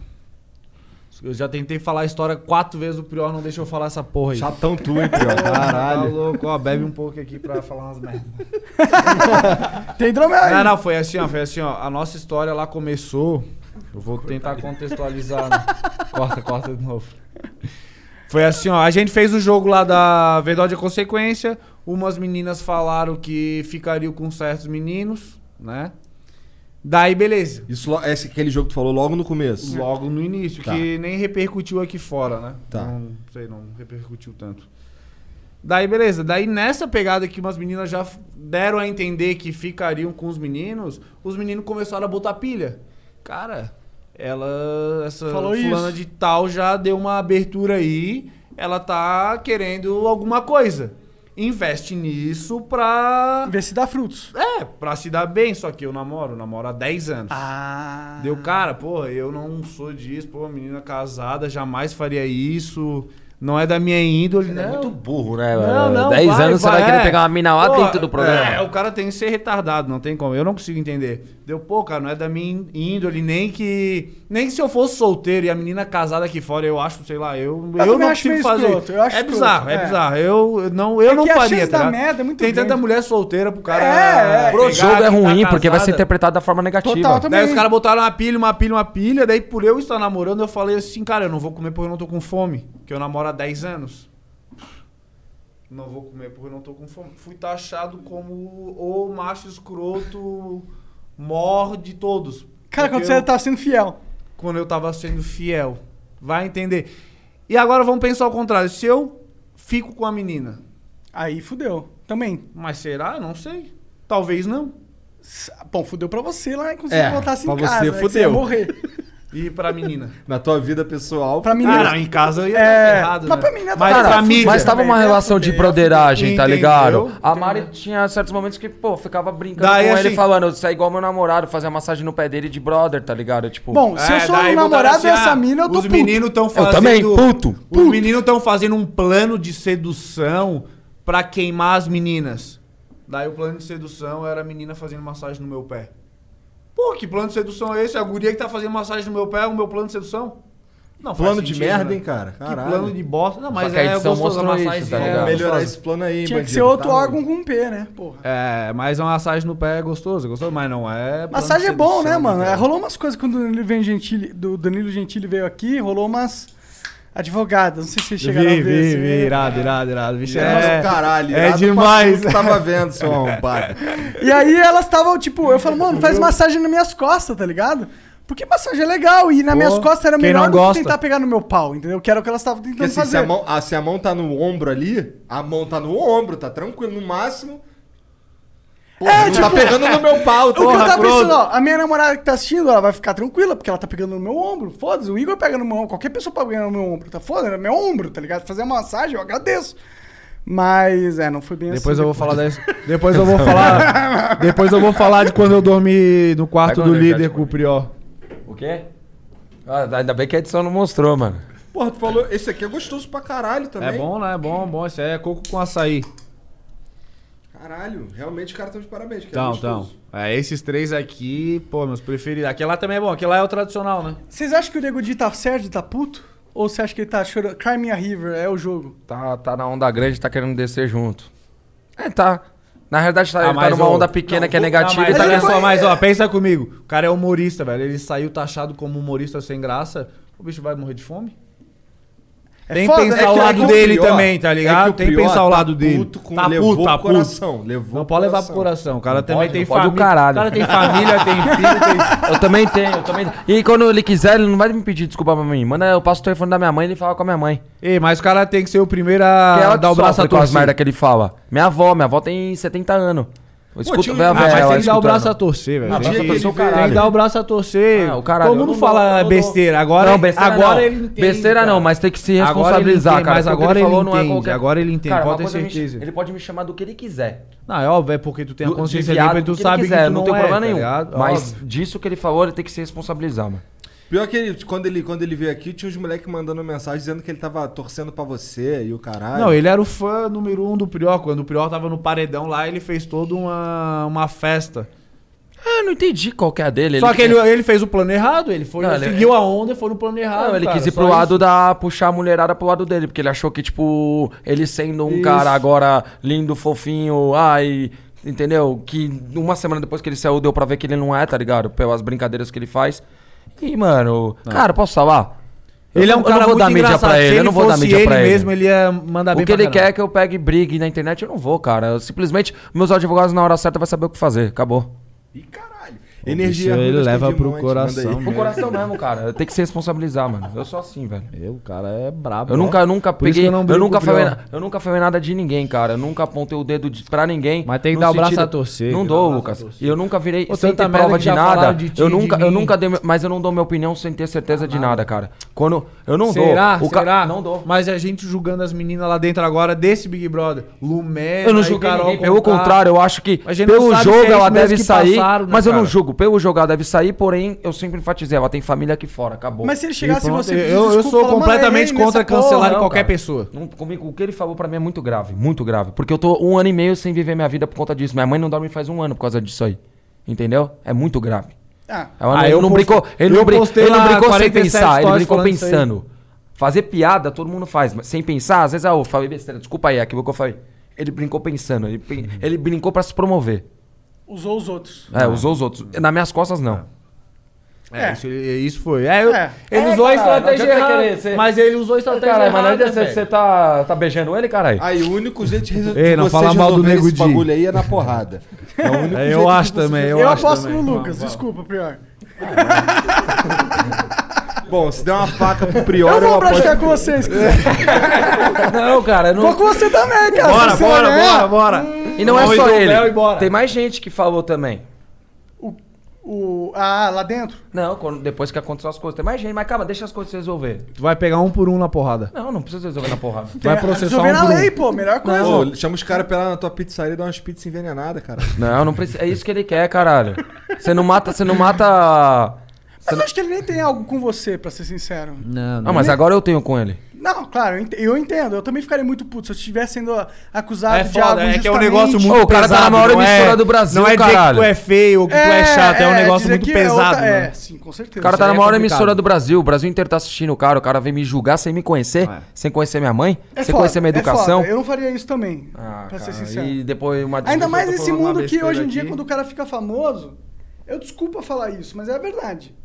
Speaker 6: Eu já tentei falar a história quatro vezes, o Prior não deixou eu falar essa porra aí.
Speaker 2: Chatão tu, hein, Prior?
Speaker 6: Tá
Speaker 2: Caralho.
Speaker 6: louco, ó, bebe um pouco aqui pra falar umas merdas.
Speaker 3: Tem hidromel aí.
Speaker 6: Não, não, foi assim, ó, foi assim, ó. A nossa história lá começou. Eu vou tentar contextualizar. né? Corta, corta de novo. Foi assim, ó. A gente fez o jogo lá da Verdade e Consequência. Umas meninas falaram que ficariam com certos meninos, né? Daí, beleza.
Speaker 2: Isso lo- esse, aquele jogo que tu falou logo no começo.
Speaker 6: Logo no início,
Speaker 2: Tá.
Speaker 6: que nem repercutiu aqui fora, né?
Speaker 2: Tá.
Speaker 6: Não sei, não repercutiu tanto. Daí, beleza. Daí, nessa pegada que umas meninas já f- deram a entender que ficariam com os meninos, os meninos começaram a botar pilha. Cara, ela. Essa
Speaker 3: Falou
Speaker 6: fulana
Speaker 3: isso.
Speaker 6: de tal já deu uma abertura aí. ela tá querendo alguma coisa. Investe nisso pra.
Speaker 3: Ver se dá frutos.
Speaker 6: É, pra se dar bem. Só que eu namoro, eu namoro há 10 anos.
Speaker 3: Ah.
Speaker 6: Deu cara, pô, eu não sou disso, pô, menina casada, jamais faria isso. Não é da minha índole, né? É muito
Speaker 4: burro, né? Não, não, 10 anos você vai é. querer pegar uma mina lá dentro do programa.
Speaker 6: É, o cara tem que ser retardado, não tem como. Eu não consigo entender. Deu, pô, cara, não é da minha índole, nem que. Nem que se eu fosse solteiro e a menina casada aqui fora, eu acho, sei lá, eu,
Speaker 3: Eu
Speaker 6: eu
Speaker 3: também
Speaker 6: não
Speaker 3: acho
Speaker 6: consigo
Speaker 3: meio
Speaker 6: fazer.
Speaker 3: escroto, eu acho
Speaker 6: é bizarro,
Speaker 3: escroto,
Speaker 6: é
Speaker 3: é.
Speaker 6: bizarro. Eu, eu não, eu
Speaker 3: É
Speaker 6: não
Speaker 3: que a
Speaker 6: faria,
Speaker 3: chance
Speaker 6: tá
Speaker 3: da
Speaker 6: ligado?
Speaker 3: merda é muito
Speaker 6: Tem tanta
Speaker 3: grande.
Speaker 6: mulher solteira pro cara. tá
Speaker 3: É, é.
Speaker 4: Pro jogo é ruim, porque vai ser
Speaker 6: interpretado
Speaker 4: interpretado da forma negativa.
Speaker 3: Tá
Speaker 6: Daí os caras botaram uma pilha, uma pilha, uma pilha. Daí por eu estar namorando, eu falei assim, cara, eu não vou comer porque eu não tô com fome. Que eu namoro há 10 anos. Não vou comer porque eu não tô com fome. Fui taxado como o macho escroto mor de todos.
Speaker 3: Cara, quando
Speaker 6: Porque
Speaker 3: você
Speaker 6: eu-
Speaker 3: tá sendo fiel.
Speaker 6: Quando eu tava sendo fiel. Vai entender. E agora vamos pensar ao contrário. Se eu fico com a menina.
Speaker 3: Aí fudeu. Também.
Speaker 6: Mas será? Eu Não sei. Talvez não.
Speaker 3: Bom, fudeu pra você lá, inclusive,
Speaker 2: É,
Speaker 3: voltasse
Speaker 2: pra
Speaker 3: em
Speaker 2: você,
Speaker 3: casa. né, que Você ia
Speaker 2: fudeu.
Speaker 3: morrer.
Speaker 6: E pra menina.
Speaker 2: Na tua vida pessoal.
Speaker 3: Pra menina-
Speaker 6: Ah, não, em casa eu ia
Speaker 3: É,
Speaker 6: dar ferrado,
Speaker 3: mas
Speaker 6: né?
Speaker 3: pra menina
Speaker 6: Mas
Speaker 4: Cara,
Speaker 6: pra mídia.
Speaker 4: mas tava uma
Speaker 6: Também, né?
Speaker 4: relação de broderagem, tá
Speaker 6: Entendeu?
Speaker 4: ligado? A Mari tinha certos momentos que, pô, ficava brincando
Speaker 6: Daí,
Speaker 4: com
Speaker 6: assim-
Speaker 4: ele, falando, você é igual meu namorado, fazer a massagem no pé dele de brother, tá ligado? Tipo,
Speaker 3: Bom,
Speaker 6: É,
Speaker 3: se eu sou um namorado dessa mina, eu tô
Speaker 6: assim, ah, Os meninos
Speaker 4: puto.
Speaker 6: estão
Speaker 4: Eu
Speaker 6: fazendo.
Speaker 4: também, puto,
Speaker 6: Os meninos estão fazendo um plano de sedução pra queimar as meninas. Daí o plano de sedução era a menina fazendo massagem no meu pé. Pô, que plano de sedução é esse? A guria que tá fazendo massagem no meu pé é o meu plano de sedução? Não, faz
Speaker 2: Plano de
Speaker 6: sentido,
Speaker 2: merda,
Speaker 6: né?
Speaker 2: hein, cara?
Speaker 6: Que plano de bosta. Não, mas
Speaker 4: que a
Speaker 6: é
Speaker 4: edição
Speaker 6: gostoso a
Speaker 4: mostrou isso,
Speaker 6: massagem.
Speaker 4: tá ligado?
Speaker 2: Melhorar esse plano aí,
Speaker 3: Tinha que
Speaker 2: bandido,
Speaker 3: ser outro
Speaker 2: tá
Speaker 3: órgão com P, né? Porra.
Speaker 6: É, mas uma massagem no pé é gostoso, é gostoso, mas não é.
Speaker 3: Massagem é bom, né, mano?
Speaker 6: É
Speaker 3: Rolou umas coisas quando o Danilo, vem Gentili, do Danilo Gentili veio aqui, rolou umas advogadas. Não sei se vocês chegaram a
Speaker 6: Vi,
Speaker 3: ver.
Speaker 6: vi,
Speaker 3: assim,
Speaker 6: vi,
Speaker 3: né?
Speaker 6: irado, irado, irado. Vixe,
Speaker 4: né?
Speaker 2: É, caralho,
Speaker 6: é
Speaker 2: irado pra
Speaker 6: demais.
Speaker 2: tudo que tava vendo, seu arrombado.
Speaker 3: E aí elas estavam, tipo, eu falo, mano, faz massagem nas minhas costas, tá ligado? Porque massagem é legal e nas
Speaker 2: Pô,
Speaker 3: minhas costas era
Speaker 2: quem
Speaker 3: melhor
Speaker 2: não
Speaker 3: do que
Speaker 2: gosta?
Speaker 3: tentar pegar no meu pau, entendeu? Que era o que elas estavam tentando
Speaker 2: Porque assim, se
Speaker 3: fazer.
Speaker 2: a, mão, ah, se a mão tá no ombro ali, a mão tá no ombro, tá tranquilo, no máximo. Porra, não tá pegando no meu pau,
Speaker 3: É, tipo, O que eu
Speaker 2: porra,
Speaker 3: tava
Speaker 2: pronto.
Speaker 3: pensando, ó, a minha namorada que tá assistindo, ela vai ficar tranquila, porque ela tá pegando no meu ombro. Foda-se, o Igor pega no meu ombro, qualquer pessoa pode pegar no meu ombro, tá foda? É meu ombro, tá ligado? Fazer uma massagem, eu agradeço. Mas, é, não foi bem
Speaker 6: Depois
Speaker 3: assim.
Speaker 6: eu vou falar dessa. Depois eu vou falar. Depois eu vou falar de quando eu dormi no quarto
Speaker 4: Vai
Speaker 6: do
Speaker 4: quando eu já
Speaker 6: líder
Speaker 4: te
Speaker 6: com o Prió.
Speaker 4: O quê? Ah, ainda bem que a edição não mostrou, mano.
Speaker 2: Porra, tu falou, esse aqui é gostoso pra caralho também.
Speaker 6: É bom, né? É bom, é bom. Isso aí é coco com açaí.
Speaker 2: Caralho, realmente os caras estão de parabéns. que é
Speaker 6: Então, então.
Speaker 2: gostoso.
Speaker 6: É, esses três aqui, pô, meus preferidos. Aquele lá também é bom. Aquele lá é o tradicional, né?
Speaker 3: Vocês acham que o Nego Di tá certo de tá puto? Ou você acha que ele tá chorando? Cry Me a River, é o jogo.
Speaker 4: Tá, tá na onda grande, tá querendo descer junto. É, tá. Na realidade, tá, ele tá
Speaker 6: Ah, mas
Speaker 4: numa
Speaker 6: o-
Speaker 4: onda pequena que é
Speaker 6: não,
Speaker 4: negativa
Speaker 6: mas
Speaker 4: e tá
Speaker 6: olha
Speaker 4: querendo...
Speaker 6: só, mas ó, pensa comigo. O cara é humorista, velho. Ele saiu taxado como humorista sem graça. O bicho vai morrer de fome? Tem que
Speaker 2: foda,
Speaker 6: pensar
Speaker 2: né?
Speaker 6: o
Speaker 2: É que
Speaker 6: lado
Speaker 2: o
Speaker 6: dele
Speaker 2: Prior-
Speaker 6: também, tá
Speaker 2: é que
Speaker 6: ligado?
Speaker 2: o
Speaker 6: Tem que
Speaker 2: Prior
Speaker 6: pensar o
Speaker 2: tá
Speaker 6: lado dele. tá
Speaker 2: puto com- levou pro coração, levou pro
Speaker 6: não pode levar pro
Speaker 2: coração.
Speaker 6: coração. O cara
Speaker 4: Não
Speaker 6: também
Speaker 4: pode,
Speaker 6: tem
Speaker 4: não pode o
Speaker 6: família.
Speaker 4: caralho.
Speaker 6: O cara tem família, tem filho, tem...
Speaker 4: Eu também tenho, eu também E quando ele quiser, ele não vai me pedir desculpa pra mim. Manda, eu passo o telefone da minha mãe e ele fala com a minha mãe.
Speaker 6: Ei, mas o cara tem que ser o primeiro
Speaker 4: Que é
Speaker 6: a
Speaker 4: ela
Speaker 6: dar Ah, o braço a
Speaker 4: com as
Speaker 6: torcer.
Speaker 4: merda que ele fala. Minha avó, minha avó tem 70 anos. Eu escuto,
Speaker 6: tinha-
Speaker 4: velho,
Speaker 6: Ah, mas
Speaker 4: velho,
Speaker 6: tem
Speaker 4: ela
Speaker 6: que dar o
Speaker 4: escutando.
Speaker 6: braço a torcer, velho.
Speaker 4: Ah,
Speaker 6: Tem
Speaker 4: braço a
Speaker 6: que-
Speaker 4: torcer o
Speaker 6: tem que
Speaker 4: caralho.
Speaker 6: dar o braço a torcer.
Speaker 4: Ah, o caralho.
Speaker 6: Todo
Speaker 4: Eu
Speaker 6: mundo
Speaker 4: não-
Speaker 6: fala
Speaker 4: eu não-
Speaker 6: besteira. Agora,
Speaker 4: Não, besteira
Speaker 6: agora
Speaker 4: não.
Speaker 6: ele entende.
Speaker 4: Besteira
Speaker 6: cara.
Speaker 4: não, mas tem que se
Speaker 6: Agora ele
Speaker 4: responsabilizar,
Speaker 6: entende,
Speaker 4: cara.
Speaker 6: Mas
Speaker 4: porque o que
Speaker 6: agora ele,
Speaker 4: falou
Speaker 6: entende.
Speaker 4: não é qualquer-
Speaker 6: Agora ele entende,
Speaker 4: Cara, uma
Speaker 6: pode ter
Speaker 4: coisa me-
Speaker 6: certeza.
Speaker 4: Ele pode me chamar do que ele quiser.
Speaker 6: Não, é óbvio, é porque tu tem a
Speaker 4: Do- de
Speaker 6: consciência
Speaker 4: viado,
Speaker 6: limpa e tu
Speaker 4: do que ele
Speaker 6: sabe que
Speaker 4: quiser,
Speaker 6: tu
Speaker 4: não tem
Speaker 6: é,
Speaker 4: problema
Speaker 6: tá
Speaker 4: nenhum.
Speaker 6: ligado?
Speaker 4: Mas
Speaker 6: Óbvio.
Speaker 4: disso que ele falou, ele tem que se responsabilizar, mano.
Speaker 2: Pior que ele, quando ele, quando ele veio aqui, tinha uns moleques mandando mensagem dizendo que ele tava torcendo pra você e o caralho.
Speaker 6: Não, ele era o fã número um do Prior. Quando o Prior tava no paredão lá, ele fez toda uma, uma festa.
Speaker 4: Ah, não entendi qual que é a dele.
Speaker 6: Só que ele,
Speaker 4: quer-
Speaker 6: ele fez o plano errado, ele foi,
Speaker 4: Não,
Speaker 6: ele
Speaker 4: ele-
Speaker 6: seguiu a onda, foi no plano errado.
Speaker 4: Não, ele
Speaker 6: Ah, cara,
Speaker 4: quis ir
Speaker 6: só
Speaker 4: pro
Speaker 6: isso.
Speaker 4: lado da. puxar a mulherada pro lado dele, porque ele achou que, tipo, ele sendo um
Speaker 6: Isso.
Speaker 4: cara agora lindo, fofinho, ai. Entendeu? Que uma semana depois que ele saiu, deu pra ver que ele não é, tá ligado? Pelas brincadeiras que ele faz. E, mano, cara, posso falar? Eu
Speaker 6: Ele é
Speaker 4: não-
Speaker 6: um
Speaker 4: eu
Speaker 6: cara
Speaker 4: não vou
Speaker 6: muito
Speaker 4: dar mídia
Speaker 6: engraçado.
Speaker 4: pra
Speaker 6: Se
Speaker 4: ele, eu não vou dar
Speaker 6: fosse
Speaker 4: mídia pra ele.
Speaker 6: mesmo, ele ia mandar bem
Speaker 4: O que
Speaker 6: pra
Speaker 4: ele
Speaker 6: caralho.
Speaker 4: quer é que eu pegue brigue na internet, eu não vou, cara. Eu simplesmente, meus advogados na hora certa vai saber o que fazer. Acabou.
Speaker 2: Energia
Speaker 13: Energia
Speaker 2: ruim
Speaker 13: ele
Speaker 2: nós
Speaker 13: leva
Speaker 2: tem de
Speaker 13: pro
Speaker 2: monte,
Speaker 13: coração.
Speaker 2: manda aí.
Speaker 13: mesmo.
Speaker 4: O coração mesmo, cara. Tem que se responsabilizar, mano. Eu sou assim, velho.
Speaker 13: O cara é brabo.
Speaker 4: Eu
Speaker 13: né?
Speaker 4: nunca, eu nunca
Speaker 13: Por isso
Speaker 4: peguei.
Speaker 13: que
Speaker 4: Eu,
Speaker 13: não brigo
Speaker 4: nunca
Speaker 13: com o
Speaker 4: falei,
Speaker 13: Priol.
Speaker 4: na- eu nunca falei nada de ninguém, cara. Eu nunca apontei o dedo de, pra ninguém. Mas
Speaker 13: tem que dar o braço a torcer, tem
Speaker 4: Não
Speaker 13: que
Speaker 4: dou,
Speaker 13: dar o braço
Speaker 4: Lucas. E eu nunca virei
Speaker 13: Pô,
Speaker 4: sem
Speaker 13: tanta
Speaker 4: ter
Speaker 13: merda
Speaker 4: prova
Speaker 13: que
Speaker 4: de
Speaker 13: já
Speaker 4: nada.
Speaker 13: falaram de ti,
Speaker 4: eu
Speaker 13: de
Speaker 4: nunca, eu
Speaker 13: mim.
Speaker 4: nunca dei, mas eu não dou minha opinião sem ter certeza de nada, cara. Quando eu não
Speaker 6: Será?
Speaker 4: dou, o ca-
Speaker 6: Será? Não dou. Mas a gente julgando as meninas lá dentro agora desse Big Brother. Lumé,
Speaker 4: Eu não julguei ninguém, pelo contrário, eu acho que
Speaker 6: A gente não
Speaker 4: pelo
Speaker 6: sabe
Speaker 4: jogo
Speaker 6: se é
Speaker 4: ela
Speaker 6: isso mesmo
Speaker 4: deve
Speaker 6: que
Speaker 4: sair,
Speaker 6: passaram, né,
Speaker 4: mas eu não
Speaker 6: cara?
Speaker 4: julgo. Pelo jogo ela deve sair, porém eu sempre enfatizei, ela tem família aqui fora, acabou.
Speaker 3: Mas se ele chegasse e
Speaker 4: pronto,
Speaker 3: você pedisse desculpa, falar, "Mano, errei nessa porra", não, cara.
Speaker 4: pessoa. comigo, o que ele falou pra mim é muito grave, muito grave. Porque eu tô um ano e meio sem viver minha vida por conta disso. Minha mãe não dorme faz um ano por causa disso aí. Entendeu? É muito grave. É
Speaker 3: Ah.
Speaker 4: Ela
Speaker 6: Ah,
Speaker 4: ele
Speaker 6: eu
Speaker 4: não
Speaker 6: postei-
Speaker 4: brincou, ele
Speaker 6: eu
Speaker 4: não, brin-
Speaker 6: postei
Speaker 4: ele não
Speaker 6: lá
Speaker 4: brincou sem
Speaker 6: 47
Speaker 4: pensar, ele
Speaker 6: stories
Speaker 4: brincou
Speaker 6: falando isso aí.
Speaker 4: pensando. Fazer piada todo mundo faz, mas sem pensar, às vezes, ah, eu falei besteira, desculpa aí, é aquilo que eu falei. Ele brincou pensando, ele, pen-
Speaker 6: Uhum.
Speaker 4: ele brincou pra se promover.
Speaker 3: Usou os outros.
Speaker 4: É, usou os outros. Nas minhas costas, não.
Speaker 6: É, Isso, isso foi. É, eu- Ele
Speaker 4: É,
Speaker 6: usou
Speaker 4: cara,
Speaker 6: a estratégia
Speaker 4: não adianta
Speaker 6: errada.
Speaker 4: você querer, você-
Speaker 6: Mas ele usou a
Speaker 3: tá
Speaker 6: estratégia
Speaker 4: Caralho, mas não
Speaker 6: errada.
Speaker 4: adianta você- você tá, tá beijando ele, caralho.
Speaker 2: Aí, o único jeito de resolver
Speaker 6: Ei, não fala mal do Nego
Speaker 2: esse
Speaker 6: Di.
Speaker 2: bagulho aí é na porrada. É o único
Speaker 6: É, eu
Speaker 2: jeito de
Speaker 6: acho
Speaker 2: você
Speaker 6: também,
Speaker 2: resolver.
Speaker 6: eu
Speaker 3: Eu aposto no Lucas, desculpa, pior.
Speaker 2: Bom, se der uma faca pro Prior,
Speaker 3: Eu vou
Speaker 2: aposto-
Speaker 3: praticar com vocês.
Speaker 4: Não, cara, não.
Speaker 3: Vou com você também,
Speaker 4: é
Speaker 3: cara. se você é? ganhar.
Speaker 4: E não é
Speaker 3: Vamos
Speaker 4: só
Speaker 3: então, Léo, e
Speaker 4: ele.
Speaker 3: bora.
Speaker 4: Tem mais gente que falou também.
Speaker 3: O... Ah, lá dentro?
Speaker 4: Não, quando- depois que aconteceu as coisas. Tem mais gente, mas calma, deixa as coisas se resolver.
Speaker 6: Tu vai pegar um por um na porrada.
Speaker 4: Não, não precisa resolver na porrada.
Speaker 6: Vai processar um
Speaker 3: É, resolver
Speaker 6: por
Speaker 3: na
Speaker 6: um.
Speaker 3: lei, pô, melhor coisa.
Speaker 2: Não, Ô, chama os caras pra ir lá na tua pizzaria e dar umas pizzas envenenadas, cara.
Speaker 4: Não, não precisa. É isso que ele quer, caralho. Você não mata, você não mata.
Speaker 3: Mas eu acho que ele nem tem algo com você, pra ser sincero.
Speaker 4: Não, Ah, mas agora eu tenho com ele.
Speaker 3: Não, claro, eu ent- eu entendo. Eu também ficaria muito puto se eu estivesse sendo
Speaker 6: É
Speaker 4: É
Speaker 3: acusado de algo
Speaker 4: um
Speaker 6: um
Speaker 3: injustamente.
Speaker 4: Ô, o cara tá na maior
Speaker 6: não é-
Speaker 4: emissora do Brasil,
Speaker 6: Não é dizer que
Speaker 4: caralho.
Speaker 6: tu é feio ou que tu é chato, é, um negócio
Speaker 3: dizer
Speaker 6: muito
Speaker 3: que
Speaker 6: pesado.
Speaker 3: outra-
Speaker 6: né?
Speaker 3: É, sim, com certeza.
Speaker 4: O cara
Speaker 6: Isso
Speaker 4: tá
Speaker 6: aí
Speaker 4: na
Speaker 6: é
Speaker 4: maior
Speaker 6: complicado.
Speaker 4: emissora do Brasil. O Brasil inteiro tá assistindo o cara. O cara vem me julgar sem me conhecer, sem conhecer minha mãe,
Speaker 3: É
Speaker 4: sem
Speaker 3: foda,
Speaker 4: conhecer minha
Speaker 3: é foda.
Speaker 4: educação. Ah,
Speaker 3: Eu não faria isso também, pra ser
Speaker 4: Cara,
Speaker 3: sincero.
Speaker 4: E depois uma
Speaker 3: Ainda
Speaker 4: discussão
Speaker 3: mais
Speaker 4: que eu tô
Speaker 3: nesse
Speaker 4: falando uma
Speaker 3: mundo que
Speaker 4: besteira
Speaker 3: hoje em dia,
Speaker 4: aqui.
Speaker 3: quando o cara fica famoso, eu desculpa falar isso, mas é a verdade.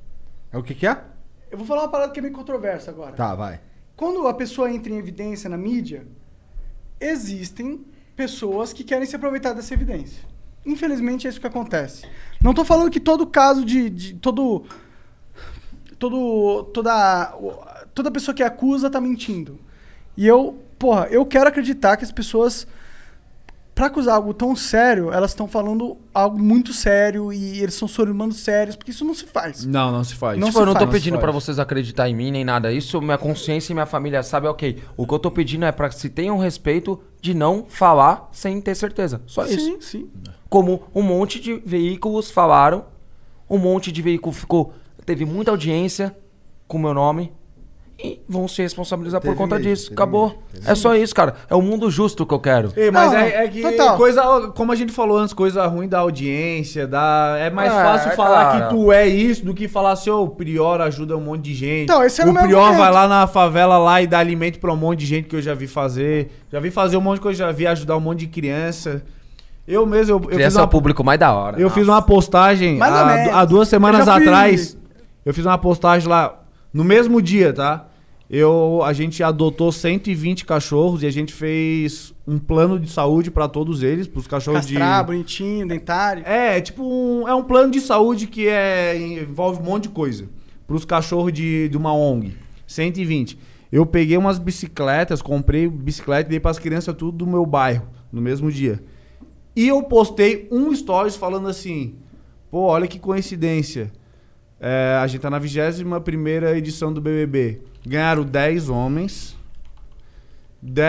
Speaker 2: É o que que é?
Speaker 3: Eu vou falar uma parada que é meio controversa agora.
Speaker 2: Tá, vai.
Speaker 3: Quando a pessoa entra em evidência na mídia, existem pessoas que querem se aproveitar dessa evidência. Infelizmente, é isso que acontece. Não tô falando que todo caso de. de- todo. Todo. Toda. Toda pessoa que acusa tá mentindo. E eu, porra, eu quero acreditar que as pessoas. Pra acusar algo tão sério, elas estão falando algo muito sério e eles são seres humanos sérios, porque isso não se faz.
Speaker 6: Não, não se faz.
Speaker 4: Não,
Speaker 3: Não
Speaker 4: tipo,
Speaker 3: se
Speaker 4: eu não tô
Speaker 3: faz, não
Speaker 4: pedindo
Speaker 3: se
Speaker 4: pra
Speaker 3: faz.
Speaker 4: vocês acreditar em mim nem nada. Isso minha consciência e minha família sabe, ok. O que eu tô pedindo é pra que se tenha um respeito de não falar sem ter certeza. Só
Speaker 3: Sim,
Speaker 4: isso.
Speaker 3: sim.
Speaker 4: Como um monte de veículos falaram, um monte de veículo ficou teve muita audiência com o meu nome e vão se responsabilizar
Speaker 6: Teve
Speaker 4: por conta
Speaker 6: mesmo,
Speaker 4: disso.
Speaker 6: teve
Speaker 4: Acabou. é só isso, cara. É o mundo justo que eu quero.
Speaker 6: Ei, mas
Speaker 3: Não,
Speaker 6: é, é que
Speaker 3: total.
Speaker 6: coisa, como a gente falou antes, coisa ruim da audiência, da é mais
Speaker 4: Ah,
Speaker 6: fácil falar
Speaker 4: cara.
Speaker 6: que tu é isso do que falar assim, ô, o Prior ajuda um monte de gente.
Speaker 3: Então, esse era
Speaker 6: o
Speaker 3: o meu
Speaker 6: Prior
Speaker 3: argumento.
Speaker 6: vai lá na favela lá e dá alimento pra um monte de gente que eu já vi fazer. Já vi fazer um monte de coisa, já vi ajudar um monte de criança. Eu mesmo, eu, eu fiz
Speaker 4: Criança é o
Speaker 6: uma
Speaker 4: público mais da hora.
Speaker 6: Eu fiz uma postagem
Speaker 4: Mais ou
Speaker 6: há,
Speaker 4: menos.
Speaker 6: há duas semanas
Speaker 4: Eu já fui-
Speaker 6: atrás. Eu fiz uma postagem lá no mesmo dia, tá? Eu, a gente adotou 120 cachorros e a gente fez um plano de saúde pra todos eles, pros cachorros
Speaker 3: Castrar,
Speaker 6: Então, de
Speaker 3: bonitinho, dentário.
Speaker 6: É, é tipo um, é um plano de saúde que é, envolve um monte de coisa. Pros cachorros de, de uma ONG. 120. Eu peguei umas bicicletas, comprei bicicleta e dei pras crianças tudo do meu bairro, no mesmo dia. E eu postei um stories falando assim: pô, olha que coincidência. É, a gente tá na 21 edição do BBB. Ganharam 10 homens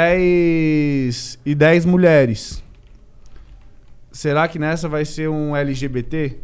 Speaker 6: 10 e 10 mulheres. Será que nessa vai ser um LGBT?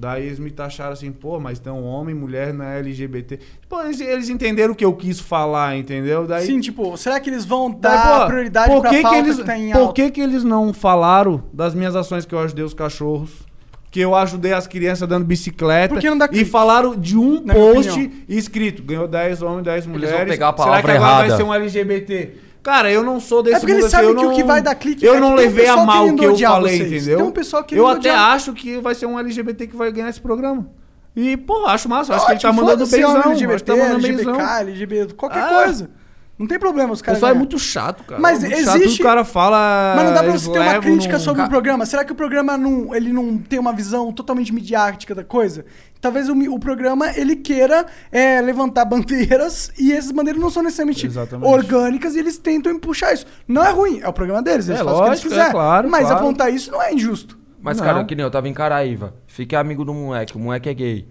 Speaker 6: Daí eles me taxaram assim, pô, mas então homem, mulher não é LGBT. Pô, eles, eles entenderam o que eu quis falar, entendeu? Daí,
Speaker 3: Sim, tipo, será que eles vão
Speaker 6: daí,
Speaker 3: dar
Speaker 6: pô,
Speaker 3: prioridade
Speaker 6: por
Speaker 3: pra
Speaker 6: que que
Speaker 3: pauta
Speaker 6: eles,
Speaker 3: que tá em
Speaker 6: Por
Speaker 3: alta?
Speaker 6: que, que eles não falaram das minhas ações que eu ajudei os cachorros? Que eu ajudei as crianças dando bicicleta.
Speaker 3: Porque não dá
Speaker 6: e
Speaker 3: clique.
Speaker 6: falaram de um
Speaker 3: Na minha opinião.
Speaker 6: post escrito. Ganhou 10 homens, 10 mulheres.
Speaker 4: pegar a
Speaker 6: Será que
Speaker 4: palavra
Speaker 6: agora vai
Speaker 4: errada.
Speaker 6: ser um LGBT? Cara, eu não sou desse
Speaker 3: É porque eles
Speaker 6: mundo assim,
Speaker 3: sabem
Speaker 6: eu
Speaker 3: que o
Speaker 6: não-
Speaker 3: que vai dar clique
Speaker 6: Eu
Speaker 3: é
Speaker 6: não
Speaker 3: que tem um
Speaker 6: levei a
Speaker 3: pessoal
Speaker 6: mal o
Speaker 3: querendo
Speaker 6: que eu
Speaker 3: odiar
Speaker 6: falei,
Speaker 3: vocês.
Speaker 6: entendeu?
Speaker 3: Tem um pessoal querendo
Speaker 6: Eu até
Speaker 3: odiar.
Speaker 6: acho que vai ser um LGBT que vai ganhar esse programa. E, pô, acho massa. Acho que ele tá
Speaker 3: Ótimo,
Speaker 6: mandando
Speaker 3: Ah, tipo, foda-se,
Speaker 6: benzão.
Speaker 3: homem
Speaker 6: acho que tá mandando
Speaker 3: LGBT,
Speaker 6: benzão.
Speaker 3: LGBTK, LGBT, qualquer
Speaker 6: Ah,
Speaker 3: coisa. Não tem problema os caras.
Speaker 6: Pessoal é
Speaker 3: ganhar.
Speaker 6: muito chato, cara.
Speaker 3: Mas
Speaker 6: É muito chato,
Speaker 3: existe.
Speaker 6: o cara fala,
Speaker 3: Mas não dá pra
Speaker 6: eles
Speaker 3: você ter uma
Speaker 6: levam
Speaker 3: crítica
Speaker 6: num
Speaker 3: sobre
Speaker 6: ca-
Speaker 3: o programa. Será que o programa não, ele não tem uma visão totalmente midiática da coisa? Talvez o, mi- o programa ele queira é, levantar bandeiras e essas bandeiras não são necessariamente orgânicas e eles tentam puxar isso. Não é ruim, é o programa deles, eles
Speaker 4: É
Speaker 3: fazem o que
Speaker 4: lógico,
Speaker 3: eles quiserem.
Speaker 4: é claro,
Speaker 3: mas
Speaker 4: claro.
Speaker 3: apontar isso não é injusto.
Speaker 4: Mas,
Speaker 3: Não.
Speaker 4: cara, que nem eu tava em Caraíva. Fiquei amigo do moleque, o moleque é gay.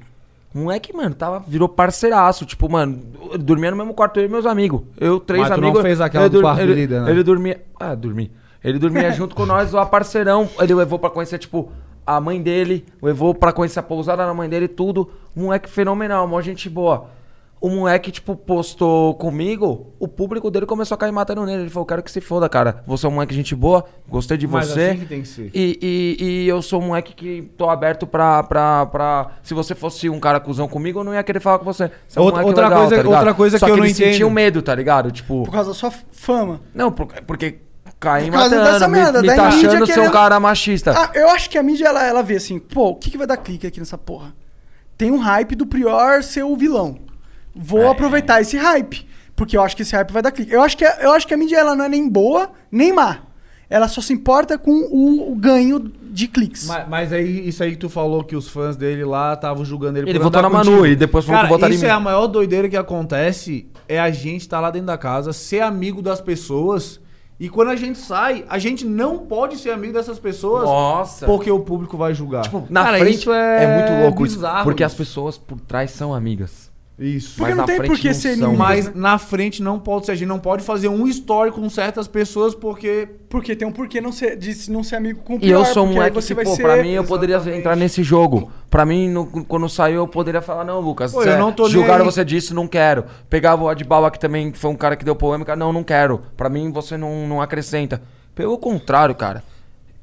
Speaker 4: O moleque, mano, tava, virou parceiraço. Tipo, mano, eu dormia no mesmo quarto eu e meus amigos. Eu, três
Speaker 6: Mas tu não
Speaker 4: amigos.
Speaker 6: fez aquela
Speaker 4: ele
Speaker 6: do
Speaker 4: dur-
Speaker 6: quarto
Speaker 4: ele,
Speaker 6: líder, né?
Speaker 4: Ele dormia. Ah, dormi. Ele dormia junto com nós, o parceirão. Ele levou pra conhecer, tipo, a mãe dele, levou pra conhecer a pousada da mãe dele, tudo. Moleque fenomenal, mó gente boa. O moleque, tipo, postou comigo, o público dele começou a cair matando nele. Ele falou, quero que se foda, cara. Você é um moleque gente boa, gostei de
Speaker 6: Mas
Speaker 4: você.
Speaker 6: assim que tem que ser.
Speaker 4: E, e- e eu sou um moleque que tô aberto pra, pra, pra. Se você fosse um cara cuzão comigo, eu não ia querer falar com você. Você é um
Speaker 6: Outra-
Speaker 4: moleque
Speaker 6: outra coisa-
Speaker 4: ligado?
Speaker 6: outra coisa
Speaker 4: Só
Speaker 6: que eu não
Speaker 4: ele sentia
Speaker 6: entendo.
Speaker 4: um medo, tá ligado? Tipo. Por
Speaker 3: causa da sua fama.
Speaker 4: Não, por- porque caí
Speaker 3: Por causa
Speaker 4: matando,
Speaker 3: dessa
Speaker 4: me,
Speaker 3: merda,
Speaker 4: me
Speaker 3: daí a mídia
Speaker 4: taxando ser um
Speaker 3: querendo-
Speaker 4: cara machista.
Speaker 3: Ah, eu acho que a mídia ela, ela vê assim, pô, o que, que vai dar clique aqui nessa porra? Tem um hype do Prior ser o vilão. Vou
Speaker 4: É.
Speaker 3: aproveitar esse hype, porque eu acho que esse hype vai dar clique. Eu acho que a, eu acho que a mídia ela não é nem boa, nem má. Ela só se importa com o, o ganho de cliques.
Speaker 6: Mas, mas aí, isso aí que tu falou que os fãs dele lá estavam julgando ele
Speaker 4: Ele votou
Speaker 6: votou
Speaker 4: na Manu e depois falou que votaram em
Speaker 6: isso
Speaker 4: mim.
Speaker 6: é a maior doideira que acontece, é a gente estar lá dentro da casa, ser amigo das pessoas, e quando a gente sai, a gente não pode ser amigo dessas pessoas
Speaker 4: Nossa. Tipo,
Speaker 6: porque o público vai julgar.
Speaker 4: Na
Speaker 6: Cara,
Speaker 4: frente
Speaker 6: isso
Speaker 4: é, muito louco isso,
Speaker 6: bizarro
Speaker 4: Porque as
Speaker 6: isso.
Speaker 4: pessoas por trás são amigas.
Speaker 6: Isso.
Speaker 4: Mas na frente é um não são.
Speaker 6: Mas na frente não pode ser. A gente não pode fazer um story com certas pessoas porque...
Speaker 3: Porque tem um porquê não ser, de não ser amigo com o
Speaker 4: E eu sou um
Speaker 3: porque aí
Speaker 4: moleque que, pô, pra mim eu poderia entrar nesse jogo. Pra mim, no- quando saiu, eu poderia falar, não, Lucas,
Speaker 6: Pô,
Speaker 4: cê-
Speaker 6: eu não tô nem
Speaker 4: julgaram
Speaker 6: aí.
Speaker 4: você disso, não quero. Pegava o Adbala, que também foi um cara que deu polêmica, não, não quero. Pra mim, você não, não acrescenta. Pelo contrário, cara,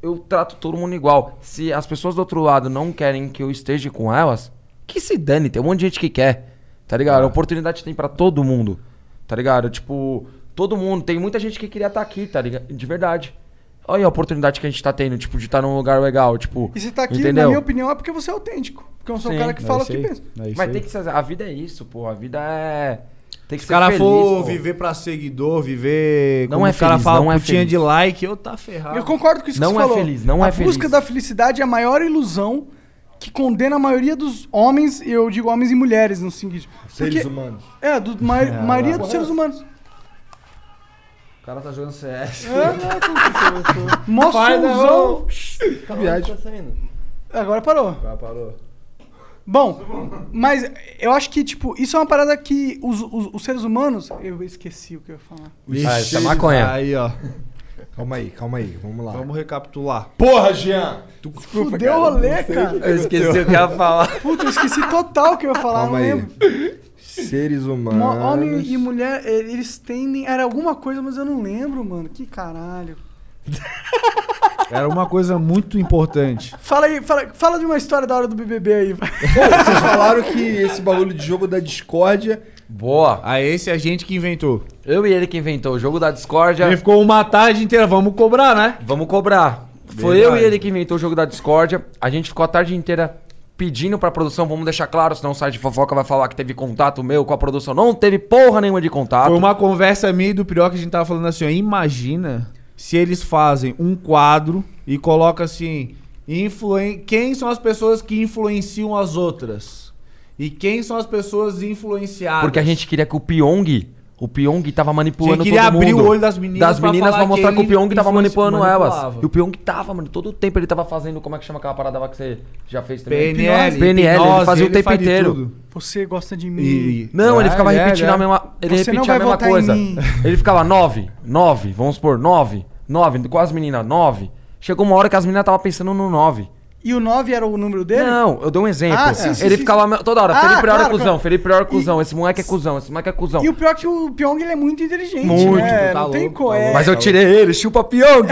Speaker 4: eu trato todo mundo igual. Se as pessoas do outro lado não querem que eu esteja com elas, que se dane, tem um monte de gente que quer. Tá
Speaker 3: É.
Speaker 4: ligado? A oportunidade tem pra todo mundo. Tá ligado? Tipo, todo mundo. Tem muita gente que queria estar aqui, tá ligado? De verdade. Olha aí a oportunidade que a gente tá tendo, tipo, de estar num lugar legal, tipo.
Speaker 3: E você tá aqui,
Speaker 4: entendeu?
Speaker 3: na minha opinião, é porque você é autêntico. Porque eu sou um
Speaker 4: Sim.
Speaker 3: cara que
Speaker 4: É
Speaker 3: fala o
Speaker 4: isso
Speaker 3: que
Speaker 4: aí.
Speaker 3: pensa.
Speaker 4: É isso Mas aí. tem que ser. A vida é isso, pô. A vida é. Tem que
Speaker 6: Se o
Speaker 4: ser
Speaker 6: cara
Speaker 4: feliz,
Speaker 6: for
Speaker 4: pô.
Speaker 6: viver pra seguidor, viver.
Speaker 4: Não
Speaker 6: como
Speaker 4: é
Speaker 6: os cara
Speaker 4: feliz,
Speaker 6: fala
Speaker 4: não é
Speaker 6: putinha
Speaker 4: feliz.
Speaker 6: de like, eu tá ferrado.
Speaker 3: Eu concordo com isso
Speaker 4: Não
Speaker 3: que você
Speaker 4: é
Speaker 3: falou.
Speaker 4: feliz, não
Speaker 3: a
Speaker 4: é feliz.
Speaker 3: busca da felicidade é a maior ilusão que condena a maioria dos homens, e eu digo homens e mulheres no seguinte.
Speaker 2: Seres humanos.
Speaker 3: É, do, ma-
Speaker 2: É,
Speaker 3: maioria
Speaker 2: lá.
Speaker 3: dos seres humanos.
Speaker 6: O cara tá jogando CS.
Speaker 4: É.
Speaker 3: Mó solzão.
Speaker 2: Que
Speaker 3: Tá
Speaker 2: viagem.
Speaker 3: um Agora parou.
Speaker 6: Ah, parou.
Speaker 3: Bom, mas eu acho que, tipo, isso é uma parada que os, os- os seres humanos. Eu esqueci o que eu ia falar.
Speaker 4: Ah, isso é maconha.
Speaker 6: Aí, ó.
Speaker 2: Calma aí, calma aí, vamos lá.
Speaker 6: Vamos recapitular.
Speaker 2: Porra, Jean!
Speaker 6: Tu
Speaker 3: Fudeu o rolê, cara.
Speaker 4: Eu esqueci o que eu ia falar.
Speaker 3: Puta, eu esqueci total o que eu ia falar,
Speaker 2: Calma
Speaker 3: não
Speaker 2: aí.
Speaker 3: lembro.
Speaker 2: Seres
Speaker 3: né? Mo-
Speaker 2: humanos.
Speaker 3: Homem e mulher, eh, eles tendem. Era alguma coisa, mas eu não lembro, mano. Que caralho.
Speaker 6: Era uma coisa muito importante.
Speaker 3: Fala aí, fala, fala de uma história da hora do BBB aí, vai.
Speaker 2: Vocês falaram que esse bagulho de jogo da discórdia.
Speaker 4: Boa.
Speaker 6: Ah, esse é a gente que inventou.
Speaker 4: Eu e ele que inventou o jogo da discórdia.
Speaker 6: Ele ficou uma tarde inteira, vamos cobrar, né?
Speaker 4: Vamos cobrar. Foi eu e ele que inventou o jogo da discórdia. A gente ficou a tarde inteira pedindo pra produção, vamos deixar claro, senão o site de fofoca vai falar que teve contato meu com a produção. Não teve porra nenhuma de contato.
Speaker 6: Foi uma conversa minha e do Prior que a gente tava falando assim, ó, imagina se eles fazem um quadro e coloca assim, influen quem são as pessoas que influenciam as outras? E quem são as pessoas influenciadas?
Speaker 4: Porque a gente queria que o Pyong, o Pyong tava manipulando
Speaker 6: A gente queria
Speaker 4: todo mundo.
Speaker 6: abrir o olho das meninas
Speaker 4: Das
Speaker 6: pra
Speaker 4: meninas
Speaker 6: falar
Speaker 4: pra mostrar
Speaker 6: que
Speaker 4: que, o
Speaker 6: ele
Speaker 4: Pyong tava
Speaker 6: influenci-
Speaker 4: manipulando
Speaker 6: manipulava.
Speaker 4: elas. E o Pyong tava, mano, todo o tempo ele tava fazendo, como é que chama aquela parada lá que você já fez também?
Speaker 6: PNL,
Speaker 4: PNL, ele
Speaker 6: hipnose,
Speaker 4: fazia o
Speaker 6: ele
Speaker 4: tempo
Speaker 6: faz de
Speaker 4: inteiro.
Speaker 6: tudo.
Speaker 3: Você gosta de mim.
Speaker 6: E-
Speaker 4: Não,
Speaker 6: É,
Speaker 4: ele ficava
Speaker 6: é,
Speaker 4: repetindo
Speaker 6: é.
Speaker 4: a mesma, ele
Speaker 3: Você não
Speaker 4: repetia
Speaker 3: vai
Speaker 4: a mesma
Speaker 3: votar em
Speaker 4: coisa.
Speaker 3: mim.
Speaker 4: Ele ficava nove, nove, vamos supor, nove, nove, com as meninas, nove. Chegou uma hora que as meninas estavam pensando no nove.
Speaker 3: E o 9 era o número dele?
Speaker 4: Não, eu dei um exemplo.
Speaker 3: Ah, sim, sim,
Speaker 4: ele
Speaker 3: sim,
Speaker 4: ficava
Speaker 3: sim.
Speaker 4: toda hora,
Speaker 3: Ah,
Speaker 4: Felipe Prior é
Speaker 3: claro,
Speaker 4: cuzão,
Speaker 3: claro.
Speaker 4: Felipe Prior é cuzão, esse moleque é cuzão, esse moleque é cuzão.
Speaker 3: E o pior é que o Pyong ele é muito inteligente,
Speaker 4: Muito,
Speaker 3: né?
Speaker 4: tá
Speaker 3: não tem
Speaker 4: louco,
Speaker 3: co- é.
Speaker 4: Mas eu tirei ele, chupa Pyong.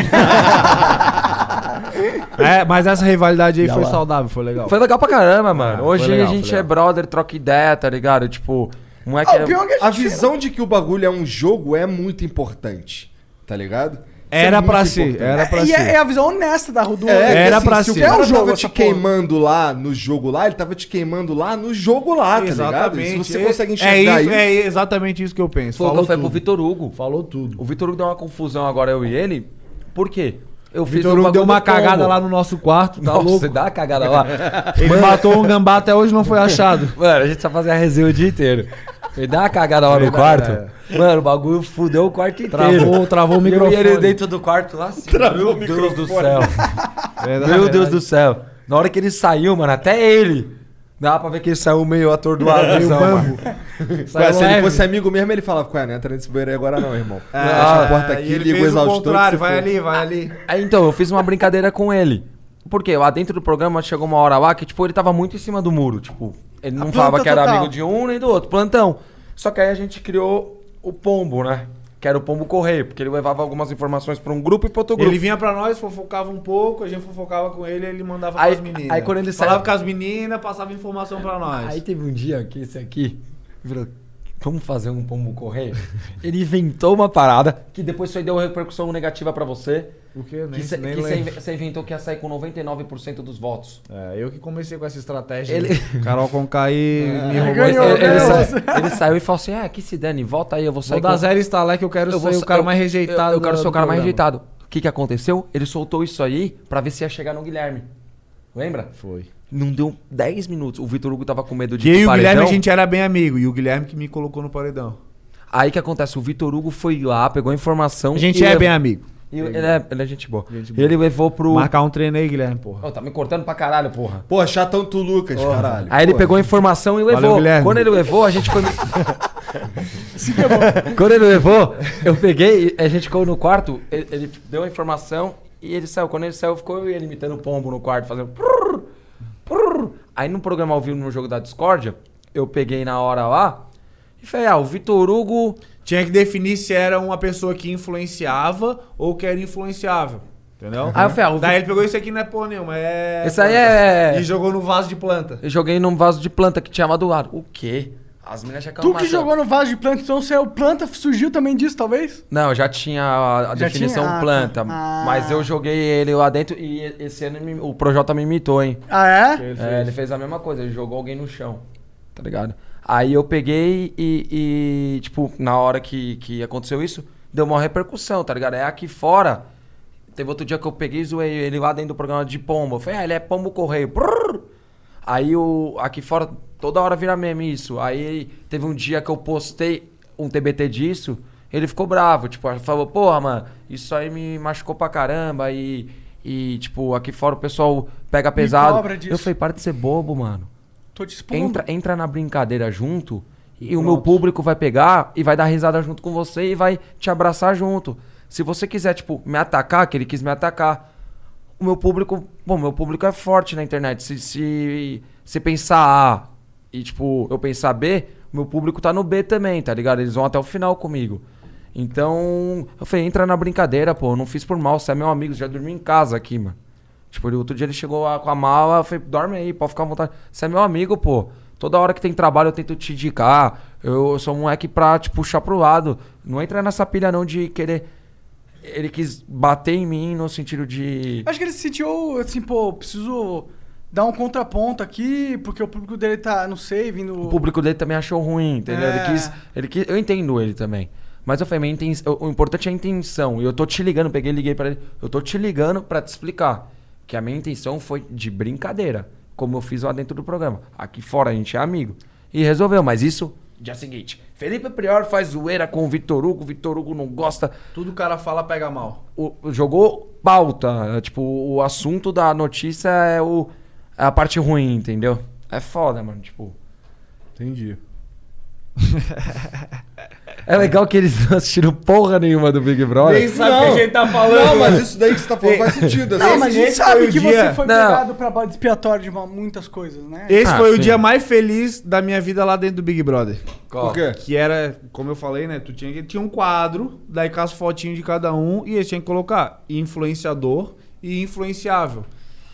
Speaker 6: É, mas essa rivalidade aí
Speaker 4: Já
Speaker 6: foi
Speaker 4: lá.
Speaker 6: saudável, foi legal.
Speaker 4: Foi legal pra caramba, mano.
Speaker 6: Ah,
Speaker 4: Hoje
Speaker 6: foi legal,
Speaker 4: a
Speaker 6: foi
Speaker 4: gente
Speaker 6: legal. Ah,
Speaker 4: é brother, troca ideia, tá ligado? Tipo, não
Speaker 3: Ah,
Speaker 4: é que
Speaker 2: a visão de que o bagulho é um jogo é muito importante, tá ligado?
Speaker 6: Era
Speaker 2: muito
Speaker 6: pra ser,
Speaker 2: importante.
Speaker 6: era pra
Speaker 3: E é, é a visão honesta da Rudu. né?
Speaker 2: É,
Speaker 6: Tipo, Era
Speaker 2: porque,
Speaker 6: pra
Speaker 2: se
Speaker 6: ser.
Speaker 2: o cara
Speaker 6: É um jogo
Speaker 2: tava
Speaker 6: essa
Speaker 2: te
Speaker 6: porra.
Speaker 2: queimando lá no jogo lá, ele tava te queimando lá no jogo lá, tá ligado? E Se você
Speaker 6: É-
Speaker 2: consegue
Speaker 6: é
Speaker 2: enxergar
Speaker 6: isso,
Speaker 2: isso...
Speaker 6: É exatamente isso que eu penso.
Speaker 4: Foi o que eu
Speaker 6: Falou
Speaker 4: falei pro
Speaker 6: tudo.
Speaker 4: Vitor Hugo.
Speaker 6: Falou tudo.
Speaker 4: O Vitor Hugo deu uma confusão agora, eu e ele. Por quê? Eu fiz
Speaker 6: Vitor
Speaker 4: um
Speaker 6: Hugo deu
Speaker 4: bagulho
Speaker 6: uma
Speaker 4: do
Speaker 6: cagada
Speaker 4: pombo.
Speaker 6: lá no nosso quarto, tá
Speaker 4: Nossa,
Speaker 6: louco?
Speaker 4: você dá uma cagada lá.
Speaker 6: Ele matou um gambá até hoje não foi achado.
Speaker 4: Mano, a gente só fazia resenha o dia inteiro. Ele dá uma cagada lá no
Speaker 6: Verdade, é.
Speaker 4: quarto. Mano, o bagulho fudeu o quarto inteiro.
Speaker 6: Travou- travou o
Speaker 4: E eu
Speaker 6: microfone.
Speaker 4: E ele dentro do quarto lá assim.
Speaker 6: Travou
Speaker 4: Meu
Speaker 6: o
Speaker 4: Deus do
Speaker 6: microfone.
Speaker 4: céu.
Speaker 6: Verdade,
Speaker 4: Meu Deus
Speaker 6: verdade.
Speaker 4: do céu. Na hora que ele saiu, mano, até ele. Dá pra ver que ele saiu meio atordoado.
Speaker 2: Meio
Speaker 4: zão,
Speaker 2: bambo.
Speaker 4: mano.
Speaker 2: Ué,
Speaker 4: Saiu
Speaker 2: se ele
Speaker 4: leve.
Speaker 2: fosse amigo mesmo, ele falava, ué, não entra nesse banheiro aí agora não, irmão.
Speaker 4: É,
Speaker 2: Fecha a porta aqui,
Speaker 4: e ele
Speaker 2: liga o
Speaker 4: fez o
Speaker 2: exaustor. que
Speaker 4: contrário,
Speaker 2: você
Speaker 4: vai
Speaker 2: foi.
Speaker 4: ali,
Speaker 6: vai ali.
Speaker 4: Aí, então, eu fiz uma brincadeira com ele. Porque lá dentro do programa chegou uma hora lá que, tipo, ele tava muito em cima do muro. Tipo, ele não
Speaker 2: Ah,
Speaker 6: planta
Speaker 4: falava que era
Speaker 6: total.
Speaker 4: amigo de um nem do outro. Plantão. Só que aí a gente criou o pombo, né? Que era o pombo correio, porque ele levava algumas informações pra um grupo e pra outro grupo.
Speaker 6: Ele vinha pra nós, fofocava um pouco, a gente fofocava com ele, ele mandava
Speaker 4: Aí-
Speaker 6: pras meninas.
Speaker 4: aí quando ele
Speaker 6: Falava
Speaker 4: saiu-
Speaker 6: com as meninas, passava informação pra nós.
Speaker 4: Aí teve um dia que esse aqui virou. Vamos fazer um pombo correio? Ele inventou uma parada que depois só deu repercussão negativa pra você.
Speaker 6: O quê? Nem-
Speaker 4: Que cê-
Speaker 6: nem
Speaker 4: que cê
Speaker 6: lembro.
Speaker 4: inve- você inventou que ia sair com 99% dos votos.
Speaker 6: É, eu que comecei com essa estratégia. É.
Speaker 4: Ele-
Speaker 6: Carol Conká e me
Speaker 4: ele,
Speaker 6: roubou.
Speaker 4: ele sa- ele saiu e falou assim: Ah, que se dane, volta aí, eu vou sair.
Speaker 6: dar zero instalar que eu quero ser
Speaker 4: vou
Speaker 6: o
Speaker 4: sa-
Speaker 6: cara mais rejeitado
Speaker 4: Eu, eu quero
Speaker 6: do-
Speaker 4: ser o
Speaker 6: do
Speaker 4: cara mais
Speaker 6: programa.
Speaker 4: rejeitado. O que, que aconteceu? Ele soltou isso aí pra ver se ia chegar no Guilherme. Lembra?
Speaker 6: Foi.
Speaker 4: Não deu 10 minutos. O Vitor Hugo tava com medo de
Speaker 6: Que eu
Speaker 4: ir
Speaker 6: e o
Speaker 4: pro
Speaker 6: Guilherme a
Speaker 4: paredão.
Speaker 6: gente era bem amigo, e o Guilherme que me colocou no paredão.
Speaker 4: Aí que acontece, o Vitor Hugo foi lá, pegou a informação.
Speaker 6: A gente
Speaker 4: e
Speaker 6: é
Speaker 4: levou-
Speaker 6: bem amigo.
Speaker 4: E ele, é, ele é gente boa.
Speaker 6: Gente boa.
Speaker 4: Ele levou pro.
Speaker 6: Marcar um treino aí, Guilherme, porra.
Speaker 4: Ô, tá me cortando pra caralho, porra.
Speaker 2: Pô, chatão tu, Lucas, caralho.
Speaker 4: Aí ele
Speaker 2: Pô.
Speaker 4: pegou a informação e levou.
Speaker 2: Valeu, Guilherme.
Speaker 4: Quando ele levou, a gente foi. Quando ele levou, eu peguei, a gente ficou no quarto, ele, ele deu a informação e ele saiu. Quando ele saiu, ficou ele imitando o pombo no quarto, fazendo. prrr, prrr. Aí no programa ao vivo no jogo da Discordia, eu peguei na hora lá e falei, ah, o Vitor Hugo.
Speaker 6: Tinha que definir se era uma pessoa que influenciava ou que era influenciável. Entendeu?
Speaker 4: Aí eu falei, ah, o
Speaker 6: Daí
Speaker 4: Vi-
Speaker 6: ele pegou isso aqui, não é pô nenhuma, é.
Speaker 4: Esse aí é-
Speaker 6: E jogou no vaso de planta.
Speaker 4: Eu joguei num vaso de planta que tinha lá do lado. O quê? As meninas já
Speaker 3: Tu
Speaker 4: ficavam
Speaker 3: que
Speaker 4: matando.
Speaker 3: jogou no vaso de planta, então você é o planta, surgiu também disso, talvez?
Speaker 4: Não, já tinha a, a
Speaker 3: Já
Speaker 4: definição
Speaker 3: tinha? Ah,
Speaker 4: planta.
Speaker 3: tá. Ah.
Speaker 4: Mas eu joguei ele lá dentro e esse ano me- o Projota me imitou, hein?
Speaker 3: Ah, é?
Speaker 4: Ele, é, ele fez a mesma coisa, ele jogou alguém no chão, tá ligado? Aí eu peguei e, e, tipo, na hora que, que aconteceu isso, deu uma repercussão, tá ligado? É aqui fora. Teve outro dia que eu peguei e zoei ele lá dentro do programa de pombo. Eu falei, ah, ele é pombo correio. Prrr. Aí o, aqui fora, toda hora vira meme isso. Aí teve um dia que eu postei um TBT disso, ele ficou bravo. Tipo, ele falou, porra, mano, isso aí me machucou pra caramba. E, e tipo, aqui fora o pessoal pega pesado.
Speaker 3: cobra disso.
Speaker 4: Eu falei, para de ser bobo, mano.
Speaker 3: Tô te expondo.
Speaker 6: tá-
Speaker 4: Entra, entra na brincadeira junto e o meu público vai pegar e vai dar risada junto com você e vai te abraçar junto. Se você quiser, tipo, me atacar, que ele quis me atacar, o meu público. Bom, meu público é forte na internet. Se, se, se pensar A e, tipo, eu pensar B, o meu público tá no B também, tá ligado? Eles vão até o final comigo. Então, eu falei, entra na brincadeira, pô. Eu não fiz por mal, você é meu amigo, já dormi em casa aqui, mano. Tipo, ele- outro dia ele chegou lá com a mala, eu falei, dorme aí, pode ficar à vontade. Você é meu amigo, pô. Toda hora que tem trabalho eu tento te indicar. Eu sou um moleque pra te puxar pro lado. Não entra nessa pilha não de querer. Ele quis bater em mim no sentido de.
Speaker 3: Acho que ele se sentiu assim, pô, preciso dar um contraponto aqui, porque o público dele tá, não sei, vindo.
Speaker 4: O público dele também achou ruim, entendeu?
Speaker 3: É.
Speaker 4: Ele, quis, ele quis. Eu entendo ele também. Mas eu falei, minha intenção, o importante é a intenção. E eu tô te ligando, peguei e liguei pra ele. Eu tô te ligando pra te explicar que a minha intenção foi de brincadeira, como eu fiz lá dentro do programa. Aqui fora a gente é amigo. E resolveu, mas isso. Dia seguinte. Felipe Prior faz zoeira com o Vitor Hugo, o Vitor Hugo não gosta.
Speaker 6: Tudo o cara fala pega mal.
Speaker 4: O- jogou pauta. é, Tipo, o assunto da notícia é o, é a parte ruim, entendeu? É foda, mano. Tipo.
Speaker 2: Entendi.
Speaker 4: É legal que eles não assistiram porra nenhuma do Big Brother.
Speaker 6: Nem sabe o que a gente tá falando.
Speaker 2: Não, mas isso daí que você tá falando faz sentido.
Speaker 3: Não,
Speaker 2: assim.
Speaker 3: Ah, mas a
Speaker 2: Esse
Speaker 3: gente sabe que você foi
Speaker 4: Não.
Speaker 3: pegado pra bode expiatório de uma- muitas coisas, né?
Speaker 6: Esse
Speaker 4: Ah,
Speaker 6: foi o
Speaker 4: sim.
Speaker 6: dia mais feliz da minha vida lá dentro do Big Brother.
Speaker 4: Qual? Por
Speaker 2: quê?
Speaker 6: Que era, como eu falei, né? Tu tinha, que- tinha um quadro, daí com as fotinhas de cada um, e eles tinham que colocar influenciador e influenciável.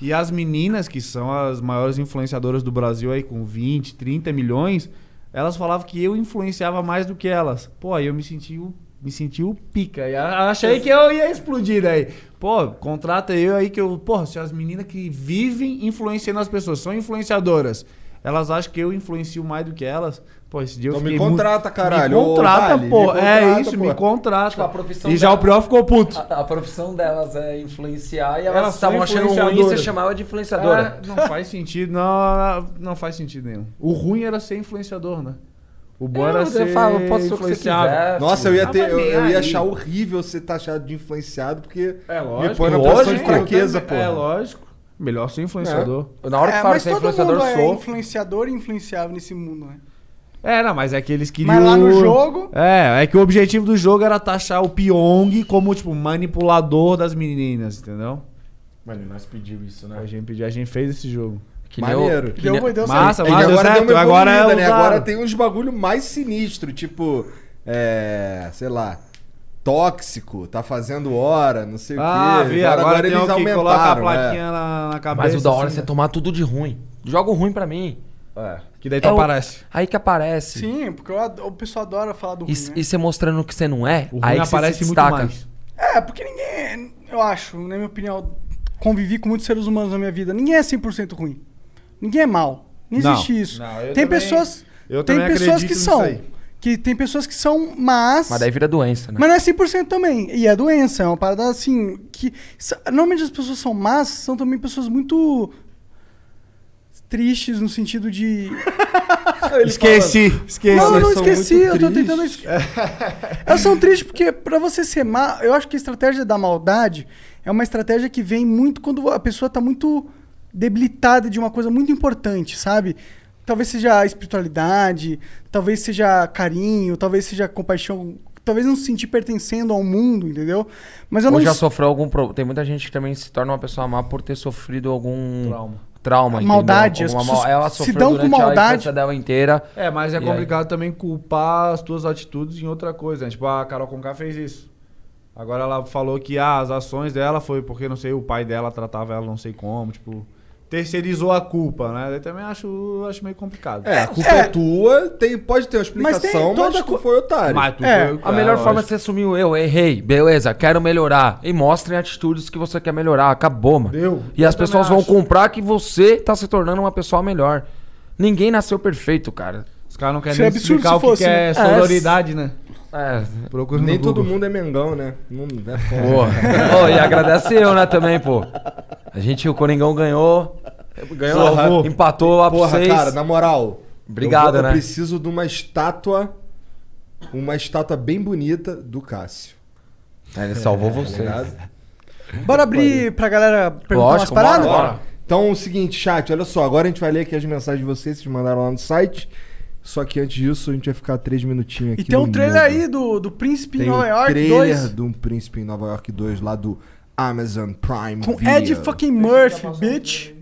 Speaker 6: E as meninas, que são as maiores influenciadoras do Brasil aí, com 20, 30 milhões, elas falavam que eu influenciava mais do que elas. Pô, aí eu me senti o me senti o pica. E a- achei que eu ia explodir daí. Pô, contrata eu aí que eu. Porra, se as meninas que vivem influenciando as pessoas, são influenciadoras, elas acham que eu influencio mais do que elas. Pô, esse dia eu
Speaker 2: Então me
Speaker 6: fiquei muito-
Speaker 2: contrata, caralho.
Speaker 6: Me contrata,
Speaker 2: Ô, Dali,
Speaker 6: pô.
Speaker 2: me
Speaker 6: é
Speaker 2: contrata,
Speaker 6: isso,
Speaker 2: pô.
Speaker 6: me contrata.
Speaker 4: Tipo, a profissão Ah,
Speaker 6: e já
Speaker 4: dela-
Speaker 6: o Priol ficou puto.
Speaker 4: A, a profissão delas é influenciar e
Speaker 6: Elas
Speaker 4: elas estavam
Speaker 6: são
Speaker 4: achando ruim
Speaker 6: influenciadoras.
Speaker 4: você chamar ela de influenciadora.
Speaker 6: É, não faz sentido, não, não faz sentido nenhum. O ruim era ser influenciador, né? O bom
Speaker 4: Eu-
Speaker 6: era
Speaker 4: É, eu
Speaker 6: ser
Speaker 4: falo, posso ser o que você
Speaker 6: influenciável.
Speaker 4: quiser,
Speaker 2: Nossa, eu ia, ter, eu, eu ia achar
Speaker 6: o
Speaker 2: horrível você estar achado de influenciado, porque
Speaker 6: É lógico,
Speaker 2: me põe na
Speaker 6: lógico,
Speaker 2: posição de
Speaker 6: eu
Speaker 2: fraqueza, pô.
Speaker 6: também- é lógico. Melhor ser influenciador.
Speaker 4: É. Na hora que
Speaker 3: É,
Speaker 4: fala
Speaker 3: mas
Speaker 4: que você é
Speaker 3: todo
Speaker 4: influenciador,
Speaker 3: mundo é
Speaker 4: sou.
Speaker 3: influenciador e influenciável nesse mundo, né?
Speaker 6: É, não, mas é que eles queriam.
Speaker 3: Mas lá no jogo-
Speaker 6: É, é que o objetivo do jogo era taxar o Pyong como, tipo, manipulador das meninas, entendeu?
Speaker 5: Mano, nós pediu isso, né?
Speaker 6: A gente, pediu, a gente fez esse jogo.
Speaker 4: Que
Speaker 2: Maneiro.
Speaker 6: Que deu, deu massa,
Speaker 2: É que
Speaker 6: massa, deu
Speaker 2: agora
Speaker 6: certo.
Speaker 2: deu uma
Speaker 6: Agora é
Speaker 2: evoluída, né?
Speaker 6: usado.
Speaker 2: Agora tem uns bagulho mais sinistro, tipo, é, sei lá, tóxico, tá fazendo hora, não sei
Speaker 6: Ah,
Speaker 2: o quê.
Speaker 6: vi, agora tem o que coloca a
Speaker 2: é.
Speaker 6: plaquinha na- na cabeça,
Speaker 4: Mas o da hora é
Speaker 6: assim,
Speaker 4: você
Speaker 6: né?
Speaker 4: tomar tudo de ruim. Joga o ruim pra mim.
Speaker 6: É. Que daí
Speaker 4: tu
Speaker 6: tu aparece.
Speaker 4: Aí que aparece.
Speaker 3: Sim, porque eu ado- o pessoal adora falar do
Speaker 4: E,
Speaker 3: ruim,
Speaker 4: s-
Speaker 3: né?
Speaker 4: e você mostrando que você não é,
Speaker 6: ruim
Speaker 4: aí que
Speaker 6: aparece
Speaker 4: você se
Speaker 6: muito
Speaker 4: destaca.
Speaker 6: mais.
Speaker 3: É, porque ninguém. é- Eu acho, na minha opinião, convivi com muitos seres humanos na minha vida. Ninguém é 100% ruim. Ninguém é mal. Não
Speaker 6: Não.
Speaker 3: existe isso.
Speaker 6: Não, eu
Speaker 3: tem
Speaker 6: também-
Speaker 3: pessoas.
Speaker 6: eu
Speaker 3: tem
Speaker 6: também
Speaker 3: pessoas
Speaker 6: acredito
Speaker 3: que
Speaker 6: nisso
Speaker 3: são.
Speaker 6: aí.
Speaker 3: Que tem pessoas que são más.
Speaker 4: Mas daí vira doença, né?
Speaker 3: Mas não é 100% também. E é doença, é uma parada assim. que sa- Normalmente as pessoas são más, são também pessoas muito. tristes no sentido de.
Speaker 6: Esqueci, esqueci.
Speaker 3: Não, eu não
Speaker 6: Elas são
Speaker 3: esqueci,
Speaker 6: muito
Speaker 3: eu tô
Speaker 6: tristes.
Speaker 3: tentando. esque- Elas são tristes porque, pra você ser má, eu acho que a estratégia da maldade é uma estratégia que vem muito quando a pessoa tá muito debilitada de uma coisa muito importante, sabe? Talvez seja a espiritualidade, talvez seja carinho, talvez seja compaixão, talvez não se sentir pertencendo ao mundo, entendeu? Mas eu
Speaker 4: Ou
Speaker 3: não
Speaker 4: já
Speaker 3: s-
Speaker 4: sofreu algum problema. Tem muita gente que também se torna uma pessoa má por ter sofrido algum
Speaker 6: Trauma.
Speaker 4: trauma entendeu?
Speaker 3: Maldade, as
Speaker 4: Alguma mal-
Speaker 3: pessoas
Speaker 4: Ela
Speaker 3: se
Speaker 4: sofreu
Speaker 3: dão com
Speaker 4: durante
Speaker 3: maldade.
Speaker 4: a infância dela inteira.
Speaker 6: É, mas é
Speaker 4: E aí?
Speaker 6: complicado também culpar as tuas atitudes em outra coisa. Né? Tipo, a Carol Conká fez isso. Agora ela falou que ah, as ações dela foi porque, não sei, o pai dela tratava ela não sei como, tipo... Terceirizou a culpa, né? Eu também acho, acho meio complicado.
Speaker 2: É, a culpa é, tua, tem, pode ter uma explicação, mas, tu foi otário.
Speaker 6: Mas tu
Speaker 4: É,
Speaker 6: foi o
Speaker 4: a
Speaker 6: cara,
Speaker 4: melhor forma é
Speaker 6: lógico.
Speaker 4: você assumir o eu, errei, beleza, quero melhorar. E mostrem atitudes que você quer melhorar, acabou, mano.
Speaker 6: Deu.
Speaker 4: E
Speaker 6: Eu
Speaker 4: as pessoas
Speaker 6: também
Speaker 4: vão comprar que você tá se tornando uma pessoa melhor. Ninguém nasceu perfeito, cara.
Speaker 6: Os caras não querem Isso é nem absurdo explicar se o que fosse, que é né? sororidade, né?
Speaker 4: É.
Speaker 6: Procura
Speaker 2: Nem todo mundo é Mengão, né? Não é foda.
Speaker 4: Porra. Ô, e agradece eu, né, também, pô. A gente, o Coringão ganhou.
Speaker 2: Ganhou, aham.
Speaker 4: Empatou lá por
Speaker 2: Porra,
Speaker 4: vocês.
Speaker 2: cara, na moral.
Speaker 4: Obrigado,
Speaker 2: eu vou-
Speaker 4: né?
Speaker 2: Eu preciso de uma estátua. Uma estátua bem bonita do Cássio.
Speaker 4: Ele salvou
Speaker 2: Tá
Speaker 4: você.
Speaker 2: ligado?
Speaker 3: Bora abrir pra galera perguntar umas paradas?
Speaker 2: Então, é o seguinte, chat, olha só. Agora a gente vai ler aqui as mensagens de vocês, vocês mandaram lá no site. Só que antes disso, a gente vai ficar três minutinhos aqui.
Speaker 3: E tem
Speaker 2: no
Speaker 3: um trailer
Speaker 2: mundo.
Speaker 3: aí do, do Príncipe em
Speaker 2: Tem o
Speaker 3: Nova York
Speaker 2: trailer
Speaker 3: 2
Speaker 2: do Príncipe em Nova York 2 lá do Amazon Prime
Speaker 3: com
Speaker 2: Video.
Speaker 3: Ed fucking Murphy, bitch.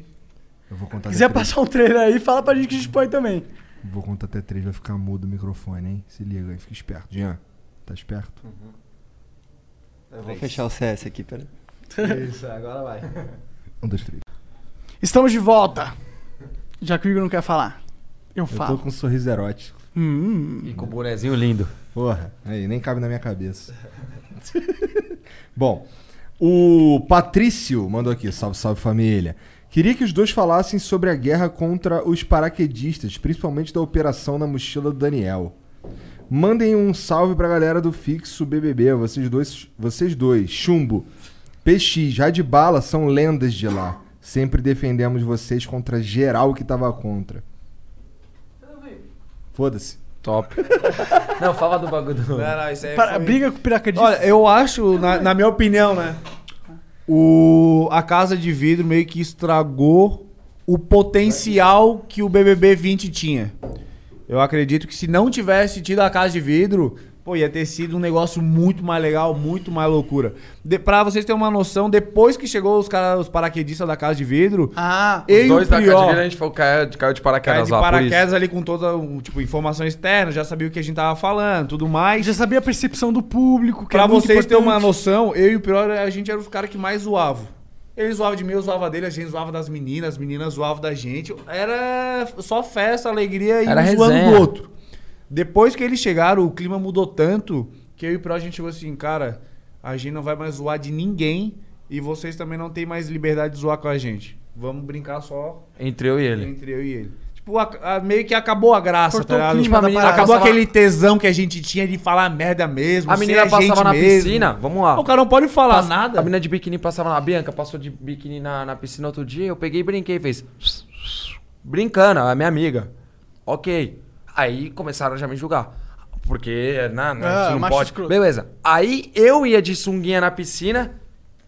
Speaker 2: Eu vou contar
Speaker 3: Quiser
Speaker 2: até três.
Speaker 3: passar um trailer aí, fala pra gente que a gente põe também.
Speaker 2: Vou contar até três, vai ficar mudo o microfone, hein? Se liga aí, fica esperto. Jean, tá esperto?
Speaker 14: Eu vou fechar o CS aqui, pera.
Speaker 6: Isso, agora vai.
Speaker 2: Um, dois, três.
Speaker 3: Estamos de volta. Já que o Igor não quer falar, eu
Speaker 2: Eu tô
Speaker 3: falo.
Speaker 2: com um sorriso erótico.
Speaker 4: E com o bonezinho lindo.
Speaker 2: Porra, aí, nem cabe na minha cabeça. Bom, o Patrício mandou aqui, salve, salve família. Queria que os dois falassem sobre a guerra contra os paraquedistas, principalmente da operação na mochila do Daniel. Mandem um salve pra galera do Fixo BBB, vocês dois, vocês dois, Chumbo, PX, Radbala são lendas de lá. Sempre defendemos vocês contra geral que tava contra. Foda-se.
Speaker 4: Top. Não, fala do bagulho do.
Speaker 6: Não, não, isso aí
Speaker 3: Para-
Speaker 6: foi-
Speaker 3: Briga com o piracadista.
Speaker 6: Olha, eu acho, na, na minha opinião, né? O, a Casa de Vidro meio que estragou o potencial que o BBB 20 tinha. Eu acredito que se não tivesse tido a Casa de Vidro, pô, ia ter sido um negócio muito mais legal, muito mais loucura. De, pra vocês terem uma noção, depois que chegou os caras, os paraquedistas da Casa de Vidro,
Speaker 3: ah,
Speaker 6: eu
Speaker 4: Os
Speaker 6: e
Speaker 4: dois
Speaker 6: o
Speaker 4: da
Speaker 6: Prior,
Speaker 4: cadeira a gente falou, caiu, caiu de
Speaker 6: Cara,
Speaker 4: paraquedas
Speaker 6: de
Speaker 4: lá,
Speaker 6: paraquedas ali com toda um, tipo informação externa, já sabia o que a gente tava falando, tudo mais.
Speaker 3: Já sabia a percepção do público. Que
Speaker 6: pra
Speaker 3: é muito
Speaker 6: vocês terem uma
Speaker 3: importante.
Speaker 6: noção, eu e o Pior, a gente era os caras que mais zoavam. Ele zoava de mim, eu zoava dele, a gente zoava das meninas, as meninas zoavam da gente. Era só festa, alegria e
Speaker 4: Era
Speaker 6: um zoando
Speaker 4: resenha.
Speaker 6: do outro. Depois que eles chegaram, o clima mudou tanto que eu e o Pro a gente chegou assim, cara, a gente não vai mais zoar de ninguém e vocês também não têm mais liberdade de zoar com a gente. Vamos brincar só
Speaker 4: Entre eu e ele.
Speaker 6: entre eu e ele. Tipo, a- a- meio que acabou a graça,
Speaker 4: Cortou
Speaker 6: tá
Speaker 4: o
Speaker 6: ligado?
Speaker 4: clima, a menina
Speaker 6: acabou
Speaker 4: passava-
Speaker 6: aquele tesão que a gente tinha de falar merda mesmo.
Speaker 4: A
Speaker 6: ser
Speaker 4: menina passava
Speaker 6: é gente
Speaker 4: na
Speaker 6: mesmo.
Speaker 4: piscina, vamos lá.
Speaker 6: O cara não pode falar
Speaker 4: Passa-
Speaker 6: nada.
Speaker 4: A menina de biquíni passava na. A Bianca passou de biquíni na, na piscina outro dia, eu peguei e brinquei, fez. Brincando, a minha amiga. Ok. Aí começaram já a me julgar. Porque, na,
Speaker 3: Ah,
Speaker 4: na, isso não
Speaker 3: macho
Speaker 4: pode.
Speaker 3: escroto.
Speaker 4: Beleza. Aí eu ia de sunguinha na piscina,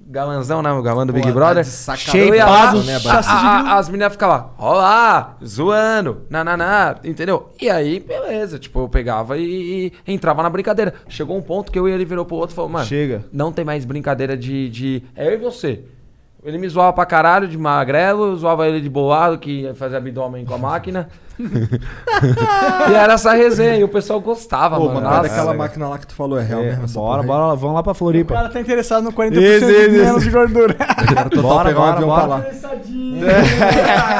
Speaker 4: galanzão, né? O galã do Big
Speaker 3: tá
Speaker 4: Brother.
Speaker 3: de sacanagem,
Speaker 4: Cheio lá,
Speaker 3: né,
Speaker 4: a-
Speaker 3: Bárbara?
Speaker 4: a- a- As meninas ficavam, olá, zoando, nananá, entendeu? E aí, beleza. Tipo, eu pegava e, e entrava na brincadeira. Chegou um ponto que eu e ele virou pro outro e falou, mano,
Speaker 6: Chega.
Speaker 4: não tem mais brincadeira de, de. É eu e você. Ele me zoava pra caralho de magrelo, eu zoava ele de bolado, que fazia abdômen com a máquina. e era essa resenha, e o pessoal gostava,
Speaker 2: Pô,
Speaker 4: mano.
Speaker 2: mas guarda
Speaker 4: Nossa.
Speaker 2: aquela máquina lá que tu falou é real mesmo. essa
Speaker 6: Bora,
Speaker 2: porra aí.
Speaker 6: bora, lá, vamos lá pra Floripa.
Speaker 3: O cara tá interessado no 40%
Speaker 2: Isso,
Speaker 3: de
Speaker 2: isso,
Speaker 3: menos
Speaker 2: isso.
Speaker 3: de gordura.
Speaker 2: Quero total
Speaker 6: Bora,
Speaker 2: pegar um
Speaker 6: bora,
Speaker 2: avião
Speaker 6: bora.
Speaker 2: pra lá.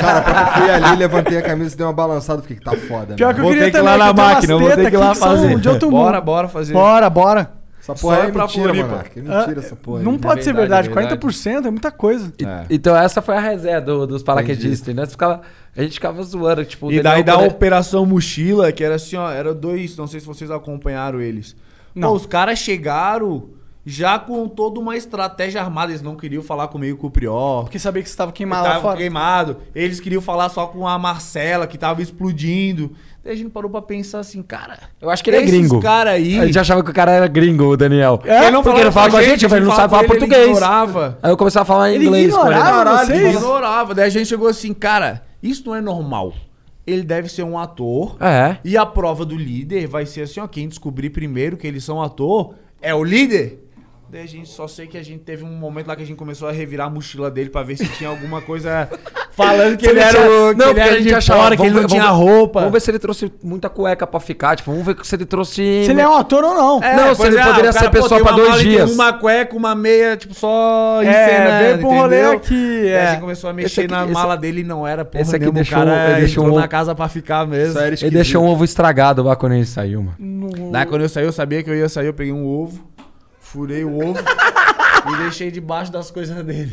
Speaker 2: Cara, quando eu fui ali, levantei a camisa e dei uma balançada, fiquei que tá foda.
Speaker 3: Pior que eu
Speaker 2: meu.
Speaker 3: queria também, que tem umas tetas aqui que são de outro mundo.
Speaker 6: Bora, bora fazer.
Speaker 3: Bora, bora.
Speaker 2: Essa porra aí é mentira, Monark. É mentira
Speaker 3: Ah,
Speaker 2: essa porra aí.
Speaker 3: Não pode ser verdade,
Speaker 4: é verdade.
Speaker 3: 40% é muita coisa.
Speaker 4: Então essa foi a resenha do- dos paraquedistas, né? Ficava- a gente ficava zoando, tipo... o
Speaker 6: E
Speaker 4: Daniel
Speaker 6: daí um da
Speaker 4: Correa-
Speaker 6: Operação Mochila, que era assim, ó, era dois, não sei se vocês acompanharam eles. Pô, os caras chegaram já com toda uma estratégia armada, eles não queriam falar comigo com o Prior.
Speaker 3: Porque sabia que você tava queimado lá
Speaker 6: Tava
Speaker 3: fora.
Speaker 6: queimado. Eles queriam falar só com a Marcela, que tava explodindo. Daí a gente parou pra pensar assim, cara.
Speaker 4: Eu acho que ele é
Speaker 6: esses
Speaker 4: gringo.
Speaker 6: cara aí.
Speaker 4: A gente achava que o cara era gringo, o Daniel.
Speaker 6: É? Ele não
Speaker 4: Porque ele fala
Speaker 6: falava
Speaker 4: com a gente, eu falei, ele não sabe
Speaker 6: falava
Speaker 4: falar
Speaker 6: com ele, ele
Speaker 4: português. Ah,
Speaker 6: ignorava.
Speaker 4: Aí eu começava a falar em
Speaker 6: Ele
Speaker 4: inglês com ele.
Speaker 6: ignorava
Speaker 4: Caralho,
Speaker 6: vocês?
Speaker 4: ele falou-
Speaker 6: Ignorava. Daí a gente chegou assim, cara, isso não é normal. Ele deve ser um ator.
Speaker 4: É.
Speaker 6: E a prova do líder vai ser assim, ó, quem descobrir primeiro que eles são ator é o líder. Daí a gente só sei que a gente teve um momento lá que a gente começou a revirar a mochila dele pra ver se tinha alguma coisa falando que
Speaker 4: Se
Speaker 6: ele era
Speaker 4: tinha-
Speaker 6: o que
Speaker 4: não,
Speaker 6: ele
Speaker 4: porque
Speaker 6: era
Speaker 4: a gente
Speaker 6: de
Speaker 4: achava
Speaker 6: fora, que
Speaker 4: vamos
Speaker 6: ele não
Speaker 4: ver-
Speaker 6: tinha
Speaker 4: vamos-
Speaker 6: roupa.
Speaker 4: Vamos ver se ele trouxe muita cueca pra ficar, tipo, vamos ver se ele trouxe...
Speaker 3: Se ele é um ator ou não.
Speaker 4: É, não, se
Speaker 6: pois
Speaker 4: ele
Speaker 6: é,
Speaker 4: poderia
Speaker 6: o cara,
Speaker 4: ser
Speaker 6: pô,
Speaker 4: pessoa
Speaker 6: tem
Speaker 4: pra
Speaker 6: uma
Speaker 4: dois
Speaker 6: mala e tem
Speaker 4: dias.
Speaker 6: Uma cueca, uma meia, tipo, só
Speaker 4: É,
Speaker 6: encenando,
Speaker 4: veio pro rolê
Speaker 6: entendeu?
Speaker 4: aqui,
Speaker 6: Daí
Speaker 4: é.
Speaker 6: a gente começou a
Speaker 4: Esse
Speaker 6: mexer
Speaker 4: aqui-
Speaker 6: na
Speaker 4: esse-
Speaker 6: mala dele e não era porra
Speaker 4: esse aqui
Speaker 6: nenhuma,
Speaker 4: deixou-
Speaker 6: o cara
Speaker 4: ele deixou
Speaker 6: entrou
Speaker 4: um-
Speaker 6: na casa pra ficar mesmo.
Speaker 4: Ele deixou um ovo estragado lá quando ele saiu, mano.
Speaker 6: Daí quando eu saí, eu sabia que eu ia sair, eu peguei um ovo, furei o ovo e deixei debaixo das coisas dele.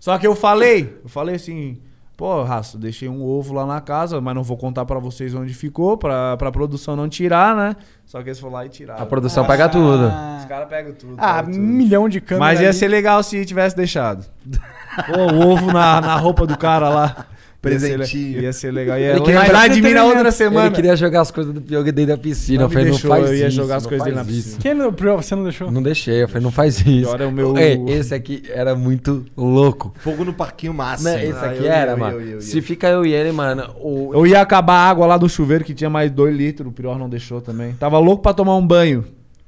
Speaker 6: Só que eu falei, eu falei assim, pô, Raço, deixei um ovo lá na casa, mas não vou contar pra vocês onde ficou, pra, pra produção não tirar, né? Só que eles foram lá e tiraram.
Speaker 4: A produção
Speaker 6: Ah,
Speaker 4: pega tudo.
Speaker 6: Os caras pegam tudo.
Speaker 3: Ah,
Speaker 6: pegam tudo.
Speaker 3: milhão de câmeras.
Speaker 6: Mas ia
Speaker 3: ali.
Speaker 6: ser legal se tivesse deixado. Pô, o ovo na, na roupa do cara lá.
Speaker 2: Presentinho.
Speaker 6: Ia ser, legal. é, Ia, lembrar de mim na outra semana.
Speaker 4: Ele queria jogar as coisas do Pyong dentro da piscina.
Speaker 6: Não
Speaker 4: Eu falei,
Speaker 6: me
Speaker 4: não
Speaker 6: deixou,
Speaker 4: faz
Speaker 6: eu ia
Speaker 4: isso,
Speaker 6: jogar as
Speaker 4: não
Speaker 6: coisas dele
Speaker 4: faz
Speaker 6: na
Speaker 4: isso.
Speaker 3: Quem não provou? Você não deixou?
Speaker 4: Não deixei, eu falei, não faz isso.
Speaker 6: Pior é o meu-
Speaker 4: Ei, esse aqui era muito louco.
Speaker 2: Fogo no parquinho máximo.
Speaker 4: Né, esse
Speaker 2: Ah,
Speaker 4: aqui
Speaker 2: eu-
Speaker 4: era,
Speaker 2: eu-
Speaker 4: mano.
Speaker 2: eu- eu-
Speaker 4: Se fica eu e ele, mano, o...
Speaker 6: Eu ia acabar a água lá do chuveiro que tinha mais 2 litros, o Prior não deixou também. Tava louco pra tomar um banho.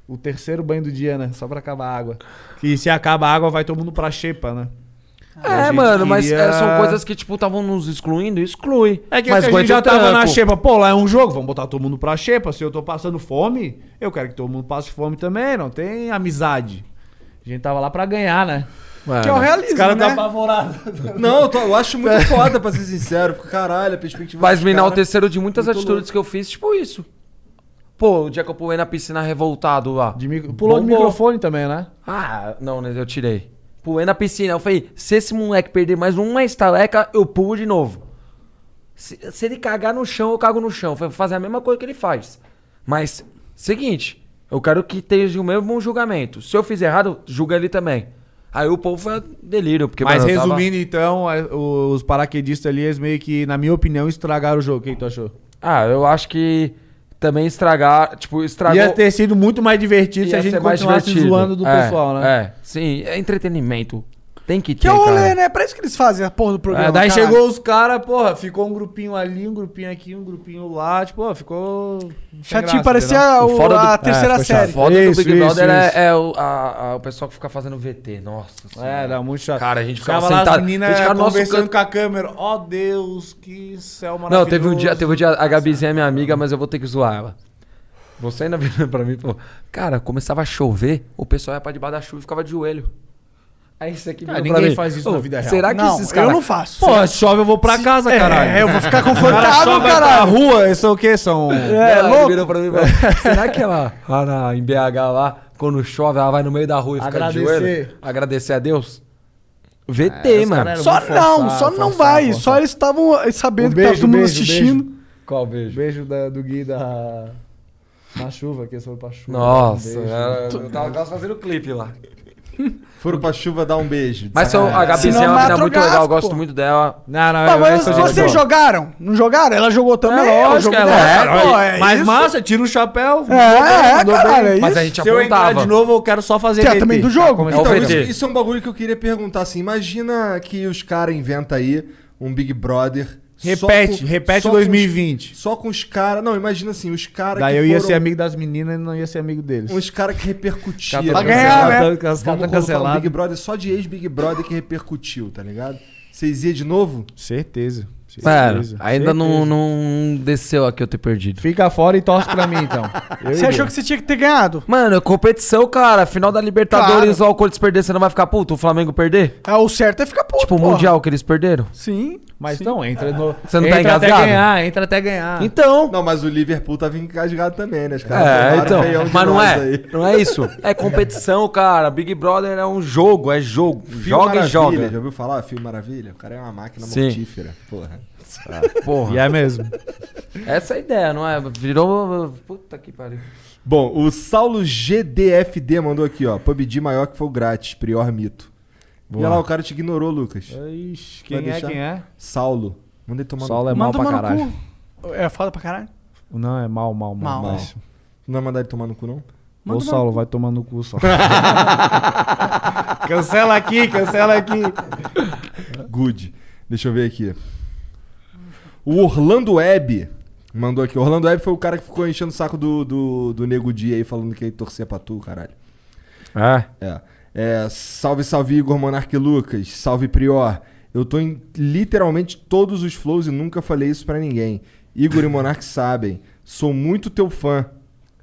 Speaker 6: O terceiro banho do dia, né? Só pra acabar a água. Que se acaba a água, vai todo mundo pra xepa, né? A
Speaker 4: É,
Speaker 6: gente
Speaker 4: mano, mas
Speaker 6: queria-
Speaker 4: é, são coisas que, tipo, estavam nos excluindo, exclui.
Speaker 6: É
Speaker 4: mas
Speaker 6: que, é que a gente
Speaker 4: aguenta
Speaker 6: já
Speaker 4: o
Speaker 6: tava na
Speaker 4: tranco.
Speaker 6: xepa. Pô, lá é um jogo, vamos botar todo mundo pra xepa. Se eu tô passando fome, eu quero que todo mundo passe fome também, não tem amizade. A gente tava lá pra ganhar, né?
Speaker 4: Mano.
Speaker 3: Que é o realismo,
Speaker 6: Os caras
Speaker 3: né?
Speaker 6: tá apavorado.
Speaker 2: Não, eu, tô- eu acho muito foda, pra ser sincero. porque, Caralho, a perspectiva.
Speaker 4: Mas
Speaker 2: dos
Speaker 4: me
Speaker 2: cara-
Speaker 4: enalteceram de muitas
Speaker 2: muito
Speaker 4: atitudes que eu fiz, tipo isso. Pô, o dia que eu pulei na piscina revoltado lá.
Speaker 6: Pulou
Speaker 4: Bombou.
Speaker 6: de microfone também, né?
Speaker 4: Ah, não, né, eu tirei. Pulei na piscina. Eu falei, se esse moleque perder mais uma estaleca, eu pulo de novo. Se, se ele cagar no chão, eu cago no chão. Eu Vou fazer a mesma coisa que ele faz. Mas, seguinte, eu quero que tenha o mesmo julgamento. Se eu fizer errado, julga ele também. Aí o povo foi delírio. Porque,
Speaker 6: Mas
Speaker 4: mano, eu tava-
Speaker 6: resumindo, então, é, os paraquedistas ali, eles meio que, na minha opinião, estragaram o jogo. O que que tu achou?
Speaker 4: Ah, eu acho que também estragar, tipo, estragou...
Speaker 6: Ia ter sido muito mais divertido se
Speaker 4: Ia
Speaker 6: a gente
Speaker 4: ser mais
Speaker 6: continuasse
Speaker 4: divertido.
Speaker 6: zoando do
Speaker 4: É,
Speaker 6: pessoal, né?
Speaker 4: É, sim, é entretenimento. Tem que ter,
Speaker 3: Que é o rolê,
Speaker 4: cara.
Speaker 3: né? É pra isso que eles fazem a porra do
Speaker 4: Ah,
Speaker 3: programa.
Speaker 6: É, daí
Speaker 3: caralho.
Speaker 6: chegou os caras, porra, ficou um grupinho ali, um grupinho aqui, um grupinho lá, tipo, ó, ficou. sem
Speaker 3: Chatinho,
Speaker 6: graça,
Speaker 3: parecia
Speaker 6: entendeu?
Speaker 3: o-
Speaker 4: foda
Speaker 3: a
Speaker 4: do-
Speaker 3: terceira
Speaker 4: é, ficou chato.
Speaker 3: série.
Speaker 4: O foda
Speaker 6: Isso,
Speaker 4: do Big
Speaker 6: isso,
Speaker 4: Brother
Speaker 6: isso.
Speaker 4: é, é o, a- a- o pessoal que fica fazendo VT. Nossa
Speaker 6: É, era muito chato.
Speaker 4: Cara, a gente ficava,
Speaker 6: lá,
Speaker 4: sentado.
Speaker 6: As
Speaker 4: a
Speaker 6: meninas
Speaker 4: gente ficava no nosso
Speaker 6: conversando
Speaker 4: canto.
Speaker 6: com a câmera. Ó Deus, que céu maravilhoso.
Speaker 4: Não, teve um dia, teve um dia, a Gabizinha é minha amiga, mas eu vou ter que zoar ela. Você ainda virou pra mim e falou, cara, começava a chover, o pessoal ia pra debaixo da chuva e ficava de joelho. Aí isso aqui
Speaker 6: Ah,
Speaker 4: virou pra
Speaker 6: ninguém
Speaker 4: mim,
Speaker 6: faz isso na
Speaker 4: "Ô,
Speaker 6: vida real."
Speaker 4: Será que
Speaker 6: Não,
Speaker 4: esses
Speaker 6: eu
Speaker 4: caras...
Speaker 6: não faço.
Speaker 4: Pô,
Speaker 6: Será-
Speaker 4: chove, eu vou pra casa, caralho.
Speaker 6: É, eu vou ficar
Speaker 4: O cara só
Speaker 6: confortável,
Speaker 4: vai
Speaker 6: caralho.
Speaker 4: pra rua.
Speaker 6: isso é o quê? São...
Speaker 4: É, louco. virou pra mim e falou, será que ela lá na- em BH lá, quando chove, ela vai no meio da rua e fica de
Speaker 6: Agradecer.
Speaker 4: joelho? Agradecer a Deus? VT,
Speaker 6: É, os
Speaker 4: mano.
Speaker 6: caras eram
Speaker 3: Só
Speaker 6: muito
Speaker 3: não,
Speaker 6: forçado,
Speaker 3: só não
Speaker 6: forçado,
Speaker 3: vai.
Speaker 6: forçado.
Speaker 3: Só eles estavam sabendo
Speaker 6: Um
Speaker 3: que tava todo mundo assistindo.
Speaker 6: Beijo.
Speaker 4: Qual beijo?
Speaker 6: Beijo da- do Gui da... na chuva, que eles foram pra chuva.
Speaker 4: Nossa,
Speaker 6: Um beijo.
Speaker 4: era- eu tava quase fazendo clipe lá.
Speaker 2: Foram pra chuva dar um beijo.
Speaker 4: Mas são, a Gabi
Speaker 2: Senão
Speaker 4: é uma mina
Speaker 2: mata o
Speaker 4: muito legal, eu
Speaker 2: gráfico,
Speaker 4: gosto
Speaker 2: pô.
Speaker 4: muito dela. né? Não, não,
Speaker 3: Pô, mas vocês jogaram? Não jogaram? Ela jogou também?
Speaker 4: É
Speaker 3: ela
Speaker 4: lógico,
Speaker 3: jogou
Speaker 4: ela é.
Speaker 3: Pô, é
Speaker 6: Mas
Speaker 3: isso.
Speaker 6: massa, tira o chapéu.
Speaker 3: É, é, caralho, é
Speaker 6: Mas
Speaker 3: isso.
Speaker 6: a gente
Speaker 3: Se eu entrar
Speaker 6: apontava. de novo, eu quero só fazer
Speaker 2: Então, isso, isso é um bagulho que eu queria perguntar assim. Imagina que os caras inventam aí um Big Brother.
Speaker 6: Repete, repete 2020.
Speaker 2: Com os, só com os caras. Não, imagina assim, os caras
Speaker 6: Daí eu ia ser amigo das meninas e não ia ser amigo deles.
Speaker 2: Os caras que repercutiram.
Speaker 6: Catando Pra ganhar, cancelado, né? tá-
Speaker 2: Vamos
Speaker 6: tá
Speaker 2: rolar um
Speaker 6: cancelado.
Speaker 2: Big Brother só de ex-Big Brother que repercutiu, tá ligado? Vocês iam de novo?
Speaker 6: Certeza.
Speaker 4: Mano, ainda não, não desceu aqui eu ter perdido.
Speaker 6: Fica fora e torce pra mim, então.
Speaker 3: Você achou que você tinha que ter ganhado?
Speaker 4: Mano, é competição, cara. Final da Libertadores, o Alcoólicos perder, você não vai ficar puto? O Flamengo perder?
Speaker 3: Ah, o certo é ficar puto.
Speaker 4: Tipo, o
Speaker 6: porra.
Speaker 4: Mundial que eles perderam?
Speaker 3: Sim.
Speaker 6: Mas não, entra no.
Speaker 4: Você não
Speaker 6: entra
Speaker 4: tá engasgado?
Speaker 6: até ganhar, entra até ganhar.
Speaker 4: Então.
Speaker 2: Não, mas o Liverpool tava engasgado também, né? Os caras
Speaker 4: É,
Speaker 2: tomaram
Speaker 4: então.
Speaker 2: feião de
Speaker 4: Mas não
Speaker 2: nós
Speaker 4: é.
Speaker 2: aí.
Speaker 4: Não é isso. É competição, cara. Big Brother é um jogo, é jogo.
Speaker 2: Fio
Speaker 4: joga e
Speaker 2: Maravilha, Já
Speaker 4: joga.
Speaker 2: ouviu falar? Fio Maravilha? O cara é uma máquina
Speaker 4: Sim.
Speaker 2: mortífera. Porra.
Speaker 4: Porra.
Speaker 6: E é mesmo.
Speaker 4: Essa é a ideia, não é? Virou. Puta que pariu.
Speaker 2: Bom, o Saulo GDFD mandou aqui, ó. PUBG maior que foi o grátis, Prior Mito.
Speaker 6: Boa.
Speaker 2: E olha lá, o cara te ignorou, Lucas. Vai
Speaker 6: Ixi, quem é,
Speaker 2: deixar?
Speaker 6: quem é?
Speaker 2: Saulo. Manda ele tomar
Speaker 6: Saulo é mal pra caralho.
Speaker 3: cu. É foda pra caralho.
Speaker 6: Não, é mal, mal, mal.
Speaker 3: Mal.
Speaker 6: mal.
Speaker 2: Não vai mandar ele tomar no cu, não?
Speaker 6: Ô,
Speaker 3: Manda tomar
Speaker 6: Saulo,
Speaker 3: no cu.
Speaker 6: vai tomar no cu só. cancela aqui, cancela aqui.
Speaker 2: Good. Deixa eu ver aqui. O Orlando Web mandou aqui. O Orlando Web foi o cara que ficou enchendo o saco do, do, do Nego Dia aí, falando que ele torcia pra tu, caralho.
Speaker 4: É.
Speaker 2: É. É, salve, salve, Igor Monarque Lucas. Salve, Prior. Eu tô em literalmente todos os flows e nunca falei isso pra ninguém. Igor e Monarque sabem. Sou muito teu fã.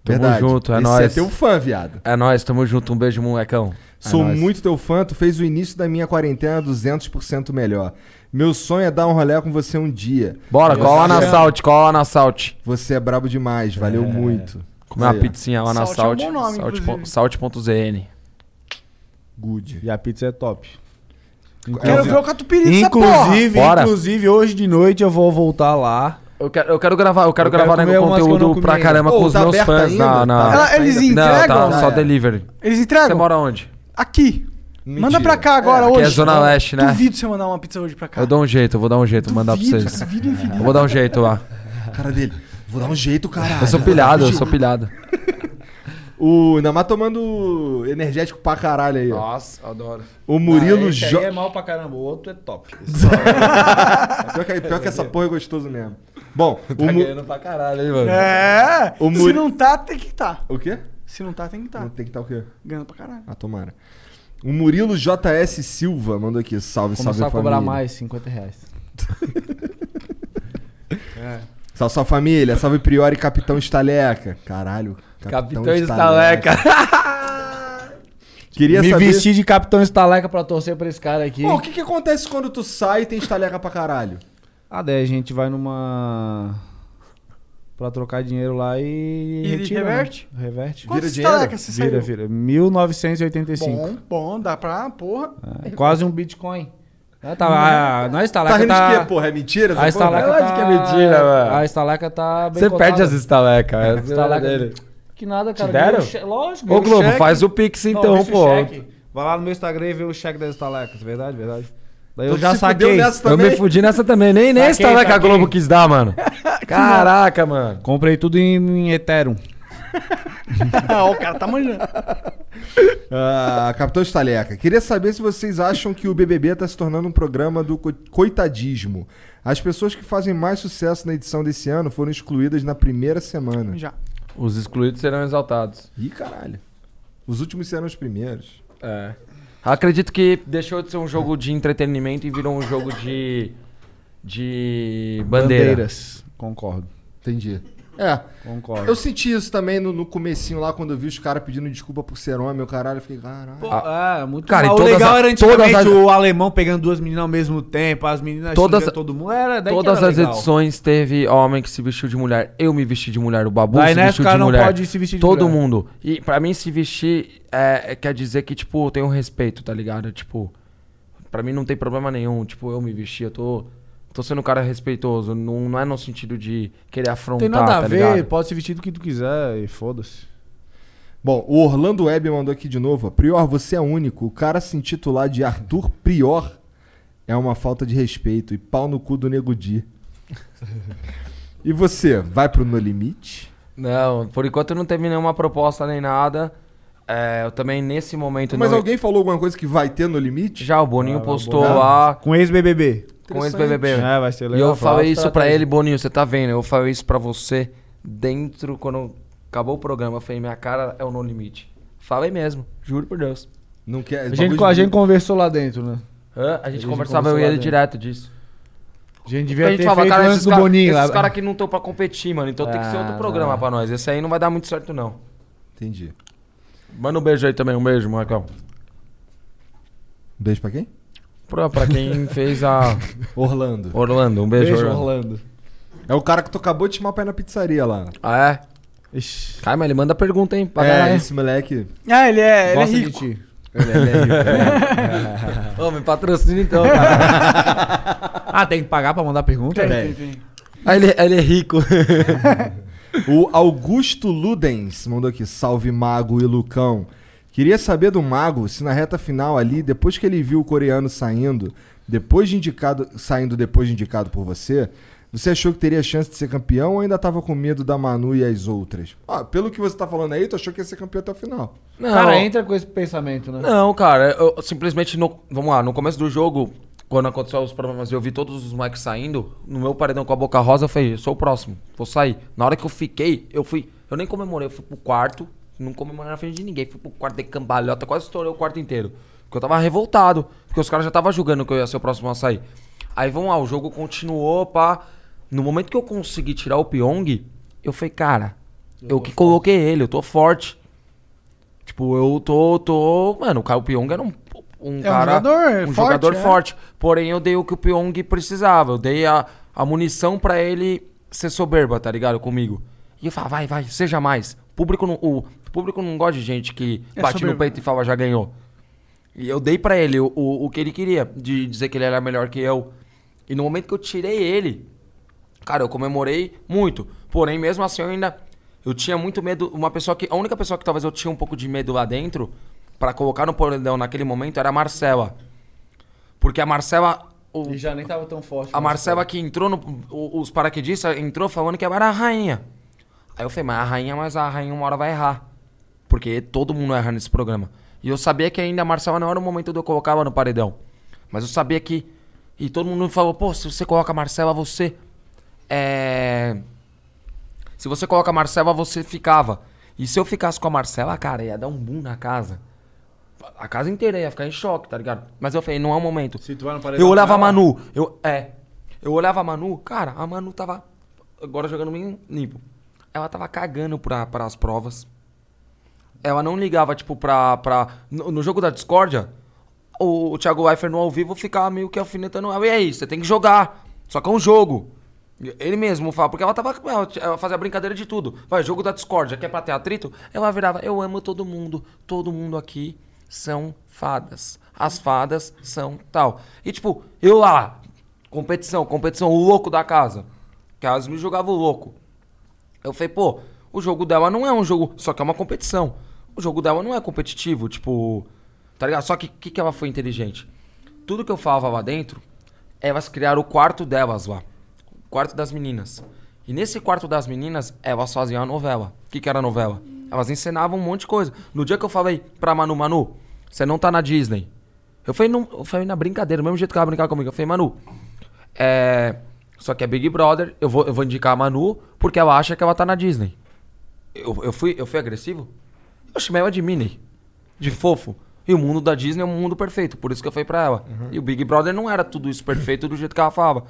Speaker 4: Tamo
Speaker 2: Verdade.
Speaker 4: junto, é
Speaker 2: Esse
Speaker 4: nóis.
Speaker 2: é teu fã, viado.
Speaker 4: É nóis, tamo junto. Um beijo, molecão. É
Speaker 2: Sou
Speaker 4: nóis.
Speaker 2: muito teu fã, tu fez o início da minha quarentena 200% melhor. Meu sonho é dar um rolê com você um dia.
Speaker 4: Bora,
Speaker 2: Você
Speaker 4: cola
Speaker 2: é-
Speaker 4: na Salt, cola na Salt.
Speaker 2: Você é brabo demais, valeu
Speaker 4: É.
Speaker 2: muito.
Speaker 4: Comer uma
Speaker 2: Aí, ó.
Speaker 4: pizzinha lá na
Speaker 3: Salt
Speaker 4: Salt.
Speaker 3: é um bom nome,
Speaker 4: Salt
Speaker 3: inclusive.
Speaker 4: pon- Salt.zn.
Speaker 2: Good.
Speaker 6: E a pizza é top.
Speaker 4: É,
Speaker 3: Quero ver o catupiry dessa
Speaker 6: Inclusive,
Speaker 4: porra. Bora.
Speaker 6: inclusive, hoje de noite eu vou voltar lá.
Speaker 4: Eu quero, eu quero gravar, eu quero
Speaker 6: Eu quero
Speaker 4: gravar né,
Speaker 6: comer umas que eu não
Speaker 4: conteúdo
Speaker 6: comi
Speaker 4: pra
Speaker 6: ainda.
Speaker 4: caramba
Speaker 6: Ô,
Speaker 4: com os
Speaker 6: tá
Speaker 4: meus
Speaker 6: aberto
Speaker 4: fãs
Speaker 6: ainda?
Speaker 4: na. na-
Speaker 6: Ela-
Speaker 3: eles
Speaker 4: Não,
Speaker 3: entregam?
Speaker 4: tá só
Speaker 3: Ah, é.
Speaker 4: delivery.
Speaker 3: Eles
Speaker 4: Você
Speaker 3: entregam?
Speaker 4: mora onde?
Speaker 3: Aqui. Manda pra cá agora
Speaker 4: É, aqui
Speaker 3: hoje.
Speaker 4: é Zona Leste, né?
Speaker 3: Duvido você mandar uma pizza hoje pra cá.
Speaker 4: Eu dou um jeito, eu vou dar um jeito, vou mandar pra
Speaker 3: Duvido,
Speaker 4: vocês.
Speaker 3: duvido, duvido.
Speaker 4: Eu vou dar um jeito lá.
Speaker 2: Cara dele, vou dar um jeito, caralho.
Speaker 4: Eu sou pilhado, eu sou pilhado.
Speaker 2: O Namá tomando energético pra caralho aí, ó.
Speaker 4: Nossa, adoro.
Speaker 2: O Murilo
Speaker 6: esse aí
Speaker 2: Jó.
Speaker 6: é mal pra caramba, o outro é top.
Speaker 2: pior, que, pior que essa porra é gostoso mesmo. Bom,
Speaker 4: Tá
Speaker 2: o, Mu-
Speaker 4: ganhando pra caralho, hein, mano.
Speaker 3: É.
Speaker 2: O
Speaker 3: Se
Speaker 2: Muri-
Speaker 3: não tá, tem que tá.
Speaker 2: o quê?
Speaker 3: Se não tá, tem que tá.
Speaker 2: Não tem que estar o quê?
Speaker 3: Ganhando pra caralho.
Speaker 2: Ah, tomara. O Murilo JS Silva mandou aqui. Salve, salve,
Speaker 6: Começar a
Speaker 2: família.
Speaker 6: cobrar mais 50 reais. Tá,
Speaker 2: Salve sua família, salve Priori Capitão Estaleca. Caralho.
Speaker 6: tá um
Speaker 4: Capitão Estaleca.
Speaker 2: Queria
Speaker 6: Me
Speaker 2: saber.
Speaker 6: vestir de Capitão Estaleca pra
Speaker 4: é
Speaker 6: torcer pra esse cara aqui.
Speaker 2: Pô, o que, que acontece quando tu sai e tem estaleca pra caralho?
Speaker 6: Ah, daí a gente vai numa. Pra trocar dinheiro lá e.
Speaker 3: ele
Speaker 6: né?
Speaker 3: reverte?
Speaker 6: Reverte.
Speaker 3: Quantas Vira estalecas dinheiro? você
Speaker 6: Vira,
Speaker 3: saiu?
Speaker 6: vira. 1985.
Speaker 3: Bom, bom, dá pra. Porra.
Speaker 6: É, quase um Bitcoin. Ah, tá, a, a, não, a estaleca
Speaker 2: Tá rindo de
Speaker 6: tá...
Speaker 2: quê, porra? É mentira essa
Speaker 6: A estaleca
Speaker 2: porra?
Speaker 6: tá...
Speaker 4: que é mentira, mano.
Speaker 6: A estaleca tá bem
Speaker 4: Você
Speaker 6: cotada.
Speaker 4: perde as estalecas. é a zoeira
Speaker 6: Estaleca-
Speaker 4: dele.
Speaker 6: Que nada,
Speaker 4: Te
Speaker 6: cara.
Speaker 4: deram?
Speaker 6: ganhei o che- Lógico.
Speaker 4: Ô,
Speaker 6: ganhei o
Speaker 4: Globo,
Speaker 6: cheque.
Speaker 4: faz o Pix,
Speaker 6: Não,
Speaker 4: então,
Speaker 6: vence o
Speaker 4: pô.
Speaker 6: cheque. Vai lá no meu Instagram e vê o cheque das estalecas. Verdade, verdade. Daí eu
Speaker 4: Tu
Speaker 6: já
Speaker 4: se fudeu
Speaker 6: saquei.
Speaker 4: nessa Eu me fudi nessa também. Nem, nem a
Speaker 6: Saquei,
Speaker 4: estaleca a
Speaker 6: saquei.
Speaker 4: Globo quis dar, mano. Caraca, mano.
Speaker 6: Comprei tudo em, em Ethereum.
Speaker 3: Ó, o cara tá manjando.
Speaker 2: Ah, Capitão Estaleca. Queria saber se vocês acham que o BBB tá se tornando um programa do co- coitadismo. As pessoas que fazem mais sucesso na edição desse ano foram excluídas na primeira semana.
Speaker 3: Já.
Speaker 4: Os excluídos serão exaltados.
Speaker 2: Ih, caralho. Os últimos serão os primeiros.
Speaker 4: É. Acredito que deixou de ser um jogo de entretenimento e virou um jogo de. de. bandeira.
Speaker 6: Concordo.
Speaker 2: Entendi. É.
Speaker 6: Concordo.
Speaker 2: Eu senti isso também no, no comecinho lá, quando eu vi os caras pedindo desculpa por ser homem, o caralho, eu fiquei, caralho.
Speaker 6: Pô, é, muito
Speaker 4: Cara, e
Speaker 6: mal. O
Speaker 4: todas
Speaker 6: legal
Speaker 4: a-
Speaker 6: era antigamente
Speaker 4: todas as-
Speaker 6: o alemão pegando duas meninas ao mesmo tempo, as meninas
Speaker 4: Todas-
Speaker 6: xingando todo mundo. Era, daí que
Speaker 4: Todas
Speaker 6: era
Speaker 4: as
Speaker 6: legal.
Speaker 4: edições teve homem que se vestiu de mulher. Eu me vesti de mulher, o Babu
Speaker 6: Daí
Speaker 4: se
Speaker 6: nessa,
Speaker 4: vestiu
Speaker 6: o cara
Speaker 4: de
Speaker 6: não
Speaker 4: mulher.
Speaker 6: pode se vestir de
Speaker 4: Todo
Speaker 6: mulher.
Speaker 4: mundo. E pra mim se vestir é, é- quer dizer que, tipo, eu tenho respeito, tá ligado? Tipo, pra mim não tem problema nenhum. Tipo, eu me vesti, eu tô... Tô sendo um cara respeitoso. Não, não é no sentido de querer afrontar,
Speaker 6: Tem nada a
Speaker 4: tá
Speaker 6: ver,
Speaker 4: ligado?
Speaker 6: pode se vestir do que tu quiser e foda-se.
Speaker 2: Bom, o Orlando Web mandou aqui de novo. ó, Prior, você é único. O cara se intitular de Arthur Prior é uma falta de respeito e pau no cu do Nego Di. e você, vai pro No Limite?
Speaker 4: Não, por enquanto não teve nenhuma proposta nem nada. É, eu também, nesse momento...
Speaker 2: Mas
Speaker 6: é-
Speaker 4: não...
Speaker 2: alguém falou alguma coisa que vai ter No Limite?
Speaker 4: Já, o
Speaker 6: Ah,
Speaker 4: Boninho postou
Speaker 2: Boninho.
Speaker 4: lá...
Speaker 6: Com ex-BBB.
Speaker 4: com esse BBB.
Speaker 6: É, vai ser legal.
Speaker 4: E eu falei
Speaker 6: Fala
Speaker 4: isso pra ele, Boninho, você tá vendo? Eu falei isso pra você dentro, quando acabou o programa. Eu falei, minha cara é o No Limite. Falei mesmo, juro por Deus.
Speaker 2: Não quer.
Speaker 6: A gente, a gente conversou lá dentro, né?
Speaker 4: Hã? A gente conversava, eu e
Speaker 6: lá
Speaker 4: ele
Speaker 6: dentro.
Speaker 4: direto disso.
Speaker 6: A gente devia
Speaker 4: Porque
Speaker 6: ter feito antes do
Speaker 4: cara-
Speaker 6: Boninho lá.
Speaker 4: esses caras que não estão pra competir, mano. Então tem que ser outro
Speaker 6: Ah,
Speaker 4: programa
Speaker 6: não.
Speaker 4: pra nós. Esse aí não vai dar muito certo, não.
Speaker 2: Entendi.
Speaker 4: Manda um beijo aí também, um beijo, Marcão.
Speaker 2: Beijo pra quem?
Speaker 4: Pra, pra quem fez a...
Speaker 2: Orlando.
Speaker 4: Orlando, um beijo, Orlando.
Speaker 2: É o cara que tu acabou de chamar pra ir na pizzaria lá.
Speaker 4: Ah, é? Cara, mas ele manda pergunta, hein? pra
Speaker 2: É,
Speaker 4: caralho.
Speaker 2: esse moleque.
Speaker 3: Ah, ele é, ele é
Speaker 4: Gosta de
Speaker 3: rico.
Speaker 4: ti.
Speaker 2: Ele é, ele é rico, ele
Speaker 4: Ô, me patrocina então, cara.
Speaker 6: ah, tem que pagar pra mandar pergunta?
Speaker 2: Tem,
Speaker 6: tem, tem.
Speaker 4: Ah, ele, ele é rico.
Speaker 2: O Augusto Ludens mandou aqui, salve Mago e Lucão. Queria saber do Mago se na reta final ali, depois que ele viu o coreano saindo, depois de indicado, saindo depois de indicado por você, você achou que teria chance de ser campeão ou ainda tava com medo da Manu e as outras? Ah, pelo que você tá falando aí, tu achou que ia ser campeão até o final.
Speaker 4: Não.
Speaker 6: Cara, entra com esse pensamento, né?
Speaker 4: Não, cara, eu simplesmente. No, vamos lá, no começo do jogo, quando aconteceu os problemas, eu vi todos os moleques saindo. No meu paredão com a boca rosa, eu falei, eu sou o próximo, vou sair. Na hora que eu fiquei, eu fui. Eu nem comemorei, eu fui pro quarto, não comemorei na frente de ninguém. Fui pro quarto de cambalhota, quase estourei o quarto inteiro. Porque eu tava revoltado, porque os caras já estavam julgando que eu ia ser o próximo a sair. Aí vamos lá, o jogo continuou, pá. No momento que eu consegui tirar o Pyong, eu falei, cara, eu, que coloquei ele, eu tô forte. Tipo, eu tô. tô mano, o Caio Pyong era um, um
Speaker 3: um
Speaker 4: cara.
Speaker 3: jogador forte,
Speaker 4: jogador
Speaker 3: é.
Speaker 4: forte. Porém, eu dei o que o Pyong precisava. Eu dei a, a munição pra ele ser soberba, tá ligado? Comigo. E eu falava, vai, vai, seja mais. O público não, o, o público não gosta de gente que
Speaker 3: É
Speaker 4: bate no
Speaker 3: soberba.
Speaker 4: peito e fala, já ganhou. E eu dei pra ele o, o, o que ele queria, de dizer que ele era melhor que eu. E no momento que eu tirei ele, cara, eu comemorei muito. Porém, mesmo assim, eu ainda. Eu tinha muito medo. Uma pessoa que. A única pessoa que talvez eu tinha um pouco de medo lá dentro, pra colocar no porão naquele momento, era a Marcela. Porque a Marcela. o-
Speaker 6: E já nem tava tão forte.
Speaker 4: a Marcela que entrou no. o- Os paraquedistas entrou falando que eu era a rainha. Aí eu falei, mas a rainha, mas a rainha uma hora vai errar. Porque todo mundo erra nesse programa. E eu sabia que ainda a Marcela não era o momento de eu colocar ela no paredão. Mas eu sabia que. E todo mundo falou, pô, se você coloca a Marcela, você. É. Se você coloca a Marcela, você ficava. E se eu ficasse com a Marcela, cara, ia dar um boom na casa. A casa inteira ia ficar em choque, tá ligado? Mas eu falei, não é o momento.
Speaker 6: Se tu vai no paredão
Speaker 4: eu olhava a
Speaker 6: com ela-
Speaker 4: Manu. Eu, é. Eu olhava a Manu, cara, a Manu tava. Agora jogando bem limpo. Ela tava cagando pra, pras provas. Ela não ligava, tipo, pra. pra no, no jogo da discórdia, o, o Thiago Leifert no ao vivo ficava meio que alfinetando ela. E aí, você tem que jogar. Só que é um jogo. Ele mesmo fala, porque ela tava. Ela, ela fazia brincadeira de tudo. Vai, jogo da discórdia, que é pra ter atrito. Ela virava, eu amo todo mundo. Todo mundo aqui são fadas. As fadas são tal. E tipo, eu lá, competição, competição, o louco da casa. Que elas me jogavam louco. Eu falei, pô, o jogo dela não é um jogo, só que é uma competição. O jogo dela não é competitivo, tipo. Tá ligado? Só que o que, que ela foi inteligente? Tudo que eu falava lá dentro, elas criaram o quarto delas lá. O quarto das meninas. E nesse quarto das meninas, elas faziam a novela. O que, que era a novela? Elas ensinavam um monte de coisa. No dia que eu falei pra Manu, Manu, você não tá na Disney. Eu falei, não, eu falei na brincadeira, do mesmo jeito que ela brincava comigo. Eu falei, Manu, é. Só que é Big Brother, eu vou, eu vou indicar a Manu porque ela acha que ela tá na Disney. Eu, eu, fui, eu fui agressivo? Eu chamei ela de Minnie, de fofo. E o mundo da Disney é um mundo perfeito, por isso que eu falei pra ela. E o Big Brother não era tudo isso perfeito do jeito que ela falava.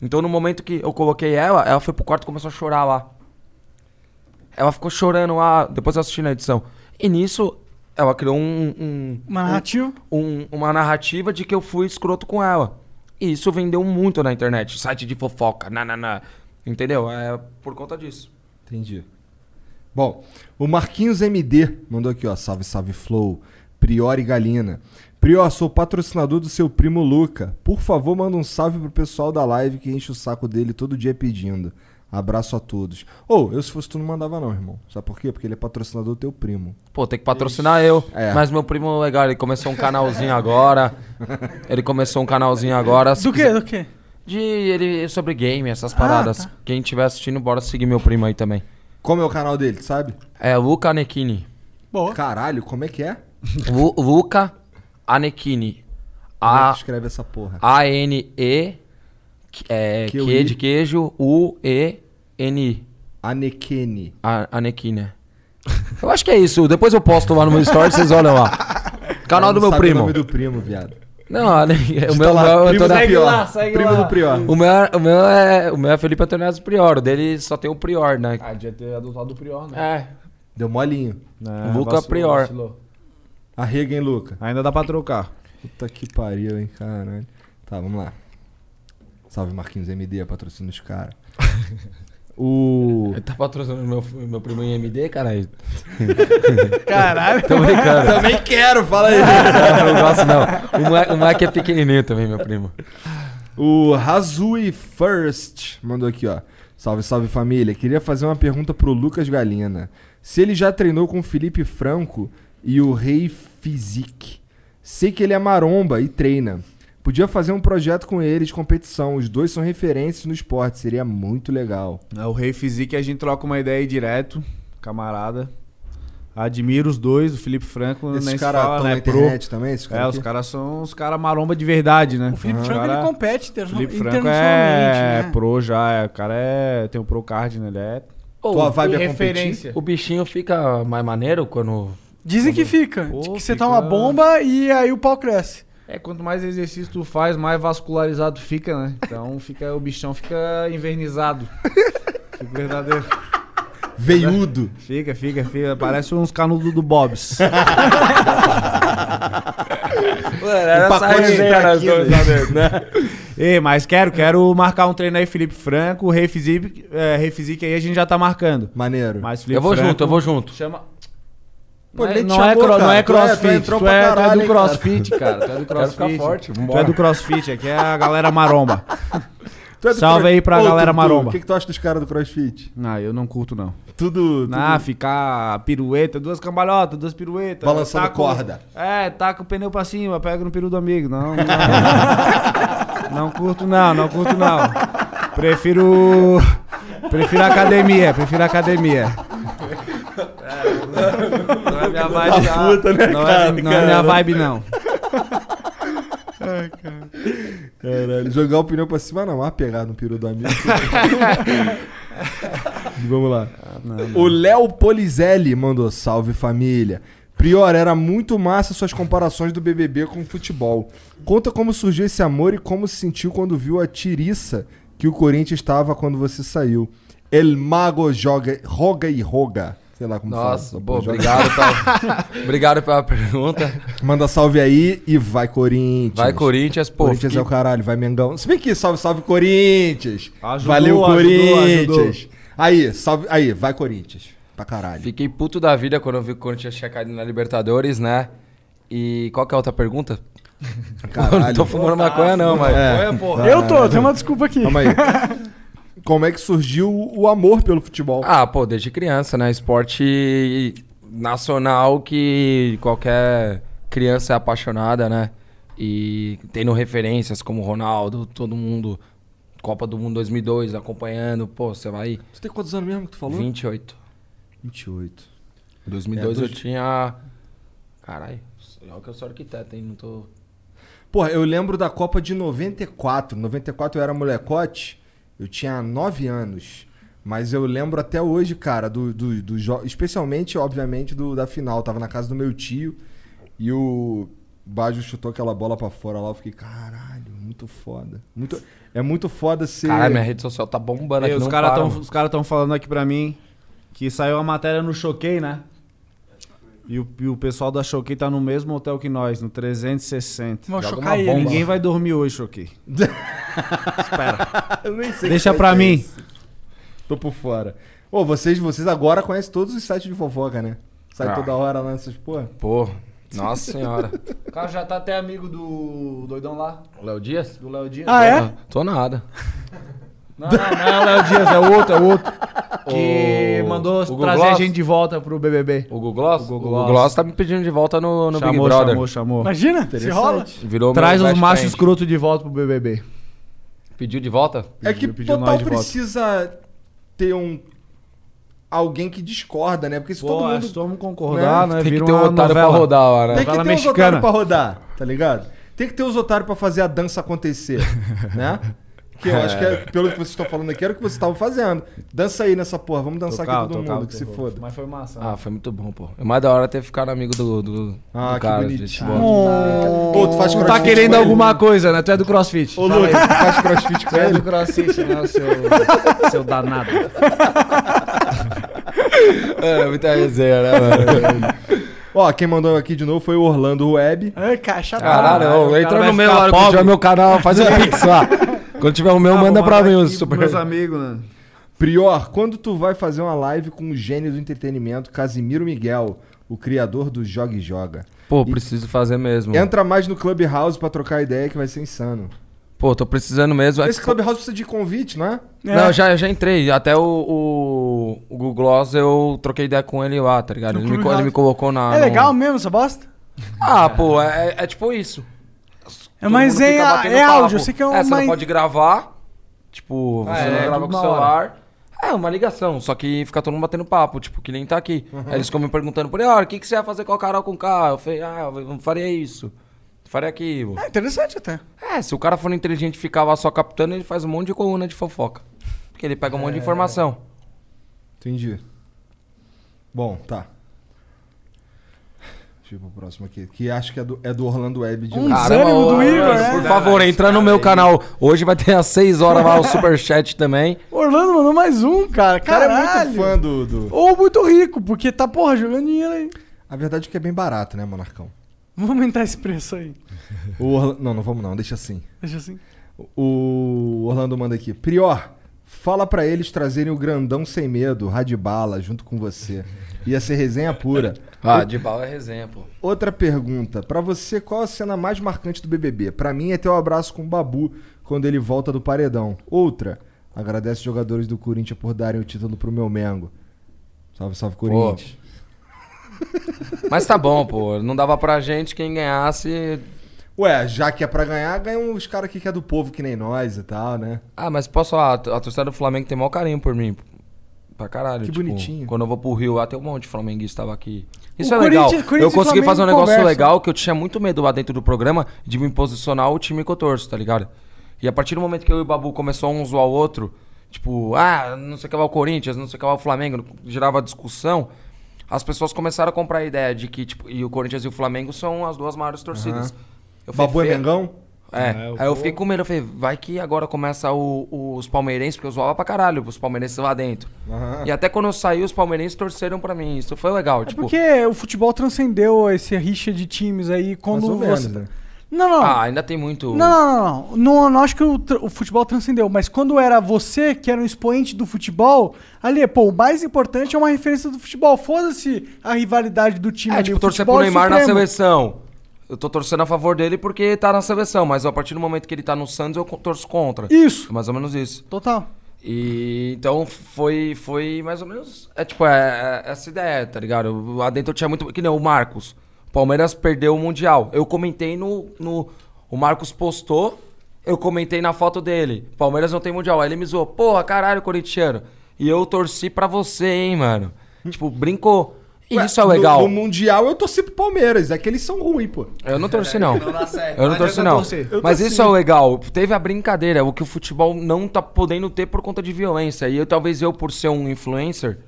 Speaker 4: Então no momento que eu coloquei ela, ela foi pro quarto e começou a chorar lá. Ela ficou chorando lá, depois eu assisti na edição. E nisso, ela criou um. um-
Speaker 3: Uma
Speaker 4: um-
Speaker 3: narrativa?
Speaker 4: um- uma narrativa de que eu fui escroto com ela. E isso vendeu muito na internet. Site de fofoca, nananã. Entendeu? É por conta disso.
Speaker 2: Entendi. Bom, o Marquinhos MD mandou aqui, ó. Salve, salve, Flow. Prior e Galina. Prior, sou patrocinador do seu primo Luca. Por favor, manda um salve pro pessoal da live que enche o saco dele todo dia pedindo. Abraço a todos. Ou, eu se fosse tu não mandava não, irmão. Sabe por quê? Porque ele é patrocinador do teu primo.
Speaker 4: Pô, tem que patrocinar eu. Mas meu primo legal, ele começou um canalzinho agora. Ele começou um canalzinho agora.
Speaker 3: Do quê? Ah, tá. Do quê?
Speaker 4: De ele sobre game, essas paradas. Quem estiver assistindo, bora seguir meu primo aí também.
Speaker 2: Como é o canal dele, sabe?
Speaker 4: É Luca Anekini.
Speaker 3: Boa.
Speaker 2: Caralho, como é que é?
Speaker 4: Lu- Luca Anekini.
Speaker 2: Como é
Speaker 4: A
Speaker 2: que escreve essa porra?
Speaker 4: Ah. A-N-E, que- é,
Speaker 2: Que eu
Speaker 4: que
Speaker 2: i.
Speaker 4: de queijo, U-E-N-I.
Speaker 2: Anekini.
Speaker 4: Anekini, é. Eu acho que é isso. Depois eu posto lá no meu story, vocês olham lá. Canal
Speaker 2: Cara,
Speaker 4: do
Speaker 2: não
Speaker 4: meu
Speaker 2: sabe
Speaker 4: primo.
Speaker 2: O nome do primo, viado.
Speaker 4: Não, a- o
Speaker 2: Digita
Speaker 4: meu,
Speaker 2: lá,
Speaker 4: meu- eu
Speaker 2: primo
Speaker 4: tô
Speaker 2: do
Speaker 4: na-
Speaker 2: Prior. Primo do Prior.
Speaker 4: O meu, o meu é o meu é Felipe Antonazzi Prior, o dele só tem o Prior, né?
Speaker 6: Ah, devia ter adotado o Prior, né?
Speaker 4: É.
Speaker 2: Deu molinho.
Speaker 6: Não,
Speaker 4: Luca Prior.
Speaker 2: Arrega, hein, Luca?
Speaker 6: Ainda dá pra trocar.
Speaker 2: Puta que pariu, hein, caralho. Tá, vamos lá. Salve Marquinhos é MD, patrocina os caras. o.
Speaker 4: Tá patrocinando meu, meu primo em MD, caralho.
Speaker 3: Caralho.
Speaker 4: Tô brincando.
Speaker 2: Também quero, fala aí.
Speaker 4: Não, não gosto não. O moleque, o moleque é pequenininho também, meu primo.
Speaker 2: O Razui First mandou aqui, ó. Salve, salve família. Queria fazer uma pergunta pro Lucas Galina. Se ele já treinou com o Felipe Franco e o Rei Fizik. Sei que ele é maromba e treina. Podia fazer um projeto com ele de competição. Os dois são referências no esporte. Seria muito legal.
Speaker 6: É, O Rei Physique a gente troca uma ideia aí direto, camarada. Admiro os dois, o Felipe Franco
Speaker 2: Esses
Speaker 6: nem se
Speaker 2: caras
Speaker 6: fala,
Speaker 2: tão
Speaker 6: né?
Speaker 2: na
Speaker 6: pro.
Speaker 2: internet também, esses caras
Speaker 6: É,
Speaker 2: aqui?
Speaker 6: os caras são os caras maromba de verdade, né? O
Speaker 3: Felipe Franco, ele compete interna-
Speaker 6: Felipe Franco
Speaker 3: internacionalmente,
Speaker 6: é
Speaker 3: né?
Speaker 6: pro já, é, o cara é, tem o pro card, né? Ele é...
Speaker 4: Ô, O bichinho fica mais maneiro quando.
Speaker 3: Dizem que fica. que você toma bomba e aí o pau cresce.
Speaker 6: É, quanto mais exercício tu faz, mais vascularizado fica, né? Então fica, o bichão fica invernizado. Fica verdadeiro.
Speaker 2: Veiudo.
Speaker 6: Fica, fica, fica. Parece uns canudos do Bob's.
Speaker 4: era Um pacote essa de resenha, né, os dois lá dentro, né?
Speaker 6: Ei, mas quero, quero marcar um treino aí, Felipe Franco, Rei Fisique, é, Rei Fisique aí a gente já tá marcando.
Speaker 2: Maneiro.
Speaker 6: Mas Felipe
Speaker 4: Eu vou
Speaker 6: Franco-
Speaker 4: junto, eu vou junto.
Speaker 6: Chama.
Speaker 2: Pô,
Speaker 6: não, é,
Speaker 2: ele te
Speaker 6: não, é
Speaker 2: chamou,
Speaker 6: cro-
Speaker 2: cara.
Speaker 6: não é
Speaker 2: Tu é- tu
Speaker 6: crossfit,
Speaker 2: entrou
Speaker 6: tu
Speaker 2: pra
Speaker 6: é, tu é
Speaker 2: caralho,
Speaker 6: do
Speaker 2: hein, cara?
Speaker 6: crossfit, cara. Tu é do
Speaker 2: Quero ficar
Speaker 6: crossfit.
Speaker 2: forte,
Speaker 6: tu é
Speaker 2: vambora.
Speaker 6: do crossfit, aqui é a galera maromba.
Speaker 2: Tu é do
Speaker 6: Salve
Speaker 2: cross-
Speaker 6: aí pra
Speaker 2: Ô,
Speaker 6: galera
Speaker 2: Tutu,
Speaker 6: maromba.
Speaker 2: O que, que tu acha dos caras do CrossFit?
Speaker 6: Não, Ah, eu não curto, não.
Speaker 2: Tudo.
Speaker 6: Ah,
Speaker 2: tudo-
Speaker 6: ficar pirueta, duas cambalhotas, duas piruetas.
Speaker 2: Balançando
Speaker 6: taca o-
Speaker 2: corda.
Speaker 6: É, taca o pneu pra cima, pega no peru do amigo. Não, não. Não curto, não, não curto, não. Prefiro. Prefiro academia, prefiro academia. Não é minha vibe,
Speaker 3: Da
Speaker 6: não.
Speaker 3: puta, né,
Speaker 6: não, é,
Speaker 3: cara,
Speaker 6: não é minha
Speaker 3: cara?
Speaker 6: vibe, não.
Speaker 3: Ai, cara.
Speaker 2: Caralho, jogar o pneu pra cima não, mas pegar no peru do amigo. Vamos lá.
Speaker 4: Ah,
Speaker 2: O Léo Polizelli mandou salve família. Prior, era muito massa suas comparações do BBB com o futebol. Conta como surgiu esse amor e como se sentiu quando viu a tiriça que o Corinthians estava quando você saiu. El Mago joga, roga e roga. Sei lá como
Speaker 4: Nossa,
Speaker 2: fala.
Speaker 4: pô,
Speaker 2: Joga-
Speaker 4: obrigado, pela- obrigado pela pergunta.
Speaker 2: Manda salve aí e vai Corinthians.
Speaker 4: Vai, Corinthians, pô,
Speaker 2: Corinthians
Speaker 4: fiquei-
Speaker 2: é o caralho, vai Mengão. Se bem que salve, salve Corinthians.
Speaker 4: Ajudou,
Speaker 2: Valeu
Speaker 4: ajudou,
Speaker 2: Corinthians.
Speaker 4: ajudou.
Speaker 2: Aí, salve, aí, vai Corinthians. Pra caralho.
Speaker 4: Fiquei puto da vida quando eu vi que o Corinthians tinha caído na Libertadores, né? E qual que é a outra pergunta? Eu não tô Tá fumando maconha, não, mas.
Speaker 3: Eu tô, tem uma desculpa aqui.
Speaker 4: Calma aí.
Speaker 2: Como é que surgiu o amor pelo futebol?
Speaker 4: Ah, pô, desde criança, né? Esporte nacional que qualquer criança é apaixonada, né? E tendo referências como Ronaldo, todo mundo. Copa do Mundo 2002, acompanhando. Pô, você vai.
Speaker 2: Você tem quantos anos mesmo que tu falou?
Speaker 4: 28.
Speaker 2: 28.
Speaker 4: Em 2002
Speaker 2: É,
Speaker 4: eu
Speaker 2: dois-
Speaker 4: tinha. Caralho, olha que eu sou arquiteto, hein? Não tô.
Speaker 2: Porra, eu lembro da Copa de 94. 94 eu era molecote, eu tinha 9 anos. Mas eu lembro até hoje, cara, do, do, do jo- especialmente, obviamente, do, da final. Eu tava na casa do meu tio e o Bajo chutou aquela bola pra fora lá. Eu fiquei, caralho, muito foda. Muito, é muito foda ser.
Speaker 4: Caralho, minha rede social tá bombando
Speaker 6: Ei,
Speaker 4: aqui.
Speaker 6: os
Speaker 4: não
Speaker 6: caras
Speaker 4: para,
Speaker 6: estão
Speaker 4: mano.
Speaker 6: os cara tão falando aqui pra mim
Speaker 5: Que saiu a matéria no Choquei, né? E o, e o pessoal da Choquei tá no mesmo hotel que nós, no 360.
Speaker 3: Vamos
Speaker 5: Joga
Speaker 3: chocar
Speaker 5: uma bomba.
Speaker 3: eles.
Speaker 5: Tá Ninguém vai dormir hoje, Choquei.
Speaker 2: Espera. Eu nem sei
Speaker 5: Deixa
Speaker 2: que
Speaker 5: pra
Speaker 2: site é
Speaker 5: mim.
Speaker 2: esse. Tô por fora. Ô, vocês, vocês agora conhecem todos os sites de fofoca, né? Sai
Speaker 4: Ah.
Speaker 2: toda hora lá nessas porra.
Speaker 4: Pô, nossa senhora.
Speaker 6: O cara já tá até amigo do doidão lá.
Speaker 4: O Léo Dias?
Speaker 6: Do Léo Dias.
Speaker 4: Ah, é? Tô nada.
Speaker 6: Não, não, não é o Léo Dias, é o outro, é o outro. Que
Speaker 4: O-
Speaker 6: mandou
Speaker 4: o Google
Speaker 6: trazer a
Speaker 4: Gloss?
Speaker 6: gente de volta pro BBB.
Speaker 4: O Google Gloss?
Speaker 6: O
Speaker 4: O
Speaker 6: Google
Speaker 4: Gloss.
Speaker 6: Gloss.
Speaker 4: tá me pedindo de volta no, no Big
Speaker 5: Chamou,
Speaker 4: Brother.
Speaker 5: chamou, chamou.
Speaker 3: Imagina, se rola.
Speaker 4: Virou
Speaker 5: Traz
Speaker 4: meu
Speaker 5: os
Speaker 4: best
Speaker 5: machos
Speaker 4: friend.
Speaker 6: escroto de volta pro BBB.
Speaker 4: Pediu de volta?
Speaker 2: É que total precisa ter um. Alguém que discorda, né? Porque se todo mundo.
Speaker 5: se todo mundo concordar, né,
Speaker 4: vira
Speaker 2: um
Speaker 4: uma novela.
Speaker 5: né?
Speaker 2: Tem que ter
Speaker 5: Novela
Speaker 2: os
Speaker 5: mexicana.
Speaker 2: otários pra rodar, tá ligado? Tem que ter os otários pra fazer a dança acontecer, né? Que eu acho que, é- pelo que vocês estão falando aqui, era o que vocês estavam fazendo. Dança aí nessa porra, vamos dançar
Speaker 5: Tocava,
Speaker 2: aqui todo
Speaker 5: tocava,
Speaker 2: mundo, que se
Speaker 5: tocava.
Speaker 2: foda.
Speaker 6: Mas foi massa.
Speaker 5: né?
Speaker 4: Ah, foi muito bom, pô. É mais da hora ter ficado amigo do, do,
Speaker 2: Ah,
Speaker 4: do
Speaker 2: que
Speaker 4: cara.
Speaker 2: bonitinho.
Speaker 4: gente boa.
Speaker 2: Pô, tu faz
Speaker 6: Tu tá
Speaker 2: crossfit
Speaker 6: querendo
Speaker 2: com ele?
Speaker 6: alguma coisa, né? Tu é do crossfit.
Speaker 2: Ô,
Speaker 6: Fala
Speaker 2: Lucas,
Speaker 6: aí.
Speaker 2: tu faz crossfit com
Speaker 6: Tu é
Speaker 2: ele?
Speaker 6: do crossfit, né? o Seu, seu danado.
Speaker 4: É, muita resenha, né, mano?
Speaker 2: Ó, quem mandou aqui de novo foi o Orlando Web.
Speaker 3: É, caixa
Speaker 4: Caralho,
Speaker 2: Caralho, Ah, o
Speaker 4: ô,
Speaker 2: cara
Speaker 4: entra
Speaker 2: vai
Speaker 4: no meu
Speaker 2: ficar
Speaker 4: lá, quando
Speaker 2: pobre. Tá
Speaker 4: tiver meu canal, faz um pix lá. Quando tiver o meu, manda pra mim o super.
Speaker 5: Meus amigos, né?
Speaker 2: Prior, quando tu vai fazer uma live com o gênio do entretenimento, Casimiro Miguel, o criador do Joga e Joga?
Speaker 4: Pô, preciso fazer mesmo.
Speaker 2: Entra mais no Clubhouse pra trocar ideia que vai ser insano.
Speaker 4: Pô, tô precisando mesmo. É
Speaker 2: Esse
Speaker 4: que-
Speaker 2: Clubhouse precisa de convite, não é?
Speaker 4: Não, eu já, eu já entrei. Até o, o, o Google Gloss eu troquei ideia com ele lá, tá ligado? Ele me, co- ele me colocou na.
Speaker 3: é
Speaker 4: no-
Speaker 3: legal mesmo essa bosta?
Speaker 4: Ah, pô, é, é- é tipo isso.
Speaker 3: É uma
Speaker 4: mundo fica
Speaker 3: resenha,
Speaker 4: batendo
Speaker 3: é
Speaker 4: papo.
Speaker 3: áudio, eu sei que é uma...
Speaker 4: você não pode gravar. Tipo,
Speaker 3: Ah,
Speaker 4: você
Speaker 3: é,
Speaker 4: não
Speaker 3: é
Speaker 4: grava
Speaker 3: tudo
Speaker 4: com o
Speaker 3: na hora.
Speaker 4: celular. É, uma ligação, só que fica todo mundo batendo papo, tipo, que nem tá aqui.
Speaker 3: Uhum.
Speaker 4: Aí eles ficam me perguntando por aí, "Ah, o que, que você ia fazer com a Carol com o carro? Eu falei, ah, eu não faria isso. Faria aquilo.
Speaker 3: É interessante até.
Speaker 4: É, se o cara for inteligente e ficar lá só captando, ele faz um monte de coluna de fofoca. Porque ele pega um monte de informação.
Speaker 2: Entendi. Bom, tá. Deixa eu ir pro próximo aqui. Que acho que é do, é do Orlando Web
Speaker 4: Um
Speaker 2: de novo.
Speaker 4: ô, Por favor, entra no meu canal. Hoje vai ter às 6 horas lá o superchat também.
Speaker 3: Orlando mandou mais um, cara.
Speaker 2: O cara
Speaker 3: Caralho.
Speaker 2: é muito fã do. do-
Speaker 3: Ou muito rico, porque tá, porra, jogando dinheiro aí.
Speaker 2: A verdade é que é bem barato, né, Monarcão?
Speaker 3: Vamos aumentar esse preço aí.
Speaker 2: O Orla- Não, não vamos não, deixa assim.
Speaker 3: Deixa assim.
Speaker 2: O Orlando manda aqui. Prior, fala pra eles trazerem o grandão sem medo, Radibala, junto com você. Ia ser resenha pura.
Speaker 4: Ah, de bala é resenha, pô.
Speaker 2: Outra pergunta. Pra você, qual a cena mais marcante do BBB? Pra mim é ter o abraço com o Babu quando ele volta do paredão. Outra. Agradece os jogadores do Corinthians por darem o título pro meu Mengo. Salve, salve, Corinthians.
Speaker 4: Mas tá bom, pô. Não dava pra gente quem ganhasse.
Speaker 2: Ué, já que é pra ganhar, ganham os caras aqui que é do povo que nem nós e tal, né?
Speaker 4: Ah, mas posso falar, a to- a torcida do Flamengo tem maior carinho por mim. Pra caralho.
Speaker 2: Que
Speaker 4: tipo,
Speaker 2: bonitinho.
Speaker 4: Quando eu vou pro Rio lá, tem um monte de flamenguista tava aqui. Isso
Speaker 3: O
Speaker 4: é legal.
Speaker 3: Corinthians- Corinthians
Speaker 4: eu
Speaker 3: e
Speaker 4: consegui
Speaker 3: Flamengo
Speaker 4: fazer um negócio
Speaker 3: conversam.
Speaker 4: legal que eu tinha muito medo lá dentro do programa de me posicionar o time que eu torço, tá ligado? E a partir do momento que eu e o Babu começou um zoar o outro, tipo, ah, não sei o que lá o Corinthians, não sei o que lá o Flamengo, gerava discussão. As pessoas começaram a comprar a ideia de que, tipo, e o Corinthians e o Flamengo são as duas maiores torcidas.
Speaker 2: Aham.
Speaker 4: Eu falei,
Speaker 2: Babu é
Speaker 4: "Fe-
Speaker 2: Mengão?
Speaker 4: é,
Speaker 3: Né,
Speaker 2: É, eu
Speaker 4: aí eu
Speaker 2: vou-
Speaker 4: fiquei com medo, eu falei, vai que agora começa o- o- os palmeirenses, porque eu zoava pra caralho os palmeirenses lá dentro.
Speaker 2: Aham.
Speaker 4: E até quando eu saí, os palmeirenses torceram pra mim, isso foi legal,
Speaker 3: É
Speaker 4: tipo...
Speaker 3: Porque o futebol transcendeu esse rixa de times aí quando
Speaker 4: ou menos,
Speaker 3: você.
Speaker 4: né?
Speaker 3: Não, não.
Speaker 4: Ah, ainda tem muito...
Speaker 3: Não, não, não, não. Não, não acho que o, tr- o futebol transcendeu, mas quando era você que era um expoente do futebol, ali, pô, o mais importante é uma referência do futebol. Foda-se a rivalidade do time.
Speaker 4: É,
Speaker 3: ali,
Speaker 4: tipo,
Speaker 3: o
Speaker 4: torcer
Speaker 3: futebol
Speaker 4: pro
Speaker 3: é
Speaker 4: Neymar na
Speaker 3: supremo.
Speaker 4: seleção. Eu tô torcendo a favor dele porque tá na seleção, mas a partir do momento que ele tá no Santos, eu co- torço contra.
Speaker 3: Isso.
Speaker 4: É mais ou menos isso.
Speaker 3: Total.
Speaker 4: E então foi, foi mais ou menos. É tipo, é, é essa ideia, tá ligado? Eu- Lá dentro eu tinha muito. Que nem o Marcos. O Palmeiras perdeu o Mundial. Eu comentei no. no o Marcos postou, eu comentei na foto dele. Palmeiras não tem Mundial. Aí ele me zoou. Porra, caralho, corintiano. E eu torci pra você, hein, mano. Tipo, brincou. E
Speaker 2: Ué,
Speaker 4: isso é
Speaker 2: no-
Speaker 4: legal.
Speaker 2: No, Mundial eu torci pro Palmeiras, é que eles são ruins, pô.
Speaker 4: Eu não torci, não.
Speaker 2: Não dá certo.
Speaker 4: Eu
Speaker 2: Não
Speaker 4: não torci,
Speaker 2: adianta
Speaker 4: não.
Speaker 2: torcer. Eu
Speaker 4: Mas
Speaker 2: torci.
Speaker 4: isso é o legal. Teve a brincadeira, o que o futebol não tá podendo ter por conta de violência. E eu, talvez eu, por ser um influencer,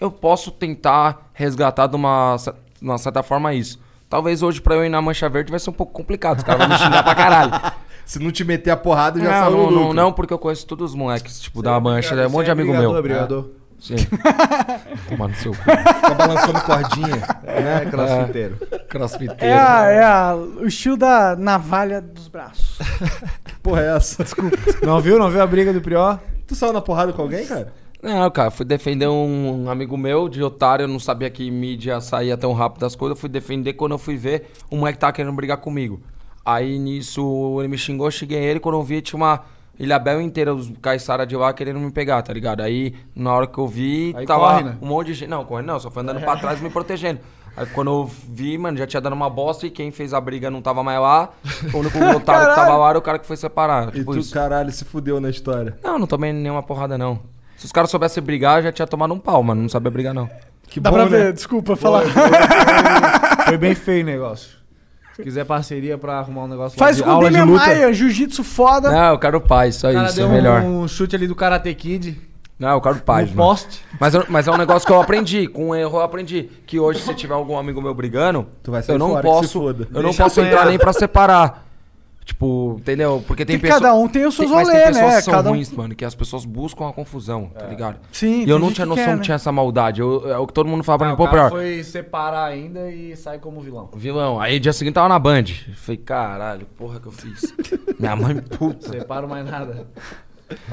Speaker 4: eu posso tentar resgatar de uma, cer- de uma certa forma isso. Talvez hoje pra eu ir na Mancha Verde vai ser um pouco complicado. Os caras vão me xingar pra caralho.
Speaker 2: Se não te meter a porrada, já
Speaker 4: não,
Speaker 2: saiu
Speaker 4: não,
Speaker 2: o
Speaker 4: não,
Speaker 2: lucro. é
Speaker 4: não, porque eu conheço todos os moleques, tipo, da Mancha. É um É monte de amigo meu.
Speaker 5: Obrigado.
Speaker 4: Sim.
Speaker 2: Tomar no seu cu. Fica balançando cordinha.
Speaker 5: É,
Speaker 2: né?
Speaker 5: crossfiteiro.
Speaker 2: Crossfiteiro.
Speaker 3: É, a,
Speaker 4: né?
Speaker 3: é a- o estilo da navalha dos braços.
Speaker 2: Que porra é essa? Desculpa.
Speaker 5: Não viu? Não viu a briga do Prió?
Speaker 2: Tu saiu na porrada com alguém, cara?
Speaker 4: Não, cara, fui defender um amigo meu de otário, eu não sabia que mídia saía tão rápido das coisas. Eu fui defender quando eu fui ver, o moleque tava querendo brigar comigo. Aí nisso ele me xingou, eu xinguei ele. Quando eu vi, tinha uma Ilhabel inteira, os caiçara de lá querendo me pegar, tá ligado? Aí na hora que eu vi,
Speaker 5: Aí
Speaker 4: tava
Speaker 5: corre, né? É.
Speaker 4: um monte de gente. Não, corre não, só foi andando pra trás me protegendo. Aí quando eu vi, mano, já tinha dado uma bosta e quem fez a briga não tava mais lá. O único otário que tava lá era o cara que foi separar.
Speaker 2: E
Speaker 4: Tipo
Speaker 2: tu,
Speaker 4: isso.
Speaker 2: caralho, se fudeu na história.
Speaker 4: Não, não tomei nenhuma porrada, não. Se os caras soubessem brigar, eu já tinha tomado um pau, mano. Não sabia brigar, não.
Speaker 2: Que
Speaker 3: Dá pra
Speaker 4: né?
Speaker 3: ver, desculpa falar.
Speaker 5: Foi bem feio o negócio. Se quiser parceria pra arrumar um negócio lá
Speaker 3: Faz
Speaker 5: de
Speaker 3: com o
Speaker 5: aula de
Speaker 3: Demian
Speaker 5: luta.
Speaker 3: Maia, jiu-jitsu foda.
Speaker 4: Não, eu quero paz, só
Speaker 5: O cara
Speaker 4: isso.
Speaker 5: deu
Speaker 4: É melhor.
Speaker 5: um chute ali do Karate Kid.
Speaker 4: Não, eu quero paz,
Speaker 3: um
Speaker 5: No
Speaker 4: mano.
Speaker 5: poste.
Speaker 4: Mas, eu- mas é um negócio que eu aprendi. Com um erro eu aprendi. Que hoje, se tiver algum amigo meu brigando,
Speaker 2: Tu vai sair
Speaker 4: eu não
Speaker 2: fora, que se
Speaker 4: posso.
Speaker 2: foda.
Speaker 4: Eu não
Speaker 2: Deixa
Speaker 4: posso entrar
Speaker 2: apanhar.
Speaker 4: nem pra separar. Tipo, entendeu? Porque tem
Speaker 3: Porque
Speaker 4: pessoas.
Speaker 3: cada um tem os seus
Speaker 4: mas
Speaker 3: rolê,
Speaker 4: tem pessoas
Speaker 3: né?
Speaker 4: que são
Speaker 3: Cada um- É.
Speaker 4: ruins, mano, que as pessoas buscam a confusão, tá ligado?
Speaker 3: Sim,
Speaker 4: E eu
Speaker 3: tem
Speaker 4: não
Speaker 3: gente
Speaker 4: tinha
Speaker 3: que
Speaker 4: noção
Speaker 3: quer,
Speaker 4: que
Speaker 3: né?
Speaker 4: tinha essa maldade. Eu, é o que todo mundo fala pra mim,
Speaker 5: O
Speaker 4: pô,
Speaker 5: cara
Speaker 4: pior.
Speaker 5: foi separar ainda e sai como vilão.
Speaker 4: Vilão. Aí dia seguinte tava na Band. Falei, caralho, porra que eu fiz. Minha mãe puta.
Speaker 5: Separo mais nada.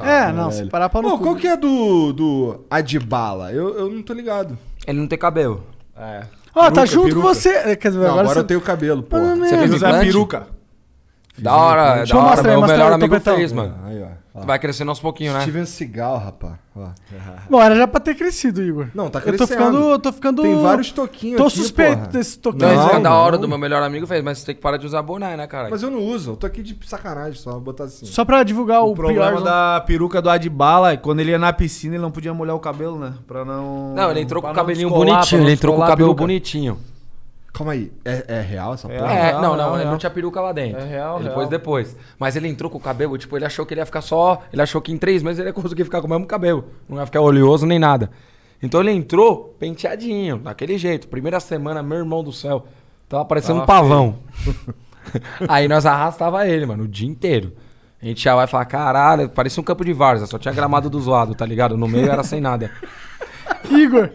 Speaker 3: É, não, se parar pra
Speaker 2: Pô,
Speaker 3: não.
Speaker 2: qual que é do, do Adibala? Eu, eu não tô ligado.
Speaker 4: Ele não tem cabelo.
Speaker 5: É.
Speaker 3: Ó, tá junto com você. É, Quer dizer,
Speaker 2: Não, agora,
Speaker 3: agora você-
Speaker 2: eu tenho cabelo, pô.
Speaker 3: Ah,
Speaker 4: É,
Speaker 3: né? Você fez
Speaker 2: a
Speaker 3: implante?
Speaker 4: Da hora,
Speaker 2: Deixa
Speaker 4: da
Speaker 2: eu
Speaker 4: hora.
Speaker 2: mostrar aí,
Speaker 4: meu
Speaker 2: mostra
Speaker 4: melhor
Speaker 2: aí o
Speaker 4: amigo
Speaker 2: topetão.
Speaker 4: fez, mano.
Speaker 2: Aí, ó, ó.
Speaker 4: Tá. Vai crescendo aos pouquinhos, né?
Speaker 2: Steven Seagal, rapaz. ó.
Speaker 3: Bom, era já pra ter crescido, Igor. Não,
Speaker 2: tá
Speaker 3: Eu tô
Speaker 2: crescendo.
Speaker 3: ficando. Eu tô ficando
Speaker 2: Tem vários toquinhos
Speaker 3: Tô
Speaker 2: aqui,
Speaker 3: suspeito
Speaker 2: porra.
Speaker 3: desse
Speaker 4: Não,
Speaker 3: toquinho.
Speaker 4: isso que é da hora
Speaker 3: não.
Speaker 4: do meu melhor amigo fez, mas você tem que parar de usar boné, né, cara?
Speaker 2: Mas eu não uso, eu tô aqui de sacanagem só, vou botar assim.
Speaker 3: Só pra divulgar o,
Speaker 5: Ah,
Speaker 3: né?
Speaker 5: O problema
Speaker 3: Prior-
Speaker 5: da peruca do Adibala, é que quando ele ia na piscina, ele não podia molhar o cabelo, né? Pra não.
Speaker 4: Não, ele entrou com
Speaker 5: pra
Speaker 4: o
Speaker 5: não
Speaker 4: cabelinho
Speaker 5: descolar, pra
Speaker 4: bonitinho.
Speaker 5: não
Speaker 4: Ele entrou com o
Speaker 5: descolar a
Speaker 4: cabelo
Speaker 5: peruca.
Speaker 4: bonitinho.
Speaker 2: Calma aí, é, é real essa
Speaker 4: É,
Speaker 2: porra?
Speaker 4: não, não, ele
Speaker 5: real.
Speaker 4: não tinha peruca lá dentro.
Speaker 5: É real,
Speaker 4: ele
Speaker 5: real.
Speaker 4: pôs depois. Mas ele entrou com o cabelo, tipo, ele achou que ele ia ficar só. Ele achou que em três meses ele ia conseguir ficar com o mesmo cabelo. Não ia ficar oleoso nem nada. Então ele entrou penteadinho, daquele jeito. Primeira semana, meu irmão do céu. Tava parecendo um
Speaker 5: Tava
Speaker 4: pavão. Aí nós arrastava ele, mano, o dia inteiro. A gente já vai falar, caralho, parecia um campo de várzea, só tinha gramado dos lados, tá ligado? No meio era sem nada.
Speaker 3: Igor!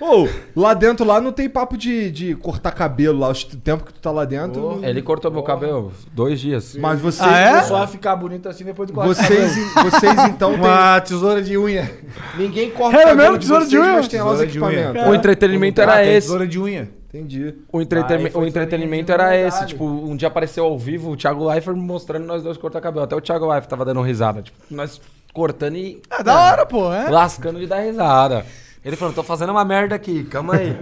Speaker 2: Ô, lá dentro lá não tem papo de, de cortar cabelo lá, o tempo que tu tá lá dentro. não-
Speaker 4: Ele cortou meu cabelo dois dias.
Speaker 2: Mas vocês,
Speaker 3: Ah, é?
Speaker 5: Só ficar bonito assim depois do corte.
Speaker 2: vocês, vocês então têm.
Speaker 5: Uma tesoura de unha.
Speaker 2: Ninguém corta
Speaker 3: É
Speaker 5: Era
Speaker 2: cabelo
Speaker 5: mesmo?
Speaker 2: de
Speaker 5: Tesoura
Speaker 2: vocês,
Speaker 5: de unha?
Speaker 2: mas tem lá os
Speaker 5: Tesoura de unha.
Speaker 2: equipamentos.
Speaker 4: O entretenimento era
Speaker 5: Ah, tem
Speaker 4: esse.
Speaker 5: Tesoura de unha.
Speaker 2: Entendi.
Speaker 4: O, entreten-
Speaker 5: Aí foi
Speaker 4: o entretenimento era
Speaker 5: verdade.
Speaker 4: esse. Tipo, um dia apareceu ao vivo o Thiago Leifert mostrando nós dois cortar cabelo. Até o Thiago Leifert tava dando risada. Tipo, nós cortando e.
Speaker 5: Ah,
Speaker 3: É da hora, pô,
Speaker 5: né?
Speaker 3: é?
Speaker 4: Lascando de dar risada. Ele falou, tô fazendo uma merda aqui, calma aí.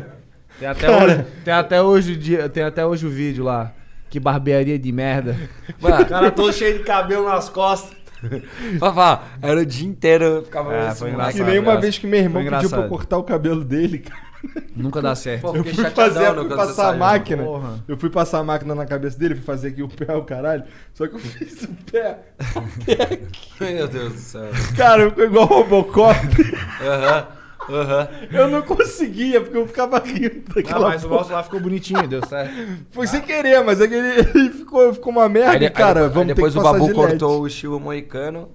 Speaker 5: Tem até, hoje, tem, até hoje, o dia- tem até hoje o vídeo lá. Que barbearia de merda.
Speaker 4: Mano,
Speaker 5: cara todo cheio de cabelo nas costas.
Speaker 4: Fafá, era o dia inteiro eu ficava assim,
Speaker 5: É,
Speaker 4: esse
Speaker 5: foi
Speaker 4: moleque.
Speaker 2: Que nem uma
Speaker 5: engraçado.
Speaker 2: vez que meu
Speaker 5: Foi
Speaker 2: irmão pediu pra eu
Speaker 5: engraçado.
Speaker 2: cortar o cabelo dele, cara.
Speaker 5: Nunca dá certo. Então.
Speaker 4: Pô,
Speaker 2: Eu
Speaker 4: fiquei
Speaker 2: fui
Speaker 4: chateadão né,
Speaker 2: fazer, eu
Speaker 4: quando
Speaker 2: fui
Speaker 4: você
Speaker 2: passar a
Speaker 4: saiu.
Speaker 2: máquina.
Speaker 5: Porra.
Speaker 2: Eu fui passar a máquina na cabeça dele, fui fazer aqui o pé, o caralho. Só que eu fiz o pé.
Speaker 4: Meu Deus do céu.
Speaker 2: Cara, ficou igual Robocop.
Speaker 4: Aham, aham.
Speaker 2: Eu não conseguia, porque eu ficava rindo
Speaker 5: Ah,
Speaker 2: daquela
Speaker 5: mas o
Speaker 2: porra.
Speaker 5: nosso lá ficou bonitinho, deu certo.
Speaker 2: Foi sem querer, mas é que ele, ele ficou, ficou uma merda,
Speaker 4: Aí, de- aí
Speaker 2: cara.
Speaker 4: de- aí
Speaker 2: vamos ter
Speaker 4: depois
Speaker 2: que
Speaker 4: o
Speaker 2: passar
Speaker 4: Babu
Speaker 2: gilete.
Speaker 4: cortou o estilo moicano,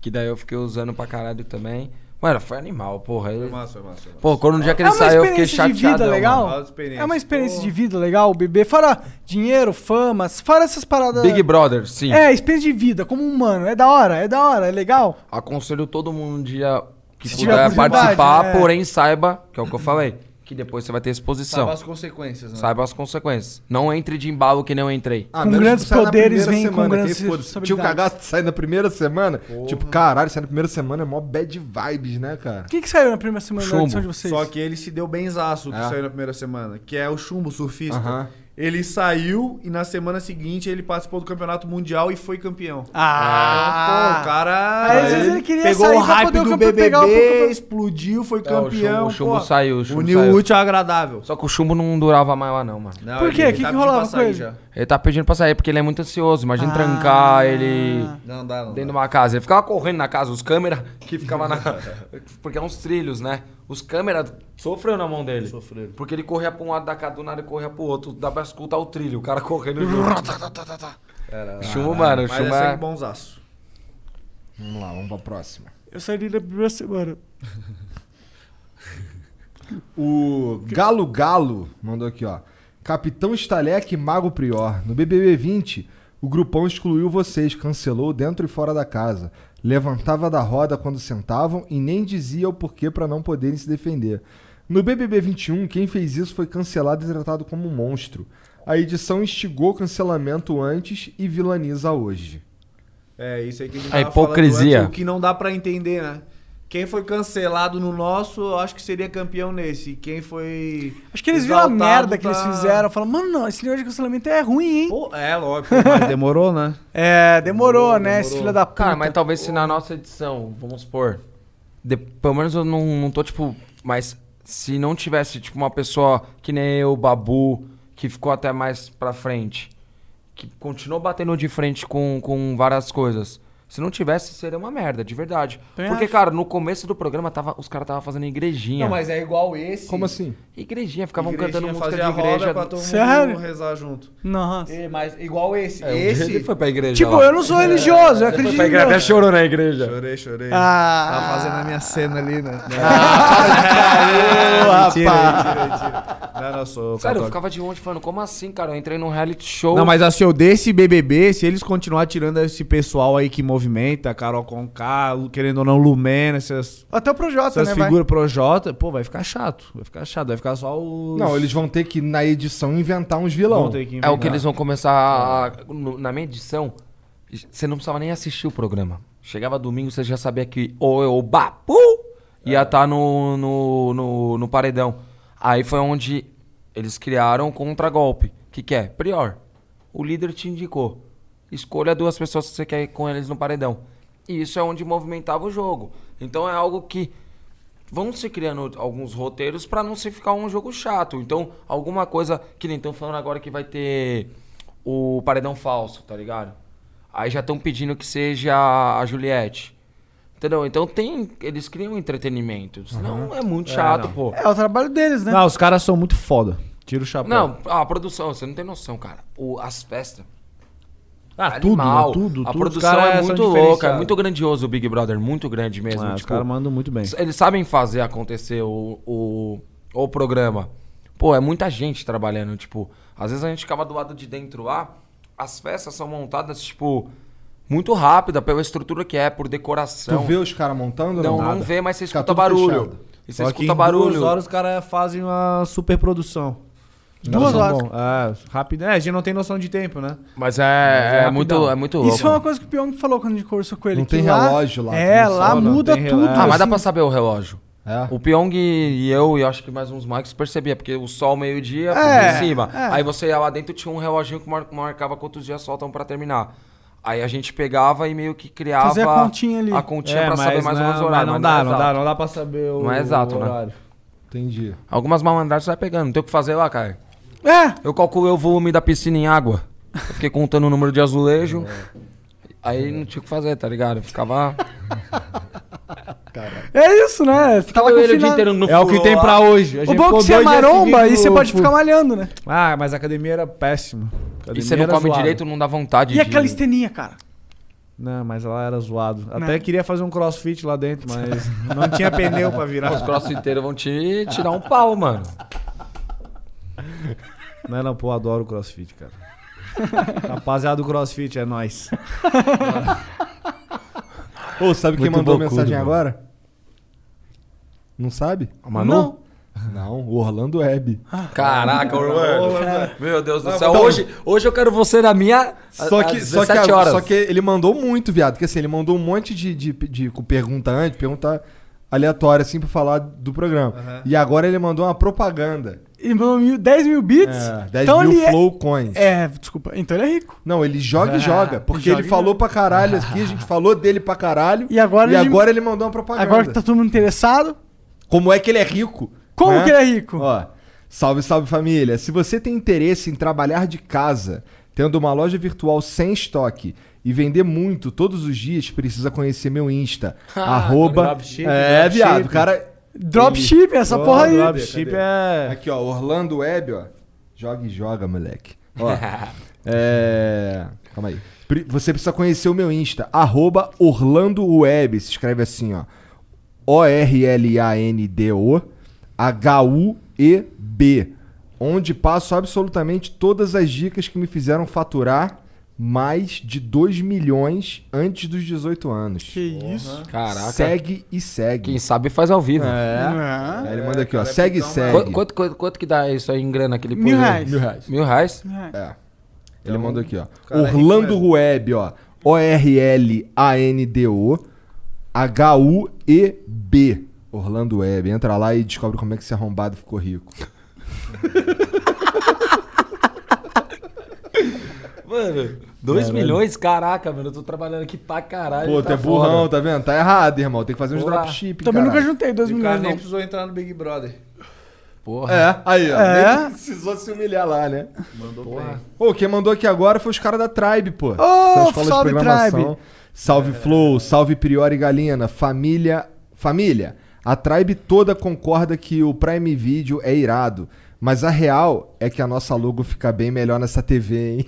Speaker 4: que daí eu fiquei usando pra caralho também. Mano, foi animal, porra. Ele-
Speaker 5: massa, foi massa, foi
Speaker 4: Pô, quando no dia que
Speaker 3: É
Speaker 4: ele
Speaker 3: uma
Speaker 4: saiu, eu fiquei
Speaker 3: experiência de
Speaker 4: chateado.
Speaker 3: vida legal.
Speaker 5: Fala da experiência.
Speaker 3: É uma experiência de vida legal, bebê. Fora dinheiro, fama, fora essas paradas.
Speaker 4: Big Brother, sim.
Speaker 3: É, experiência de vida, como humano. É da hora, é da hora, é legal.
Speaker 4: Aconselho todo mundo um dia que
Speaker 3: Se tiver
Speaker 4: puder
Speaker 3: oportunidade,
Speaker 4: participar,
Speaker 3: é.
Speaker 4: porém saiba, que é o que eu falei, que depois você vai ter exposição.
Speaker 5: Saiba
Speaker 4: Saiba
Speaker 5: as consequências,
Speaker 4: as,
Speaker 5: né?
Speaker 4: consequências. Não entre de embalo que não entrei.
Speaker 2: Ah,
Speaker 3: Com
Speaker 2: menos
Speaker 3: grandes
Speaker 2: que sai na
Speaker 3: poderes
Speaker 2: primeira
Speaker 3: vem com
Speaker 2: semana, que aí
Speaker 3: grandes
Speaker 2: foda-se. Tinha um
Speaker 3: responsabilidades.
Speaker 2: cagaço que sai na primeira semana. Tipo, caralho, sai na primeira semana é mó bad vibes, né, cara?
Speaker 3: O que, que saiu na primeira semana da
Speaker 4: Chumbo.
Speaker 3: edição de vocês?
Speaker 5: Só que ele se deu benzaço que
Speaker 2: Ah.
Speaker 5: saiu na primeira semana, que é o chumbo surfista.
Speaker 2: Aham.
Speaker 5: Ele saiu e na semana seguinte ele participou do campeonato mundial e foi campeão.
Speaker 3: Ah!
Speaker 6: É,
Speaker 5: Então, pô, o cara.
Speaker 3: Aí, às vezes, ele queria
Speaker 5: pegou
Speaker 3: sair
Speaker 5: o
Speaker 3: pra
Speaker 5: hype
Speaker 3: poder o
Speaker 5: do
Speaker 3: campeão- pegar o
Speaker 5: BBB,
Speaker 3: campeão.
Speaker 5: explodiu, foi
Speaker 4: É, o
Speaker 5: campeão.
Speaker 4: chumbo- o chumbo
Speaker 5: pô.
Speaker 4: saiu, o chumbo
Speaker 5: Uniu
Speaker 4: saiu.
Speaker 6: é
Speaker 5: útil ao agradável.
Speaker 4: Só que o chumbo não durava mais lá, não, mano.
Speaker 5: Não,
Speaker 3: Por
Speaker 5: ele-
Speaker 3: quê?
Speaker 5: ele
Speaker 3: O que
Speaker 5: tá pedindo
Speaker 3: que
Speaker 6: tipo
Speaker 3: rolava
Speaker 5: pra
Speaker 3: com
Speaker 5: sair
Speaker 3: ele?
Speaker 5: já.
Speaker 4: Ele tá pedindo pra sair, porque ele é muito ansioso. Imagina
Speaker 3: Ah.
Speaker 4: trancar ele
Speaker 5: Não dá, não.
Speaker 4: dentro de
Speaker 5: dá.
Speaker 4: uma casa. Ele ficava correndo na casa, os câmeras que ficavam na. Porque é uns trilhos, né? Os câmeras sofreu na mão dele.
Speaker 5: Sofreram.
Speaker 4: Porque ele corria pra um lado da casa, do nada ele corria pro outro. Dá pra escutar o trilho, o cara correndo. junto. Chumbo, mano,
Speaker 5: Mas
Speaker 4: chumbo
Speaker 5: é
Speaker 4: é...
Speaker 5: sangue bonzaço.
Speaker 2: Vamos lá, vamos pra próxima.
Speaker 3: Eu saí na primeira semana.
Speaker 2: O Galo Galo mandou aqui, ó. Capitão Stalek e Mago Prior. No BBB 20, o grupão excluiu vocês, cancelou dentro e fora da casa. Levantava da roda quando sentavam e nem dizia o porquê pra não poderem se defender. No BBB 21, quem fez isso foi cancelado e tratado como um monstro. A edição instigou o cancelamento antes e vilaniza hoje.
Speaker 6: É, isso aí que a gente
Speaker 4: A
Speaker 6: tava falando
Speaker 4: hipocrisia.
Speaker 6: antes, o que não dá pra entender, né? Quem foi cancelado no nosso, eu acho que seria campeão nesse. E Quem foi.
Speaker 3: Acho que eles viram a merda que
Speaker 6: tá.
Speaker 3: eles fizeram. Falaram, mano, não, esse negócio de cancelamento é ruim, hein?
Speaker 6: É, lógico, mas demorou, né?
Speaker 3: É, demorou, né? Esse
Speaker 4: demorou.
Speaker 3: filho da puta.
Speaker 4: Cara, mas talvez se na nossa edição, vamos supor. de- pelo menos eu não, não tô, tipo. Mas se não tivesse, tipo, uma pessoa que nem eu, Babu, que ficou até mais pra frente, que continuou batendo de frente com, com várias coisas. Se não tivesse, seria uma merda, de verdade.
Speaker 6: Também
Speaker 4: Porque,
Speaker 6: acho.
Speaker 4: cara, no começo do programa, tava, os caras estavam fazendo igrejinha.
Speaker 6: Não, mas é igual esse.
Speaker 4: Como
Speaker 2: assim?
Speaker 4: Igrejinha, ficavam
Speaker 6: Igrejinha,
Speaker 4: cantando música
Speaker 6: fazer
Speaker 4: de
Speaker 6: a roda
Speaker 4: igreja.
Speaker 6: pra todo mundo rezar junto.
Speaker 3: Nossa.
Speaker 6: É, mas igual esse.
Speaker 4: É, um dia
Speaker 6: esse.
Speaker 4: ele foi pra igreja
Speaker 3: Tipo,
Speaker 4: lá.
Speaker 3: eu não sou religioso, eu
Speaker 4: Ele foi
Speaker 3: acredito
Speaker 4: pra
Speaker 3: em
Speaker 4: igreja,
Speaker 3: Deus.
Speaker 4: Até chorou na igreja.
Speaker 6: Chorei, chorei.
Speaker 3: Ah.
Speaker 6: Tava fazendo a minha cena ali, né?
Speaker 4: Ah,
Speaker 6: Mentira,
Speaker 4: rapaz.
Speaker 6: mentira, mentira. Não, não,
Speaker 4: Cara, eu
Speaker 6: sou católico.
Speaker 4: ficava de longe falando, como assim, cara? Eu entrei num reality show.
Speaker 6: Não, mas assim, eu desse BBB, se eles continuar tirando esse pessoal aí que movimenta, Carol Conká, Lu- querendo ou não, Lumena, essas.
Speaker 3: Até o Projota,
Speaker 6: essas
Speaker 3: né, vai?
Speaker 6: figuras Projota, pô, vai ficar chato. Vai ficar chato, vai ficar só os.
Speaker 2: Não, eles vão ter que, na edição, inventar uns vilão.
Speaker 6: Vão ter que
Speaker 4: É o que eles vão começar. a- no- na minha edição, você não precisava nem assistir o programa. Chegava domingo, você já sabia que o, o Bapu ia estar no, no, no, no paredão. Aí foi onde eles criaram o contragolpe. que, que é? Prior. O líder te indicou. Escolha duas pessoas que você quer ir com eles no paredão. E isso é onde movimentava o jogo. Então é algo que vão se criando alguns roteiros pra não se ficar um jogo chato. Então, alguma coisa que nem estão falando agora que vai ter o paredão falso, tá ligado? Aí já estão pedindo que seja a Juliette. Entendeu? Então tem, eles criam entretenimento. Senão é muito chato,
Speaker 6: não.
Speaker 4: pô.
Speaker 3: É o trabalho deles, né?
Speaker 6: Não, os caras são muito foda. Tira o chapéu.
Speaker 4: Não, a produção, você não tem noção, cara. O, as festas.
Speaker 6: Ah, tudo, né? Tudo,
Speaker 4: A
Speaker 6: tudo.
Speaker 4: produção
Speaker 6: Os caras
Speaker 4: é
Speaker 6: são
Speaker 4: muito louca, é
Speaker 6: diferenciados.
Speaker 4: muito grandioso o Big Brother, muito grande mesmo.
Speaker 6: Ah, os
Speaker 4: tipo,
Speaker 6: caras mandam muito bem.
Speaker 4: Eles sabem fazer acontecer o, o, o programa. Pô, é muita gente trabalhando, tipo... Às vezes a gente ficava do lado de dentro lá, as festas são montadas, tipo... Muito rápida, pela estrutura que é, por decoração.
Speaker 2: Tu vê os caras montando? ou
Speaker 4: Não, não
Speaker 2: Nada.
Speaker 4: vê, mas você
Speaker 2: Fica
Speaker 4: escuta
Speaker 2: tudo
Speaker 4: barulho.
Speaker 2: fechado.
Speaker 4: E você
Speaker 6: Só que
Speaker 4: escuta
Speaker 6: em
Speaker 4: barulho.
Speaker 6: Duas horas os caras fazem uma super produção.
Speaker 3: Duas horas.
Speaker 6: É, rápido. É, a gente não tem noção de tempo, né?
Speaker 4: Mas
Speaker 6: é
Speaker 4: é, é,
Speaker 6: rapidão.
Speaker 4: muito, é muito louco.
Speaker 3: Isso foi uma coisa que o Pyong falou quando a gente conversou com ele.
Speaker 4: Não
Speaker 3: que
Speaker 4: tem
Speaker 3: lá-
Speaker 4: relógio lá,
Speaker 3: É,
Speaker 4: tem
Speaker 3: lá
Speaker 4: só, não
Speaker 3: muda
Speaker 4: tem
Speaker 3: tudo.
Speaker 4: Ah, mas dá
Speaker 3: assim.
Speaker 4: pra saber o relógio.
Speaker 2: É?
Speaker 4: O Pyong e eu, e acho que mais uns Max, percebia, porque o sol meio-dia
Speaker 3: É,
Speaker 4: é, em cima.
Speaker 3: é.
Speaker 4: Aí você ia lá dentro tinha um reloginho que mar- marcava quantos dias faltam pra terminar. Aí a gente pegava e meio que criava
Speaker 3: Fazia a continha ali.
Speaker 4: a continha
Speaker 6: É,
Speaker 4: pra saber
Speaker 6: mas
Speaker 4: mais ou
Speaker 6: não-
Speaker 4: menos o horário.
Speaker 6: mas não
Speaker 4: mas
Speaker 6: dá,
Speaker 4: é
Speaker 6: não
Speaker 4: exato.
Speaker 6: dá, não dá pra saber o-
Speaker 4: Não é exato,
Speaker 6: o
Speaker 4: né?
Speaker 6: horário.
Speaker 2: Entendi.
Speaker 4: Algumas malandragens você vai pegando, não tem o que fazer lá, cara.
Speaker 3: É!
Speaker 4: Eu calculei o volume da piscina em água. Eu fiquei contando o número de azulejo. Aí não tinha o que fazer, tá ligado? Eu ficava.
Speaker 3: É isso, né? Ficava
Speaker 4: ele o dia inteiro no É o que furo tem lá. pra hoje. A
Speaker 3: O
Speaker 4: gente
Speaker 3: bom é
Speaker 4: ficou
Speaker 3: que você é
Speaker 4: dois dias
Speaker 3: maromba
Speaker 4: seguidos
Speaker 3: e você
Speaker 4: no
Speaker 3: pode
Speaker 4: fu-
Speaker 3: ficar malhando, né?
Speaker 6: Ah, mas a academia era péssima.
Speaker 4: E você não come direito, não dá vontade
Speaker 3: E a
Speaker 4: de-
Speaker 3: calistenia, cara?
Speaker 6: Não, mas lá era zoado. Até
Speaker 3: Né?
Speaker 6: queria fazer um crossfit lá dentro, mas não tinha pneu pra virar.
Speaker 4: Os crossfiteiros vão te, te dar um pau, mano.
Speaker 6: Não, não, pô, eu adoro o crossfit, cara. Rapaziada do crossfit, é nóis.
Speaker 2: Ô, sabe quem
Speaker 6: Muito
Speaker 2: mandou
Speaker 6: bocudo,
Speaker 2: mensagem
Speaker 6: mano.
Speaker 2: agora? Não sabe?
Speaker 6: Manu?
Speaker 2: Não. Não, o Orlando Web.
Speaker 4: Ah, Caraca, Orlando.
Speaker 2: Orlando.
Speaker 4: Meu Deus do
Speaker 2: Não,
Speaker 4: céu.
Speaker 2: então-
Speaker 4: hoje, hoje eu quero você na minha.
Speaker 2: Só
Speaker 4: às
Speaker 2: que, só, que,
Speaker 4: 17
Speaker 2: a-
Speaker 4: horas.
Speaker 2: só que ele mandou muito, viado. Porque assim, ele mandou um monte de, de, de pergunta antes, pergunta aleatória, assim, pra falar do programa. E agora ele mandou uma propaganda.
Speaker 3: E mandou mil- 10 mil bits?
Speaker 2: É, 10
Speaker 3: então
Speaker 2: mil
Speaker 3: ele é-
Speaker 2: flow coins.
Speaker 3: É, desculpa. Então ele é rico.
Speaker 2: Não, ele joga e
Speaker 3: Ah,
Speaker 2: joga. Porque
Speaker 3: joga
Speaker 2: ele
Speaker 3: e
Speaker 2: falou pra caralho aqui, a gente falou dele pra caralho.
Speaker 3: E agora,
Speaker 2: e agora ele mandou uma propaganda.
Speaker 3: Agora que tá todo mundo interessado.
Speaker 2: Como é que ele é rico?
Speaker 3: Como que ele é rico?
Speaker 2: Ó, salve, salve família. Se você tem interesse em trabalhar de casa, tendo uma loja virtual sem estoque e vender muito todos os dias, precisa conhecer meu Insta.
Speaker 6: Ah,
Speaker 2: arroba.
Speaker 6: dropshipping,
Speaker 2: é,
Speaker 6: dropshipping.
Speaker 2: viado, o cara.
Speaker 3: Dropshipping, essa
Speaker 2: Ó,
Speaker 3: porra aí.
Speaker 2: dropshipping é.
Speaker 6: Cadê?
Speaker 2: Aqui, ó, Orlando Web, ó. Joga e joga, moleque. Ó. é. Calma aí. Pri- Você precisa conhecer o meu Insta, arroba OrlandoWeb. Se escreve assim, ó. O-R-L-A-N-D-O H-U-E-B, onde passo absolutamente todas as dicas que me fizeram faturar mais de 2 milhões antes dos 18 anos.
Speaker 3: Que isso?
Speaker 2: Caraca. Segue e segue.
Speaker 4: Quem sabe faz ao vivo.
Speaker 2: É. Aí ele manda aqui, ó. Segue e segue.
Speaker 4: Qu- Quanto, quanto- quanto que dá isso aí em grana aquele
Speaker 2: Mil reais.
Speaker 4: Mil
Speaker 2: Mil
Speaker 4: reais.
Speaker 2: reais.
Speaker 4: Mil reais?
Speaker 2: É. Ele manda aqui, ó.
Speaker 4: cara é rico
Speaker 2: Orlando Rueb, ó. O-R-L-A-N-D-O H-U-E-B. Orlando Web. Entra lá e descobre como é que esse arrombado ficou rico.
Speaker 4: Mano, 2
Speaker 2: Caralho.
Speaker 4: milhões? Caraca, mano, eu tô trabalhando aqui pra caralho.
Speaker 2: É, Pô, tu é burrão, tá vendo? Tá errado, irmão. Tem que fazer uns
Speaker 4: Porra.
Speaker 2: dropship.
Speaker 3: Também nunca
Speaker 2: caralho.
Speaker 3: juntei 2
Speaker 6: E o cara
Speaker 3: milhões,
Speaker 6: nem
Speaker 3: não.
Speaker 6: precisou entrar no Big Brother.
Speaker 4: Porra.
Speaker 2: É, aí, ó.
Speaker 3: É?
Speaker 2: Nem precisou se humilhar lá, né?
Speaker 6: Mandou
Speaker 2: Porra. Ô, quem mandou aqui agora foi os caras da Tribe, pô.
Speaker 3: Ô,
Speaker 2: Essa
Speaker 3: salve, Tribe.
Speaker 2: Salve
Speaker 6: É.
Speaker 2: Flow, salve Priori Galina, família, família. A Tribe toda concorda que o Prime Video é irado, mas a real é que a nossa logo fica bem melhor nessa TV, hein?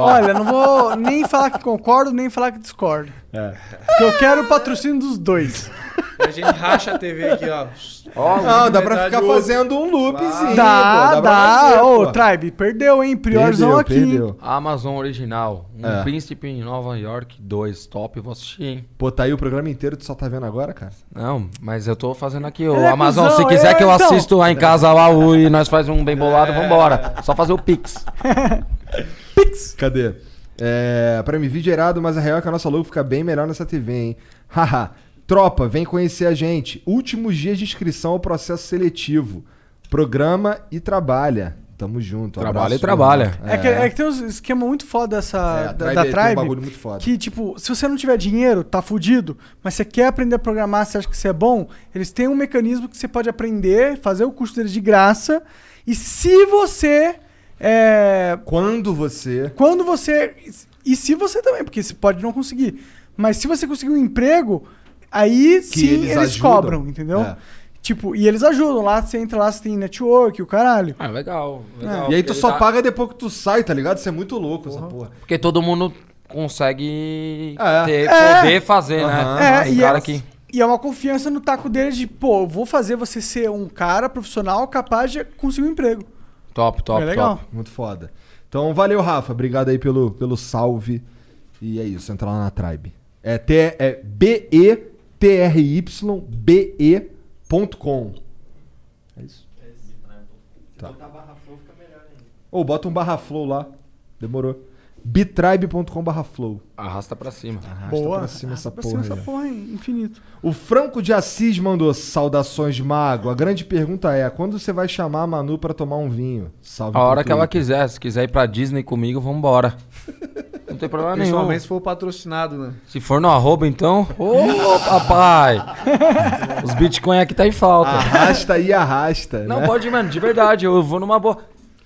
Speaker 3: Olha, não vou nem falar que concordo, nem falar que discordo.
Speaker 2: É.
Speaker 3: Porque eu quero o patrocínio dos dois.
Speaker 6: A gente racha a TV aqui, ó.
Speaker 2: não, dá pra
Speaker 6: Metade
Speaker 2: ficar
Speaker 6: outro.
Speaker 2: fazendo um loopzinho.
Speaker 3: dá,
Speaker 2: pô,
Speaker 3: dá.
Speaker 2: pra fazer,
Speaker 3: Ô,
Speaker 2: pô.
Speaker 3: Tribe, perdeu, hein? Priorzão
Speaker 2: Perdeu,
Speaker 3: aqui.
Speaker 2: perdeu.
Speaker 4: Amazon original. Um
Speaker 2: É.
Speaker 4: príncipe em Nova York 2. Top, vou assistir, hein?
Speaker 2: Pô, tá aí o programa inteiro, tu só tá vendo agora, cara?
Speaker 4: Não, mas eu tô fazendo aqui. O
Speaker 2: Ele é
Speaker 4: Amazon,
Speaker 2: cuzão,
Speaker 4: se quiser
Speaker 2: eu-
Speaker 4: que eu
Speaker 2: então.
Speaker 4: assisto lá em casa lá o, e nós faz um bem bolado, vambora. Só fazer o Pix.
Speaker 2: Cadê? É, pra mim, vídeo irado, mas a real é que a nossa logo fica bem melhor nessa TV, hein? Haha. Tropa, vem conhecer a gente. Últimos dias de inscrição ao processo seletivo. Programa e trabalha. Tamo junto. Um
Speaker 4: Trabalha
Speaker 2: Abraço,
Speaker 4: e trabalha.
Speaker 2: irmão.
Speaker 3: É que, é que tem um esquema muito foda essa,
Speaker 2: a
Speaker 3: da,
Speaker 2: Tribe
Speaker 3: da
Speaker 2: tem um
Speaker 3: Tribe.
Speaker 2: bagulho muito foda.
Speaker 3: Que, tipo, se você não tiver dinheiro, tá fudido. Mas você quer aprender a programar, você acha que você é bom, eles têm um mecanismo que você pode aprender, fazer o curso deles de graça. E se você. é,
Speaker 2: Quando você.
Speaker 3: Quando você. E se você também, porque você pode não conseguir. Mas se você conseguir um emprego, aí sim
Speaker 2: eles
Speaker 3: eles,
Speaker 2: ajudam.
Speaker 3: cobram, entendeu?
Speaker 2: É.
Speaker 3: Tipo, e eles ajudam. Lá você entra lá, você tem network, o caralho.
Speaker 4: Ah, legal. legal
Speaker 2: E aí tu
Speaker 4: porque
Speaker 2: só
Speaker 4: dá-
Speaker 2: paga depois que tu sai, tá ligado? Isso é muito louco, essa porra.
Speaker 4: Porque todo mundo consegue
Speaker 2: É.
Speaker 4: ter-
Speaker 3: É.
Speaker 4: poder fazer, né?
Speaker 3: É,
Speaker 4: Os
Speaker 3: e, é,
Speaker 4: cara aqui.
Speaker 3: e é uma confiança no taco dele de, pô, eu vou fazer você ser um cara profissional capaz de conseguir um emprego.
Speaker 4: Top, top,
Speaker 3: É legal.
Speaker 4: top.
Speaker 2: Muito foda. Então, valeu, Rafa. Obrigado aí pelo, pelo salve. E é isso, entra lá na Tribe. É, T- é B-E-T-R-Y-B-E.com. É isso? Tá. Ou bota um barra flow lá. Demorou. bitribe.com barra flow.
Speaker 4: Arrasta pra cima. Arrasta
Speaker 2: Boa. pra cima essa
Speaker 3: Pra cima
Speaker 2: porra
Speaker 3: Tipo assim, essa
Speaker 2: aí, ó.
Speaker 3: porra, hein? Infinito.
Speaker 2: O Franco de Assis mandou saudações, mago. A grande pergunta é, quando você vai chamar a Manu pra tomar um vinho? Salve.
Speaker 4: A hora que
Speaker 2: Portugal.
Speaker 4: ela quiser. Se quiser ir pra Disney comigo, vambora. Não tem problema nenhum.
Speaker 6: Principalmente se for patrocinado, né?
Speaker 4: Se for no arroba, então. Ô, papai! Os Bitcoin aqui tá em falta.
Speaker 2: Ah. Arrasta e arrasta.
Speaker 4: É, Não,
Speaker 2: né?
Speaker 4: pode, mano, de verdade. Eu vou numa boa.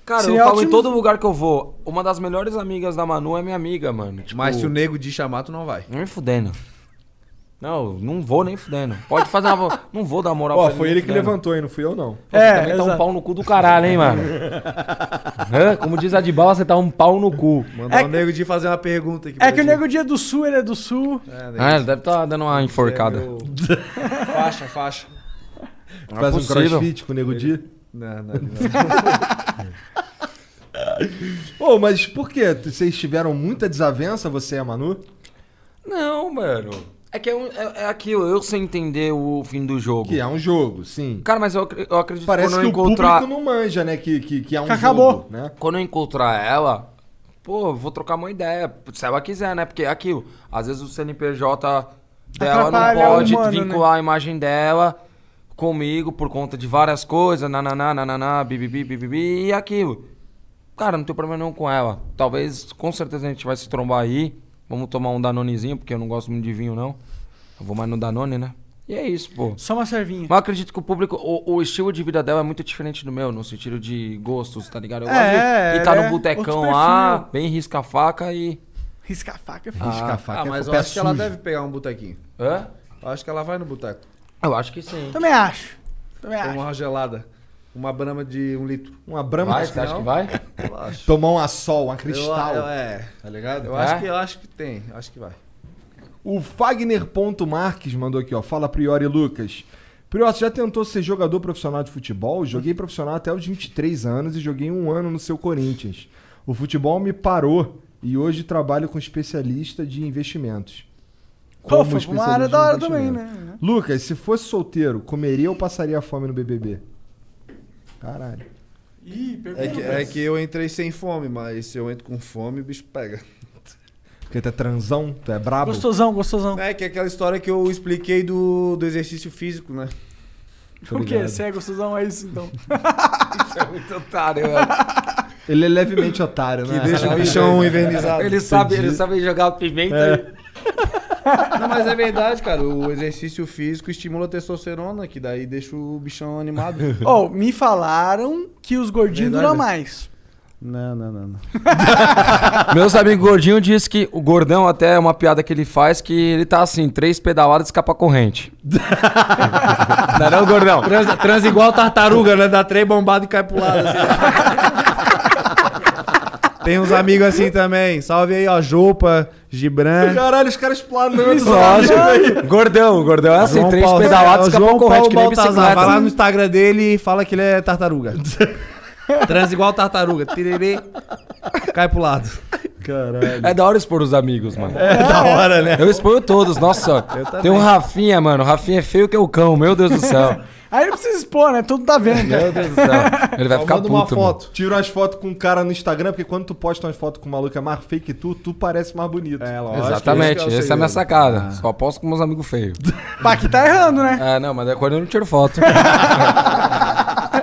Speaker 4: Cara, eu
Speaker 6: Sim, é
Speaker 4: falo em
Speaker 6: ótimo.
Speaker 4: todo lugar que eu vou. Uma das melhores amigas da Manu é minha amiga, mano. Tipo,
Speaker 6: Mas se o nego de chamar, tu não vai.
Speaker 4: Não me fudendo. Não, não vou nem fudendo. Pode fazer uma. não vou dar moral
Speaker 2: Ó,
Speaker 4: pra
Speaker 2: foi
Speaker 4: nem
Speaker 2: ele que
Speaker 4: fudendo.
Speaker 2: levantou É, aí, não fui eu não.
Speaker 4: Pô,
Speaker 3: É,
Speaker 4: você também tá um
Speaker 3: exato.
Speaker 4: pau no cu do caralho, hein, mano? Hã? Como diz a de bala, você tá um pau no cu.
Speaker 6: Mandar o nego de fazer uma pergunta aqui.
Speaker 3: É que o Nego Dia do Sul, ele é do Sul.
Speaker 4: Ah,
Speaker 2: é
Speaker 4: ele deve estar dando uma enforcada.
Speaker 6: Faixa, faixa.
Speaker 4: Não é
Speaker 2: Faz um
Speaker 4: possível.
Speaker 2: crossfit com o Nego Di.
Speaker 6: Não, não,
Speaker 2: Ô, mas por quê? Vocês tiveram muita desavença, você e a Manu?
Speaker 4: Não, mano. É que é, um- é- é aquilo, eu sem entender o fim do jogo.
Speaker 2: Que é um jogo, sim.
Speaker 4: Cara, mas eu, acre- eu acredito
Speaker 2: Parece
Speaker 4: quando
Speaker 2: que
Speaker 4: eu
Speaker 2: o
Speaker 4: encontrar...
Speaker 2: público não manja, né? Que, que, que é um
Speaker 4: Que acabou.
Speaker 2: jogo, né?
Speaker 4: Quando eu encontrar ela, pô, eu vou trocar uma ideia. Se ela quiser, né? Porque é aquilo, às vezes o CNPJ dela
Speaker 3: Atrapalha
Speaker 4: não pode
Speaker 3: o humano, né?
Speaker 4: vincular a imagem dela comigo por conta de várias coisas, nananá, nananá, bibibi, bibibi, e aquilo. Cara, não tem problema nenhum com ela. Talvez, com certeza, a gente vai se trombar aí. Vamos tomar um Danonezinho, porque eu não gosto muito de vinho, não. Eu vou mais no Danone, né? E é isso, pô.
Speaker 3: Só uma servinha.
Speaker 4: Mas eu acredito que o público, o, o estilo de vida dela é muito diferente do meu, no sentido de gostos, tá ligado? Eu
Speaker 3: É,
Speaker 4: gosto de estar
Speaker 3: ela é
Speaker 4: no
Speaker 3: outro
Speaker 4: botecão
Speaker 3: perfil.
Speaker 4: lá, bem risca a faca e.
Speaker 3: Risca a faca,
Speaker 4: Ah,
Speaker 3: filho.
Speaker 6: Ah,
Speaker 2: é
Speaker 6: mas eu acho que ela deve pegar um botequinho.
Speaker 4: Hã?
Speaker 6: Eu acho que ela vai no boteco.
Speaker 4: Eu acho que sim.
Speaker 3: Também acho. Também
Speaker 6: Tomar
Speaker 3: acho.
Speaker 6: uma gelada. Uma brama de um litro.
Speaker 2: Uma brama
Speaker 4: Vai,
Speaker 2: de
Speaker 4: você acha
Speaker 2: não?
Speaker 4: que vai?
Speaker 6: Eu acho.
Speaker 2: Tomar um assol, uma cristal.
Speaker 6: Eu- eu- é.
Speaker 2: Tá ligado?
Speaker 6: Eu,
Speaker 2: É?
Speaker 6: acho que, eu acho que tem. eu Acho que vai.
Speaker 2: O Fagner.Marques mandou aqui, ó. Fala Priori Lucas. Prioto, já tentou ser jogador profissional de futebol? Joguei profissional até os 23 anos e joguei um ano no seu Corinthians. O futebol me parou e hoje trabalho com especialista de investimentos.
Speaker 3: Pô,
Speaker 2: Como
Speaker 3: foi uma
Speaker 2: especialista
Speaker 3: área
Speaker 2: de
Speaker 3: da hora também,
Speaker 2: investimento.
Speaker 3: né?
Speaker 2: Lucas, se fosse solteiro, comeria ou passaria fome no BBB? Caralho.
Speaker 3: Ih,
Speaker 6: É que, é que eu entrei sem fome, mas se eu entro com fome, o bicho pega.
Speaker 2: Porque tu é transão, tu é brabo.
Speaker 3: gostosão.
Speaker 6: É, que é aquela história que eu expliquei do, do exercício físico, né?
Speaker 3: O quê? Você é gostosão? É isso, então.
Speaker 6: Isso é muito otário, velho.
Speaker 2: Ele é levemente otário, né?
Speaker 6: Que deixa o bichão invernizado.
Speaker 4: Ele sabe, ele
Speaker 6: Entendi.
Speaker 4: sabe jogar pimenta.
Speaker 6: É. Não, mas é verdade, cara. O exercício físico estimula a testosterona, que daí deixa o bichão animado.
Speaker 3: Ó, me falaram que os gordinhos
Speaker 6: Verdade.
Speaker 3: duram mais.
Speaker 6: Não, não, não. não.
Speaker 4: Meus amigos gordinho disse que o gordão até é uma piada que ele faz que ele tá assim, três pedaladas e escapa a corrente. não, é não, gordão.
Speaker 6: Transa, transa igual tartaruga, né? Dá três bombadas e cai pro lado. assim. Tem uns amigos assim também. Salve aí, ó. Jopa, Gibran.
Speaker 2: Caralho, os caras planando.
Speaker 4: Lógico. gordão, gordão é assim,
Speaker 6: João
Speaker 4: três
Speaker 6: Paulo-
Speaker 4: pedaladas
Speaker 6: é,
Speaker 4: e escapa
Speaker 6: o
Speaker 4: a
Speaker 6: João
Speaker 4: corrente,
Speaker 6: Paulo
Speaker 4: que nem
Speaker 6: Baltazar. Vai lá no
Speaker 4: bicicleta. né?
Speaker 6: Instagram dele e fala que ele é tartaruga. Transa igual tartaruga. Tirerê, cai pro lado.
Speaker 4: É da hora expor os amigos, mano.
Speaker 6: É da hora, né?
Speaker 4: Eu exponho todos, nossa. Tem um Rafinha, mano. O Rafinha é feio que é o cão, meu Deus do céu.
Speaker 3: Aí não precisa expor, né? Todo tá vendo.
Speaker 4: Meu Deus do céu. Ele vai
Speaker 2: Só
Speaker 4: ficar
Speaker 2: manda
Speaker 4: puto.
Speaker 2: uma
Speaker 4: mano.
Speaker 2: foto. Tira umas fotos com um cara no Instagram, porque quando tu posta umas fotos com um maluco que é mais fake que tu, tu parece mais bonito. É,
Speaker 4: Exatamente, essa é a minha sacada. Só posso com meus amigos feios.
Speaker 3: Pá, que tá errando, né?
Speaker 4: Ah, não, mas daí quando eu não tiro foto.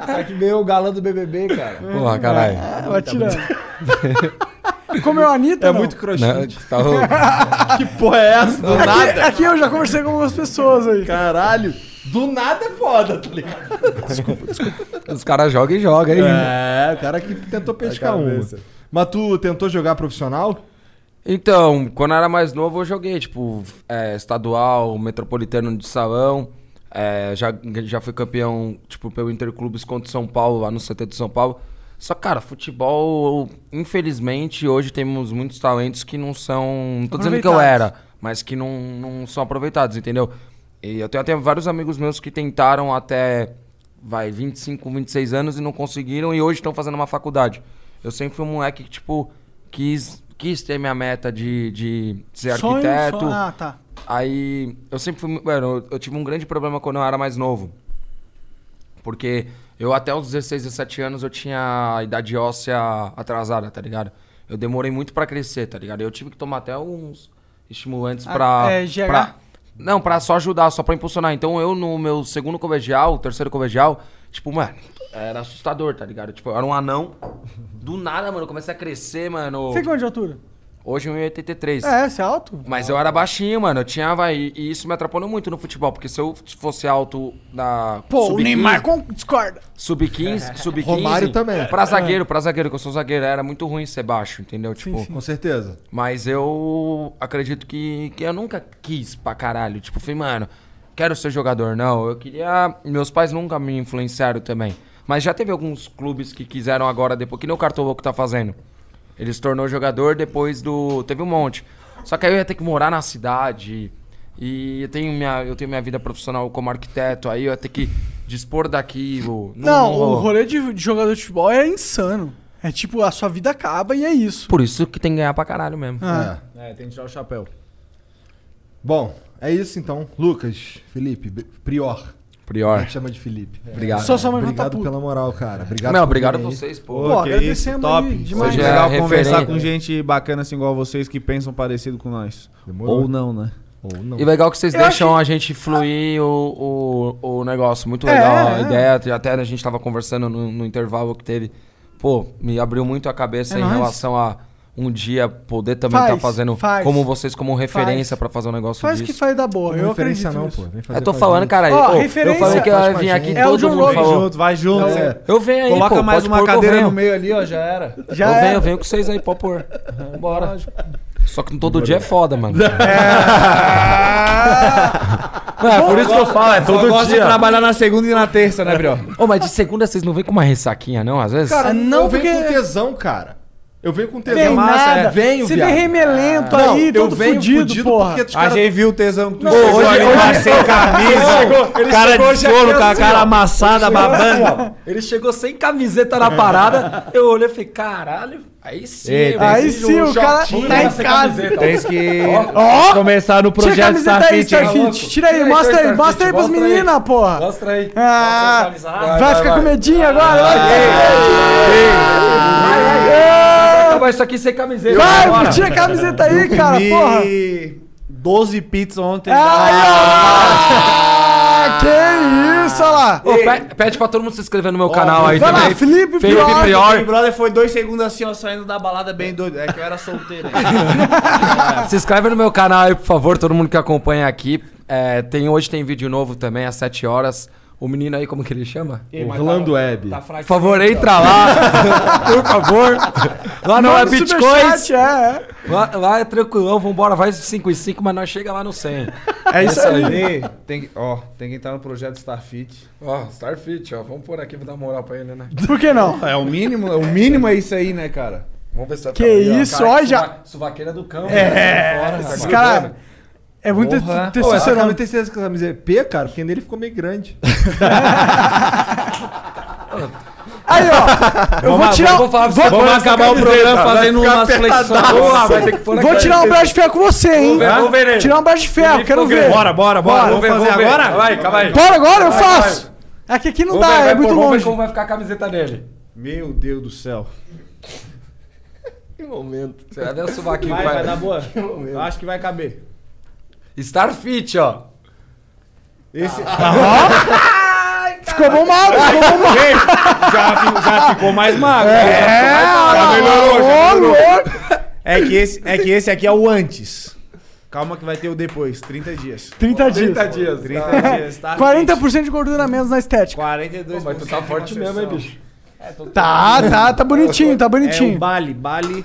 Speaker 6: Só que veio o galã do BBB, cara.
Speaker 4: Porra, caralho.
Speaker 3: É, vai tirando. Comeu a Anitta?
Speaker 4: É
Speaker 3: não?
Speaker 4: muito Não, tá louco.
Speaker 2: que porra é essa? Do
Speaker 3: aqui,
Speaker 2: nada.
Speaker 3: aqui eu já conversei com algumas pessoas aí.
Speaker 2: Caralho. Do nada é foda, tá ligado?
Speaker 4: Desculpa, desculpa. Os caras jogam e jogam, hein?
Speaker 2: É, o cara que tentou pescar um.
Speaker 4: cabeça.
Speaker 2: Mas tu tentou jogar profissional?
Speaker 4: Então, quando eu era mais novo, eu joguei, tipo, é, estadual, metropolitano de salão. é, já, já fui campeão, tipo, pelo Interclubes contra o São Paulo, lá no CT de São Paulo. Só, cara, futebol, infelizmente, hoje temos muitos talentos que não são. Não tô dizendo que eu
Speaker 15: Aproveitados.
Speaker 4: era, mas que não, não são aproveitados, entendeu? E eu tenho até vários amigos meus que tentaram até, vai, 25, 26 anos e não conseguiram e hoje estão fazendo uma faculdade. Eu sempre fui um moleque que, tipo, quis, quis ter minha meta de, de ser
Speaker 3: Sonho,
Speaker 4: arquiteto.
Speaker 3: sonho- Ah, tá.
Speaker 4: Aí eu sempre fui. mu- Mano, eu- eu tive um grande problema quando eu era mais novo. Porque eu até os 16, 17 anos eu tinha a idade óssea atrasada, tá ligado? Eu demorei muito pra crescer, tá ligado? Eu tive que tomar até uns estimulantes
Speaker 3: Ah,
Speaker 4: pra.
Speaker 3: é, GH?
Speaker 4: pra- Não, pra só ajudar, só pra impulsionar. Então eu, no meu segundo colegial, terceiro colegial, tipo, mano, era assustador, tá ligado? Tipo, eu era um anão. Do nada, mano, eu comecei a crescer, mano.
Speaker 3: Você tem quanto de altura?
Speaker 4: Hoje 1,83.
Speaker 3: É, você é alto?
Speaker 4: Mas eu era baixinho, mano. Eu tinha, vai, e- e isso me atrapalhou muito no futebol, porque se eu fosse alto na.
Speaker 3: Pô, o
Speaker 4: sub-15,
Speaker 3: Neymar com... discorda.
Speaker 4: Sub-15, sub-15.
Speaker 2: Romário também.
Speaker 4: Pra zagueiro, pra zagueiro, que eu sou zagueiro, era muito ruim ser baixo, entendeu? Tipo,
Speaker 2: Com certeza.
Speaker 4: Mas eu acredito que, que eu nunca quis pra caralho. Tipo, falei, mano, quero ser jogador, não. Eu queria. Meus pais nunca me influenciaram também. Mas já teve alguns clubes que quiseram agora, depois, que nem o Cartolo que tá fazendo. Ele se tornou jogador depois do. Teve um monte. Só que aí eu ia ter que morar na cidade. E eu tenho minha, eu tenho minha vida profissional como arquiteto, aí eu ia ter que dispor daquilo.
Speaker 3: Não, o
Speaker 4: rolou.
Speaker 3: rolê de, de jogador de futebol é insano. É tipo, a sua vida acaba e é isso.
Speaker 4: Por isso que tem que ganhar pra caralho mesmo.
Speaker 3: Ah.
Speaker 6: É, tem que tirar o chapéu.
Speaker 2: Bom, é isso então. Lucas, Felipe, B- Prior.
Speaker 4: Prior.
Speaker 2: A gente chama de Felipe.
Speaker 4: É. Obrigado.
Speaker 3: Só sua mãe vai tá
Speaker 2: Obrigado
Speaker 3: puta.
Speaker 2: pela moral, cara. Obrigado
Speaker 4: Não,
Speaker 2: por
Speaker 4: obrigado
Speaker 2: virem
Speaker 4: a
Speaker 2: aí.
Speaker 4: vocês, pô.
Speaker 6: Pô, que
Speaker 3: agradecemos
Speaker 6: isso, top.
Speaker 3: aí demais.
Speaker 6: Hoje
Speaker 3: Hoje é
Speaker 6: é legal conversar
Speaker 4: referência.
Speaker 6: com gente bacana assim igual vocês que pensam parecido com nós.
Speaker 4: Demorou.
Speaker 6: Ou não, né?
Speaker 2: Ou não.
Speaker 4: E legal é que vocês
Speaker 6: Eu
Speaker 4: deixam a gente fluir o, o, o negócio. Muito
Speaker 3: É,
Speaker 4: legal a ideia. Até né, a gente tava conversando no, no intervalo que teve. Pô, me abriu muito a cabeça
Speaker 3: É
Speaker 4: em
Speaker 3: nóis.
Speaker 4: relação a um dia poder também estar
Speaker 3: Faz,
Speaker 4: fazendo
Speaker 3: faz.
Speaker 4: como vocês como referência
Speaker 3: Faz.
Speaker 4: pra fazer um negócio
Speaker 3: Faz
Speaker 4: disso.
Speaker 3: que faz da boa.
Speaker 2: Não
Speaker 3: eu
Speaker 2: referência
Speaker 3: acredito
Speaker 2: não,
Speaker 3: nisso.
Speaker 2: pô. Vem fazer
Speaker 4: Eu É, tô
Speaker 2: com a
Speaker 4: falando,
Speaker 2: gente.
Speaker 4: caralho.
Speaker 3: Ó,
Speaker 4: Ô, eu
Speaker 3: referência-
Speaker 4: falei que
Speaker 3: Faz com
Speaker 4: eu ia
Speaker 3: a
Speaker 4: vir aqui
Speaker 3: gente. É o
Speaker 4: todo
Speaker 3: John
Speaker 4: mundo
Speaker 3: Rogan.
Speaker 4: falou.
Speaker 3: Vai junto, vai junto.
Speaker 4: É. Eu venho aí,
Speaker 6: Coloca
Speaker 4: pô,
Speaker 6: mais
Speaker 4: pode
Speaker 6: uma
Speaker 4: pôr que eu
Speaker 6: cadeira
Speaker 4: venho.
Speaker 6: no meio ali, ó, já era.
Speaker 4: eu venho, eu venho com vocês aí, pode pôr.
Speaker 6: Uhum.
Speaker 4: Bora. Só que todo dia é foda, mano. Não, é por isso que eu
Speaker 2: Ah,
Speaker 4: falo, é todo
Speaker 6: Só gosta de
Speaker 4: dia.
Speaker 6: trabalhar na segunda e na terça, né, Brio?
Speaker 4: Ô, mas de segunda vocês não vêm com uma ressaquinha, não, às vezes?
Speaker 2: Cara,
Speaker 4: Ah,
Speaker 2: não vem com tesão, cara. Eu venho com
Speaker 3: Vem
Speaker 2: tesão.
Speaker 3: nada.
Speaker 2: é. Venho,
Speaker 3: Você
Speaker 2: viado.
Speaker 3: vem remelento
Speaker 2: Não,
Speaker 3: aí,
Speaker 2: eu
Speaker 3: todo
Speaker 2: venho
Speaker 3: fudido, porra.
Speaker 2: porque os caras-
Speaker 6: viu o tesão
Speaker 2: Não,
Speaker 6: tudo. Pô,
Speaker 2: hoje-
Speaker 6: olha,
Speaker 2: hoje-
Speaker 6: cara sem
Speaker 2: Ele
Speaker 6: camisa,
Speaker 2: chegou- ele
Speaker 6: cara
Speaker 2: chegou
Speaker 6: de
Speaker 2: já
Speaker 6: couro,
Speaker 2: aqui
Speaker 6: com a
Speaker 2: assim,
Speaker 6: cara
Speaker 2: ó. Ele
Speaker 6: amassada,
Speaker 2: chegou
Speaker 6: babando.
Speaker 2: assim,
Speaker 15: Ele chegou sem camiseta na parada, eu olhei e falei, caralho, aí sim.
Speaker 6: Ei,
Speaker 15: mano,
Speaker 6: aí
Speaker 15: preciso
Speaker 6: sim,
Speaker 15: de um
Speaker 6: o cara
Speaker 15: shortinho,
Speaker 6: tá em
Speaker 15: essa
Speaker 6: casa.
Speaker 15: camiseta, ó.
Speaker 6: Tens que
Speaker 15: Ó, ó.
Speaker 6: começar no
Speaker 3: Tira a
Speaker 6: projeto
Speaker 3: camiseta aí,
Speaker 6: Starfit, hein?
Speaker 3: Starfit. Tira aí,
Speaker 15: Tira aí,
Speaker 3: mostra aí,
Speaker 15: Starfit,
Speaker 3: mostra aí pras
Speaker 15: mostra aí.
Speaker 3: meninas, porra.
Speaker 15: Mostra aí.
Speaker 3: Ah, vai,
Speaker 15: Vai,
Speaker 3: ficar
Speaker 15: vai,
Speaker 3: com medinho agora. vai.
Speaker 4: Vai acabar isso aqui sem camiseta.
Speaker 3: Vai,
Speaker 4: bora.
Speaker 3: tira a camiseta aí,
Speaker 6: Eu
Speaker 3: cara,
Speaker 6: comi
Speaker 3: porra.
Speaker 6: 12 pizzas ontem.
Speaker 3: Ah, que isso, olha lá.
Speaker 4: Ô, pe- pede pra todo mundo se inscrever no meu canal aí
Speaker 6: vai lá,
Speaker 4: também.
Speaker 6: Felipe
Speaker 4: Felipe
Speaker 6: Big
Speaker 4: Prior.
Speaker 6: Brother foi dois segundos assim, ó, saindo da balada bem doido. É que eu era solteiro.
Speaker 4: Se inscreve no meu canal aí, por favor, todo mundo que acompanha aqui. É, tem, hoje tem vídeo novo também, às 7 horas. O menino aí, como que ele chama?
Speaker 2: Orlando Web.
Speaker 4: Por favor,
Speaker 3: é
Speaker 4: entra lá. Por favor. Lá não é
Speaker 2: Manda o
Speaker 4: bitcoins.
Speaker 2: superchat, é,
Speaker 4: Lá, lá é tranquilão, vambora, vai 5 em 5, mas nós chega lá no 100.
Speaker 6: É isso aí. Tem que, ó, tem que entrar no projeto Starfit.
Speaker 4: Ó, Starfit, ó. Vamos por aqui, vou dar moral pra ele, né?
Speaker 3: Por que não?
Speaker 6: É o mínimo, o mínimo é isso aí, né, cara?
Speaker 4: Vamos ver se
Speaker 3: Que isso, olha já.
Speaker 4: Suvaqueira do cão.
Speaker 3: É,
Speaker 4: né? Fora,
Speaker 3: esse
Speaker 4: tá
Speaker 3: cara-
Speaker 4: grudando.
Speaker 3: É muito
Speaker 2: Porra.
Speaker 3: te-
Speaker 2: Ô, essa
Speaker 3: testosterona.
Speaker 2: camisa tem certeza que a camisa é P, cara, porque nele ficou meio grande.
Speaker 3: Aí, ó. Eu vou
Speaker 2: Vamos-
Speaker 3: tirar. um-
Speaker 2: vamos falar pra
Speaker 3: vou-
Speaker 2: você, vamos
Speaker 3: vou-
Speaker 2: acabar o programa
Speaker 3: Vai
Speaker 2: fazendo
Speaker 3: ficar
Speaker 2: umas
Speaker 3: apertadaço.
Speaker 2: flexões. Boa, vai ter que pôr na
Speaker 3: Vou
Speaker 2: cara
Speaker 3: tirar um
Speaker 2: dele.
Speaker 3: braço de ferro com você, hein?
Speaker 2: Vamos ver, vamos ver ele.
Speaker 3: Tirar um braço de ferro,
Speaker 2: Felipe
Speaker 3: quero
Speaker 2: Fogre.
Speaker 3: ver.
Speaker 2: Bora, bora, bora, vamos
Speaker 3: Bora.
Speaker 2: fazer agora?
Speaker 4: Calma aí, calma aí.
Speaker 3: Bora agora, eu
Speaker 4: Vai,
Speaker 3: faço.
Speaker 4: vai.
Speaker 3: É que aqui não
Speaker 4: Vamos
Speaker 3: dá,
Speaker 4: ver, vai
Speaker 3: é
Speaker 4: pôr,
Speaker 3: muito
Speaker 4: vamos ver
Speaker 3: longe.
Speaker 4: como vai ficar a camiseta dele.
Speaker 6: Meu Deus do céu.
Speaker 2: Que momento.
Speaker 4: Você vai ver o sovaquinho,
Speaker 6: Vai,
Speaker 4: pai.
Speaker 6: vai dar boa.
Speaker 4: Que momento.
Speaker 6: Eu acho que vai caber.
Speaker 4: Starfit, ó.
Speaker 6: Esse...
Speaker 3: Ficou bom mal, ficou bom mal.
Speaker 6: já, fi- já ficou mais magro.
Speaker 3: É,
Speaker 6: já melhorou, já
Speaker 3: ó,
Speaker 6: melhorou. É que, esse, é que esse aqui é o antes. Calma que vai ter o depois, 30 dias.
Speaker 3: 30 dias.
Speaker 6: 30 dias. 30 dias, tá?
Speaker 3: 40% de gordura a menos na estética.
Speaker 6: 42 Mas tu tá forte mesmo, hein, bicho?
Speaker 3: Tá, tá, tá bonitinho, tá bonitinho.
Speaker 6: É o Bali, Bali.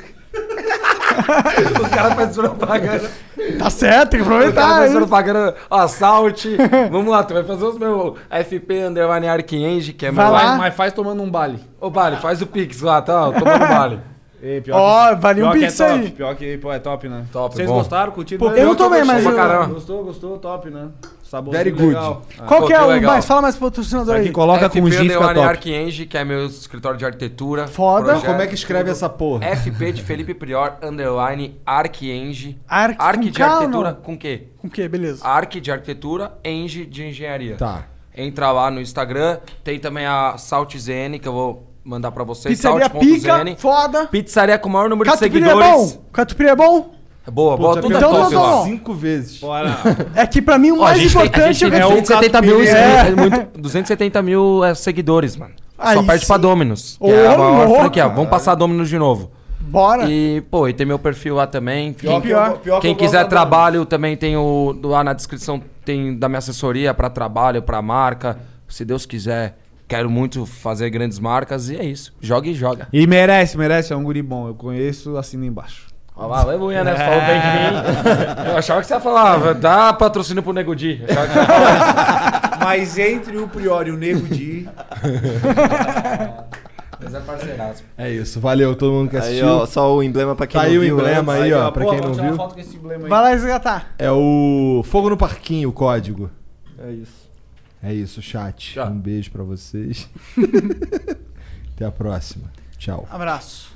Speaker 4: O cara faz propaganda.
Speaker 3: Tá certo, tem que aproveitar,
Speaker 4: O cara faz
Speaker 3: hein?
Speaker 4: propaganda. Ó, Salt. Vamos lá, tu vai fazer os meus FP Underline Archangel, que é
Speaker 6: Vai
Speaker 4: meu.
Speaker 6: lá.
Speaker 4: Faz-
Speaker 6: Mas faz tomando um Bali.
Speaker 4: Ô, Bali, faz o Pix lá, tá? Tomando Bali.
Speaker 6: Ei, pior
Speaker 4: Ó,
Speaker 6: que-
Speaker 4: valeu um
Speaker 6: pior que é
Speaker 4: pix
Speaker 6: top,
Speaker 4: aí.
Speaker 6: Pior que pô, é top, né?
Speaker 4: Top,
Speaker 6: Vocês
Speaker 4: bom.
Speaker 6: gostaram? Curtiram?
Speaker 4: Pô, eu não tomei, mas
Speaker 6: gostou,
Speaker 4: eu-
Speaker 6: caramba. Gostou, gostou, top, né? Saborzinho
Speaker 4: Very good.
Speaker 6: legal.
Speaker 3: Qual
Speaker 4: Pô,
Speaker 3: que é
Speaker 4: que
Speaker 3: o
Speaker 4: legal.
Speaker 3: mais? Fala mais pro patrocinador aí.
Speaker 6: com
Speaker 4: FP
Speaker 6: gif, fica
Speaker 4: Underline
Speaker 6: top.
Speaker 4: Archangel, que é meu escritório de arquitetura.
Speaker 3: Foda.
Speaker 2: Como é que escreve essa porra?
Speaker 4: FP de Felipe Prior, Underline Archangel.
Speaker 3: Arc- com
Speaker 4: Arc de
Speaker 3: K ou
Speaker 4: arquitetura
Speaker 3: não?
Speaker 4: com quê?
Speaker 3: Com o quê? Beleza.
Speaker 4: Arc de arquitetura, Eng de engenharia.
Speaker 2: Tá.
Speaker 4: Entra lá no Instagram. Tem também a Salt ZN, que eu vou mandar pra vocês.
Speaker 3: Pizzaria pica,
Speaker 4: salt.zn.
Speaker 3: foda.
Speaker 4: Pizzaria com o maior número
Speaker 3: Catupiry é
Speaker 4: de seguidores.
Speaker 3: bom? Catupiry é bom?
Speaker 4: É boa, boa. Tudo é
Speaker 3: então
Speaker 4: top
Speaker 3: não
Speaker 4: lá.
Speaker 3: tá bom.
Speaker 2: Cinco vezes.
Speaker 3: É que pra mim o
Speaker 4: Ó, a
Speaker 3: mais
Speaker 4: gente tem- a
Speaker 3: importante
Speaker 4: gente né? tem
Speaker 3: é o
Speaker 4: 270 mil,
Speaker 3: Catupiry.
Speaker 4: inscritos, é
Speaker 3: É.
Speaker 4: muito- 270 mil é, seguidores, mano. Só
Speaker 3: Aí
Speaker 4: perde pra
Speaker 3: sim.
Speaker 4: Dominus. Que
Speaker 3: Ô,
Speaker 4: é a maior
Speaker 3: louco,
Speaker 4: franquia.
Speaker 3: cara.
Speaker 4: Vamos passar a Dominus de novo.
Speaker 3: Bora.
Speaker 6: É.
Speaker 4: E, pô, e tem meu perfil lá também.
Speaker 3: Pior
Speaker 4: Quem,
Speaker 3: que eu- pior que
Speaker 4: quem
Speaker 3: eu
Speaker 4: quiser
Speaker 3: gosto da
Speaker 4: trabalho, também tem o. Lá na descrição tem da minha assessoria pra trabalho, pra marca. Se Deus quiser, quero muito fazer grandes marcas e é isso. Joga e joga.
Speaker 6: E merece, merece. É um guri bom. Eu conheço, assina embaixo.
Speaker 4: Olha lá, aleluia, né? Falou bem de mim. Eu achava que você ia falar, dá patrocínio pro Nego Di. Eu achava que você ia falar isso.
Speaker 6: Mas entre o Priori e o Nego Di...
Speaker 4: Mas é parceiraço.
Speaker 2: É isso, valeu todo mundo que
Speaker 14: Aí,
Speaker 2: assistiu.
Speaker 14: ó, só o emblema pra quem
Speaker 2: tá
Speaker 14: não
Speaker 2: aí o
Speaker 14: viu
Speaker 2: emblema
Speaker 14: antes.
Speaker 2: aí,
Speaker 14: Aí,
Speaker 2: ó,
Speaker 14: ó,
Speaker 2: pra
Speaker 14: pô,
Speaker 2: quem
Speaker 14: vou
Speaker 2: não
Speaker 14: tirar uma
Speaker 2: viu.
Speaker 14: foto com esse emblema
Speaker 3: Vai lá resgatar.
Speaker 2: É o Fogo no Parquinho, o código.
Speaker 14: É isso.
Speaker 2: É isso, chat. Um beijo pra vocês. Até a próxima. Tchau.
Speaker 3: Abraço.